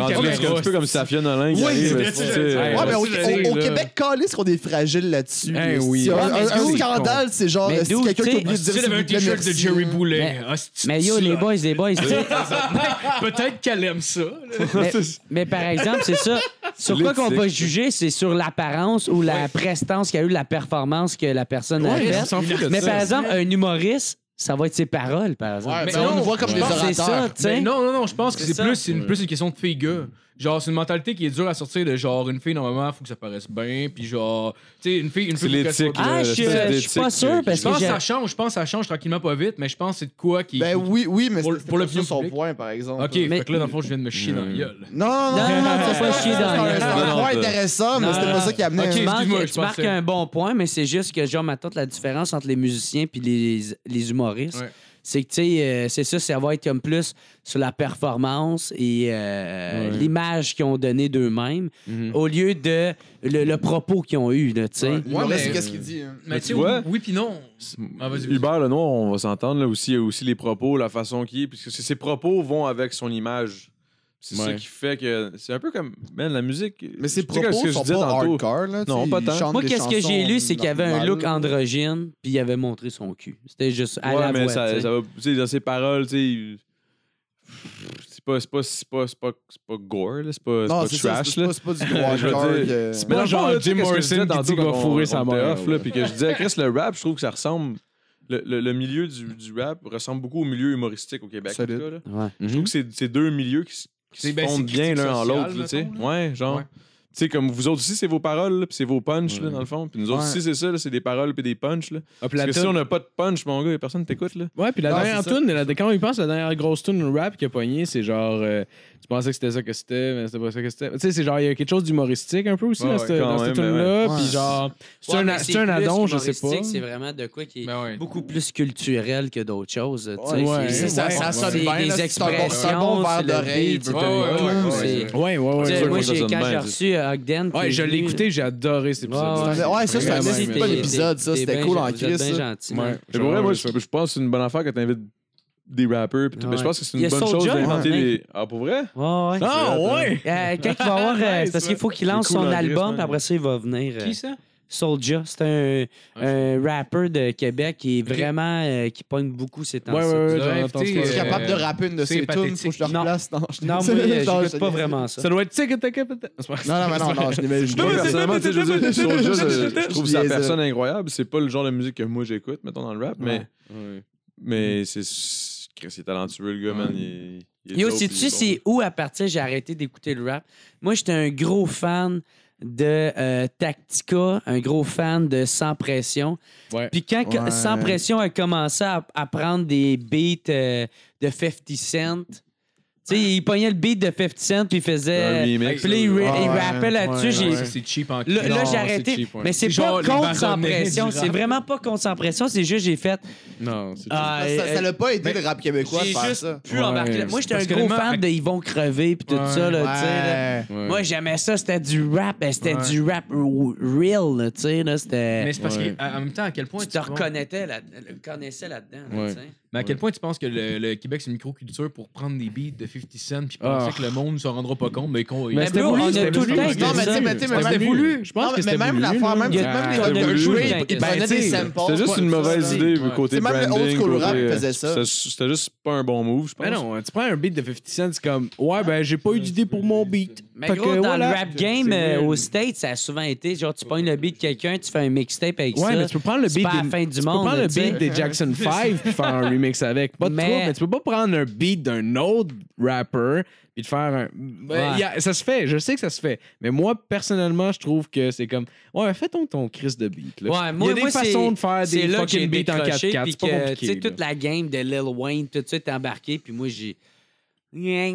S2: rendu là, c'est un
S5: caméra.
S2: petit peu comme Safia Nolin qui
S3: Oui,
S2: arrive,
S5: c'est-
S2: tu sais,
S5: c'est-
S2: tu sais,
S5: ouais,
S3: Ouais, mais au,
S5: c'est-
S3: au- au
S5: là.
S3: Québec, calisse qu'on est fragile là-dessus.
S5: Eh
S3: Si
S5: oui.
S3: un-
S5: Ouais,
S3: un,
S5: mais
S3: un
S5: d'où-
S3: scandale, c'est genre,
S1: Mais
S3: est-ce
S1: d'où,
S3: que quelqu'un qui a
S1: tu sais,
S3: oublié de dire
S6: Si
S3: s'il
S6: t'avais un
S3: vous plaît,
S6: t-shirt de
S3: merci.
S6: Jerry Boulet,
S1: Mais-
S6: ah, c'est-
S1: Mais yo, les boys, les boys, tu
S3: *laughs*
S1: sais,
S6: peut-être qu'elle aime ça. là.
S1: mais, mais par exemple, c'est ça. Sur quoi qu'on va juger, c'est sur l'apparence ou la prestance qu'a eu la performance que la personne a
S5: Ouais, on
S1: faite.
S5: s'en fout de
S1: Mais
S5: ça.
S1: par exemple, un humoriste, ça va être ses paroles, par exemple.
S3: Ouais,
S6: Mais
S3: ben, on
S6: non,
S3: nous voit comme
S5: je
S3: des
S5: pense
S1: c'est ça,
S3: orateurs.
S1: tu
S6: Mais
S1: sais.
S6: Ben, non, non, non, je pense que
S1: C'est
S6: c'est
S1: ça.
S6: plus, c'est une, plus une question de fille-gars. Genre, c'est une mentalité qui est dure à sortir de genre, une fille, normalement, faut que ça paraisse bien, puis genre, tu sais, une fille, une
S2: C'est
S6: fille, faut qu'elle soit
S2: l'éthique.
S6: belle.
S1: Ah,
S2: le
S1: je suis-
S2: style
S1: je suis pas
S2: d'éthique
S1: sûr
S2: que-
S1: parce
S6: Je
S1: que
S6: pense que
S1: j'ai.
S6: ça change, je pense que ça change tranquillement pas vite, mais je pense que c'est de quoi qui.
S3: Ben oui, oui, mais
S6: Pour-
S3: c'est-
S6: pour le
S3: c'est son
S6: public.
S3: point, par exemple.
S6: Ok,
S1: Mais-
S6: fait que là, dans le fond, je viens de me chier dans la gueule.
S3: Non, non, non,
S1: Non, non, non, faut pas chier dans la
S3: C'est
S2: gueule.
S3: un point
S2: Non, non,
S3: intéressant, mais
S1: non,
S3: c'était pas
S1: non.
S3: ça qui amenait.
S1: Tu
S6: Ok.
S3: un-
S1: marques,
S6: excuse-moi,
S1: tu
S6: je pensais-
S1: marques un bon point, mais c'est juste que, genre, ma tante, la différence entre les musiciens puis les, les humoristes,
S6: Ouais.
S1: c'est que, tu sais, euh, c'est ça, ça va être comme plus sur la performance et euh, l'image qu'ils ont donnée d'eux-mêmes au lieu de le, le propos qu'ils ont eu, là, tu sais.
S3: Ouais, mais c'est
S6: mais-
S3: qu'est-ce qu'il dit. hein.
S6: Mais tu sais,
S2: vois?
S6: oui, puis non. Ah, vas-y, vas-y.
S2: Hubert Lenoir, on va s'entendre là aussi, aussi les propos, la façon qu'il est, puisque ses propos vont avec son image. C'est
S5: Ouais.
S2: ça qui fait que c'est un peu comme man, la musique.
S3: Mais ses
S2: tu sais,
S3: propos
S2: ce que
S3: sont
S2: je disais
S3: pas
S2: tantôt.
S3: hardcore, là. tu
S2: Non,
S3: sais,
S2: pas
S3: il
S2: tant.
S3: chante
S1: Moi,
S3: des
S1: qu'est-ce que j'ai
S3: chansons
S1: lu, c'est qu'il y avait un
S3: normales.
S1: look androgyne, puis il avait montré son cul. C'était juste à
S2: ouais,
S1: la
S2: mais
S1: voix, tu
S2: ça,
S1: sais.
S2: ça va, tu sais, dans ses paroles, tu sais. C'est pas, c'est pas, c'est pas, c'est pas, c'est pas gore, là, c'est pas,
S3: Non,
S2: c'est
S3: c'est
S2: pas
S3: ça,
S2: trash,
S3: c'est
S2: là.
S3: pas- c'est pas
S2: Je
S3: du
S2: veux
S3: hardcore.
S2: dire,
S3: que-
S2: Mais dans
S5: Pas
S2: le fond, là,
S5: genre
S2: tu sais,
S5: Jim
S2: qu'est-ce que je disais
S5: Morrison qui
S2: tantôt
S5: dit qu'il va
S2: quand on-
S5: fourrer
S2: on
S5: sa
S2: était
S5: mère.
S2: off, là, Puis que je disais, Chris, le rap, je trouve que ça ressemble. Le, le- le milieu du, du rap ressemble beaucoup au milieu humoristique au Québec. en tout
S3: Solide.
S2: cas, là.
S1: Ouais.
S2: Je trouve que c'est- c'est deux milieux qui, s- qui
S6: C'est-
S2: se
S6: ben,
S2: fondent
S6: c'est
S2: bien
S6: critique
S2: l'un en l'autre.
S6: sociale,
S2: là, tu sais.
S6: mettons,
S2: Ouais, genre.
S6: Ouais.
S2: Tu sais, comme vous autres aussi, c'est vos paroles, là, puis c'est vos punchs, là,
S5: Ouais.
S2: dans le fond. Puis nous autres
S3: Ouais.
S2: aussi, c'est ça, là, c'est des paroles puis des punchs, là.
S5: Hop,
S2: Parce
S5: la
S2: que si
S5: toune-
S2: on n'a pas de punch, mon gars, personne t'écoute, là.
S5: Ouais, puis la
S3: Non,
S5: dernière
S3: c'est ça.
S5: tune, la- quand on y pense, la dernière grosse tune rap qui a pogné, c'est genre. euh, tu pensais que c'était ça que c'était, mais c'était pas ça que c'était. Tu sais, c'est genre, il y a quelque chose d'humoristique un peu aussi
S2: Ouais,
S5: dans
S2: ouais,
S5: cette,
S2: quand
S5: dans cette
S2: même,
S5: tune-là.
S3: ouais.
S5: Puis genre, c'est
S1: Ouais,
S5: un,
S1: mais
S5: c'est un
S1: plus
S5: addon, je sais
S1: humoristique,
S5: pas.
S1: C'est vraiment de quoi qui est
S6: Ben ouais.
S1: beaucoup plus culturel que d'autres choses. tu sais.
S5: Ouais.
S1: C'est-
S5: C'est ça,
S1: ouais.
S5: ça
S3: sonne
S1: C'est
S3: bien,
S1: des
S3: là, c'est un bon-
S1: expressions,
S3: c'est un bon verre
S1: c'est le
S3: d'oreille,
S1: beat, c'est
S6: ouais,
S1: le
S6: ouais,
S1: tout,
S6: ouais, ouais,
S1: c'est-
S6: ouais.
S5: Ouais, ouais,
S1: Tu sais,
S5: ouais.
S1: Moi,
S5: ouais.
S2: ça
S1: j'ai-
S2: sonne
S1: quand
S2: bien,
S1: j'ai
S2: ça.
S1: reçu euh, Ogden. qui
S5: Ouais,
S1: est
S5: je l'ai
S1: venu-
S5: écouté, j'ai adoré cet épisode.
S1: Ouais,
S3: Ouais, ouais, ça, c'est un
S5: Vraiment,
S1: Merci,
S3: assez
S5: ouais.
S1: t'es-
S3: bon épisode, ça.
S1: t'es
S3: C'était
S1: bien
S3: cool
S1: gen-
S3: en
S1: vous êtes
S3: Chris.
S1: bien
S3: ça.
S1: gentil, hein. man.
S5: Ouais.
S2: Mais pour vrai, moi, je, je pense que c'est une bonne affaire que t'invites des rappers. puis tout. Mais je pense que c'est
S1: Il y
S2: une
S1: a
S2: bonne
S1: Soulja,
S2: chose
S1: hein,
S2: d'inventer
S1: mec.
S2: des. Ah, pour
S1: Ouais,
S2: vrai?
S1: ouais.
S5: Ah, ouais!
S1: Euh, quand il va avoir. euh, c'est parce qu'il faut qu'il lance
S2: C'est cool,
S1: son
S2: en Chris,
S1: album,
S2: man.
S1: puis après ça, il va venir. euh,
S6: Qui ça?
S1: Soulja, c'est un, un rapper de Québec qui est vraiment. euh, qui pogne beaucoup ces temps-ci.
S5: Ouais, ouais, ouais,
S6: Tu l'aurais
S5: j'en entends
S6: invité,
S5: ça.
S3: Tu es
S6: euh,
S3: capable de rapper une de
S6: c'est
S3: ces tunes, faut que je te
S1: pathétique.
S3: replace. Non,
S1: Non, moi, euh, j'écoute pas vraiment ça.
S5: Ça doit être tic tic tic. C'est pas-
S3: Non, non, mais non, non, je n'ai je
S2: Moi,
S3: n'ai-
S2: personnellement, tu sais, je veux dire, *laughs* Soulja, je, je trouve sa
S3: Biaisé.
S2: personne incroyable. C'est pas le genre de musique que moi j'écoute, mettons, dans le rap, mais,
S5: Ouais.
S2: mais c'est. Chris, il est talentueux, le gars, man. Il, il est
S1: Yo,
S2: dope,
S1: sais-tu
S2: il est bon.
S1: c'est où à partir j'ai arrêté d'écouter le rap? Moi, j'étais un gros fan de euh, Tactica, un gros fan de Sans Pression.
S5: Ouais.
S1: Puis quand que
S3: Ouais.
S1: Sans Pression a commencé à, à prendre des beats euh, de 50 Cent, tu sais, il pognait le beat de 50 Cent puis il
S2: Un
S1: faisait...
S2: remix,
S1: Puis là, il,
S2: là.
S1: ra- il
S3: Ouais,
S1: rappait là-dessus.
S3: ouais,
S1: j'ai-
S3: ouais.
S6: Ça, c'est cheap en
S1: Là,
S6: cul.
S1: là,
S6: Non,
S1: j'ai arrêté.
S6: c'est cheap, ouais.
S1: Mais c'est
S6: C'est
S1: pas
S6: genre les
S1: contre Sans
S6: baronnets du
S1: Pression.
S6: rap.
S1: C'est vraiment pas contre Sans Pression. C'est juste j'ai fait...
S5: Non, c'est
S1: ah,
S3: Ça ça
S1: euh,
S3: l'a pas aidé le rap québécois de
S1: j'ai
S3: faire
S1: juste
S3: ça.
S1: pu
S5: Ouais,
S1: embarquer là. Moi, j'étais un
S6: parce que
S1: gros
S6: vraiment,
S1: fan de Ils vont crever puis tout
S6: Ouais.
S1: ça, là, tu sais. là.
S3: Ouais.
S5: Ouais.
S1: Moi, j'aimais ça, c'était du rap, mais c'était
S6: Ouais.
S1: du rap r- real, là, tu sais, là, c'était...
S6: Mais c'est parce
S5: Ouais.
S6: qu'en même temps, à quel point
S1: Tu te
S6: bon.
S1: reconnaissais, là, le- connaissais là-dedans, là,
S5: Ouais.
S1: tu sais.
S6: Mais à quel point tu penses que le, le Québec, c'est une microculture pour prendre des beats de 50 cents puis penser que le monde ne s'en rendra pas compte, mais qu'on.
S1: Mais c'était voulu, c'était tout le temps.
S12: Non, mais tu sais, mais tu sais, mais même-
S5: voulu. Je pense
S12: Non,
S5: que
S12: mais
S5: c'était
S12: même
S5: voulu,
S12: l'affaire,
S5: là. Ah,
S12: même même les
S1: C'était
S12: Dr.
S1: voulu.
S12: Dre,
S1: Ben,
S12: ils prenaient des
S1: t'sais,
S12: samples.
S2: C'était juste
S12: pour-
S2: une mauvaise idée, vu côté
S12: C'est même le
S2: branding.
S12: old school rap
S2: côté, euh,
S12: faisait ça.
S2: c'était- C'était juste pas un bon move, je pense.
S5: Mais Ben non, tu prends un beat de 50 Cent, c'est comme Ouais, ben j'ai pas eu d'idée pour mon beat.
S1: Mais
S5: Fait
S1: gros,
S5: que
S1: dans
S5: voilà.
S1: le rap game euh, aux States, ça a souvent été genre, tu pognes le beat de quelqu'un, tu fais un mixtape avec ça.
S5: Ouais, mais tu peux prendre le
S1: C'est
S5: beat
S1: pas la
S5: des-
S1: fin du
S5: tu peux
S1: monde,
S5: prendre le
S1: tu sais.
S5: beat des Jackson 5 puis faire un remix avec. Pas de
S1: Mais-
S5: trouble, mais tu peux pas prendre un beat d'un autre rapper puis de faire un. Ben,
S1: Ouais.
S5: y a- ça se fait, je sais que ça se fait. Mais moi, personnellement, je trouve que c'est comme Ouais, fais ton, ton Chris de beat. Là.
S1: Ouais,
S5: Il
S1: moi-
S5: y a des
S1: moi,
S5: façons
S1: c'est-
S5: de faire
S1: C'est
S5: des
S1: là que j'ai
S5: fucking beats en
S1: décroché,
S5: 4-4.
S1: puis
S5: C'est pas
S1: que, tu sais,
S5: compliqué. là.
S1: toute la game de Lil Wayne, tout de suite embarqué, puis moi, j'ai... Ouais,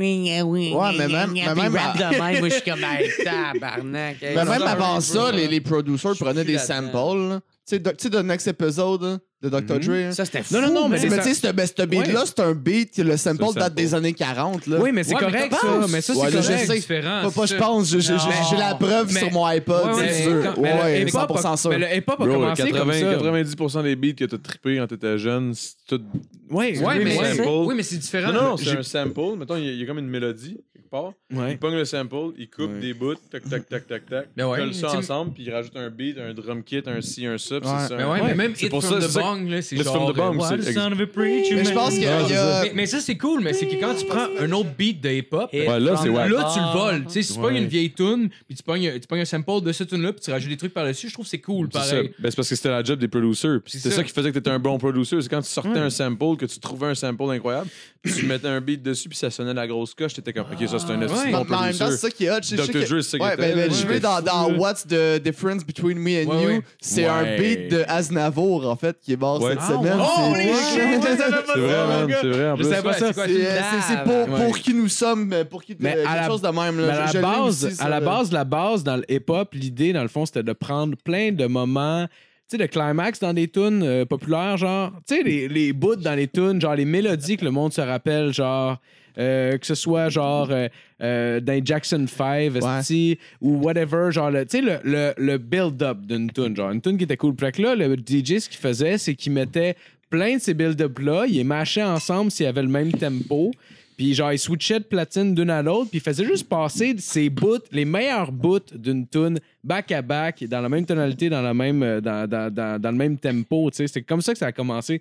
S1: mais
S12: même- mais même-
S1: rap de même, moi, je suis comme, hey, tabarnak. hey,
S12: Mais
S1: sorry,
S12: même avant
S1: bro.
S12: un
S3: Ben, ça,
S12: peu,
S3: les, les producers prenaient des
S1: là-dedans.
S3: samples. là. Tu sais, doc- tu sais, d'un next épisode hein, de Dr. Dre. hein.
S1: Ça, c'était fou.
S5: Non, non, non, mais
S3: Mais tu
S5: c'est ça.
S3: sais, ce ben, ce beat-là, c'est un beat, que le sample
S2: C'est un
S3: date des années 40. Là.
S5: Oui, mais c'est
S6: Ouais, mais
S5: correct
S6: t'en
S5: ça.
S6: penses?
S5: Mais ça,
S3: Ouais,
S5: c'est
S3: là, je
S5: correct.
S3: sais.
S6: différent.
S3: Pas, pas je pense, je- je- je- j'ai la preuve
S5: Mais-
S3: sur mon iPod,
S5: Ouais,
S3: c'est
S5: mais
S3: sûr.
S5: quand- mais le
S3: Ouais,
S5: hip-hop a-
S3: 100% sûr.
S5: Mais le hip-hop a
S2: Bro,
S5: commencé
S2: 80,
S5: comme ça.
S2: 90% des beats que t'as trippé quand t'étais jeune, c'est tout.
S5: Ouais,
S6: Ouais, mais,
S2: mais-
S6: c'est- oui, mais c'est différent.
S2: Non, non, c'est
S5: j'ai-
S2: un sample. Mettons, il y a- il y, a comme une mélodie quelque part. Il
S5: Ouais.
S2: pogne le sample, il coupe des bouts, tac, tac, tac, tac, tac.
S6: Ben ouais,
S2: il colle ça
S6: tu-
S2: ensemble, puis il rajoute un beat, un drum kit, un ci, un ça, puis c'est ça.
S6: Mais
S2: un-
S6: Ben ouais, mais même
S2: C'est
S6: Hit
S2: pour
S6: from
S2: ça,
S6: the
S2: c'est ça que-
S6: Bong, là, c'est
S2: Hit
S6: genre...
S2: from the Bong,
S6: euh,
S2: c'est-
S6: Wild son of a preacher
S3: Mais je pense
S6: man.
S3: qu'il y a-
S2: Ah,
S3: il y a-
S6: Mais, mais ça, c'est cool, mais c'est que quand tu prends un autre beat de hip-hop,
S1: Et
S2: Ouais, là,
S1: from
S2: c'est
S1: the
S2: wack.
S6: Là, tu le voles.
S1: bar.
S6: Tu sais, si tu pognes une vieille tune, puis tu pognes, tu pognes un sample de cette tune-là, puis tu rajoutes des trucs par-dessus, je trouve que c'est cool,
S2: C'est ça.
S6: pareil.
S2: Ben, c'est parce que c'était la job des producers. Puis
S6: C'est
S2: C'était ça.
S6: ça
S2: qui faisait que t'étais un bon producer. C'est quand tu sortais un sample, que tu trouvais un sample incroyable, puis tu mettais un beat dessus, puis ça sonnait la grosse coche. T'étais comme, OK, ça c'est un
S6: ouais.
S2: esti de
S3: Ah, Mais
S2: bon
S3: en même temps, c'est
S2: producer.
S3: ça qui est hot. Je- je sais
S2: Dr.
S3: que-
S2: Dre, c'est ça qui
S3: Ouais,
S2: était-
S3: ben, ben,
S2: ouais.
S3: je vais dans, dans
S2: Ouais.
S3: What's the Difference Between Me and
S6: Ouais,
S3: You.
S6: ouais.
S3: C'est
S5: Ouais.
S3: un beat de Aznavour, en fait, qui est mort
S2: Ouais.
S3: cette
S2: Ah,
S3: semaine.
S5: Holy
S3: C'est-
S5: shit, je savais pas
S2: C'est vrai,
S5: ça, mon
S2: man.
S5: gars.
S2: C'est vrai. En
S5: Oh Je
S2: plus.
S5: savais pas ça.
S3: C'est euh, c'est- c'est pour,
S5: Ouais.
S3: pour qui nous sommes, mais pour qui
S5: Mais
S3: euh,
S5: à
S3: quelque
S5: la-
S3: chose de même.
S5: Mais
S3: Là.
S5: à
S3: Je- je
S5: la
S3: l'ai
S5: base,
S3: aussi, ça,
S5: à la
S3: là.
S5: base, la base dans le hip-hop, l'idée dans le fond, c'était de prendre plein de moments, tu sais, de climax dans des tunes euh, populaires, genre, tu sais, les, les bouts dans les tunes, genre les mélodies que le monde se rappelle, genre. euh, que ce soit genre euh, euh, dans les Jackson 5 esti, ou whatever genre le- tu sais le, le, le build-up d'une tune genre une tune qui était cool Fait que là le DJ ce qu'il faisait c'est qu'il mettait plein de ces build-up là il les mâchait ensemble s'il y avait le même tempo puis genre, il switchait de platine d'une à l'autre, puis il faisait juste passer ses bouts, les meilleurs bouts d'une tune back à back, dans la même tonalité, dans, la même, euh, dans, dans, dans, dans le même tempo. tu sais. C'est comme ça que ça a commencé.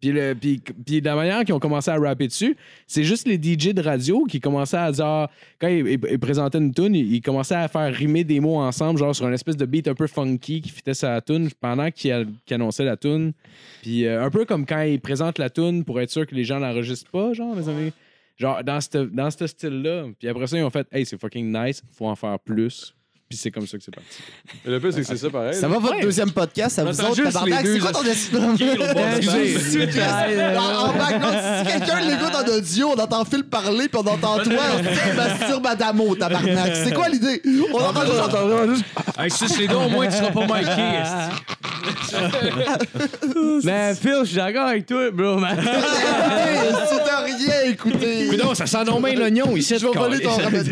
S5: Puis, le, puis, puis la manière qu'ils ont commencé à rapper dessus, c'est juste les DJ de radio qui commençaient à dire, quand ils, ils- ils présentaient une tune, ils, ils commençaient à faire rimer des mots ensemble, genre sur une espèce de beat un peu funky qui fitait sa tune pendant qu'ils qu'ils annonçaient la tune. Puis euh, un peu comme quand ils présentent la tune pour être sûr que les gens l'enregistrent pas, genre, mes amis. Genre, dans ce dans ce style-là. Puis après ça, ils ont fait Hey, c'est fucking nice, faut en faire plus. Puis c'est comme ça que c'est parti.
S2: Mais Le plus, c'est que c'est ça pareil.
S3: Ça va, votre deuxième podcast, ça vous
S6: Attends,
S3: autres,
S6: juste
S3: tabarnak,
S6: les
S3: c'est
S6: deux,
S3: quoi ton *laughs* destin?
S5: Excusez.
S3: En en background, si quelqu'un l'écoute en audio, on entend Phil parler puis on entend toi, on se dit, Eh, masturbe Madamo, tabarnak. C'est quoi l'idée? On entend juste
S5: Ah,
S3: entendre.
S6: Hey, suce les dons, au moins, tu
S2: *laughs*
S6: seras pas Mikey. esti.
S1: Mais Phil, je suis d'accord avec toi, bro, man.
S3: Hey, si t'as rien écouté.
S5: ah, Mais non, *laughs* ça sent non bien l'oignon ici.
S3: Je vais voler ton rabat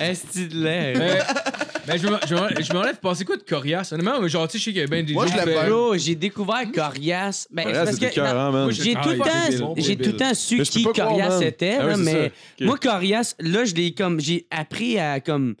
S1: Esti de l'air.
S6: Euh, ben, je me- je me- je m'enlève pour passer quoi de coriace? Honnêtement, mais genre, tu sais, je sais qu'il y a bien des
S3: Moi,
S6: gens
S3: je
S6: qui
S3: l'aime
S6: font-
S3: pas.
S1: Bro, j'ai découvert Corias. Ben, c'est
S2: Coriace, c'est
S1: parce que-
S2: écœurant, man.
S1: non, J'ai
S6: Ah,
S1: tout le
S6: il est débile,
S1: temps,
S6: bon
S1: j'ai tout
S6: débile.
S1: le temps su
S2: Mais je peux
S1: qui
S2: pas croire,
S1: Corias
S2: man.
S1: était,
S2: Ah
S1: là,
S2: oui,
S1: mais
S2: c'est ça. Ok.
S1: moi Corias, là, je l'ai comme j'ai appris à comme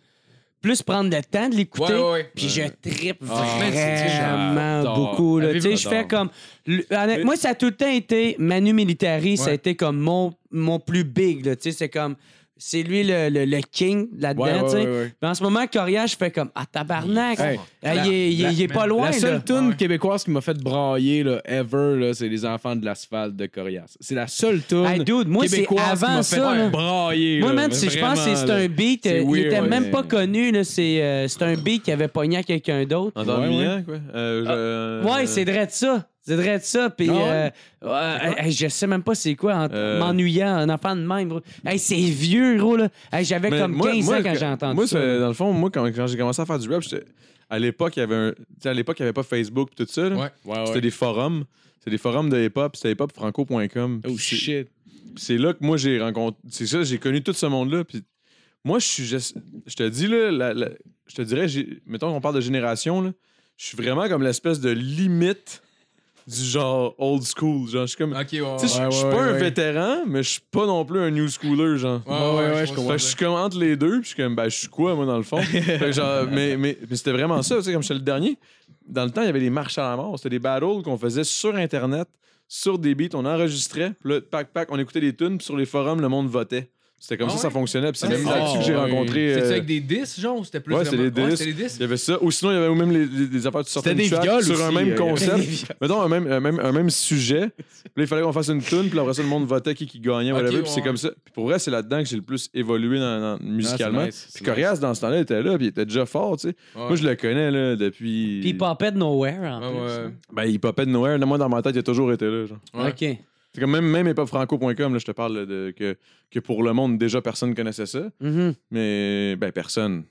S1: plus prendre le temps de l'écouter,
S6: Ouais, ouais, ouais.
S1: puis je trippe
S6: man, c'est- c'est-
S1: vraiment
S5: j'adore.
S1: beaucoup là. Tu
S6: Avez-vous-
S1: sais, je fais comme le- honnête- moi ça a tout le temps été Manu Militari, ça a été comme mon mon plus big là, tu sais, c'est comme c'est lui le, le- le king là-dedans,
S5: Ouais, ouais,
S1: tu sais.
S5: ouais, ouais.
S1: Mais en ce moment, Corias, je fais comme ah tabarnak,
S5: Hey,
S1: Ah, il, est, il est- il est pas loin
S5: La
S1: là.
S5: seule tune québécoise qui m'a fait brailler, là, ever, là, c'est Les Enfants de l'asphalte de Corias. C'est la seule tune
S1: Hey, dude, moi, c'est
S5: québécoise qui
S1: avant
S5: m'a
S1: ça,
S5: fait
S1: là.
S5: brailler.
S1: Moi,
S5: là,
S1: man,
S5: mais
S1: c'est- je pense que
S5: vraiment,
S1: c'est
S5: là.
S1: un beat.
S5: C'est
S1: euh, il
S5: weird,
S1: était
S5: ouais,
S1: même
S5: mais-
S1: pas connu. là, C'est euh, c'est un beat qui avait pogné à quelqu'un d'autre.
S2: En
S5: Ouais,
S2: dormant, quoi. Euh, je-
S1: Ouais, c'est vrai de ça. C'est vrai de ça. Puis,
S5: Ah ouais?
S1: euh, euh, hey, je sais même pas c'est quoi, en
S2: Euh.
S1: m'ennuyant, un enfant de même. gros. Hey, c'est vieux, gros. là. Hey, J'avais
S2: Mais
S1: comme
S2: moi-
S1: 15
S2: moi,
S1: ans quand j'ai entendu
S2: Moi,
S1: ça.
S2: c'est- dans le fond, moi, quand, quand j'ai commencé à faire du rap, j'étais- à l'époque, il y avait un... tu sais, à l'époque, il n'y avait pas Facebook et tout ça. là.
S6: Ouais.
S5: Ouais,
S2: C'était
S5: ouais.
S2: des forums. C'était des forums de hip-hop. C'était hiphopfranco.com.
S5: Oh
S2: Puis c'est-
S5: shit.
S2: puis c'est là que moi, j'ai rencontré... C'est ça, j'ai connu tout ce monde-là. Puis moi, je suis... Je, je te dis, là, la- la- je te dirais, j'ai- mettons qu'on parle de génération, là, je suis vraiment comme l'espèce de limite du genre old school. Genre, je suis comme.
S6: Ok, ouais. Ah, ouais.
S2: Tu sais, je- je suis pas un vétéran, mais je suis pas non plus un new schooler, genre.
S6: Ouais, ouais, ouais, je
S2: Fait que
S6: comprends.
S2: je suis comme entre les deux, puis je suis comme, ben, je suis quoi, moi, dans le
S6: *laughs*
S2: fond? Fait que genre, mais mais, mais c'était vraiment ça, tu sais, comme j'étais le dernier. Dans le temps, il y avait des marches à la mort. C'était des battles qu'on faisait sur Internet, sur des beats, on enregistrait, puis là, pac, pac, on écoutait des tunes, puis sur les forums, le monde votait. C'était comme
S6: Ah
S2: ça, ça
S6: ouais?
S2: fonctionnait, puis c'est
S6: Ah,
S2: même
S6: c'est-
S2: là-dessus que j'ai
S5: Ah, ouais.
S2: rencontré.
S6: C'était
S2: euh,
S6: avec des 10, genre, ou c'était plus.
S2: Ouais, c'est
S6: vraiment-
S2: des
S6: Ouais,
S2: 10.
S6: c'était des 10.
S2: il y avait ça. Ou sinon, il y avait même les, les, les affaires de sortir
S5: C'était des
S2: une track
S5: viols
S2: sur un
S5: aussi,
S2: même
S5: euh,
S1: des
S2: concept.
S1: viols.
S2: Mettons, un même, un, même, un même sujet. Puis là, il fallait qu'on fasse une tune, puis là, après ça, le monde votait qui, qui gagnait,
S6: Ok,
S2: whatever.
S6: ouais,
S2: Puis c'est
S6: ouais.
S2: comme ça. Puis pour vrai, c'est là-dedans que j'ai le plus évolué dans- dans- musicalement.
S5: Ah, c'est nice, c'est
S2: puis Corias, dans ce temps-là, était là, puis il était déjà fort, tu sais. Moi, je le connais, là, depuis.
S1: Puis il popait de nowhere, en
S6: Ouais, ouais.
S2: Ben, il popait de nowhere. Là, moi, dans ma tête, il a toujours été là, genre.
S1: plus. OK.
S2: C'est comme même, même épopfranco.com, là, je te parle là, de, que, que pour le monde, déjà, personne connaissait ça.
S1: Mhm.
S2: Mais, ben, personne.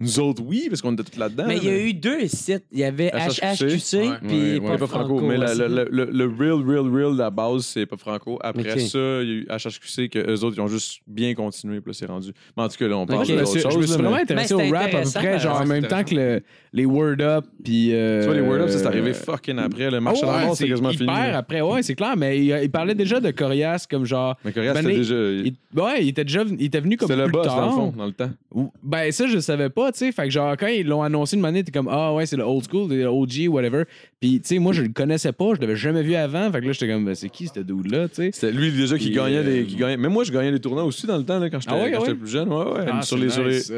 S2: Nous autres, oui, parce qu'on était tous là-dedans.
S1: Mais il y a
S2: mais-
S1: eu deux sites. Il y avait
S2: HHQC,
S1: HHQC, puis
S5: ouais,
S2: Ouais,
S1: Pop
S2: pas franco,
S1: Franco,
S2: mais la-
S1: ouais,
S2: la- la- le, le real, real, real, la base, c'est pas franco. Après
S1: Ok.
S2: ça, il y a eu HHQC que eux autres, ils ont juste bien continué, puis là, c'est rendu. Mais en tout cas, là, on parle
S1: Ok.
S5: Ah, Je me
S2: d'autres
S5: suis,
S2: choses.
S5: je me suis
S2: là,
S5: vraiment
S2: mais-
S5: intéressé
S1: Ben,
S5: au
S1: c'était
S5: rap à peu
S1: intéressant,
S5: près, genre en
S6: ouais,
S5: même
S6: c'était
S5: temps que le- les Word Up. Puis, euh,
S2: Tu vois, les Word Up, ça, c'est
S5: euh,
S2: arrivé fucking après. Le marché
S5: Ah
S2: à la
S5: ouais,
S2: mort, c'est quasiment
S5: hyper
S2: fini.
S5: après, ouais, c'est clair, mais il, il parlait déjà de Corias comme genre.
S2: Mais Corias,
S5: Ben,
S2: c'était
S5: les-
S2: déjà.
S5: il- ouais, il était déjà venu- il était venu comme
S2: C'était
S5: plus
S2: le boss,
S5: tard.
S2: dans le fond, dans le temps.
S5: Ou- Ben ça, je savais pas, tu sais. Fait que genre, quand ils l'ont annoncé une manière, t'es comme, ah ouais, c'est le old school, le OG, whatever. Puis, tu sais, moi, je le connaissais pas, je l'avais jamais vu avant. Fait que là, j'étais comme, Ben, c'est qui ce dude-là, tu sais?
S2: C'était lui déjà qui
S5: Puis,
S2: gagnait
S5: euh,
S2: les. Qui gagnait... Même moi, je gagnais les tournois aussi dans le temps, là, quand j'étais
S5: Ah ouais,
S2: quand
S5: ah
S2: j'étais
S5: ouais?
S2: plus jeune. Ouais, ouais.
S5: Ah,
S2: sur
S5: c'est
S2: les, sur les-
S5: nice, ça.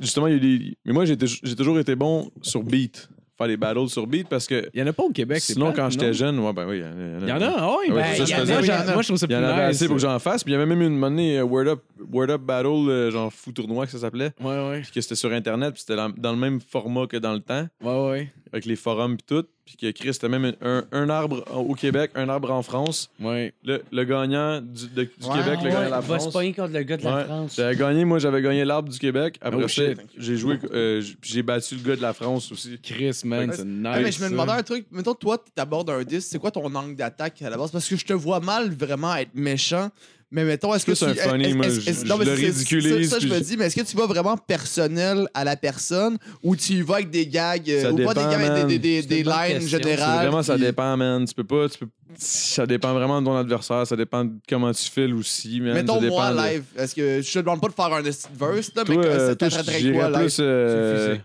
S2: Justement, il y a eu des. Mais moi, j'ai été- j'ai toujours été bon sur beat. Faire des battles sur beat parce que.
S5: Il y en a pas au Québec, c'est
S2: Sinon,
S5: plate,
S2: quand
S5: non?
S2: j'étais jeune, ouais, ben oui. Il
S5: Il y en a, ah ouais,
S2: Ah ouais,
S5: ben,
S2: ça, je
S5: il y en a,
S2: faisais-
S5: moi,
S2: oui, il y
S5: j'en-
S3: en a.
S5: moi, je trouve ça
S2: Il y
S5: plus
S2: en avait
S5: nice.
S2: assez pour que j'en fasse. Puis il y avait même eu une monnaie euh, Word Up, Word Up Battle, euh, genre fou tournoi que ça s'appelait.
S5: Ouais, ouais,
S2: Puis que c'était sur Internet, puis c'était dans, dans le même format que dans le temps,
S5: ouais, ouais.
S2: avec les forums puis tout. Puis que Chris, c'était même un, un arbre au au Québec, un arbre en France.
S5: Ouais.
S2: Le, le gagnant du, de- du Québec, le
S1: Ah, ouais,
S2: gagnant de
S1: va
S2: la
S1: se
S2: France.
S1: pogner contre le gars de
S2: Ouais.
S1: la France.
S2: J'avais gagné, moi j'avais gagné l'arbre du Québec. Après
S5: Oh,
S2: ça,
S5: shit.
S2: j'ai joué, euh, j- j'ai battu le gars de la France aussi.
S5: Chris, man,
S3: Ouais,
S5: c'est
S3: Ah, mais
S5: nice.
S3: je me
S5: ça.
S3: demandais un truc. Mettons, toi, t'abordes un 10, c'est quoi ton angle d'attaque à la base? Parce que je te vois mal vraiment être méchant. Mais mettons, est-ce que
S2: Plus
S3: tu.
S2: un funny,
S3: est-ce-
S2: moi,
S3: est-ce-
S2: je-
S3: est-ce-
S2: je
S3: non, mais
S2: le
S3: c'est- c'est-
S2: ridiculise,
S3: Ça, ça, je
S2: puis
S3: me
S2: je-
S3: dis, mais est-ce que tu vas vraiment personnel à la personne ou tu y vas avec des gags euh,
S2: Ça
S3: ou pas
S2: dépend,
S3: des gags, mais
S2: man.
S3: des, des, des,
S1: C'est
S3: des
S1: une bonne
S3: lines
S1: question.
S2: C'est
S3: générales?
S2: Vraiment, ça
S3: puis-
S2: dépend, man. Tu peux pas. Tu peux... Ça dépend vraiment de ton adversaire. Ça dépend de comment tu files aussi, man.
S3: Mettons,
S2: ça dépend
S3: moi,
S2: de-
S3: live, est-ce que je te demande pas de faire un esti de verse, là, Ah, mais
S2: Toi,
S3: que
S2: euh,
S3: ça
S2: toi, je
S3: t'attraperait
S2: dirais
S3: quoi, live?
S2: plus, euh, *laughs*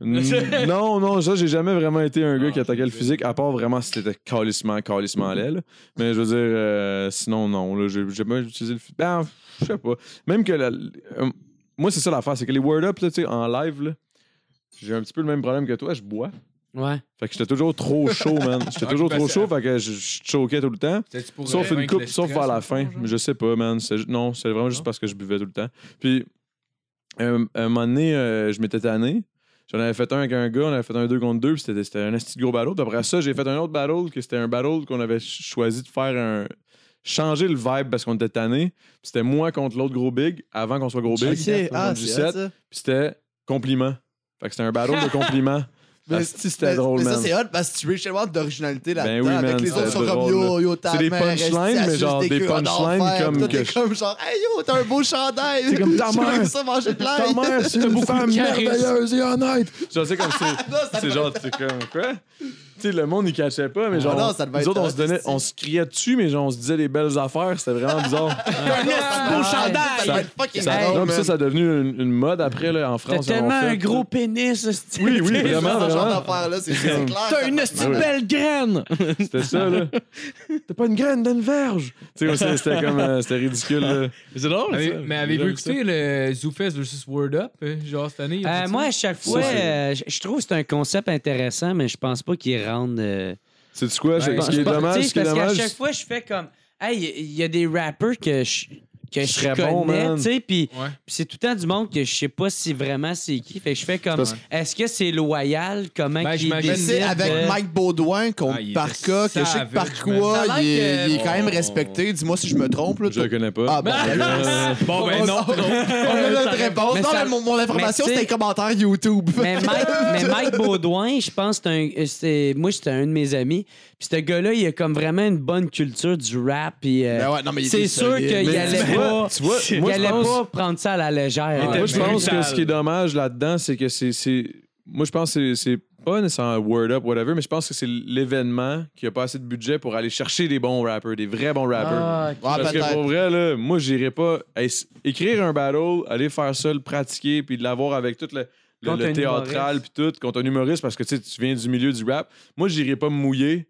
S2: n- non, non, ça, j'ai jamais vraiment été un gars
S6: Ah,
S2: qui attaquait le physique, à part vraiment si c'était calissement, calissement laid. là. Mais je veux dire, euh, sinon, non, là, j'ai j'ai jamais utilisé le physique. Ben, je sais pas. Même que la- euh, moi, c'est ça l'affaire, c'est que les word up, là, tu sais, en live, là, j'ai un petit peu le même problème que toi, je bois.
S1: Ouais.
S2: Fait que j'étais toujours trop chaud, man. J'étais
S6: Ah,
S2: toujours
S6: tu
S2: trop
S6: passais
S2: chaud, fait que je, je choquais tout le temps.
S6: C'était-tu pour
S2: Sauf une
S6: vaincre
S2: coupe,
S6: le
S2: sauf
S6: stress, hein.
S2: à la
S6: dans
S2: fin.
S6: le fond, genre?
S2: Je sais pas, man. C'est ju- non, c'est vraiment juste parce que je buvais tout le temps. Puis, euh, un moment donné, euh, je m'étais tanné. J'en avais fait un avec un gars, on avait fait un 2 contre 2, puis c'était c'était un esti de gros battle. Puis après ça, j'ai fait un autre battle, que c'était un battle qu'on avait ch- choisi de faire un. changer le vibe parce qu'on était tanné. Puis c'était moi contre l'autre gros big, avant qu'on soit gros big.
S3: Ok, ah,
S2: du
S3: c'est
S2: set.
S3: hot, ça.
S2: Puis c'était compliment. Fait que c'était un battle de compliments.
S3: Mais-
S2: Asti, c'était
S3: mais-
S2: drôle,
S3: mais
S2: man.
S3: ça, c'est hot parce que tu veux tellement d'originalité là-dedans.
S2: Ben oui, man,
S3: avec les
S2: c'était
S3: autres, sont comme
S2: drôle,
S3: yo, yo,
S2: C'est
S3: ta
S2: des
S3: mère, esti,
S2: punchlines,
S3: elle
S2: mais
S3: suce
S2: genre
S3: des
S2: des
S3: queues en
S2: punchlines
S3: enfer.
S2: comme
S3: Toi,
S2: que
S3: t'es
S2: je-
S3: comme genre, hey yo, t'as un beau chandail.
S2: C'est comme ta
S3: J'aurais
S2: mère.
S3: vu ça manger de
S2: Ta
S3: l'air.
S2: mère, c'est une femme merveilleuse et honnête. Genre, c'est comme
S3: Non,
S2: c'est.
S3: *laughs* ça
S2: c'est
S3: devait
S2: genre, c'est comme quoi? Tu sais, le monde, il cachait pas, mais genre.
S3: Ah non, ça devait
S2: nous
S3: être
S2: autres, on se
S3: hot,
S2: donnait,
S3: esti.
S2: on se criait dessus, mais genre, on se disait des belles affaires. C'était vraiment
S3: *laughs*
S2: bizarre.
S3: Un esti de beau chandail.
S2: Ça-
S3: Ça doit être fucking
S2: ça,
S3: drôle,
S2: non, puis
S3: man.
S2: ça, ça a devenu une, une mode après, là, en
S1: T'as
S2: France.
S1: tellement
S2: on fait-
S1: un gros pénis, ce
S2: Oui, oui,
S3: C'est
S2: vraiment,
S3: ce genre
S2: vraiment. Hum.
S3: d'affaire là, c'est c'est clair.
S5: T'as une
S3: tabarnak.
S5: hostie de belle graine!
S2: C'était ça, là. T'as pas une graine d'une verge. Tu sais, c'était- c'était comme. euh, c'était ridicule, là.
S5: C'est drôle,
S6: Avez-
S5: ça.
S6: Ben, mais avez-vous
S5: J'aime ça.
S6: écouté le ZooFest versus Word Up, euh, genre cette année?
S1: Euh, moi, à chaque fois,
S2: c'est-
S1: euh, je je trouve que c'est un concept intéressant, mais je pense pas qu'il rende. euh,
S2: Sais-tu quoi?
S6: Ouais,
S2: ce qui est
S1: je pense- Bah, tu
S2: dommage,
S1: sais,
S2: ce qui est
S1: Parce qu'à
S2: dommage.
S1: chaque fois, je fais comme. Hey, il y a des rappers que je. Que
S2: Je
S1: je
S2: serais bon,
S1: connais,
S2: man.
S1: tu sais, puis
S6: Ouais.
S1: puis c'est tout le temps du monde que je sais pas si vraiment c'est qui. Fait que je fais comme,
S2: Parce-
S1: est-ce que c'est loyal? Comment
S6: Ben,
S1: qu'il
S6: j'imagine-
S3: Mais c'est
S1: décide de-
S3: avec Mike Baudouin contre
S6: Ah, il était
S3: Parka, que je sais que
S6: savage,
S3: Parkois,
S1: man. Ça a l'air
S3: il
S1: que-
S3: est il est quand même
S6: Oh.
S3: respecté. Dis-moi si je me trompe. là,
S2: Je le
S3: toi.
S2: connais pas.
S3: Ah,
S6: *laughs*
S3: ben,
S2: Euh,
S6: Bon, ben
S3: *laughs* On-
S6: non.
S3: On a notre réponse.
S1: Mais
S3: Non,
S1: ça-
S3: mais mon, mon information,
S1: mais tu sais-
S3: c'était les commentaires YouTube.
S1: Mais Mike, mais Mike Baudouin, je pense, c'est un, euh, c'est- moi, c'était un de mes amis. Puis ce gars-là, il a comme vraiment une bonne culture du rap. Puis, euh,
S3: Ben ouais, non, mais il
S1: c'est
S3: était
S1: sûr
S3: solide.
S1: qu'il
S3: Mais
S1: allait,
S2: tu vois-
S1: pas,
S2: tu vois,
S1: il
S2: moi, je
S1: allait
S2: pense-
S1: pas prendre ça à la légère.
S2: Moi,
S6: Ouais,
S2: je
S6: mais
S2: pense que
S6: brutal.
S2: ce qui est dommage là-dedans, c'est que c'est- c'est. moi, je pense que c'est- c'est pas nécessairement Word Up, whatever, mais je pense que c'est l'événement qui a pas assez de budget pour aller chercher des bons rappers, des vrais bons rappers.
S3: Ah,
S2: Parce que
S3: peut-être.
S2: pour vrai, là, moi, j'irais pas Hey, s- écrire un battle, aller faire ça, le pratiquer, puis de l'avoir avec tout le, le-
S12: Contre
S2: le
S12: un
S2: théâtral, puis
S12: humoriste.
S2: tout, contre un humoriste, parce que tu sais, tu viens du milieu du rap. Moi, j'irais pas me mouiller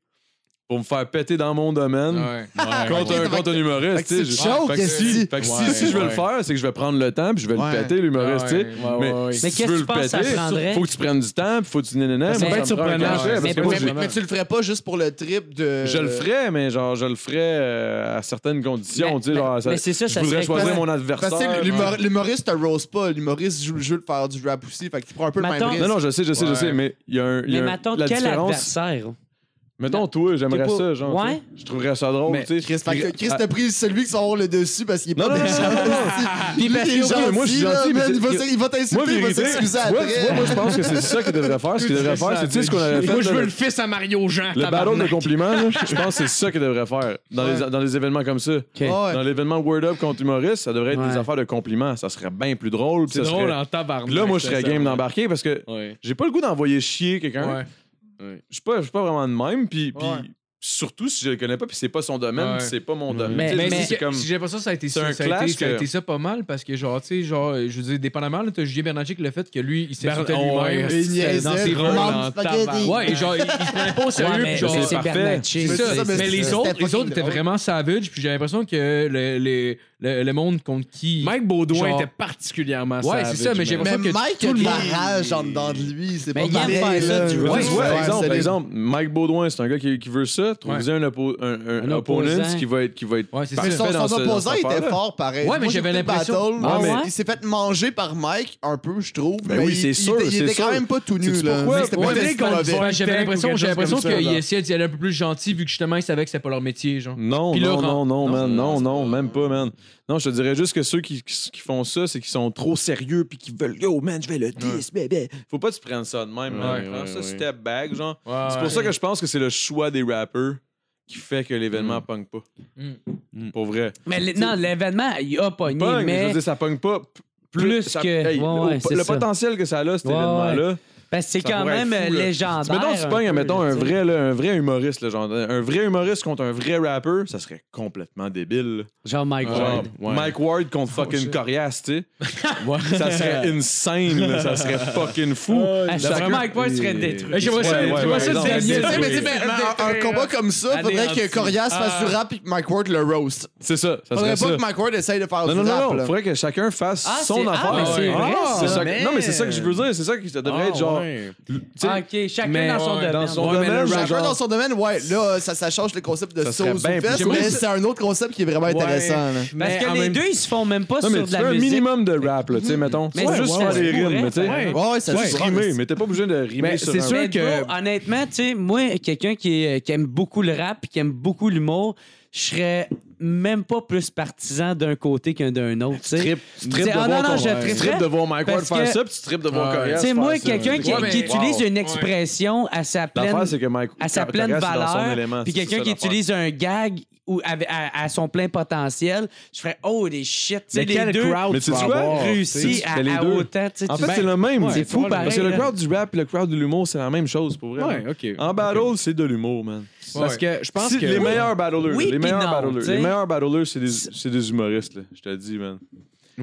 S2: pour me faire péter dans mon domaine.
S6: Ouais.
S2: Contre, un,
S3: Fait que-
S2: contre un humoriste.
S3: fait que
S2: tu sais,
S3: c'est
S2: je-
S3: choke,
S2: fait que si,
S3: esti.
S2: fait que si-
S6: Ouais,
S2: si je veux
S6: ouais.
S2: le faire, c'est que je vais prendre le temps puis je vais
S3: Ouais.
S2: le péter, l'humoriste. tu sais. Mais
S1: Mais
S2: si
S1: qu'est-ce
S2: tu veux
S1: que
S2: le
S1: tu penses que ça
S2: péter,
S1: prendrait?
S2: faut que tu prennes du temps puis faut que tu nanana.
S1: Ça
S2: Moi,
S1: va être
S2: me prend un
S1: surprenant.
S2: cachet, parce
S1: Mais-
S2: que
S1: mais-
S2: moi,
S3: Mais,
S2: j'ai-
S3: mais- mais tu le ferais pas juste pour le trip de.
S2: je le ferais, mais genre, je le ferais euh, à certaines conditions.
S1: Mais-
S2: tu sais, genre, ça-
S1: mais c'est ça,
S2: je
S1: ça
S2: voudrais
S1: serait
S2: choisir
S3: quoi?
S2: mon
S3: Parce que tu sais,
S2: adversaire.
S3: l'humor- l'humoriste te rose pas. L'humoriste joue le jeu de faire du rap aussi. Fait que tu prends un peu le
S1: Mettons-
S3: même risque.
S2: Non, non, je sais, je sais, je sais, mais il y a un. il y
S1: Mais
S2: a un-
S1: mettons,
S2: la
S1: quel
S2: différence.
S1: adversaire?
S2: Mettons, toi, j'aimerais
S1: T'es pas-
S2: ça, genre.
S1: Ouais.
S2: tu sais. Je trouverais ça drôle,
S5: Mais
S2: tu sais.
S3: Chris, fait que Chris t'a pris celui qui sort le dessus parce qu'il est
S2: Ah. Non,
S3: pas
S2: non, non,
S3: méchant.
S2: non, non.
S3: Puis
S2: parce que moi, je suis gentil, mais
S3: Il va
S2: c'est-
S3: s- il va
S2: Moi,
S3: t'insulter, il va
S2: vérité, tu
S3: s'excuser
S2: vois, tu vois,
S3: après.
S2: moi, je pense que c'est ça qu'il devrait faire. Ce qu'il devrait faire, c'est, tu sais, ce qu'on avait fait.
S7: Moi, je
S2: là,
S7: veux
S2: le-
S7: le fils à Mario Jean.
S2: Le battle de compliments, là, je pense que c'est ça qu'il devrait faire dans, les, dans les événements comme ça.
S3: Ouais.
S2: Dans l'événement Word Up contre humoriste, ça devrait être des
S1: Ouais.
S2: affaires de compliments. Ça serait bien plus drôle. puis
S5: C'est
S2: ça
S5: drôle
S2: serait-
S6: hein.
S5: en tabarnak.
S2: Là, moi, je serais game d'embarquer parce que
S5: Ouais.
S2: j'ai pas le goût d'envoyer chier quelqu'un.
S6: Ouais.
S2: Je suis pas, je suis pas vraiment de même. Puis, puis
S3: Ouais.
S2: surtout si je le connais pas, puis c'est pas son domaine,
S6: Ouais.
S2: puis c'est pas mon domaine.
S1: Mais-
S2: Tu sais,
S6: Mais,
S1: mais-
S6: si,
S2: c'est comme.
S6: si j'ai pas ça, ça a été
S2: c'est
S6: ça.
S2: un
S6: ça, a
S2: clash
S6: été, ça a
S2: que-
S6: été ça pas mal parce que, genre, tu sais, genre, je veux dire, dépendamment, là, t'as Julien Bernatchez qui l'a fait que lui, il s'est
S5: Ber-
S6: insulté
S5: oh,
S6: lui-même.
S5: ouais.
S3: Il niaisait,
S5: dans ses
S3: il
S5: rôles
S3: mange
S5: en
S3: du spaghetti.
S5: tabarnak.
S6: Ouais, et genre, il, il se prenait pas au
S1: Ouais,
S6: sérieux.
S1: mais
S6: puis genre,
S1: mais c'est
S2: parfait.
S1: Bernatchez.
S3: C'est
S1: tu
S3: ça,
S1: sais.
S3: mais
S6: mais les
S3: c'était
S6: autres, les
S3: fucking
S6: autres étaient
S3: drôle.
S6: vraiment savage, puis j'ai l'impression que le, le, le, le monde contre qui.
S5: Mike Baudouin
S6: Genre-
S5: était particulièrement
S6: Ouais, c'est ça, mais j'ai
S3: Mais
S6: l'impression que.
S3: Mike a de la rage en dedans de lui. C'est pas
S1: Mais il aime
S3: pareil,
S1: faire ça,
S3: là.
S1: du
S2: Mais
S1: Ouais,
S2: tu vois,
S3: Ouais,
S2: exemple,
S3: solide.
S2: exemple, Mike Baudouin, c'est un gars qui, qui veut ça. Trouvez un, oppo- un, un
S1: Un
S2: opponent
S1: opposant.
S2: qui va être, qui va être
S6: Ouais, c'est
S2: parfait
S3: Mais son,
S2: dans
S3: son
S2: ce- dans
S3: opposant
S2: cette
S3: était
S2: affaire-là.
S3: fort pareil.
S6: Ouais, mais
S3: Moi, j'ai
S6: j'avais
S3: écouté le
S6: l'impression-
S3: battle.
S1: Ah ouais?
S3: Il s'est fait manger par Mike un peu, je trouve.
S2: Ben
S3: mais
S2: oui,
S3: il-
S2: c'est
S3: il-
S2: sûr,
S3: Il,
S2: c'est
S3: était quand
S2: sûr.
S3: même pas tout nu.
S2: Sais-tu
S3: là.
S2: pourquoi?
S3: Mais c'était
S2: Ouais,
S3: pas
S2: mais
S3: juste
S2: quand
S3: mauvais.
S6: Ouais, j'avais l'impression, j'avais l'impression
S2: comme ça,
S6: qu'il
S2: genre.
S6: essayait d'y aller un peu plus gentil vu que justement il savait que c'était pas leur métier, genre.
S2: Non,
S6: Puis là,
S2: non, non,
S6: rend-
S2: non,
S6: non,
S2: man, non,
S6: c'est
S2: non, même pas, man. Non, je te dirais juste que ceux qui, qui, qui font ça, c'est qu'ils sont trop sérieux puis qu'ils veulent Yo, man, je vais le 10, bébé. Faut pas que tu prennes ça de même, man.
S5: Ouais,
S2: Prends
S5: ouais,
S2: ça
S5: ouais.
S2: step back, genre.
S6: Ouais,
S2: C'est pour ça que je pense que c'est le choix des rappers qui fait que l'événement pogne pas. Pour vrai.
S1: Mais le- non, l'événement, il a pogné,
S2: Pogne, mais je veux
S1: mais
S2: dire, ça pogne pas. p-
S1: Plus
S2: ça-
S1: que- ouais,
S2: hey, le-
S1: ouais, c'est
S2: le
S1: ça.
S2: potentiel que ça a, cet
S1: Ouais, ouais.
S2: événement-là.
S1: parce que c'est
S2: ça
S1: quand
S2: pourrait être
S1: même
S2: fou, là.
S1: légendaire.
S2: Tu mettons, tu
S1: un
S2: pognes,
S1: peu,
S2: mettons,
S1: là,
S2: un
S1: tu sais.
S2: vrai, là, un vrai humoriste, là, genre, un vrai humoriste contre un vrai rappeur, ça serait complètement débile. là.
S1: Genre Mike
S2: Genre,
S1: Ward.
S2: Mike Ward contre
S1: Oh,
S2: fucking Corias, tu
S1: *laughs*
S2: sais. ça serait insane, là, ça serait fucking fou.
S1: Ah,
S2: Chacun-
S1: Vraiment, Mike Ward serait détruit.
S6: J'aimerais ça,
S2: Ouais, ouais,
S6: j'aimerais
S2: ouais,
S6: ça,
S2: non,
S6: Daniel,
S2: c'est-
S3: Mais tu sais, mais
S6: j'aimerais-
S3: tu sais, mais un- un combat comme ça, faudrait que Corias fasse du rap et que Mike Ward le roast.
S2: C'est ça, ça
S3: Faudrait
S2: serait ça.
S3: pas que Mike Ward essaye de faire
S2: Non,
S3: du
S2: non, non,
S3: rap.
S2: non,
S3: là.
S2: faudrait que chacun fasse
S1: Ah,
S2: son
S1: c'est- ah,
S2: affaire.
S1: mais c'est vrai,
S2: C'est
S1: ça.
S2: ça que- Non, mais c'est ça que je veux dire, c'est ça que ça devrait être genre. Tu sais,
S1: Ah, OK, chacun
S2: mais-
S1: dans son
S2: ouais,
S1: domaine.
S2: dans son
S1: Ah, Ouais, mais
S2: domaine,
S1: le
S2: genre-
S1: rap-
S3: Rapper dans son domaine, ouais, là, ça, ça change le concept de
S2: Ça serait
S3: sauce
S2: bien
S3: ou
S2: plus
S3: fest,
S2: cool.
S3: mais c'est un autre concept qui est vraiment intéressant. là.
S1: Parce que les deux, ils se font même pas
S2: Non, mais
S1: sur
S2: tu
S1: de
S2: fais
S1: la
S2: un
S1: musique.
S2: minimum de rap, là, tu sais, mettons. Tu
S1: Mais
S2: peux
S1: ouais,
S2: juste
S1: ouais,
S2: faire
S1: ouais,
S2: des
S1: c'est
S2: rimes,
S1: vrai,
S2: mais tu sais.
S5: ouais.
S3: Ouais, ouais, ça
S5: Ouais,
S3: se
S2: Juste rimer, mais t'es pas obligé de rimer
S5: Mais
S2: sur
S5: c'est
S2: un
S5: sûr
S1: Mais
S5: que-
S1: gros, honnêtement, tu sais, moi, quelqu'un qui, est- qui aime beaucoup le rap, qui aime beaucoup l'humour, je serais même pas plus partisan d'un côté qu'un d'un autre, tu sais.
S2: trip, tu tripes
S1: Tu
S2: de
S1: sais, ah
S2: voir
S1: non,
S2: ton-
S1: non, je
S2: tu tripes
S1: triperais
S2: de voir Mike Ward
S1: parce
S2: faire
S1: que-
S2: ça, puis tu tripes de voir Corias
S1: Tu sais, moi,
S2: faire ça.
S1: quelqu'un qui,
S6: Ouais, mais-
S1: qui utilise
S2: Wow.
S1: une expression à sa pleine
S2: L'affaire, c'est que Mike
S1: à sa
S2: Corias
S1: pleine
S2: est dans son
S1: valeur,
S2: élément,
S1: puis
S2: c'est
S1: quelqu'un
S2: ça,
S1: qui
S2: l'affaire.
S1: utilise un gag ou avec- à, à son plein potentiel, je ferais oh des shit, tu sais
S5: Mais
S1: les
S5: quel
S1: deux
S5: crowd
S2: Mais
S5: tu
S2: tu
S5: vas
S2: vois,
S5: avoir?
S1: réussis
S2: tu
S1: à,
S2: fais les
S1: à
S2: deux.
S1: autant, tu sais, ben,
S2: En
S1: tu-
S2: fait, c'est le même.
S1: c'est fou pareil.
S2: Parce que Ben, le
S1: là.
S2: crowd du rap et le crowd de l'humour, c'est la même chose pour vrai.
S5: Ouais,
S2: man.
S5: OK.
S2: En battle, c'est de l'humour, man.
S5: Parce que je pense
S2: Si-
S5: que
S2: les meilleurs battleurs,
S1: Oui,
S2: les
S1: puis
S2: meilleurs
S1: non,
S2: battleurs,
S1: t'sais.
S2: les meilleurs battleurs, c'est des, c'est des humoristes, là, je te le dis, man.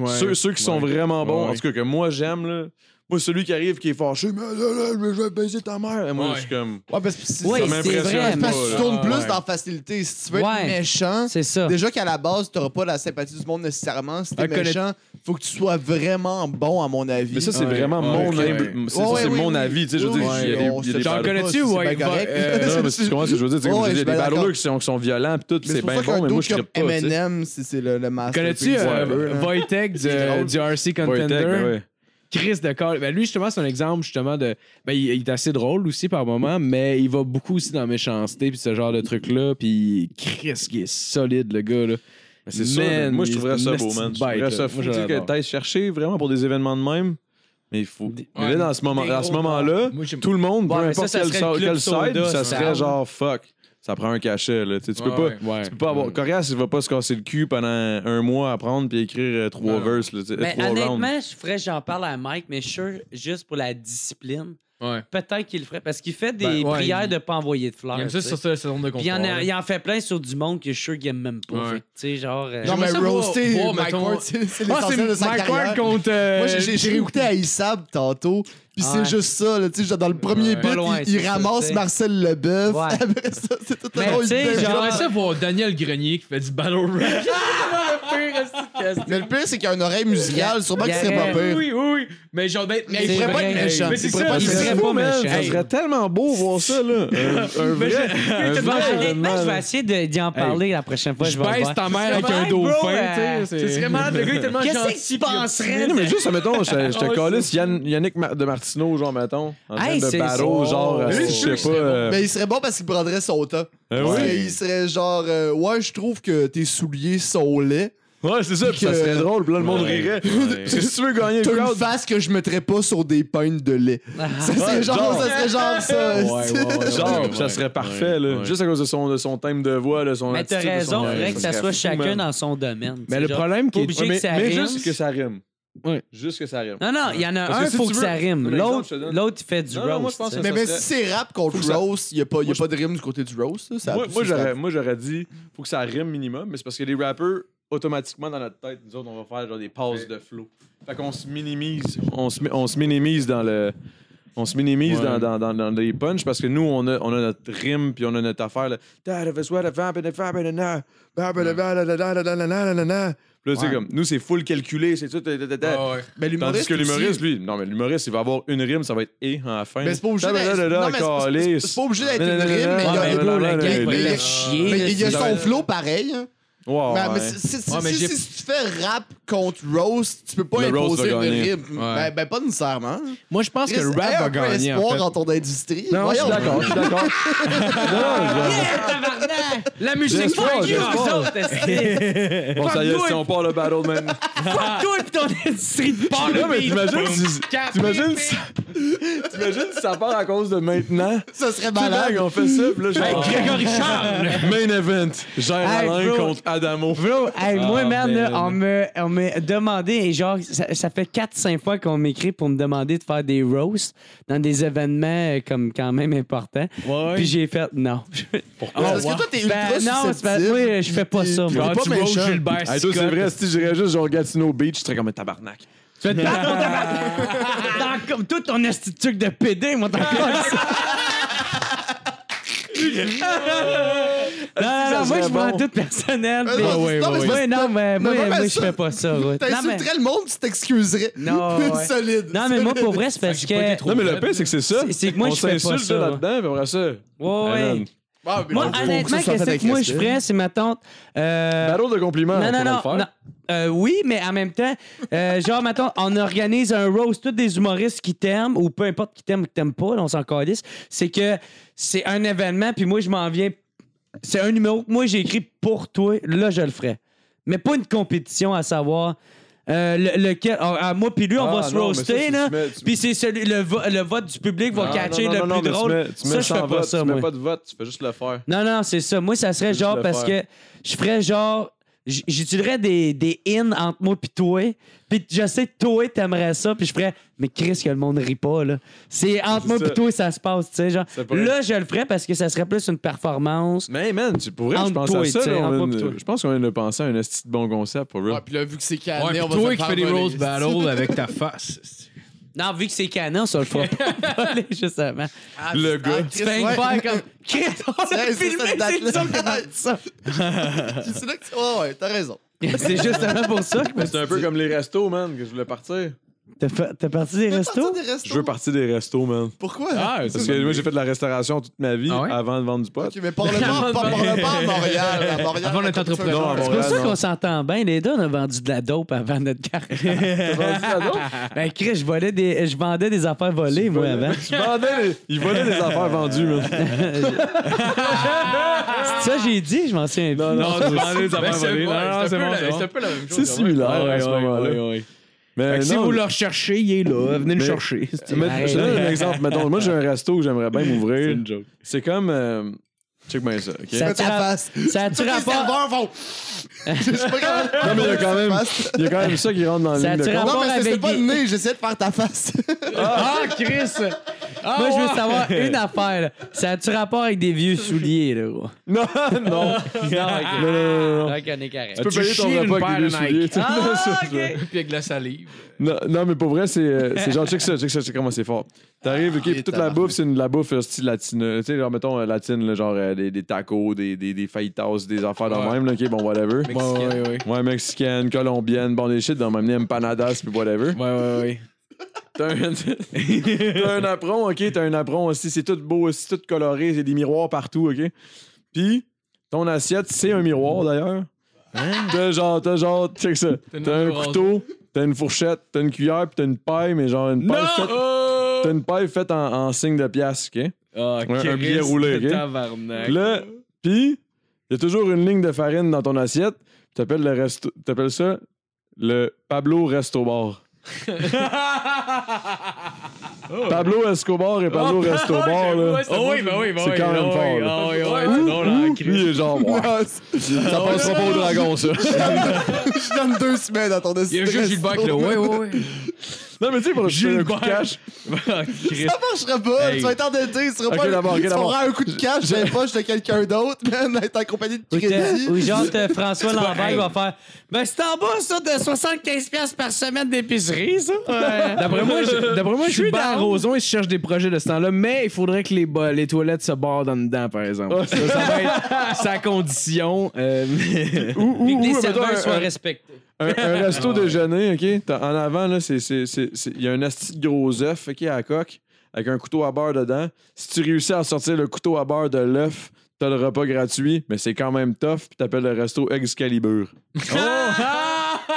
S2: Ceux, ceux qui sont vraiment bons, en tout cas que moi j'aime, là. Moi, celui qui arrive qui est fâché, mais là, là, je vais baiser ta mère. Et moi, je suis comme.
S3: Ouais, parce que c'est
S1: Ouais,
S3: ça
S2: ça
S1: c'est vrai.
S2: m'impressionne
S3: parce
S2: pas,
S3: que
S2: là.
S3: tu tournes plus dans facilité. Si tu veux
S1: Ouais.
S3: être méchant,
S1: C'est ça.
S3: déjà qu'à la base, t'auras pas la sympathie du monde nécessairement. Si t'es
S5: Un conna-
S3: méchant, faut que tu sois vraiment bon, à mon avis.
S2: Mais ça, c'est vraiment
S5: Ouais,
S2: mon,
S5: ok.
S2: humble- c'est-
S3: Ouais, ouais,
S2: c'est
S3: oui,
S2: mon
S3: oui.
S2: avis. Tu sais, je veux
S3: Oui,
S2: dire,
S3: oui,
S2: il y a
S3: on
S2: des- il y a
S3: se
S2: des
S3: parle
S2: battles-
S3: pas,
S5: connais-tu,
S3: si c'est
S5: ouais,
S3: bien
S5: il va-
S3: correct.
S5: euh,
S2: Non, mais tu comprends ce que je veux dire? tu sais, comme
S3: Ouais,
S2: je dis, Il y a
S3: je suis
S2: des
S3: bien
S2: battleurs
S3: d'accord.
S2: qui sont, qui sont violents, pis tout, pis
S3: Mais
S2: c'est
S3: pour
S2: bien
S3: ça qu'un
S2: bon, mais moi,
S3: dude
S2: je
S3: comme
S2: trippe pas. tu sais.
S3: Eminem, c'est c'est le, le master.
S5: Connais-tu euh, Wojtek du,
S3: drôle.
S5: du RC Contender?
S2: Ouais, tech, ben ouais.
S5: Chris de Call. Ben lui, justement, c'est un exemple justement de. Ben, il, il est assez drôle aussi par moment, mais il va beaucoup aussi dans la méchanceté puis ce genre de truc-là. Puis Chris, qui est solide, le gars. Là.
S2: Mais c'est ça,
S5: Man,
S2: man. moi je
S5: il-
S2: trouverais
S5: c'est
S2: ça
S5: une
S2: beau, man.
S5: petite
S2: Je trouverais
S5: bête,
S2: ça
S5: là.
S2: fou.
S5: Moi,
S2: Tu sais, que
S5: j'adore.
S2: t'ailles chercher vraiment pour des événements de même, mais il faut. Mais là, dans ce moment,
S6: Des
S2: à ce
S6: gros
S2: moment-là,
S6: Moi, j'aime-
S2: tout le monde, peu
S1: Ouais, mais ça,
S2: importe
S1: ça
S2: quel,
S1: serait
S2: sort-
S1: le
S2: quel
S1: club
S2: side,
S1: soda,
S2: ça
S1: ça.
S2: serait genre fuck. ça prend un cachet. Là. Tu sais, tu peux
S6: Ouais,
S2: pas.
S6: ouais.
S5: Ouais.
S2: Tu peux pas avoir. Coriace, il va pas se casser le cul pendant un mois à prendre puis écrire euh, trois
S6: Non.
S2: verses, là, tu sais,
S1: Mais
S2: trois rounds.
S1: honnêtement, je ferais, j'en parle à Mike, mais je suis sûr, juste pour la discipline,
S6: Ouais.
S1: peut-être qu'il le ferait. Parce qu'il fait des
S6: Ben, ouais,
S1: prières
S6: il-
S1: de pas envoyer de fleurs.
S6: Il aime ça
S1: tu sais.
S6: sur ça, c'est zone de
S1: Puis
S6: confort.
S1: il en, a-
S6: là.
S1: il en fait plein sur du monde que je suis sûr qu'il aime même pas.
S6: Ouais.
S1: Fait que, Tu sais, genre. euh,
S3: Non, mais
S6: J'aimerais ça voir-
S3: roaster
S6: voir,
S3: Mike
S6: mettons-
S3: Ward, c'est c'est
S5: Ah, c'est
S3: l'essentiel de sa
S5: Mike Ward
S3: carrière.
S5: contre. euh,
S3: Moi, j'ai- j'ai j'ai réécouté Aïssab tantôt, puis
S1: Ouais.
S3: c'est juste ça. Là, tu sais, genre, dans le premier
S6: Ouais.
S3: bit,
S1: Pas loin,
S3: il, il
S1: c'est ça, tu
S3: ramasse
S1: sais.
S3: Marcel Leboeuf.
S1: Ouais.
S3: *laughs* Après ça, c'est tout
S1: Mais
S3: un long
S1: tu sais,
S3: idée.
S1: genre-
S6: J'aimerais ça voir Daniel Grenier qui fait du battle rap.
S3: Mais le pire, c'est qu'il y a une oreille musicale, sûrement
S1: Il
S3: que
S1: y
S3: c'est pas
S1: aurait-
S3: pire.
S6: oui, oui. Mais genre d'être.
S3: Mais il
S1: C'est
S3: pourrait pas
S1: vrai,
S3: être méchant.
S6: mais c'est
S3: il pourrait
S6: ça,
S3: pas
S6: il
S3: être
S1: serait
S3: méchant.
S1: pas
S2: Fou, man,
S1: méchant.
S2: Ça
S1: Hey.
S2: serait tellement beau voir
S1: *laughs*
S2: ça, là. Un, un vrai. *laughs* un
S1: Je vais- *laughs*
S2: vrai
S1: honnêtement,
S2: événement,
S1: je vais
S2: là.
S1: essayer de- d'y en parler la prochaine fois. Je,
S5: Je
S1: vais le
S5: baisse
S1: voir.
S5: ta mère avec un
S1: Hey, bro,
S5: dauphin,
S1: euh,
S5: tu sais. c'est-
S6: malade, le gars est tellement
S1: Qu'est-ce que tu penserais?
S2: Non,
S1: de-
S2: mais juste, mettons, je
S1: *laughs*
S2: je
S6: Ah ouais,
S2: te calisse Yann- Yannick Mar- de Martineau, genre, mettons, en train
S1: Hey,
S2: de
S1: c'est-
S2: battle, genre,
S1: Oh.
S2: euh,
S6: Lui,
S2: je sais
S6: c'est
S2: pas. euh,
S3: Mais il serait bon parce qu'il prendrait son temps.
S2: euh,
S3: Parce
S2: ouais.
S3: qu'il serait genre, euh, ouais, je trouve que tes souliers sont laids.
S2: Ouais, c'est ça, puis ça
S3: que-
S2: serait drôle, puis là, le monde
S5: Ouais.
S2: rirait. *laughs*
S5: Ouais.
S2: Si tu veux gagner
S3: T'as
S2: le
S3: une
S2: crowd,
S3: face que je mettrais pas sur des peintes de lait.
S1: *laughs*
S3: Ça, c'est
S2: Ouais,
S3: genre,
S2: genre.
S3: ça serait genre ça.
S5: Ouais, ouais, ouais,
S2: genre,
S5: ouais,
S2: puis ça
S5: ouais,
S2: serait
S5: ouais,
S2: parfait, là.
S5: ouais.
S2: Juste à cause de son, de son thème de voix, de son
S1: Mais t'as
S2: attitude, de son-
S1: raison, il faudrait
S2: Ouais,
S1: que ça
S2: serait
S1: soit
S2: fou,
S1: chacun
S2: man.
S1: dans son domaine.
S5: Mais
S1: tu
S5: le
S1: sais, genre,
S5: problème qui
S1: faut
S5: est.
S1: obligé
S2: Ouais, mais,
S1: que ça
S2: mais
S1: rime.
S2: juste que ça rime.
S5: Ouais.
S2: Juste que ça rime.
S1: Non, non, il y en a
S2: Parce que
S1: un,
S2: si
S1: faut
S2: tu
S1: que
S2: veux-
S1: ça rime.
S2: Un exemple,
S1: L'autre,
S2: je te donne.
S1: l'autre, il fait du
S2: Non, non, moi,
S1: roast,
S2: je pense
S1: tu
S2: que
S1: sais.
S3: Mais,
S2: Ça
S3: mais
S2: serait-
S3: si c'est rap contre
S2: Faut que ça-
S3: Rose, il n'y a, pas y a
S2: Moi, je-
S3: pas de rime du côté du Rose. Ça, ça-
S2: Moi, moi,
S3: ça-
S2: j'aurais, moi, j'aurais dit, faut que ça rime minimum, mais c'est parce que les rappeurs, automatiquement, dans notre tête, nous autres, on va faire genre des passes de flow. Fait qu'on se minimise. On se, mi- on se minimise dans le. On se minimise dans, dans, dans, dans les punchs parce que nous, on a, on a notre rime puis on a notre affaire. Là, Puis là, tu sais,
S3: Ouais.
S2: comme, nous, c'est full calculé, c'est tout. ta, ta, ta, ta.
S6: Ah ouais.
S3: Mais
S2: Tandis
S3: l'humoriste.
S2: que l'humoriste,
S3: aussi-
S2: lui, non, mais l'humoriste, il va avoir une rime, ça va être et en fin.
S3: Mais c'est pas obligé
S2: Da, da, da, da, da,
S3: d'être. non, mais c'est- c'est-
S2: calice.
S3: C'est pas obligé d'être
S2: Non,
S3: une
S2: non, non,
S3: rime,
S2: non,
S3: mais il y
S1: Ouais,
S3: a-
S1: mais
S2: non,
S1: bro, le
S2: non,
S1: gars, il va
S2: mais-
S1: faire
S3: mais
S1: chier.
S3: il y a
S1: là,
S3: son flow pareil. hein.
S2: Ouais,
S3: Ben, Mais, mais
S2: Ah, ouais.
S3: c'est- c'est-
S6: Ouais,
S3: c'est-
S6: mais
S3: si,
S6: j'ai-
S3: si tu fais rap contre Rose, tu peux pas
S2: Le roast
S3: imposer
S2: va
S3: une
S2: gagner.
S3: rime. Ben, ben, pas nécessairement.
S5: Moi, je pense que le rap
S3: Hey,
S5: va
S3: un peu
S5: gagner. en
S3: espoir
S5: fait.
S3: dans ton industrie.
S2: Non, je suis
S3: Voyons.
S2: d'accord, je suis d'accord.
S1: La musique,
S2: J'espère,
S1: fuck you,
S2: j'espère.
S1: eux autres, esti.
S2: Bon, ça y est, si on part le battle,
S1: *laughs*
S2: man.
S1: Fuck toi pis ton industrie de porc.
S2: Non, mais t'imagines si. T'imagines si. T'imagines si ça part à cause de maintenant.
S3: *laughs* Ça serait
S2: C'est
S3: malade.
S2: on fait ça, pis là, genre.
S1: Grégory Charles!
S2: *laughs* Main event. Gère
S1: Hey,
S2: Alain
S1: bro.
S2: contre Adamo.
S1: Bro, hey, moi, man, là,
S2: man.
S1: on me- on m'a demandé, et genre, ça, ça fait 4-5 fois qu'on m'écrit pour me demander de faire des roasts dans des événements euh, comme quand même importants.
S5: Ouais.
S1: Puis j'ai fait non.
S3: Parce
S2: Oh,
S3: que toi, t'es ultra
S1: Ben, non, c'est pas-
S3: susceptible. Euh,
S1: oui, je fais pas
S3: Puis-
S1: ça,
S3: puis
S1: moi.
S2: *laughs*
S3: t'es
S5: Quand
S3: pas
S5: tu roast
S3: méchant.
S5: Gilbert
S2: Hey, toi, c'est
S5: Scott,
S2: vrai, si j'irais juste genre Gatineau Beach, je serais comme un tabarnak.
S1: Tu fais pas ton tabarnak. Dans- Comme tout ton institut de PD, moi, t'en classes. Non, non, non,
S2: serait
S1: moi, je prends
S2: bon.
S1: tout personnel.
S3: Mais
S1: puis-
S3: non,
S5: ouais,
S3: non,
S2: Ah
S5: ouais,
S3: mais
S1: Ouais,
S3: c'est-
S1: non, mais moi,
S3: mais
S1: moi,
S3: ça-
S1: je fais pas ça. ouais. Non, mais-
S3: T'insulterais le monde, tu t'excuserais.
S1: Non,
S3: *laughs*
S1: ouais.
S3: Solide.
S1: Non, mais moi, pour vrai, c'est parce
S6: j'ai
S1: que.
S6: pas été trop-
S2: Non, mais le pire, c'est que c'est ça.
S1: C'est- c'est que moi,
S2: on
S1: je fais pas
S2: s'insulte
S1: ça. Euh,
S2: là, là-dedans, pis après ça.
S1: Ouais, ouais.
S2: Alan.
S3: *laughs* Ah, mais
S1: Moi,
S3: non, faut- faut que
S1: honnêtement,
S3: ça soit
S1: qu'est-ce
S3: fait
S1: que moi
S3: avec
S1: je
S3: respect.
S1: ferais, c'est ma tante. euh,
S2: Battle de compliments.
S1: non, non,
S2: on pourrait
S1: non.
S2: le hein, faire.
S1: non. Euh, oui, mais en même temps, euh, genre, mettons, on organise un roast, tous des humoristes qui t'aiment, ou peu importe qui t'aiment ou qui t'aiment pas, là, on s'en calisse. C'est que c'est un événement, puis moi, je m'en viens. C'est un numéro que moi, j'ai écrit pour toi, là, je le ferai. Mais pas une compétition à savoir euh, le- lequel. ah, ah, moi, puis lui, on
S2: Ah,
S1: va se
S2: non, mais ça,
S1: roaster,
S2: c'est-
S1: là.
S2: tu mets- tu-
S1: Puis c'est celui, le, vo- le vote du public va
S2: Ah,
S1: catcher
S2: non, non,
S1: le
S2: non,
S1: plus
S2: mais tu
S1: drôle.
S2: mets- tu mets
S1: ça, je fais
S2: sans
S1: pas
S2: vote,
S1: ça,
S2: Tu
S1: moi.
S2: mets pas de vote, tu fais juste le faire.
S1: Non, non, c'est ça. Moi, ça serait
S2: Juste
S1: genre
S2: le
S1: parce
S2: faire.
S1: que je ferais genre. j- J'utiliserais des, des in entre moi pis toi. Puis je sais que toi, t'aimerais ça. Puis je ferais, mais Chris, que le monde rit pas, là. C'est entre
S2: C'est
S1: moi
S2: ça.
S1: pis toi, ça se passe, tu sais. Genre,
S2: Ça pourrait-
S1: là, je le ferais parce que ça serait plus une performance.
S2: Mais man, tu pourrais, je
S1: Entre
S2: pense
S1: toi
S2: à
S1: et
S2: ça.
S1: toi,
S2: là, on
S1: entre
S2: vient
S1: moi
S2: de-
S1: et toi.
S2: je pense qu'on vient de penser à un esti de bon concept pour
S3: Ouais,
S2: real.
S3: puis là, vu que c'est
S6: Ouais,
S3: cané,
S6: puis
S3: on va
S6: Ah, toi
S3: se
S6: qui
S3: faire
S6: fais des
S3: voler.
S6: Rose Battle avec ta face.
S1: Non, vu que c'est canon, *laughs* ça le fera pas. Justement.
S3: Ah,
S2: Le
S3: ah,
S2: gars.
S3: Chris,
S1: Tu fais une
S3: ouais.
S1: affaire
S2: *laughs*
S1: comme, Chris, on a
S3: *laughs* Ouais, c'est
S1: filmé,
S3: cette
S1: c'est
S3: date-là.
S1: ça qu'on a dit ça.
S3: *laughs* C'est là que tu. Ouais, ouais, t'as raison.
S1: C'est justement pour ça que
S2: C'est un peu comme les restos, man, que je voulais partir.
S1: t'as fa- t'as parti des
S3: Mais
S1: restos?
S3: partir des restos?
S2: Je veux partir des restos, man.
S3: Pourquoi?
S5: Ah,
S2: Parce que moi, j'ai fait de la restauration toute ma vie
S6: Ah ouais?
S2: avant de vendre du pot.
S3: Ok, mais
S6: *laughs*
S3: parle-moi pas, parle-moi pas à Montréal. À Montréal
S6: Avant d'être
S3: t'as pas de
S6: entrepreneur.
S2: Non, à
S3: feu.
S1: C'est pour
S2: Montréal,
S1: ça
S2: non. *laughs*
S1: qu'on s'entend bien. Les deux, on a vendu de la dope avant notre carrière. ben, Chris, je, volais des, je vendais des affaires volées, moi, avant.
S2: Tu vendais les- Ils vendaient des affaires vendues, man.
S1: *laughs* C'est ça que j'ai dit, je m'en souviens plus.
S5: Non, tu vendais des
S6: Ben,
S5: Ah, affaires
S6: c'est ouais,
S5: volées. Non, non,
S6: c'est
S5: c'est
S6: un peu
S5: bon,
S6: la-
S5: c'est bon.
S6: c'est un peu la même chose.
S2: C'est
S6: ouais.
S2: similaire
S5: Ouais,
S2: à ce
S5: ouais,
S2: moment-là.
S5: ouais, ouais.
S2: Mais
S5: Fait que si
S2: non,
S5: vous le recherchez, il est là. Venez le
S2: Mais-
S5: chercher.
S2: mais- je te donne un exemple. Mettons, moi, j'ai un resto que j'aimerais bien m'ouvrir.
S5: joke.
S2: C'est comme. euh, Check bien ça, OK?
S1: Ça
S3: Fais ta
S1: tra-
S3: face.
S1: Ça a-tu
S3: Tous les
S1: rapport, *laughs*
S3: serveurs vont. Je suis pas capable.
S2: Non, mais il y a quand même, il y a quand même ça qui rentre dans
S1: Ça
S2: la ligne de
S1: attire-
S2: compte.
S3: Non, mais c'était
S1: avec
S3: pas le
S1: des-
S3: nez, j'essayais de faire ta face.
S1: Ah, Chris! Moi, je veux savoir une affaire. là. Ça a-tu rapport avec des vieux souliers, là? gros?
S2: *laughs* Non, non.
S1: *laughs* Non,
S2: Non, non, non, non.
S1: ok, on est carré.
S2: Tu peux
S5: As-tu
S2: payer ton
S5: chié une
S2: repas
S5: paire
S2: avec des
S5: de
S2: deux souliers.
S5: Nike?
S2: tu sais. *laughs* Ça,
S1: Ah,
S2: je veux-
S1: ok.
S6: Puis avec de la salive.
S2: Non, non, mais pour vrai, c'est euh, c'est genre, check ça, check ça, check comment c'est fort. T'arrives,
S1: Ah,
S2: ok, puis toute la
S3: tabarnak.
S2: bouffe, c'est une- de la bouffe euh, style latine. euh, Tu sais, genre, mettons, euh, latine, là, genre euh, des, des tacos, des, des, des fajitas, des affaires dans le même, là, ok, bon, whatever.
S6: Mexicaine.
S2: Ouais, mexicaine, colombienne, bon, des shit, dans le même nez, empanadas, puis whatever.
S5: Ouais, ouais, ouais.
S2: T'as un, *laughs* t'as un apron, ok, t'as un apron aussi, c'est tout beau aussi, tout coloré, c'est des miroirs partout, ok. Puis, ton assiette, c'est un miroir d'ailleurs. T'as genre, t'as genre, check ça.
S6: une
S2: T'as un
S6: autre
S2: couteau, t'as une fourchette, t'as une cuillère, puis t'as une paille, mais genre une paille faite.
S6: Oh,
S2: T'as une paille faite en, en signe de pièce, ok?
S5: Ah,
S2: Ouais, un
S5: Chris,
S2: billet roulé, ok?
S5: Tabarnak.
S2: Puis là, pis, y a toujours une ligne de farine dans ton assiette. T'appelles le resto, t'appelles ça le Pablo Resto
S5: *laughs*
S2: Bar. Pablo Escobar et Pablo
S5: *laughs*
S2: Resto Bar, là.
S5: Oh oui, bah oui, bah
S2: C'est
S5: oui.
S2: quand même
S5: oh,
S2: fort,
S5: oui,
S2: là.
S5: oh, oui, oh, oui, c'est drôle, hein, Chris.
S2: Lui, il est genre,
S3: *laughs*
S2: ouais, ça passera pas au dragon, ça.
S3: Je donne deux semaines à ton
S6: Il y
S3: dessin.
S6: a juste Gilbert qui est là. Ouais, ouais, ouais.
S2: Non, mais tu sais, pour acheter un coup de cash,
S3: Ça marchera pas, tu vas être endetté, tu seras
S2: Ok,
S3: pas.
S2: d'abord, ok,
S3: tu
S2: d'abord.
S3: auras un coup de cash, j'ai pas, j'étais quelqu'un d'autre, man, être en compagnie de
S1: Ou t'as- Ou
S3: crédit.
S1: genre, t'as François Lambert il va faire Ben, c'est en bas, ça, de 75$ par semaine d'épicerie, ça.
S5: D'après moi, je- d'après moi, je suis
S1: down.
S5: bien Roson, il se cherche des projets de ce temps-là, mais il faudrait que les, bo- les toilettes se bordent en dedans, par exemple. ça, ça va être sa condition. euh, mais-
S2: ou, ou,
S1: Puis que
S2: ou,
S1: les
S2: mettons,
S1: serveurs
S2: un-
S1: soient respectés.
S2: un, un resto déjeuner, OK? t'as- En avant, là, c'est, c'est, c'est, c'est- il y a un asti de gros œuf, OK, à la coque, avec un couteau à beurre dedans. Si tu réussis à sortir le couteau à beurre de l'œuf, t'as le repas gratuit, mais c'est quand même tough, puis t'appelles le resto Excalibur.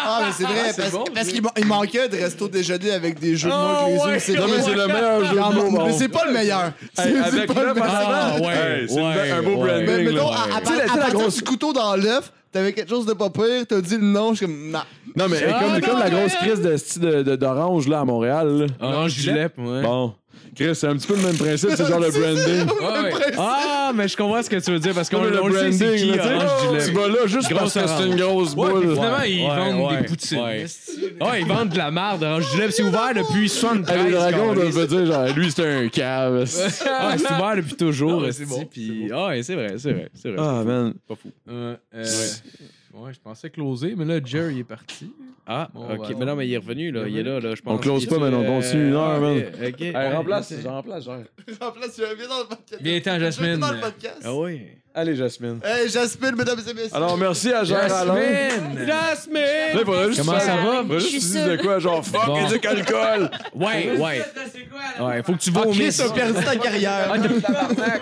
S3: Ah, mais c'est vrai, parce, parce qu'il man- il manquait de resto déjeuner avec des jeux de mots que les autres, c'est
S2: Non, Ah, mais c'est
S3: vrai.
S2: le meilleur jeu
S3: Ah,
S2: de mots,
S3: mais
S2: bon.
S3: c'est pas le meilleur.
S2: Hey,
S3: C'est c'est
S2: avec
S3: pas le
S2: l'œuf,
S3: meilleur.
S2: ah,
S5: ouais,
S2: hey, c'est une
S5: ouais,
S2: be- un beau
S5: ouais.
S2: branding.
S3: Mais mettons,
S2: là.
S3: à, à,
S2: Tu sais, la-
S3: à
S2: tu sais, la
S3: partir
S2: grosse-
S3: du couteau dans l'œuf, t'avais quelque chose de pas pire, t'as dit le nom, je suis comme, non.
S2: Non, mais
S3: Ah,
S2: comme,
S3: non,
S2: comme la
S3: mais-
S2: grosse crise de, style de- de- d'orange là, à Montréal. là.
S5: Orange gilet, ouais.
S2: Bon. Chris, c'est un petit peu le même principe, c'est genre le branding.
S6: Ouais, ouais.
S5: Ah, mais je comprends ce que tu veux dire, parce qu'on
S2: Non, mais
S5: on le sait, c'est qui,
S2: branding, là, tu sais, Oh,
S5: Orange
S2: Tu
S5: gilet.
S2: vas là juste parce
S5: Grosse
S2: que c'est une grosse
S6: Ouais, puis
S2: boule.
S6: finalement, ils
S5: Ouais,
S6: vendent
S5: ouais,
S6: des poutines.
S5: ouais.
S6: Esti.
S5: Ah, ils vendent de la merde, Orange gilet, puis c'est ouvert depuis
S2: Hey,
S5: 73.
S2: Ah, le dragon, on
S5: câlisse.
S2: veut dire, genre, lui, c'était un cave. c'est-
S5: Ah, c'est ouvert depuis toujours.
S6: Non, mais c'est
S5: esti,
S6: bon,
S5: puis- Ah, ouais, c'est vrai, c'est vrai, c'est vrai.
S2: Ah, man.
S6: Euh, euh, Ouais, je pensais closer, mais là, Jerry est parti.
S5: Ah,
S6: Bon,
S5: ok.
S6: bah,
S5: mais non, mais il est revenu, là. Il est là, là, je pense.
S2: On close
S5: Il-
S2: pas, mais on continue une heure,
S5: ah,
S2: man.
S5: ok, ok.
S2: Hey,
S5: Ouais,
S2: remplace,
S5: il était-
S2: j'en remplace, genre.
S3: Remplace, viens dans le podcast.
S6: Viens-t'en,
S3: Viens
S6: Jasmine.
S3: dans le podcast.
S5: Ah oui.
S2: Allez, Jasmine.
S3: Hey, Jasmine, mesdames et messieurs.
S2: Alors, merci à Gérard Allon. Là,
S6: Jasmine!
S2: il faudrait juste
S5: Comment ça
S2: faire-
S5: va?
S2: faudrait juste dire de quoi, genre, fuck,
S5: Bon.
S2: il dit qu'alcool.
S5: Ouais, ouais. Ouais, faut que tu
S3: Ah,
S5: vomisses.
S3: Chris a perdu ta carrière.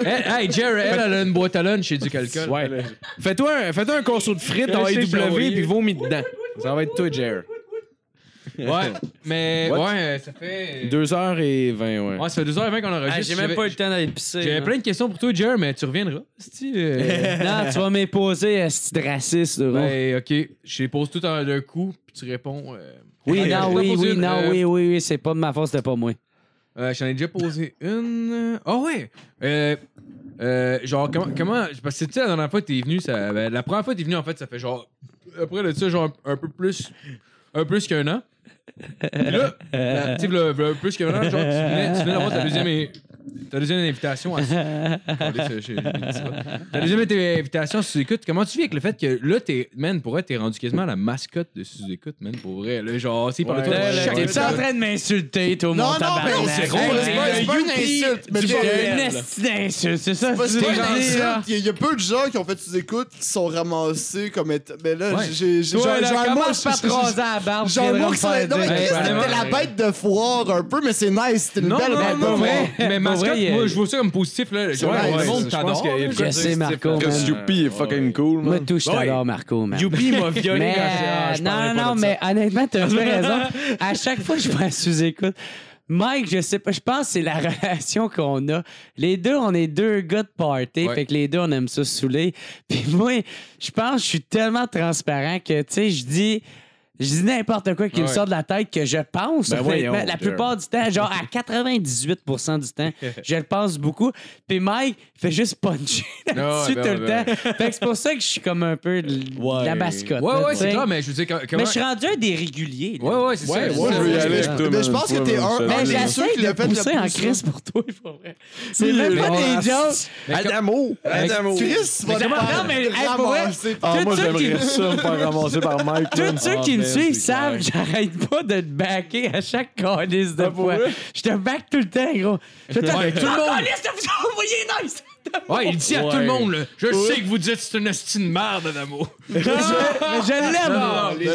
S6: Hey, hey, Jerry, elle, elle a une boîte à lunch chez du calcul.
S5: Ouais. Fais-toi un, fais-toi un conso de frites en
S6: Laissez
S5: AEW
S6: charrier.
S5: puis vomis dedans. Ça va être toi, Jer.
S6: Ouais, mais
S2: What?
S6: ouais, ça fait.
S5: 2h20, ouais.
S6: Ouais, ça fait 2h20 qu'on enregistre.
S1: Ah, J'ai même
S6: J'avais-
S1: pas eu le temps d'aller pisser.
S6: J'avais
S1: là.
S6: plein de questions pour toi, Jer, mais tu reviendras. Si,
S1: *laughs*
S6: euh,
S1: Non, tu vas m'imposer, esti de raciste, là, gros.
S6: ben, ok, je les pose tout en- d'un coup, puis tu réponds. euh,
S1: Oui,
S6: Ouais, je
S1: non,
S6: t'en
S1: oui,
S6: pose
S1: oui,
S6: une,
S1: non,
S6: euh,
S1: oui, oui, oui, c'est pas de ma faute, c'était pas moi.
S6: Euh, J'en ai déjà posé une. Ah ouais! Euh, euh, genre, comment. comment parce que tu sais, la dernière fois que t'es venu, ça, ben, la première fois que t'es venu, en fait, ça fait genre. Après de ça, genre un peu plus. Un plus qu'un an. Puis là, la- tu sais, le- le plus qu'un an, genre, tu venais, tu venais d'avoir ta deuxième. é- Ta deuxième invitation à. Attendez, ça, j'ai- j'ai dit ça. Ta deuxième é- invitation à sous-écoute. Comment tu vis avec le fait que là, t'es. Man, pour vrai, t'es rendu quasiment la mascotte de sous-écoute, man, pour vrai. Là, genre, tu sais, par le
S5: Ouais,
S6: temps,
S5: là, là,
S6: chaque-
S1: T'es-tu en train de m'insulter, toi,
S3: Non,
S1: mon
S3: non, mais
S1: tabarnak?
S3: c'est gros, c'est pas- c'est pas une insulte. Mais
S1: Il y a une
S3: c'est-
S1: esti d'insulte, c'est ça?
S3: Pas
S1: tu
S3: si
S1: veux
S3: t'es
S1: dire,
S3: gentil,
S1: là?
S3: là. Il y a- il y a peu de gens qui ont fait des écoutes qui sont ramassés comme étant. Mais là,
S6: Ouais.
S3: j'ai j'ai- j'ai
S1: Toi,
S3: j'ai
S1: là,
S3: un mot.
S1: comment je peux te raser
S3: j'ai-
S1: à la barbe?
S3: J'ai un
S1: tu viendras
S3: mot
S1: me
S3: qui
S1: faire
S3: serait. Non, mais
S1: dire?
S3: Chris,
S6: vraiment,
S3: c'était la bête de foire un peu, mais c'est nice. C'était une
S6: Non,
S3: belle
S6: non,
S3: bête
S6: non,
S3: de
S6: non,
S3: foire.
S6: *laughs* mais, mais mascotte,
S1: vrai, il-
S6: moi, je vois ça comme positif. Là. Genre,
S5: Ouais,
S6: le
S5: ouais,
S6: monde
S5: je pense
S6: t'adore.
S5: qu'il y a de
S6: là.
S5: quoi
S1: Je
S5: de
S1: sais, *laughs*
S5: positif
S1: Marco,
S5: là-dedans.
S1: man.
S2: *laughs* Chris Youpi est fucking cool,
S1: Moi,
S2: man.
S1: tout, je
S5: Ouais.
S1: t'adore, Marco, man.
S5: Youpi m'a violé
S1: Mais,
S5: quand c'est- ah, je
S1: non,
S5: parlerai pas
S1: non,
S5: de
S1: mais honnêtement, t'as
S5: *laughs*
S1: bien raison. À chaque fois que je vais à sous-écoute, Mike, je sais pas, je pense que c'est la *laughs* relation qu'on a. Les deux, on est deux gars de party,
S6: Ouais.
S1: fait que les deux, on aime ça *laughs* saouler. Puis moi, je pense que je suis tellement transparent que, tu sais, je dis... Je dis n'importe quoi qui me
S6: Ouais.
S1: sort de la tête que je pense.
S5: Ben voyons,
S1: honnêtement, la
S5: Jer.
S1: plupart du temps, genre à 98 du
S5: *laughs*
S1: temps, je le pense beaucoup. Puis Mike fait juste puncher là-dessus
S6: ben
S1: tout
S6: ouais,
S1: le
S6: ben
S1: temps. Fait que c'est pour ça que je suis comme un peu de la mascotte.
S6: Ouais,
S1: là,
S6: ouais,
S1: tu
S6: c'est
S1: sais.
S6: clair, mais je veux dire, quand- comment.
S1: Mais je suis rendu un des réguliers. là.
S6: Ouais, ouais, c'est
S5: Ouais,
S6: ça.
S5: ouais,
S6: c'est
S2: je
S6: ça.
S2: veux y aller
S1: Mais
S2: avec toi,
S3: je pense que t'es un-
S1: Mais
S3: Ouais,
S1: Ben, j'essaie
S3: c'est sûr qu'il
S1: de
S3: l'a fait le
S1: pousser
S3: plus
S1: en
S3: ça.
S1: crise pour toi, pour vrai. C'est même pas des jokes.
S6: Mais quand-
S2: Adamo! Adamo!
S3: Chris va te
S1: comment- non,
S3: faire
S1: mais, hey, pour vrai,
S3: ramasser par-
S2: Ah, moi,
S1: Tous ceux qui-
S2: j'aimerais ça me faire ramasser par Mike.
S1: Tous
S2: man.
S1: ceux qui me suivent savent, j'arrête pas de te backer à chaque calice de fois. Je te back tout le temps, gros. Je te
S6: Ouais, tout le monde.
S1: calice, vous envoyé nice!
S6: Ouais, il dit à tout le monde, là. Je sais que vous dites que c'est une hostie de merde, Adamo.
S1: Mais je Ah, mais
S6: Non,
S1: je l'aime,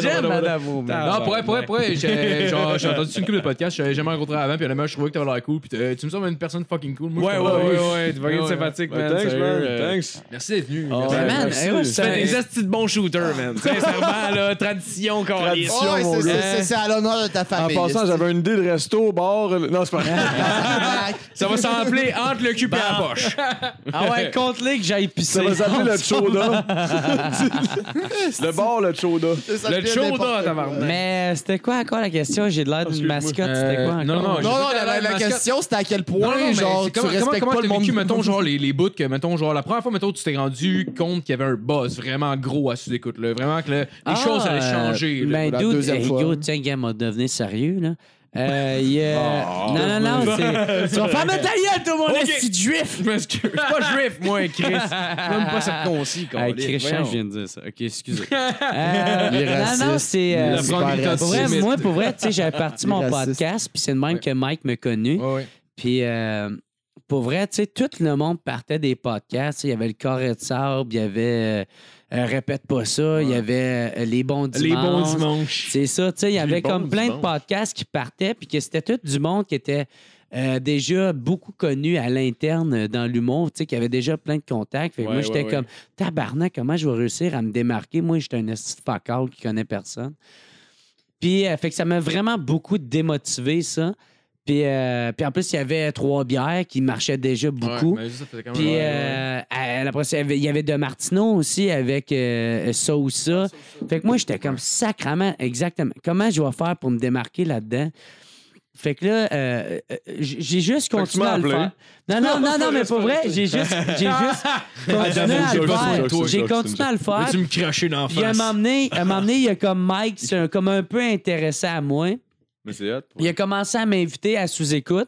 S1: j'aime Adamo. man.
S6: Non, pour vrai, pour vrai, pour vrai, j'ai genre, j'ai entendu une couple de podcasts, j'avais jamais rencontré avant, puis honnêtement, je trouvais que t'avais l'air cool, puis t'es- tu me sembles une personne fucking cool. Moi, je
S5: Ah, Ouais, ouais,
S6: trouve-
S5: ouais, ouais. Tu vas
S6: Ouais,
S5: être
S6: ouais.
S5: sympathique,
S2: Ouais,
S5: man.
S2: Thanks,
S5: sérieux,
S2: man.
S5: *laughs* euh,
S2: Thanks.
S6: Merci d'être venu.
S1: Mais
S2: Ouais,
S1: man,
S2: merci.
S1: eh ouais,
S2: Tu
S1: ça- Ah.
S5: Fais des estis de bons shooters, man. Sincèrement, là, tradition, qu'on
S3: Oh, Ouais,
S5: lit.
S3: c'est-
S2: mon
S3: c'est-
S2: gars.
S3: c'est- C'est à l'honneur de ta
S2: En
S3: famille.
S2: passant, j'avais une idée de resto, bar. euh, Non, c'est pas
S5: Ça va s'appeler entre le cul et la poche.
S1: Ah ouais, compte-les que j'aille pisser.
S2: Ça va s'appeler le Choda. *laughs* le bar, le Choda.
S5: Le chauda, tabarnak.
S1: Mais euh, c'était quoi encore la question? J'ai de l'air d'une mascotte, c'était quoi
S6: Euh,
S1: encore?
S6: non, non,
S3: Non, non,
S6: J'ai
S3: la,
S6: pas
S3: la- la
S6: mascotte.
S3: question, c'était à quel
S6: Non, non,
S3: point,
S6: mais
S3: genre,
S6: c'est
S3: tu
S6: comment- comment-
S3: respectes
S6: comment
S3: pas
S6: t'as
S3: le monde.
S6: vécu, mettons, genre, les, les bouts que, mettons, genre, la première fois, mettons, tu t'es rendu compte qu'il y avait un buzz vraiment gros à sous écoute là. Vraiment que là, les
S1: Ah,
S6: choses allaient changer, là.
S1: Ben,
S3: pour la
S1: dude,
S3: deuxième
S1: hey,
S3: fois.
S1: yo, tiens, gars, m'a devenu sérieux, là. Euh, il y
S3: *laughs* Ah.
S1: a- non, non, non, c'est. Tu vas faire mettre ta gueule, tout le monde, esti de juif!
S3: *laughs*
S5: Je m'excuse. Je suis pas juif, moi, Chris. Même
S6: *laughs*
S5: pas circoncis, qu'on
S1: Hey,
S5: lit.
S1: Christian, je viens de dire ça. Ok,
S3: *laughs*
S1: excusez. Euh,
S3: Il est
S1: non, non,
S3: raciste,
S1: c'est. euh,
S3: il est
S1: pour
S3: super
S1: vrai,
S3: raciste.
S1: moi, pour vrai, tu sais, j'avais parti
S3: Il est
S1: mon
S3: raciste.
S1: podcast, puis c'est le même que Mike m'a connu.
S6: Ouais, ouais.
S1: Puis, euh, pour vrai, tu sais, tout le monde partait des podcasts. Il y avait le Corée de Sable, il y avait euh, euh, Répète pas ça, il y avait euh, Les bons dimanches.
S5: Les bons dimanches.
S1: C'est ça, tu sais, il y avait
S2: bons
S1: comme plein de
S2: dimanches.
S1: podcasts qui partaient, puis que c'était tout du monde qui était euh, déjà beaucoup connu à l'interne euh, dans l'humour, tu sais, qui avait déjà plein de contacts. Fait que
S5: Ouais,
S1: moi, j'étais
S5: ouais, ouais.
S1: comme, tabarnak, comment je vais réussir à me démarquer? Moi, j'étais un esti de fuck all qui connaît personne. Puis, euh, fait que ça m'a vraiment beaucoup démotivé, ça. Puis, euh, puis en plus, il y avait trois bières qui marchaient déjà beaucoup.
S6: Ouais, mais ça, ça faisait quand même-
S1: Puis
S6: ouais, ouais.
S1: euh, à- à la prochaine, il y avait- il y avait De Martino aussi avec euh, ça ou ça. Fait que moi, j'étais comme sacrament, exactement. Comment je vais faire pour me démarquer là-dedans? Fait que là, euh, euh, j- j'ai juste
S2: que tu
S1: continué
S2: m'as
S1: à le
S2: appelé.
S1: faire. Non, non, non, non, mais pour vrai, j'ai juste, j'ai juste
S6: Ah,
S1: continué à le
S2: J'avoue, j'avoue,
S1: faire.
S2: j'avoue,
S1: J'ai
S2: j'avoue,
S1: continué à le faire.
S6: Veux-tu me cracher dans la
S1: Puis à un
S6: face?
S1: moment donné, à un moment donné, il y a comme Mike, c'est un- comme un peu intéressé à moi.
S2: Mais c'est hot.
S1: Il a commencé à m'inviter à sous-écoute.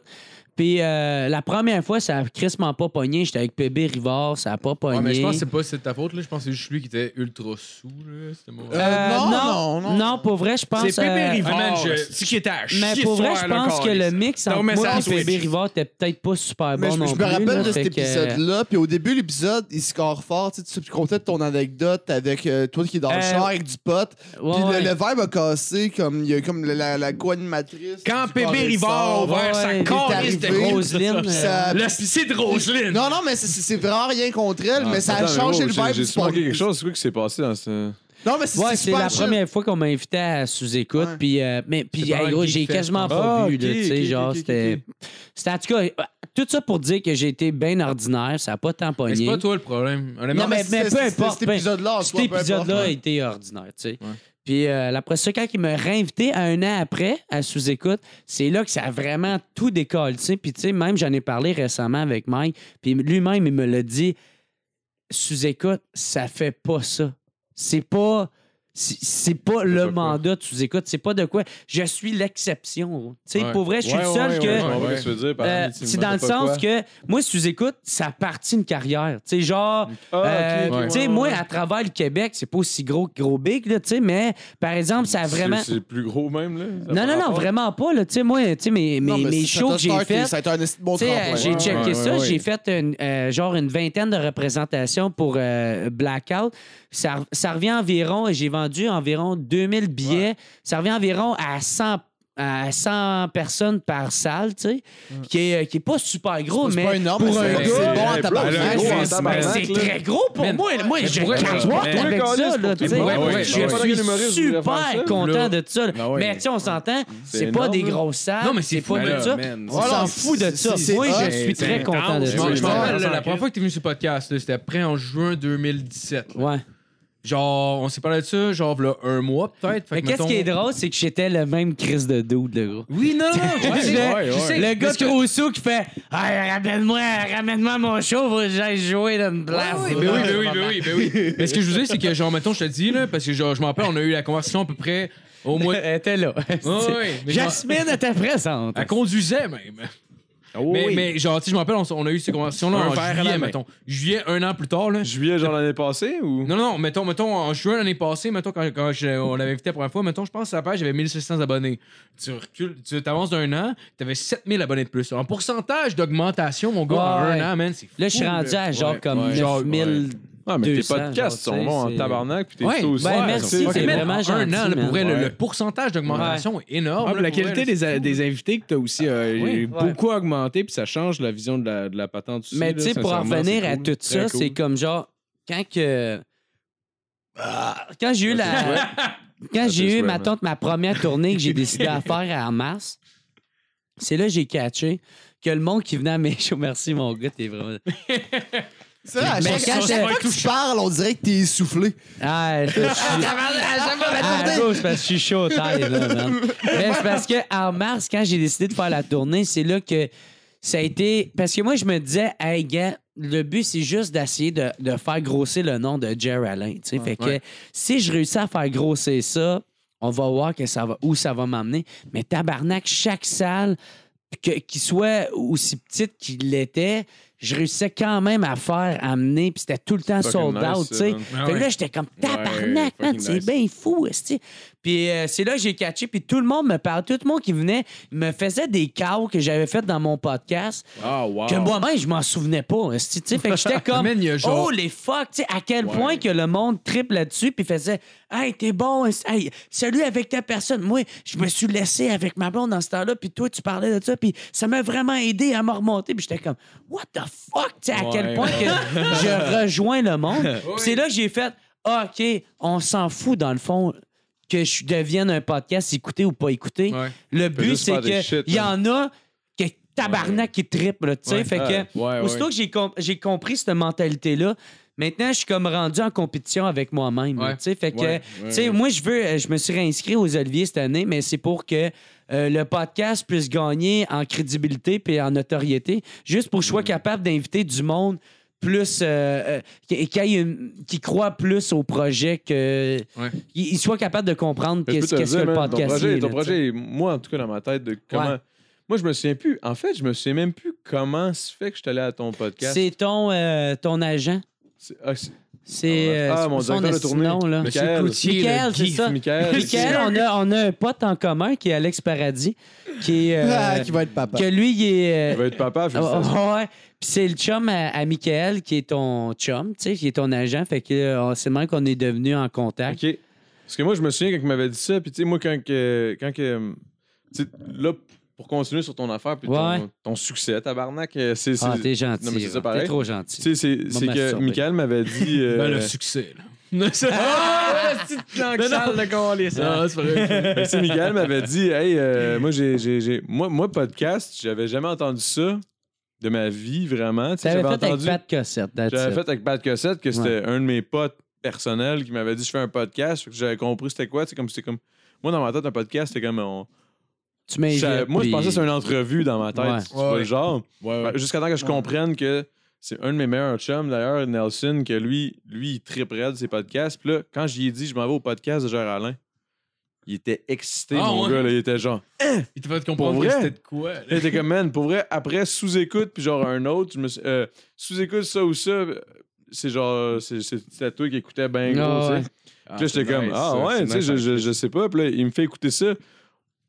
S1: Puis euh, la première fois, ça a crissement pas pogné. J'étais avec PB Rivard, ça a pas pogné.
S6: Ouais, mais je pense que c'est pas c'est de ta faute, là. Je pense que c'est juste lui qui était ultra saoul, là. C'était moi.
S3: Euh, non, non, non.
S1: pour vrai, je pense...
S5: C'est Pépé
S1: euh,
S5: Rivard.
S6: Ah, man, je-
S5: C'est qui était à chier
S1: Mais
S5: ce
S1: pour vrai,
S5: soir,
S1: je
S5: là,
S1: pense que
S5: câlisse.
S1: le mix
S5: T'as
S1: entre
S5: remis
S1: moi
S5: ça à
S1: et Pébé
S5: Twitch.
S1: Rivard était peut-être pas super
S3: Mais
S1: bon
S3: je,
S1: non
S3: je me
S1: plus,
S3: rappelle
S1: là,
S3: de cet
S1: fait que-
S3: épisode-là, puis au début de l'épisode, il score fort. Tu, sais, tu comptais de ton anecdote avec euh, toi qui est dans le
S1: Euh,
S3: char avec du pote.
S1: Ouais,
S3: puis
S1: ouais.
S3: Le, le verbe a cassé, comme il y a comme la, la, la co-animatrice.
S5: Quand
S3: du
S5: Pépé
S3: Corée du
S5: Rivard a
S3: Sable.
S5: ouvert
S1: Ouais,
S5: sa
S1: ouais,
S5: câlisse de
S3: il est arrivé.
S5: grosse.
S1: Roselyne,
S3: Puis
S1: euh,
S3: ça-
S5: Le style de Roselyne.
S3: Non, non, mais c'est- c'est c'est vraiment rien contre
S1: Ah,
S3: elle, mais ça a
S2: Attends, mais
S3: changé
S1: oh,
S2: wow,
S3: le
S2: j'ai-
S3: vibe
S2: J'ai
S3: du
S2: su manquer quelque
S3: podcast.
S2: chose. C'est quoi qui s'est passé dans ce.
S3: Non, mais c'est
S1: Ouais, c'est
S3: super
S1: la
S3: chill.
S1: première fois qu'on m'a invité à sous-écoute.
S3: Ouais.
S1: Puis, euh, mais, puis
S6: C'est pas
S1: hey, gros,
S6: un
S1: j'ai
S6: geek
S1: quasiment
S2: fest,
S1: pas
S2: hein.
S1: bu,
S2: Ah,
S1: là,
S2: ok,
S1: tu sais,
S2: ok,
S1: genre,
S2: ok,
S1: c'était... C'était en tout cas... euh, Tout ça pour dire que j'ai été bien ordinaire, ça n'a pas tant
S6: Mais c'est
S1: pogné.
S6: pas toi le problème. Honnêtement,
S1: Non, mais-
S3: c'est-
S1: peu
S3: c'est-
S1: importe,
S3: Cet
S1: peu-
S3: épisode-là, en
S1: Cet
S3: soi, peu importe.
S1: épisode-là a été ordinaire, tu sais. Puis euh, après ça, quand il m'a réinvité un an après à sous-écoute, c'est là que ça a vraiment tout décolle, tu sais. Puis tu sais, même j'en ai parlé récemment avec Mike, puis lui-même, il me l'a dit, sous-écoute, ça fait pas ça. C'est pas... C'est c'est pas le mandat de sous-écoute, c'est pas de quoi. Je suis l'exception. Tu sais,
S6: Ouais.
S1: pour vrai, je suis
S2: Ouais,
S1: le seul
S2: ouais,
S1: que...
S2: ouais, ouais, ouais, qu'est-ce que tu veux dire par
S1: Euh,
S2: ultimement,
S1: c'est dans le
S2: pas
S1: sens
S2: quoi?
S1: que moi, si tu écoutes, ça partit une carrière. Tu sais, genre,
S2: Ah, ok,
S1: euh,
S2: ok,
S1: tu sais,
S2: ouais,
S1: moi,
S2: ouais.
S1: à travers le Québec, c'est pas aussi gros que gros big, là, tu sais, mais par exemple, ça a
S2: C'est-
S1: vraiment.
S2: C'est plus gros, même, là. ça
S1: Non,
S2: par
S1: non, non,
S2: rapport.
S1: vraiment pas, là. Tu sais, moi, tu sais, mes, mes,
S3: Non, mais
S1: mes
S3: ça
S1: shows
S3: t'a
S1: que j'ai
S3: starté,
S1: fait.
S3: Ça a été un esti de bon
S1: Tu sais,
S3: tremplin.
S1: euh, j'ai
S3: Ouais.
S1: checké
S5: ouais,
S1: ça,
S5: ouais.
S1: j'ai fait une, euh, genre une vingtaine de représentations pour euh, Blackout. Ça, re- ça revient environ, j'ai vendu environ 2000 billets. Ça revient environ à 100 à 100 personnes par salle, tu sais, qui, est, qui est pas super gros,
S3: C'est
S1: mais
S3: pas énorme,
S1: pour
S3: mais
S1: un
S3: c'est-
S1: gars,
S3: c'est bon à
S2: Ouais,
S3: tabarnak.
S2: là,
S1: Ouais,
S2: gros
S1: je-
S2: en
S1: c'est-
S2: tabarnak,
S1: c'est
S2: là.
S1: très gros pour
S6: Man,
S1: moi. Moi,
S6: mais
S1: je
S6: pour vrai,
S1: capote avec
S6: ouais,
S2: ouais,
S1: ça.
S2: ouais,
S1: Là,
S2: ouais,
S1: tu sais.
S6: ouais, ouais,
S1: je
S6: ouais,
S1: suis
S6: ouais.
S2: humoriste, vous voulez faire
S1: super
S2: ça?
S1: content
S6: Là.
S1: de ça. là.
S5: Ben ouais.
S1: Mais tu sais, on s'entend, c'est
S2: C'est
S1: pas
S2: énorme,
S1: des
S2: là.
S1: grosses salles.
S6: Non, mais c'est
S1: c'est pas
S6: fou,
S1: de
S6: là,
S1: ça.
S5: man.
S1: On s'en fout de ça.
S3: c'est-
S1: Moi,
S3: c'est-
S1: je suis
S5: c'est
S1: très
S5: intense.
S1: content de
S6: Je
S1: ça.
S6: m'en- je m'en
S2: Ouais,
S6: rappelle,
S2: ouais,
S6: là, la première fois que t'es venu sur le podcast, là, c'était après en juin 2017.
S1: Ouais.
S6: Genre, on s'est parlé de ça, genre, v'là un mois peut-être. Fait
S1: Mais
S6: que,
S1: qu'est-ce
S6: mettons-
S1: qui est drôle, c'est que j'étais le même crise de dude, le gros.
S6: Oui, non, non, *laughs* non, je
S1: Je-
S6: sais, je sais,
S1: Le gars
S6: parce que-
S1: trop sous qui fait Hey, ramène-moi, ramène-moi mon show, faut que j'aille jouer dans une place.
S6: Ben oui, ben oui, ben oui, ben oui. Mais ce que je vous dis, c'est que, genre, mettons, je te dis, là, parce que, genre, je m'en rappelle, on a eu la conversation à peu près au mois.
S1: Elle était là.
S6: Ouais, ouais, mais genre-
S1: Jasmine était présente.
S6: Elle conduisait même.
S5: Oh,
S6: mais,
S5: oui.
S6: mais, genre, tu sais, je m'en rappelle, on, s- on a eu ces conversations-là
S5: Un
S6: en
S5: verre à la
S6: juillet,
S5: main.
S6: mettons. Juillet, un an plus tard, là.
S2: Juillet, genre l'année passée ou.
S6: Non, non, mettons, mettons, en juin l'année passée, mettons, quand, quand je- on l'avait invité la première fois, mettons, je pense que sa page, j'avais 1600 abonnés. Tu recules, tu t'avances d'un an, t'avais 7000 abonnés de plus. En pourcentage d'augmentation, mon gars, en
S1: Ouais.
S6: un an, man, c'est fou.
S1: Là, je suis rendu à genre
S6: Ouais,
S1: comme
S6: ouais. Genre,
S1: 9000.
S2: Ah, mais tes
S1: 200,
S2: podcasts
S1: genre,
S2: sont bons
S1: tu
S2: en
S1: sais,
S2: tabarnak, puis tes
S6: Ouais,
S2: shows aussi.
S1: ben,
S2: Ouais,
S1: merci,
S2: c'est-
S1: c'est
S2: ok,
S1: vrai.
S2: man.
S1: vraiment
S6: en un
S1: gentil,
S6: an, là,
S1: man.
S6: pour vrai, le,
S2: Ouais.
S6: le pourcentage d'augmentation est énorme.
S5: Ah,
S6: là,
S5: puis la
S6: pour vrai,
S5: qualité
S6: là,
S5: des, des invités que tu as aussi euh,
S1: Oui,
S5: est
S1: ouais.
S5: beaucoup augmenté, puis ça change la vision de la, de la patente aussi.
S1: Mais
S5: là,
S1: tu sais, pour en
S5: sincèrement,
S1: revenir
S5: c'est
S1: à
S5: cool.
S1: tout
S5: Très
S1: ça,
S5: cool.
S1: c'est comme genre, quand que. Ah, Quand j'ai eu la. *laughs* Quand j'ai eu,
S2: souhaite,
S1: ma
S2: man.
S1: tante, ma première tournée
S5: *laughs*
S1: que j'ai décidé à faire en mars, c'est là que j'ai catché que le monde qui venait à mes shows, *laughs* merci mon gars, t'es vraiment.
S3: C'est vrai, à
S1: Mais
S3: chaque
S1: quand
S3: à chaque
S1: je-
S3: fois que tu parles, on dirait que t'es essoufflé.
S1: Ah, je suis. Ah, à cause, parce que je suis chaud au taille, *laughs* là, man. Mais c'est parce que en mars, quand j'ai décidé de faire la tournée, c'est là que ça a été. Parce que moi, je me disais, hey, gars, le but, c'est juste d'essayer de, de faire grossir le nom de Jer Alain. tu sais. fait que si je réussis à faire grossir ça, on va voir que ça va, où ça va m'emmener. Mais tabarnak, chaque salle, que- qu'il soit aussi petite qu'il l'était, je réussissais quand même à faire amener, puis c'était tout le temps
S2: Fucking
S1: sold
S2: nice,
S1: out,
S2: ça,
S1: tu sais.
S2: man.
S1: Fait que là, j'étais comme tabarnak,
S5: Ah Ouais,
S1: man,
S5: fucking
S1: c'est
S5: nice.
S1: bien fou, esti. Puis euh, c'est là que j'ai catché, puis tout le monde me parle, tout le monde qui venait me faisait des cows que j'avais faites dans mon podcast,
S5: Ah, wow.
S1: que moi-même, je m'en souvenais pas, esti, tu sais. Fait que
S5: *laughs*
S1: j'étais comme,
S6: Ah, Man, il y a genre-
S1: oh les fuck, tu sais, à quel
S5: Ouais.
S1: point que le monde triple là-dessus, puis faisait, hey, t'es bon, esti. hey, salut avec ta personne. Moi, je me suis laissé avec ma blonde dans ce temps-là, puis toi, tu parlais de ça, puis ça m'a vraiment aidé à me remonter, puis j'étais comme, what the fuck, tu sais, à quel point que je rejoins le monde. Puis c'est là que j'ai fait, Ah, OK, on s'en fout dans le fond que je devienne un podcast écouté ou pas écouté.
S6: Ouais.
S1: Le but,
S2: juste
S1: c'est
S2: faire des
S1: qu'il
S2: shit,
S1: y en a que tabarnak qui triple, tu sais.
S6: Ouais.
S1: fait que,
S2: Ouais.
S5: Ouais, ouais.
S1: aussitôt que j'ai, com- j'ai compris cette mentalité-là, maintenant, je suis comme rendu en compétition avec moi-même,
S6: Ouais.
S1: tu sais. Fait que,
S5: Ouais,
S1: tu sais, moi, je veux, euh, je me suis réinscrit aux Olivier cette année, mais c'est pour que euh, le podcast puisse gagner en crédibilité puis en notoriété, juste pour que
S2: Mm.
S1: je sois capable d'inviter du monde plus euh, euh, qui, qui aille une- qui croit plus au projet que
S6: Ouais.
S1: il, il soit capable de comprendre
S2: Mais je peux
S1: qu'est-ce
S2: te
S1: qu'est-ce
S2: dire,
S1: que le
S2: man,
S1: podcast
S2: Ton
S1: est,
S2: projet,
S1: là,
S2: ton projet est, moi, en tout cas, dans ma tête, de comment.
S1: Ouais.
S2: Moi, je me souviens plus. En fait, je me souviens même plus comment se fait que je suis allé à ton
S1: tu sais.
S2: podcast.
S1: c'est ton euh, ton agent
S2: C'est- ah, c'est-
S1: c'est euh,
S2: Ah,
S1: c'est
S2: mon
S1: pour ça
S2: directeur de
S1: on a ce
S2: tournée.
S1: nom, là
S2: Monsieur Michael.
S6: Coutier,
S1: Michael,
S6: le
S1: c'est
S6: Guy.
S1: ça
S2: Michael.
S1: Michael, on a, on a un pote en commun qui est Alex Paradis, qui est, euh,
S3: Ah, qui va être papa.
S1: que lui, il est. euh,
S2: Il va être papa. félicitations.
S1: oh, ouais. Puis c'est le chum à, à Michael qui est ton chum, tu sais, qui est ton agent. Fait que euh, c'est le même qu'on est devenu en contact.
S2: OK. Parce que moi, je me souviens quand il m'avait dit ça, puis tu sais, moi, quand que. Quand que hum, tu sais, là, pour continuer sur ton affaire, puis
S1: Ouais.
S2: ton, ton succès, tabarnak, euh, c'est. c'est-
S1: Ah, t'es
S2: Non,
S1: gentil.
S2: mais c'est ça
S1: Rob.
S2: pareil.
S1: T'es trop
S2: tu
S1: gentil.
S2: sais, c'est c'est que
S1: masturber.
S2: Michael
S1: *laughs*
S2: m'avait dit. euh,
S6: Ben, le succès, là. *laughs* Non, c'est
S1: Ah!
S6: Ah, Non, c'est vrai.
S2: Ben, tu sais, Michael m'avait dit, hey,
S1: *laughs*
S2: euh, moi, j'ai, j'ai- j'ai- moi, moi, podcast, j'avais jamais entendu ça de ma vie, vraiment. Tu sais,
S1: T'avais
S2: j'avais
S1: fait
S2: entendu.
S1: avec Pat Cossette. that's
S2: j'avais
S1: it.
S2: fait avec Pat Cossette que c'était un de mes potes personnels qui m'avait dit, je fais un podcast. Fait que J'avais compris c'était quoi. C'est comme, c'est comme, moi, dans ma tête, un podcast, c'était comme. on-
S1: Tu m'invites,
S2: je- moi, je
S1: puis-
S2: pensais que c'était une entrevue dans ma tête.
S1: Ouais.
S2: Tu vois, le genre. Ben, Jusqu'à temps que je comprenne que c'est un de mes meilleurs chums, d'ailleurs, Nelson, que lui, lui, il triperait de ses podcasts. Puis là, quand j'y ai dit, je m'en vais au podcast de Gérard Alain, il était excité,
S6: Ah,
S2: mon
S6: ouais?
S2: gars. là. il était genre.
S6: Il t'a fait comprendre
S2: Pour
S6: que
S2: vrai?
S6: c'était de quoi, là.
S2: Il était comme, man, pour vrai, après sous-écoute, puis genre un autre, je me suis- euh, sous-écoute ça ou ça, euh, c'est genre, c'est c'est- c'était toi qui écoutais ben gros,
S1: Ah,
S2: tu sais.
S1: ouais.
S5: Ah,
S2: Puis là, j'étais
S5: c'est
S2: comme,
S5: nice,
S2: ah
S5: ça,
S2: ouais,
S5: c'est
S2: tu sais,
S5: nice,
S2: je,
S5: hein.
S2: je, je sais pas. Puis là, il me fait écouter ça.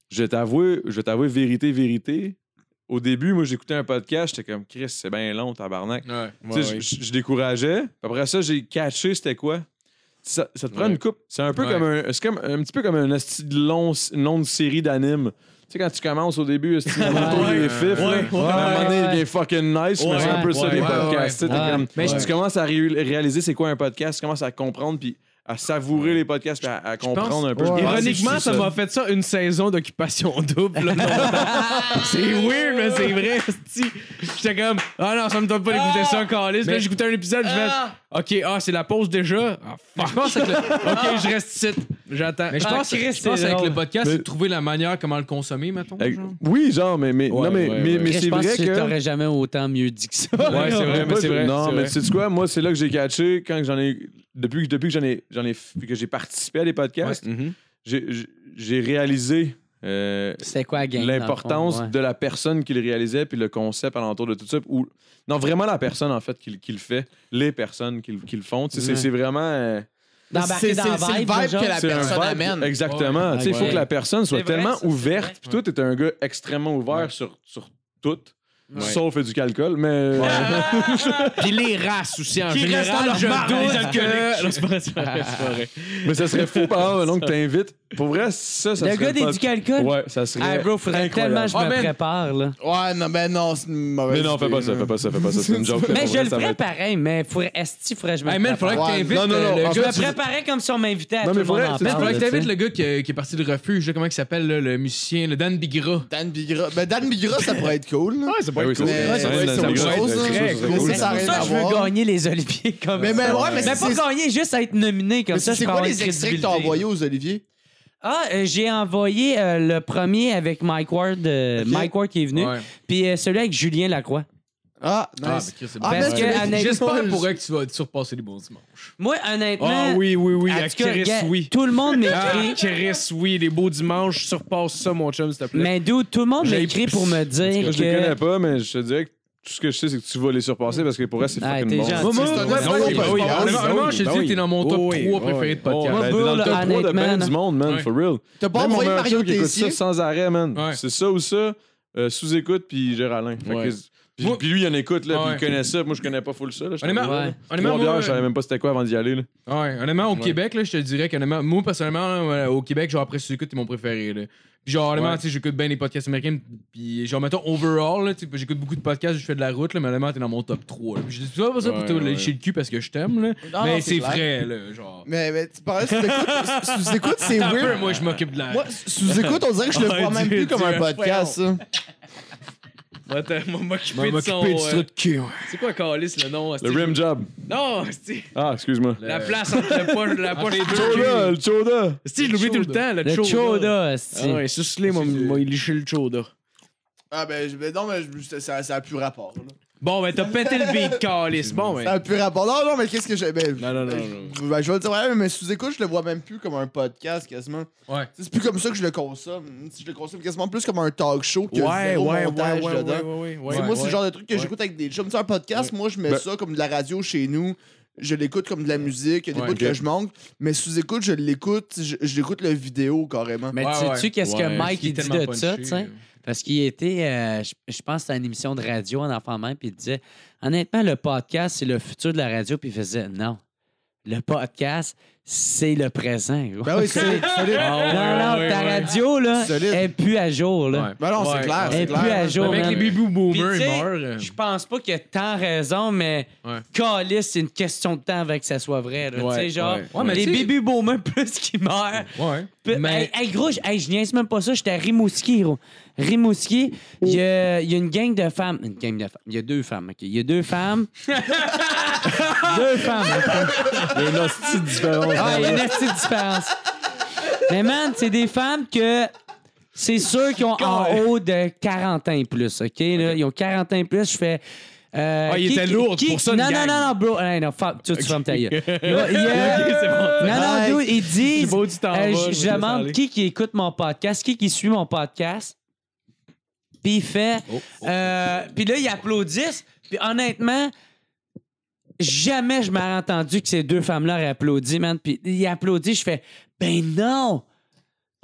S2: Je vais t'avouer, je vais t'avouer vérité, vérité. Au début, moi, j'écoutais un podcast, j'étais comme, Chris, c'est bien long, tabarnak.
S6: Ouais.
S2: Tu sais, je- je je décourageais. Puis Après ça, j'ai catché c'était quoi. Ça, ça te prend une coupe. C'est un peu
S6: Ouais.
S2: comme un. C'est comme un petit peu comme un esti de long, une longue série d'animes. Tu sais, quand tu commences au début, esti, le moto, il est fif. là.
S5: ouais,
S2: À un moment donné,
S1: ouais.
S2: il devient fucking nice. mais
S5: Ouais,
S2: c'est un peu ça,
S5: ouais,
S2: les
S5: ouais,
S2: podcasts. tu sais, t'es
S1: ouais.
S2: comme-
S1: Mais je-
S2: Tu commences à ré- réaliser c'est quoi un podcast, tu commences à comprendre, puis à savourer les podcasts puis à, à comprendre un peu.
S3: Ouais.
S2: Je pense que
S5: Ironiquement,
S2: c'est
S5: ça m'a fait ça une saison d'occupation double. là, longtemps. c'est weird, mais c'est vrai. esti. J'étais comme, ah non, ça me donne pas d'écouter ça, Calis. Là, j'écoutais un épisode, je fais, ok, ah, c'est la pause déjà. Ah, fuck. ok, je reste ici. J'attends.
S6: Mais je
S1: Ah,
S6: pense,
S1: Chris,
S6: je
S1: c'est
S6: pense avec
S1: drôle.
S6: le podcast,
S2: Mais-
S6: c'est de trouver la manière comment le consommer, mettons.
S2: Euh,
S6: genre.
S2: Oui, genre, mais, mais,
S5: Ouais,
S2: non, mais,
S5: ouais,
S2: mais,
S5: ouais.
S2: mais
S1: Chris,
S2: c'est
S1: je pense
S2: vrai
S1: que,
S2: que.
S1: t'aurais jamais autant mieux dit que ça.
S5: Ouais, c'est vrai, mais
S2: Moi,
S5: c'est
S2: je-
S5: vrai.
S2: Non,
S5: c'est
S2: mais
S5: vrai.
S2: tu sais quoi? Moi, c'est là que j'ai catché quand que j'en ai. Depuis, que- depuis que j'en ai, j'en ai f- que j'ai participé à des podcasts,
S5: Mhm.
S2: j'ai- j'ai- j'ai réalisé euh,
S1: C'est quoi la game? dans le fond,
S2: l'importance
S1: ouais.
S2: de la personne qui le réalisait puis le concept alentour de tout ça. Ou, non, vraiment la personne, en fait, qui, le- qui le fait. Les personnes qui, le- qui le font. Tu sais, c'est-
S1: Ouais.
S2: C'est vraiment... euh,
S1: D'embarquer
S3: C'est-
S1: dans la
S3: c'est- c'est le
S1: vibe,
S3: vibe
S1: genre.
S3: que la-
S2: c'est un
S3: personne
S2: vibe.
S3: amène.
S2: Exactement.
S1: Ouais.
S2: Tu sais, Il faut
S1: Ouais.
S2: que la personne soit
S1: C'est vrai,
S2: tellement
S1: ça, c'est vrai.
S2: ouverte. Puis toi, t'es un gars extrêmement ouvert sur, sur tout. Sauf du calcul, mais...
S7: Puis les races aussi, en
S5: Qui reste dans
S7: général,
S5: leur
S7: je
S5: marre, les
S7: doute
S5: alcooliques.
S7: que... Non, c'est pas vrai, c'est pas vrai, c'est pas vrai.
S2: Mais ça serait fou, par exemple, donc t'invites. Pour vrai, ça, ça
S1: Le
S2: serait
S1: gars
S2: pas-
S1: des du calcul.
S2: Ouais, ça serait.
S1: Hey, bro, faudrait
S2: incroyable.
S1: tellement que je
S3: Ah,
S1: me
S3: man.
S1: prépare, là.
S3: Ouais, non, mais non, c'est une mauvaise
S2: Mais non, fais
S3: idée,
S2: pas ça,
S3: là.
S2: fais pas ça, fais pas ça. C'est une joke. là,
S1: Mais
S2: pour
S1: je
S2: vrai,
S1: le
S2: ça va
S1: ferais
S2: être-
S1: pareil, mais faudrait, esti, faudrait que je me
S6: Hey, man,
S1: prépare.
S6: faudrait que
S3: Ouais,
S6: t'invites
S2: non, non,
S6: euh,
S2: non, en
S6: le gars.
S1: Je
S2: fait,
S1: me préparais comme si on m'invitait à
S2: Non,
S1: tout
S2: mais
S1: le monde
S2: faudrait-
S1: en
S2: c'est-
S6: Man, faudrait
S1: parle,
S6: que
S1: là,
S6: t'invites
S1: tu
S6: le gars qui, euh, qui est parti de refuge, là, comment il s'appelle, là, le musicien, le Dan Bigra.
S3: Dan Bigra. Ben, Dan Bigra, ça pourrait être cool. là.
S5: c'est
S2: Ah oui, ça,
S3: Mais-
S2: c'est-
S3: Ouais,
S2: c'est-
S3: ça
S2: c'est-
S3: serait
S2: c'est-
S3: autre
S2: c'est-
S3: chose,
S2: c'est-
S3: là.
S2: c'est- c'est-
S3: Mais
S2: c'est-
S1: sais.
S3: ça a
S1: C'est
S3: rien
S1: pour ça
S3: à
S1: que je veux
S3: voir.
S1: gagner les Oliviers comme
S3: Mais,
S1: ça.
S3: mais ouais, mais
S1: Ben,
S3: c'est-
S1: pas
S3: c'est-
S1: gagner, juste à être nominé comme
S3: Mais
S1: ça.
S3: c'est
S1: je vais
S3: quoi
S1: avoir
S3: les
S1: une
S3: extraits que t'as
S1: crédibilité.
S3: envoyés aux Olivier?
S1: Ah, euh, j'ai envoyé euh, le premier avec Mike Ward, euh,
S3: Ok.
S1: Mike Ward qui est venu,
S6: Ouais.
S1: puis euh, celui avec Julien Lacroix.
S3: Ah, nice.
S6: mais Chris, c'est
S3: Ah,
S6: bon.
S1: Parce
S3: ben,
S1: que,
S3: tu-
S1: honnêtement,
S6: J'espère pour eux que tu vas te surpasser les bons dimanches.
S1: moi, honnêtement,
S5: Ah oui, oui, oui.
S1: Euh, en
S5: à
S1: tout cas,
S5: Chris,
S1: gars,
S5: oui.
S1: tout le monde
S5: Ah,
S1: m'écrit,
S5: Chris, oui. Les beaux dimanches, surpasse ça, mon chum, s'il te plaît.
S1: mais d'où tout le monde
S5: J'ai-
S1: m'écrit pour me dire
S2: Moi, je les
S1: que...
S2: connais pas, mais je te dirais que tout ce que je sais, c'est que tu vas les surpasser parce que pour vrai, c'est
S1: Ah,
S2: fucking
S1: t'es
S2: bon.
S1: gentil.
S2: Moi,
S1: moi,
S3: c'est un autre
S6: moi, moi,
S3: chose.
S6: moi,
S2: oui,
S6: moi,
S2: ah oui,
S6: moi,
S2: ah
S6: moi,
S2: oui,
S6: je te
S2: ben
S6: dis que
S2: oui.
S6: t'es dans mon top
S5: Oh oui,
S6: 3
S5: oh
S6: préféré de
S5: oui. Oh
S2: Ben,
S6: podcast.
S1: Moi,
S2: t'es dans le
S1: Bull,
S2: top 3 de
S1: honnêtement,
S2: bands du monde, man,
S6: Ouais.
S2: for real.
S3: T'as pas
S2: Même
S3: envoyé
S2: mon
S3: Mario
S2: Mario qui écoute
S3: Tessier?
S2: ça sans arrêt, man.
S6: Ouais.
S2: C'est ça ou ça, euh, sous-écoute, puis Gérard Alain. Fait que-
S5: Ouais.
S2: Puis,
S6: Moi-
S2: puis lui, il en écoute, là,
S6: Ouais.
S2: puis il connaît ça. Moi, je connais pas full ça. Là, je
S6: Honnêtement,
S2: t'avoue.
S1: Ouais.
S6: honnêtement,
S2: Trois bières,
S6: moi,
S2: je savais même pas c'était quoi avant d'y aller. là.
S6: Ouais, honnêtement, au Québec, là, je te dirais que honnêtement, moi, personnellement, là, au Québec, genre, après, Suzuki, t'es mon préféré. Là. Puis, genre, honnêtement, tu sais, j'écoute bien les podcasts américains. Puis, genre, mettons, overall, là, tu sais, j'écoute beaucoup de podcasts, je fais de la route, là, mais honnêtement, t'es dans mon top 3. là. Puis, je dis ça, pas ça pour
S5: Ouais,
S6: te
S5: ouais.
S6: lécher le cul parce que je t'aime, là.
S3: Ah, Non, non,
S6: mais
S3: c'est
S6: c'est
S3: clair.
S6: vrai, là, genre.
S3: Mais, mais tu parlais sous-écoute. Sous-écoute, c'est
S6: Attends un peu,
S3: weird.
S6: moi, je m'occupe de la.
S3: Moi, sous-écoute, on dirait que je le vois même plus comme un podcast, ça.
S7: Va te- Moi,
S6: Je vais
S7: m'occuper de son...
S6: m'occuper du
S7: euh,
S6: truc de cul, ouais.
S7: C'est quoi, Calis, le nom?
S2: Le
S7: c'est-
S2: rim job.
S7: Non, c'est...
S2: Ah, excuse-moi.
S7: La place entre le poche, la poche des deux.
S2: Choda, le Choda.
S7: Si, je l'oublie tout le temps, le
S1: Le
S7: Choda.
S1: Choda, esti.
S5: Ah ouais, suce-les, moi, moi, il lichait le choda.
S3: Ah, ben, je- ben non, mais je- ça, ça a plus rapport. là.
S7: Bon, ben, t'as pété le
S3: *laughs*
S7: beat, Calis. Bon, ben...
S3: Ça a plus rapport. Non, non, mais qu'est-ce que j'ai. Ben,
S5: Non, non, non,
S3: je- ben, je vais le dire, ouais, mais sous-écoute, je le vois même plus comme un podcast quasiment.
S6: Ouais.
S3: C'est plus comme ça que je le consomme. Je le consomme quasiment plus comme un talk show que zéro montage dedans.
S5: ouais,
S3: Tu sais, moi, c'est le genre de truc que j'écoute avec des chums. Tu sais, un podcast, moi, je mets ça comme de la radio chez nous. Je l'écoute comme de la musique. Il y a des
S6: Ben Ouais,
S3: bouts
S6: ok.
S3: que je manque. Mais sous-écoute, je l'écoute. Je, je l'écoute le vidéo carrément.
S1: Mais
S6: Ouais,
S1: sais-tu
S6: ouais.
S1: qu'est-ce que
S5: Ouais.
S1: Mike
S6: Il est
S1: il dit
S6: tellement
S1: de ça,
S6: punché,
S1: tu sais?
S6: là.
S1: Parce qu'il était, euh, je je pense, à une émission de radio en enfant même, puis il disait Honnêtement, le podcast, c'est le futur de la radio, puis il faisait Non, le podcast, c'est le présent. gros.
S6: *laughs*
S3: Ben oui, c'est solide.
S1: non, non, ta radio, là,
S3: Solide.
S1: est plus à jour, là.
S6: Ouais.
S3: Ben non, c'est
S6: Ouais,
S3: clair.
S1: Elle est
S3: C'est
S1: plus
S3: clair.
S1: à jour,
S6: Avec
S1: man.
S6: les baby boomers,
S1: Puis,
S6: ils
S1: tu sais,
S6: meurent.
S1: Je pense pas qu'il a tant raison, mais
S6: Ouais.
S1: calice, c'est une question de temps avec que ça soit vrai. là.
S5: Ouais,
S1: tu sais, genre,
S5: ouais.
S6: Ouais, mais
S1: les
S6: tu sais-
S1: bébés boomers, plus qu'ils meurent,
S6: Ouais.
S1: Pe-
S6: Mais-
S1: Hey, hey, gros, je- hey, je niaise même pas ça. J'étais à Rimouski, gros. Rimouski, il y, a il y a une gang de femmes. Une gang de femmes. Il y a deux femmes, OK? Il y a deux femmes. deux femmes,
S2: Il y a une hostie de différence.
S1: Ah, il y a une assez de différence. Mais man, c'est des femmes que... C'est sûr qu'ils ont en haut de 40 ans et plus, OK? Là, ils ont 40 ans et plus. Je fais... euh,
S5: Ah, il
S1: qui-
S5: était lourd pour ça, une
S1: Non, non,
S5: gang.
S1: non, non, bro. Non, non, fa- tu, tu fermes ta gueule. Il y a- il y a-
S6: *laughs*
S1: non,
S3: Bye.
S1: non, dude, ils disent.
S5: beau, tu t'en
S1: euh, je-
S5: vas, je vais te
S1: je
S5: laisser
S1: demande
S5: aller.
S1: qui qui écoute mon podcast, qui qui suit mon podcast. Puis il fait.
S5: Oh,
S1: euh, puis là, ils applaudissent. Puis honnêtement, jamais je m'aurais entendu que ces deux femmes-là auraient applaudi, man. Puis ils applaudissent. Je fais, ben non!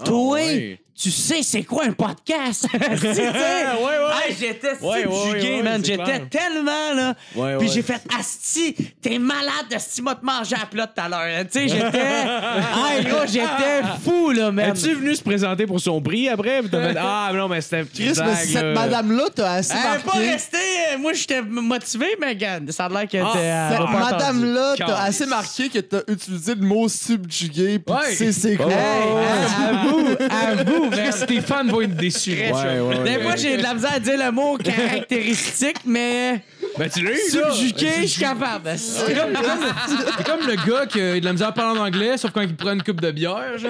S1: Toi,
S5: Ah, ouais.
S1: tu sais c'est quoi un podcast? *laughs* Si, tu
S5: *laughs*
S1: sais. Hey, J'étais
S5: Ouais, ouais,
S1: subjugué,
S5: ouais, ouais,
S1: man.
S5: c'est
S1: J'étais
S5: clair.
S1: tellement là.
S5: Ouais,
S1: Puis
S5: ouais.
S1: j'ai fait Asti, t'es malade de ce m'a te manger à plat tout à l'heure. Tu sais, j'étais.
S3: *laughs*
S1: hey, gros, j'étais fou, là, man.
S5: Es-tu venu se présenter pour son prix après? Puis
S3: *laughs*
S5: t'as fait, ah, mais non, mais c'était.
S3: Chris, mais
S5: blague, euh.
S3: cette
S2: euh,
S5: là.
S3: madame-là, t'as assez
S1: Elle est pas
S3: marqué.
S1: restée. euh, Moi, j'étais motivé, Megan. Ça a l'air
S3: Ah,
S1: que t'es. euh,
S3: Cette
S1: pas entendu.
S3: madame-là, t'as
S5: Calisse.
S3: assez marqué que t'as utilisé le mot subjugué, pis tu sais c'est quoi.
S1: Hey,
S5: Ah,
S1: à vous, à vous, man.
S6: Stéphane va être déçu.
S1: Très chaud. Des fois, j'ai de la misère à dire le mot caractéristique,
S3: *laughs*
S1: mais
S5: Ben, tu l'as eu, là.
S1: subjugué, je suis capable. *laughs*
S6: C'est comme, c'est comme le gars qui a de la misère à parler en anglais, sauf quand il prend une coupe de bière,
S5: *laughs*
S6: genre.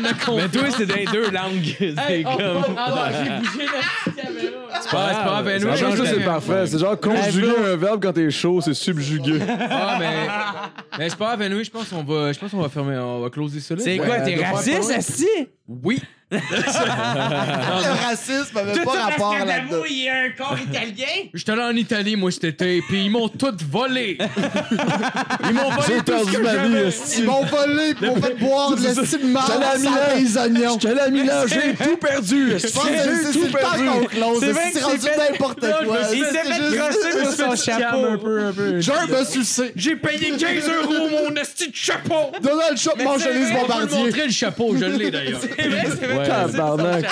S5: Mais toi, c'est dans les deux langues. C'est
S1: Ah,
S5: comme.
S6: C'est pas, c'est pas grave, ben,
S2: Ah,
S6: nous,
S2: je pense que ça, c'est parfait. C'est genre conjuguer un verbe quand t'es chaud, c'est subjuguer.
S6: Ah, mais, mais c'est pas grave, ben, oui, je pense qu'on va, je pense qu'on va fermer, on va closer ça là.
S1: C'est
S3: Ben,
S1: quoi, t'es raciste, Asti?
S6: Oui.
S3: Le racisme avait pas rapport là-dedans.
S1: il y a un corps italien.
S6: J'étais allé en Italie, moi, cet été, puis ils m'ont tout
S5: *laughs*
S6: volé. Ils m'ont volé
S2: J'ai
S6: tout ce
S2: perdu
S6: que
S2: ma vie,
S6: j'avais.
S2: esti.
S3: Ils m'ont volé, pis m'ont
S2: *laughs*
S3: fait boire de l'estime mal
S2: J'allais à
S3: à
S2: Milan.
S3: les oignons.
S2: J'étais allé à Milan, j'ai tout perdu.
S3: Je pense que c'est c'est le temps qu'on close.
S1: C'est vrai
S3: C'est
S1: que
S3: rendu
S1: c'est fait-
S3: n'importe quoi.
S1: Il s'est
S3: C'est
S1: fait
S3: juste-
S1: grosser
S3: *laughs*
S1: pour son chapeau.
S3: Jer me sucé.
S6: J'ai payé 15 euros mon esti de chapeau.
S3: Donald Trump mange
S1: c'est vrai,
S3: Alice
S6: Je vais te
S3: Bombardier.
S6: montrer le chapeau, je l'ai
S5: *laughs*
S6: d'ailleurs.
S1: C'est vrai, c'est vrai.
S2: Tabarnak.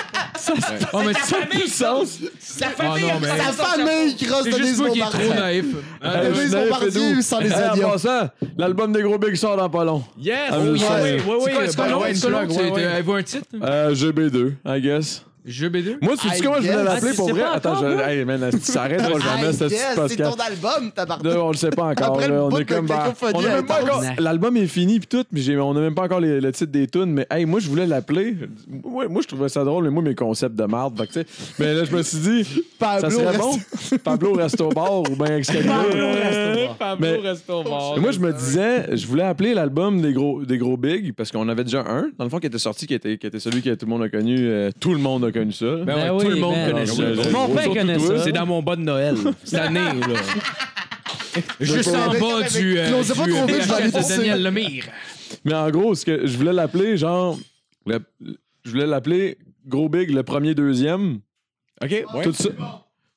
S6: Oh, mais
S1: Ça fait plus sens. La famille,
S6: Ah, non, mais-
S1: a
S3: Sa
S1: son chapeau.
S3: famille grosse
S6: c'est juste
S3: Denise
S6: moi qui est trop
S3: Bombardier.
S6: naïf.
S2: Ah,
S3: Denise
S2: je l'avais fait
S3: Bombardier
S2: d'où?
S3: sans les
S2: Eh, en
S3: oignons.
S2: passant, l'album des gros bigs sort dans pas long.
S5: Yes!
S2: Ah,
S5: oui,
S2: oui,
S5: oui, oui, oui.
S6: Est-ce que
S5: Ben,
S6: l'on,
S5: ouais,
S6: est-ce que
S5: une
S6: l'on,
S5: plug, ouais,
S6: c'est-
S5: ouais.
S6: avez-vous un titre?
S2: Euh, GB2, I guess.
S6: Jeu B2?
S2: Moi, tu sais
S3: I
S2: comment je voulais
S3: guess.
S2: l'appeler
S1: Ah,
S2: pour
S1: c'est
S2: vrai?
S1: pas
S2: Attends,
S1: encore,
S2: je...
S1: là?
S2: hey, man, ça s'arrêtera jamais,
S3: Ah,
S2: ce petit
S3: yes, c'est
S2: podcast.
S3: ton album, tabarnak.
S2: Là, on le sait pas encore.
S3: Après le
S2: là.
S3: bout
S2: on est
S3: de
S2: comme. ben,
S3: cacophonie
S2: on a même pas
S3: intense.
S2: encore- L'album est fini puis tout, mais j'ai- on a même pas encore les- le titre des tunes. Mais hey, moi, je voulais l'appeler. Moi, moi, je trouvais ça drôle, mais moi, mes concepts de marde. fait que, tu sais, Mais là, je me suis dit, ça
S3: Pablo
S2: serait
S3: reste-
S2: bon. Pablo reste au bar ou bien Excalibur. Mais-
S5: Pablo Restobar.
S2: Et moi, je me disais, je voulais appeler l'album des gros, des gros bigs parce qu'on avait déjà un, dans le fond, qui était sorti, qui était, qui était celui que tout le monde a connu. euh, tout le monde a connu ça.
S1: Ben oui, man.
S2: connaît ça.
S5: Mon
S1: Mon père
S2: Surtout
S1: connaît
S2: toi.
S1: ça.
S5: C'est dans mon bas de Noël.
S6: *laughs*
S5: Cette année, là.
S6: Juste en
S3: Avec-
S6: bas
S3: avec-
S6: du. euh,
S3: Non, c'est pas
S6: du,
S3: trop vite, je vais aller
S6: VHS de
S3: pisser.
S6: Daniel Lemire.
S2: Mais en gros, ce que je voulais l'appeler, genre, le- je voulais l'appeler Gros Big, le premier, deuxième.
S5: OK? Ouais.
S2: Tout, ça,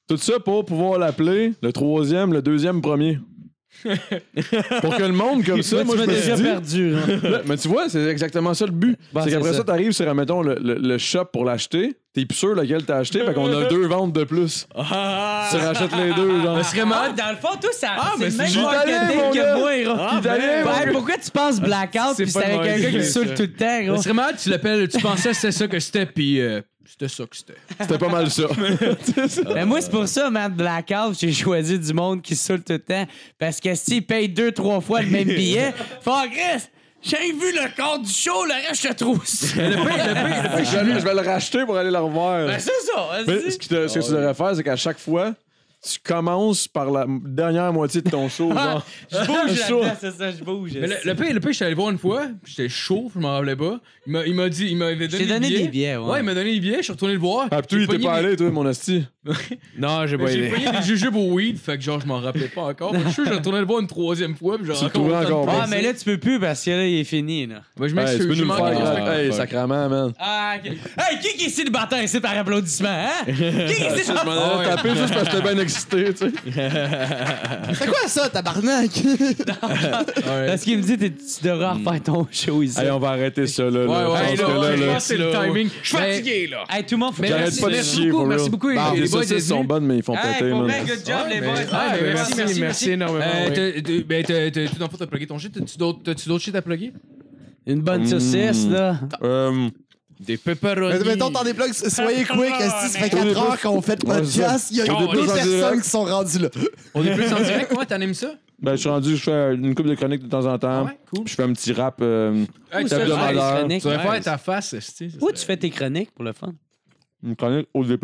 S2: tout ça pour pouvoir l'appeler le troisième, le
S1: *laughs*
S2: deuxième, premier. pour que le monde comme ça, moi,
S1: Tu
S2: je
S1: m'as
S2: me
S1: déjà
S2: suis dit-
S1: perdu. hein.
S2: Là, mais tu vois, c'est exactement ça le but.
S1: Bon,
S2: c'est
S1: c'est
S2: qu'après
S1: ça.
S2: ça, t'arrives sur, mettons, le, le- le shop pour l'acheter. T'es plus sûr lequel t'as acheté, fait qu'on a deux ventes de plus. tu rachètes les deux, genre.
S1: Ah, dans le fond, tout ça. c'est le même
S2: c'est italien,
S1: marketing
S2: mon gars.
S1: que moi, gros.
S2: Italien, mon
S1: Ben,
S2: gars.
S1: pourquoi tu penses blackout
S5: C'est
S1: puis
S5: pas
S1: c'est avec
S5: une
S1: un
S5: mauvaise
S1: gars qui
S5: idée,
S1: saute
S5: ça.
S1: tout le temps,
S6: Ça
S1: gros?
S6: serait malade, tu l'appelles, tu pensais que c'était ça que c'était, puis euh, c'était ça que c'était.
S2: C'était pas mal ça.
S1: *laughs* Mais Ben, moi, c'est pour ça, man, Blackout, j'ai choisi du monde qui saoule tout le temps. Parce que s'ils payent deux, trois fois le même *laughs* billet, faut Chris, j'ai vu le corps du show, le reste, je te trouve.
S2: Fait que je, vais- je vais le racheter pour aller le revoir.
S1: ben, c'est ça,
S2: Mais
S1: vas-y.
S2: ce, qui te- ce que tu devrais faire, c'est qu'à chaque fois, tu commences par la m- dernière moitié de ton show. genre.
S1: Je bouge
S2: chaud.
S1: là-dedans, c'est ça, je bouge.
S6: Mais le, le pire, le pire, je suis allé le voir une fois, puis j'étais chaud, je m'en rappelais pas. Il m'a, il m'a dit, il m'avait
S1: Je
S6: donné,
S1: t'ai donné
S6: les
S1: des
S6: billets.
S1: billets,
S6: Ouais, il m'a donné les billets, je suis retourné le voir.
S2: Ah, puis toi, il
S6: J'ai
S2: t'est pas
S6: pogné
S2: allé, toi, mon hostie.
S5: Non, j'ai pas
S6: des- J'ai
S5: aidé.
S6: payé des jujubes au weed, fait que genre, je m'en rappelais pas encore. Fait que Je suis sûr, je retournais le voir une troisième fois, puis
S2: Tu
S6: genre,
S2: le trouverais encore
S1: Ah,
S2: bien.
S1: mais là, tu peux plus parce que là, il est fini, là.
S6: Ouais, je
S2: Hey,
S6: m'excuse,
S2: tu peux nous
S6: je
S2: le
S6: manque
S2: faire, euh,
S6: de
S2: gratuit.
S6: respect.
S2: Hey, sacrement, man.
S1: Ah, ok. Hey, qui qui est ici le bâtard ici par applaudissement, *laughs* hein? Qui qui est ici
S2: Je m'en avais tapé Ah, juste parce que j'étais bien excité, tu sais.
S3: C'est quoi ça, tabarnak?
S1: Parce qu'il me dit, t'es- tu devras refaire ton show ici.
S2: *laughs* Hey, on va arrêter ça, là.
S6: Ouais,
S2: là.
S6: ouais,
S2: Je pense que
S6: là,
S2: là,
S6: ouais,
S2: là,
S6: là, c'est le timing.
S5: Je suis fatigué, là.
S1: Hey, tout le monde, faut
S6: Mais-
S2: J'arrête
S6: Merci-
S2: pas de
S6: merci
S2: chier,
S6: beaucoup,
S2: for real.
S6: merci beaucoup,
S2: Ah,
S6: les
S2: les
S6: boys,
S2: saucisses
S6: d'être
S2: sont
S6: venus.
S2: bonnes, mais ils font
S1: Hey,
S2: péter,
S1: pour
S2: man.
S1: vrai, good job, les boys.
S6: mais-
S1: Ah,
S6: ah, mais
S1: merci, merci, merci.
S5: énormément.
S6: Euh,
S5: oui.
S6: t'as- t'as- ben, t'as- t'as- tu dans le fond, t'as plugué ton shit, t'as-tu d'autres t'as-tu d'autres shit à plugger?
S1: Une bonne saucisse,
S2: Mm.
S1: là.
S2: Euh,
S5: Des pepperonis.
S3: Mais mettons dans des blogs, soyez quick, esti, ça fait 4 heures qu'on fait le
S2: Ouais,
S3: podcast, il y a
S2: On est
S3: deux
S2: plus en
S3: personnes
S2: direct.
S3: qui sont rendues là.
S6: On est plus en direct, comment t'animes ça?
S2: Ben, je suis rendu, je fais une coupe de chroniques de temps en temps.
S6: Ouais, cool.
S2: Je fais un petit rap. euh,
S6: Hey,
S1: Où
S6: tu
S1: ça,
S6: fais-
S2: Tableau
S1: je fais les
S2: vendeur.
S1: chroniques?
S6: tu vas
S1: Ouais.
S6: faire ta face, esti.
S1: Où tu fais tes chroniques pour le fun?
S2: une chronique au D+.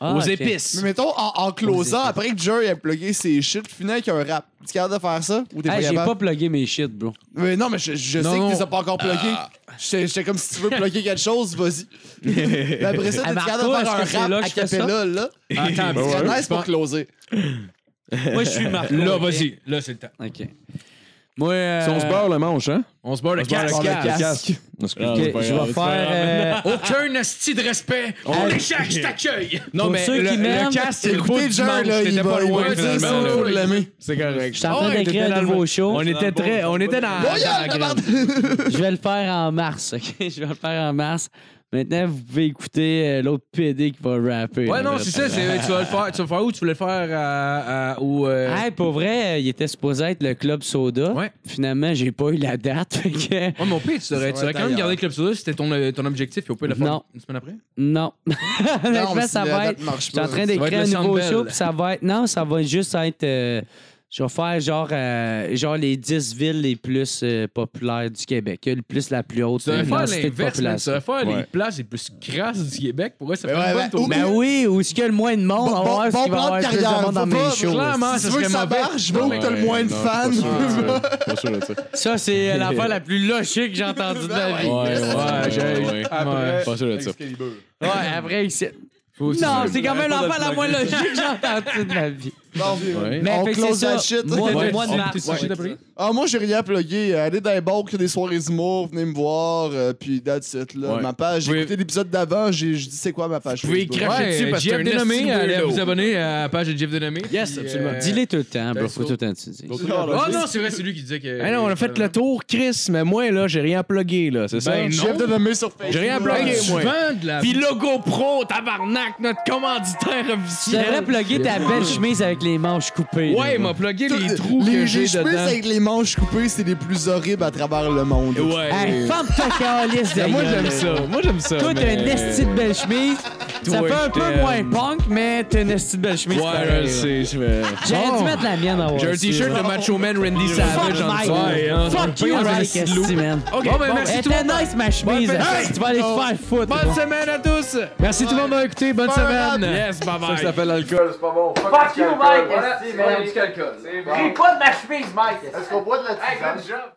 S1: Ah,
S5: Aux
S1: ok.
S5: épices.
S3: Mais mettons, en, en closant, après que Jerry a plugué ses shit, finalement avec un rap. Tu es capable de faire ça? Ou t'es
S1: Hey,
S3: pas
S1: j'ai
S3: capable?
S1: pas plugué mes shit, bro.
S3: Mais non, mais je, je sais
S6: non.
S3: que tu les as pas encore plugués. J'étais j'étais comme si tu veux plugger quelque chose, vas-y. Mais après ça,
S1: Ah,
S3: t'es capable
S1: Marco,
S3: de
S1: est-ce
S3: faire un
S1: que c'est là que
S3: rap à
S1: je fais ça?
S3: capella, là.
S6: Attends,
S3: C'est
S2: ouais.
S3: nice pour closer.
S1: Moi, je suis Marco.
S6: Là,
S1: ok?
S6: vas-y. Là, c'est le temps.
S1: OK. Moi, euh,
S2: Si on se barre le manche, hein?
S6: On se barre le casque.
S2: Le casque.
S1: ok,
S5: c'est pas
S1: je
S5: grave,
S1: vais
S5: c'est pas
S1: faire. euh,
S6: Aucun asti de respect. On échappe, je t'accueille.
S5: Non,
S1: Pour
S5: mais
S1: ceux
S5: le,
S1: qui m'aiment,
S5: le casque, c'est le beau
S3: Écoutez,
S5: du
S3: Jean,
S5: manche.
S3: là, il
S5: T'étais
S3: va-
S5: pas
S3: il
S5: loin,
S3: va dire ça,
S5: finalement.
S3: faut
S5: là.
S3: l'aimer.
S5: C'est correct.
S1: je suis en train
S5: Ah ouais,
S1: d'écrire un
S5: t'étais dans
S1: nouveau
S5: le-
S1: show.
S5: On était très... On était
S1: Ah,
S5: dans...
S1: *laughs*
S3: Voyons, tabarnak!
S1: Je vais le faire en mars, OK? *laughs* Je vais le faire en mars. Maintenant, vous pouvez écouter euh, l'autre PD qui va rapper.
S6: Ouais, non, c'est ça. c'est- Tu vas le faire. Tu vas le faire où? Tu voulais le faire à- à- au. euh,
S1: Hey, pour vrai, euh, il était supposé être le Club Soda.
S6: Ouais.
S1: Finalement, j'ai pas eu la date. *laughs* fait que-
S6: Ouais, mon pire, tu devrais, tu devrais quand même garder Club Soda si c'était ton, euh, ton objectif, puis au pire, le faire
S1: Non.
S6: une semaine après.
S1: Non. *laughs* Honnêtement,
S3: mais
S1: ça
S3: si la
S1: va
S3: date
S1: être.
S3: marche
S1: Je suis en
S3: pas,
S1: train
S6: va
S1: d'écrire
S6: être
S1: un
S6: le
S1: nouveau
S6: Sandbell.
S1: show, puis ça va être. Non, ça va juste être. euh, Je vais faire genre, euh, genre les 10 villes les plus euh, populaires du Québec. Le plus la plus haute
S6: Tu devrais faire
S1: densité de
S6: l'inverse, man. tu
S1: population.
S6: devrais faire les places les plus crasses du Québec. Pour vrai, ça fait
S3: Mais
S6: une
S3: ouais,
S6: bonne
S3: ouais.
S6: tournée.
S1: Ben oui, où est-ce qu'il y a le moins de monde?
S3: Bon-
S1: on va voir
S3: bon- bon
S1: s'il va y
S3: plan de
S1: avoir plus de
S3: carrière,
S1: monde dans
S3: faut
S1: mes
S3: pas-
S1: shows.
S6: Clairement,
S3: Si
S6: ça
S3: tu veux
S6: serait
S3: que ça
S6: mauvais.
S3: marche, vote que t'as le moins de fans.
S2: Pas sûr de ça.
S1: Ça, c'est euh, l'affaire la plus lochée que *laughs* j'ai entendue de ma vie.
S5: Ouais, ouais, j'ai-
S6: ouais.
S2: Après,
S5: Pas sûr de ça.
S2: Excalibur.
S1: Ouais, après, ici.
S6: Faut aussi
S1: Non,
S6: se-
S1: c'est quand même l'affaire la moins logique que j'ai entendue de ma vie.
S5: Ouais.
S1: Mais
S3: On
S1: fait que
S3: close
S1: c'est ça.
S3: la shit.
S1: Moi,
S3: Ouais.
S1: moi de
S6: Oh,
S1: mars.
S6: t'es-tu shit après?
S3: Ah, moi, j'ai rien à plugger. Euh, Allez dans les bars, qu'il y a des soirées d'humour, venez me voir. euh, puis, that's it, là.
S5: Ouais.
S3: Ma page, j'ai
S5: Pouvez-
S3: écouté l'épisode d'avant, j'ai j'ai dit c'est quoi ma page.
S5: Vous pouvez
S3: Facebook.
S5: cracher dessus
S6: Ouais,
S5: parce que
S6: Jeff
S5: t'es un
S6: Dénommé,
S5: esti
S6: allez
S5: weirdo.
S6: vous abonner à la page de Jeff Dénommé.
S5: Yes,
S6: Puis,
S5: absolument.
S6: euh,
S1: Dis-les tout le temps, bro.
S6: Ben,
S1: Faut
S6: sur-
S1: tout le temps que tu dis.
S6: Oh non, c'est vrai, c'est lui qui disait que.
S5: Ah non, on a fait le tour, Chris, mais moi, là, j'ai rien à plugger, là, c'est ça?
S6: Ben
S3: Chef de nommé sur Facebook.
S5: J'ai rien à
S6: Hey,
S5: plugger,
S6: tu
S5: moi.
S6: vends Ah, de la.
S5: Pis Logo Pro, tabarnak, notre commanditaire
S1: Tu
S5: officiel.
S1: devrais plugger ta belle chemise avec les manches coupées.
S5: Ouais, il
S1: là.
S5: m'a plugué les
S3: Les
S5: trous
S3: les
S5: que j'ai
S3: chemises
S5: dedans.
S3: avec les manches coupées, c'est les plus horribles à travers le monde.
S5: Ouais.
S1: Hey, ferme ta calice de
S5: Mais moi,
S1: gueule, là.
S5: j'aime ça. Moi, j'aime ça.
S1: Toi, t'as
S5: mais-
S1: une esti de belle chemise. Ça
S5: Toi,
S1: fait un
S5: je
S1: peu
S5: t'aime.
S1: moins punk, mais t'as une esti de belle chemise.
S5: Ouais, je le sais, je vais.
S1: J'aurais dû
S5: Bon.
S1: mettre la mienne en haut.
S5: J'ai un t-shirt de Macho Man Randy Savage
S1: Fuck
S5: en
S1: Mike.
S5: dessous. Ouais, hein.
S1: Fuck you,
S5: Ouais,
S1: Mike.
S5: c'est Oh,
S1: esti, man.
S5: Ok,
S6: Bon, ben,
S5: bon,
S6: merci
S1: Elle
S6: tout le
S1: était
S6: monde.
S1: nice, ma chemise.
S5: Bonne
S1: Hey, Tu vas aller te faire foutre.
S5: Bonne semaine à tous!
S6: Merci tout le monde d'avoir écouté. Bonne semaine.
S5: Yes, bye
S2: Ça, ça
S5: bye!
S2: s'appelle l'alcool.
S11: C'est pas bon.
S12: Fuck you, Mike!
S11: Voilà, c'est
S12: Esti, man.
S11: du calcul.
S12: Ris pas de ma chemise, Mike!
S11: Est-ce qu'on boit de la
S12: Hey,
S11: tisane?
S12: good job!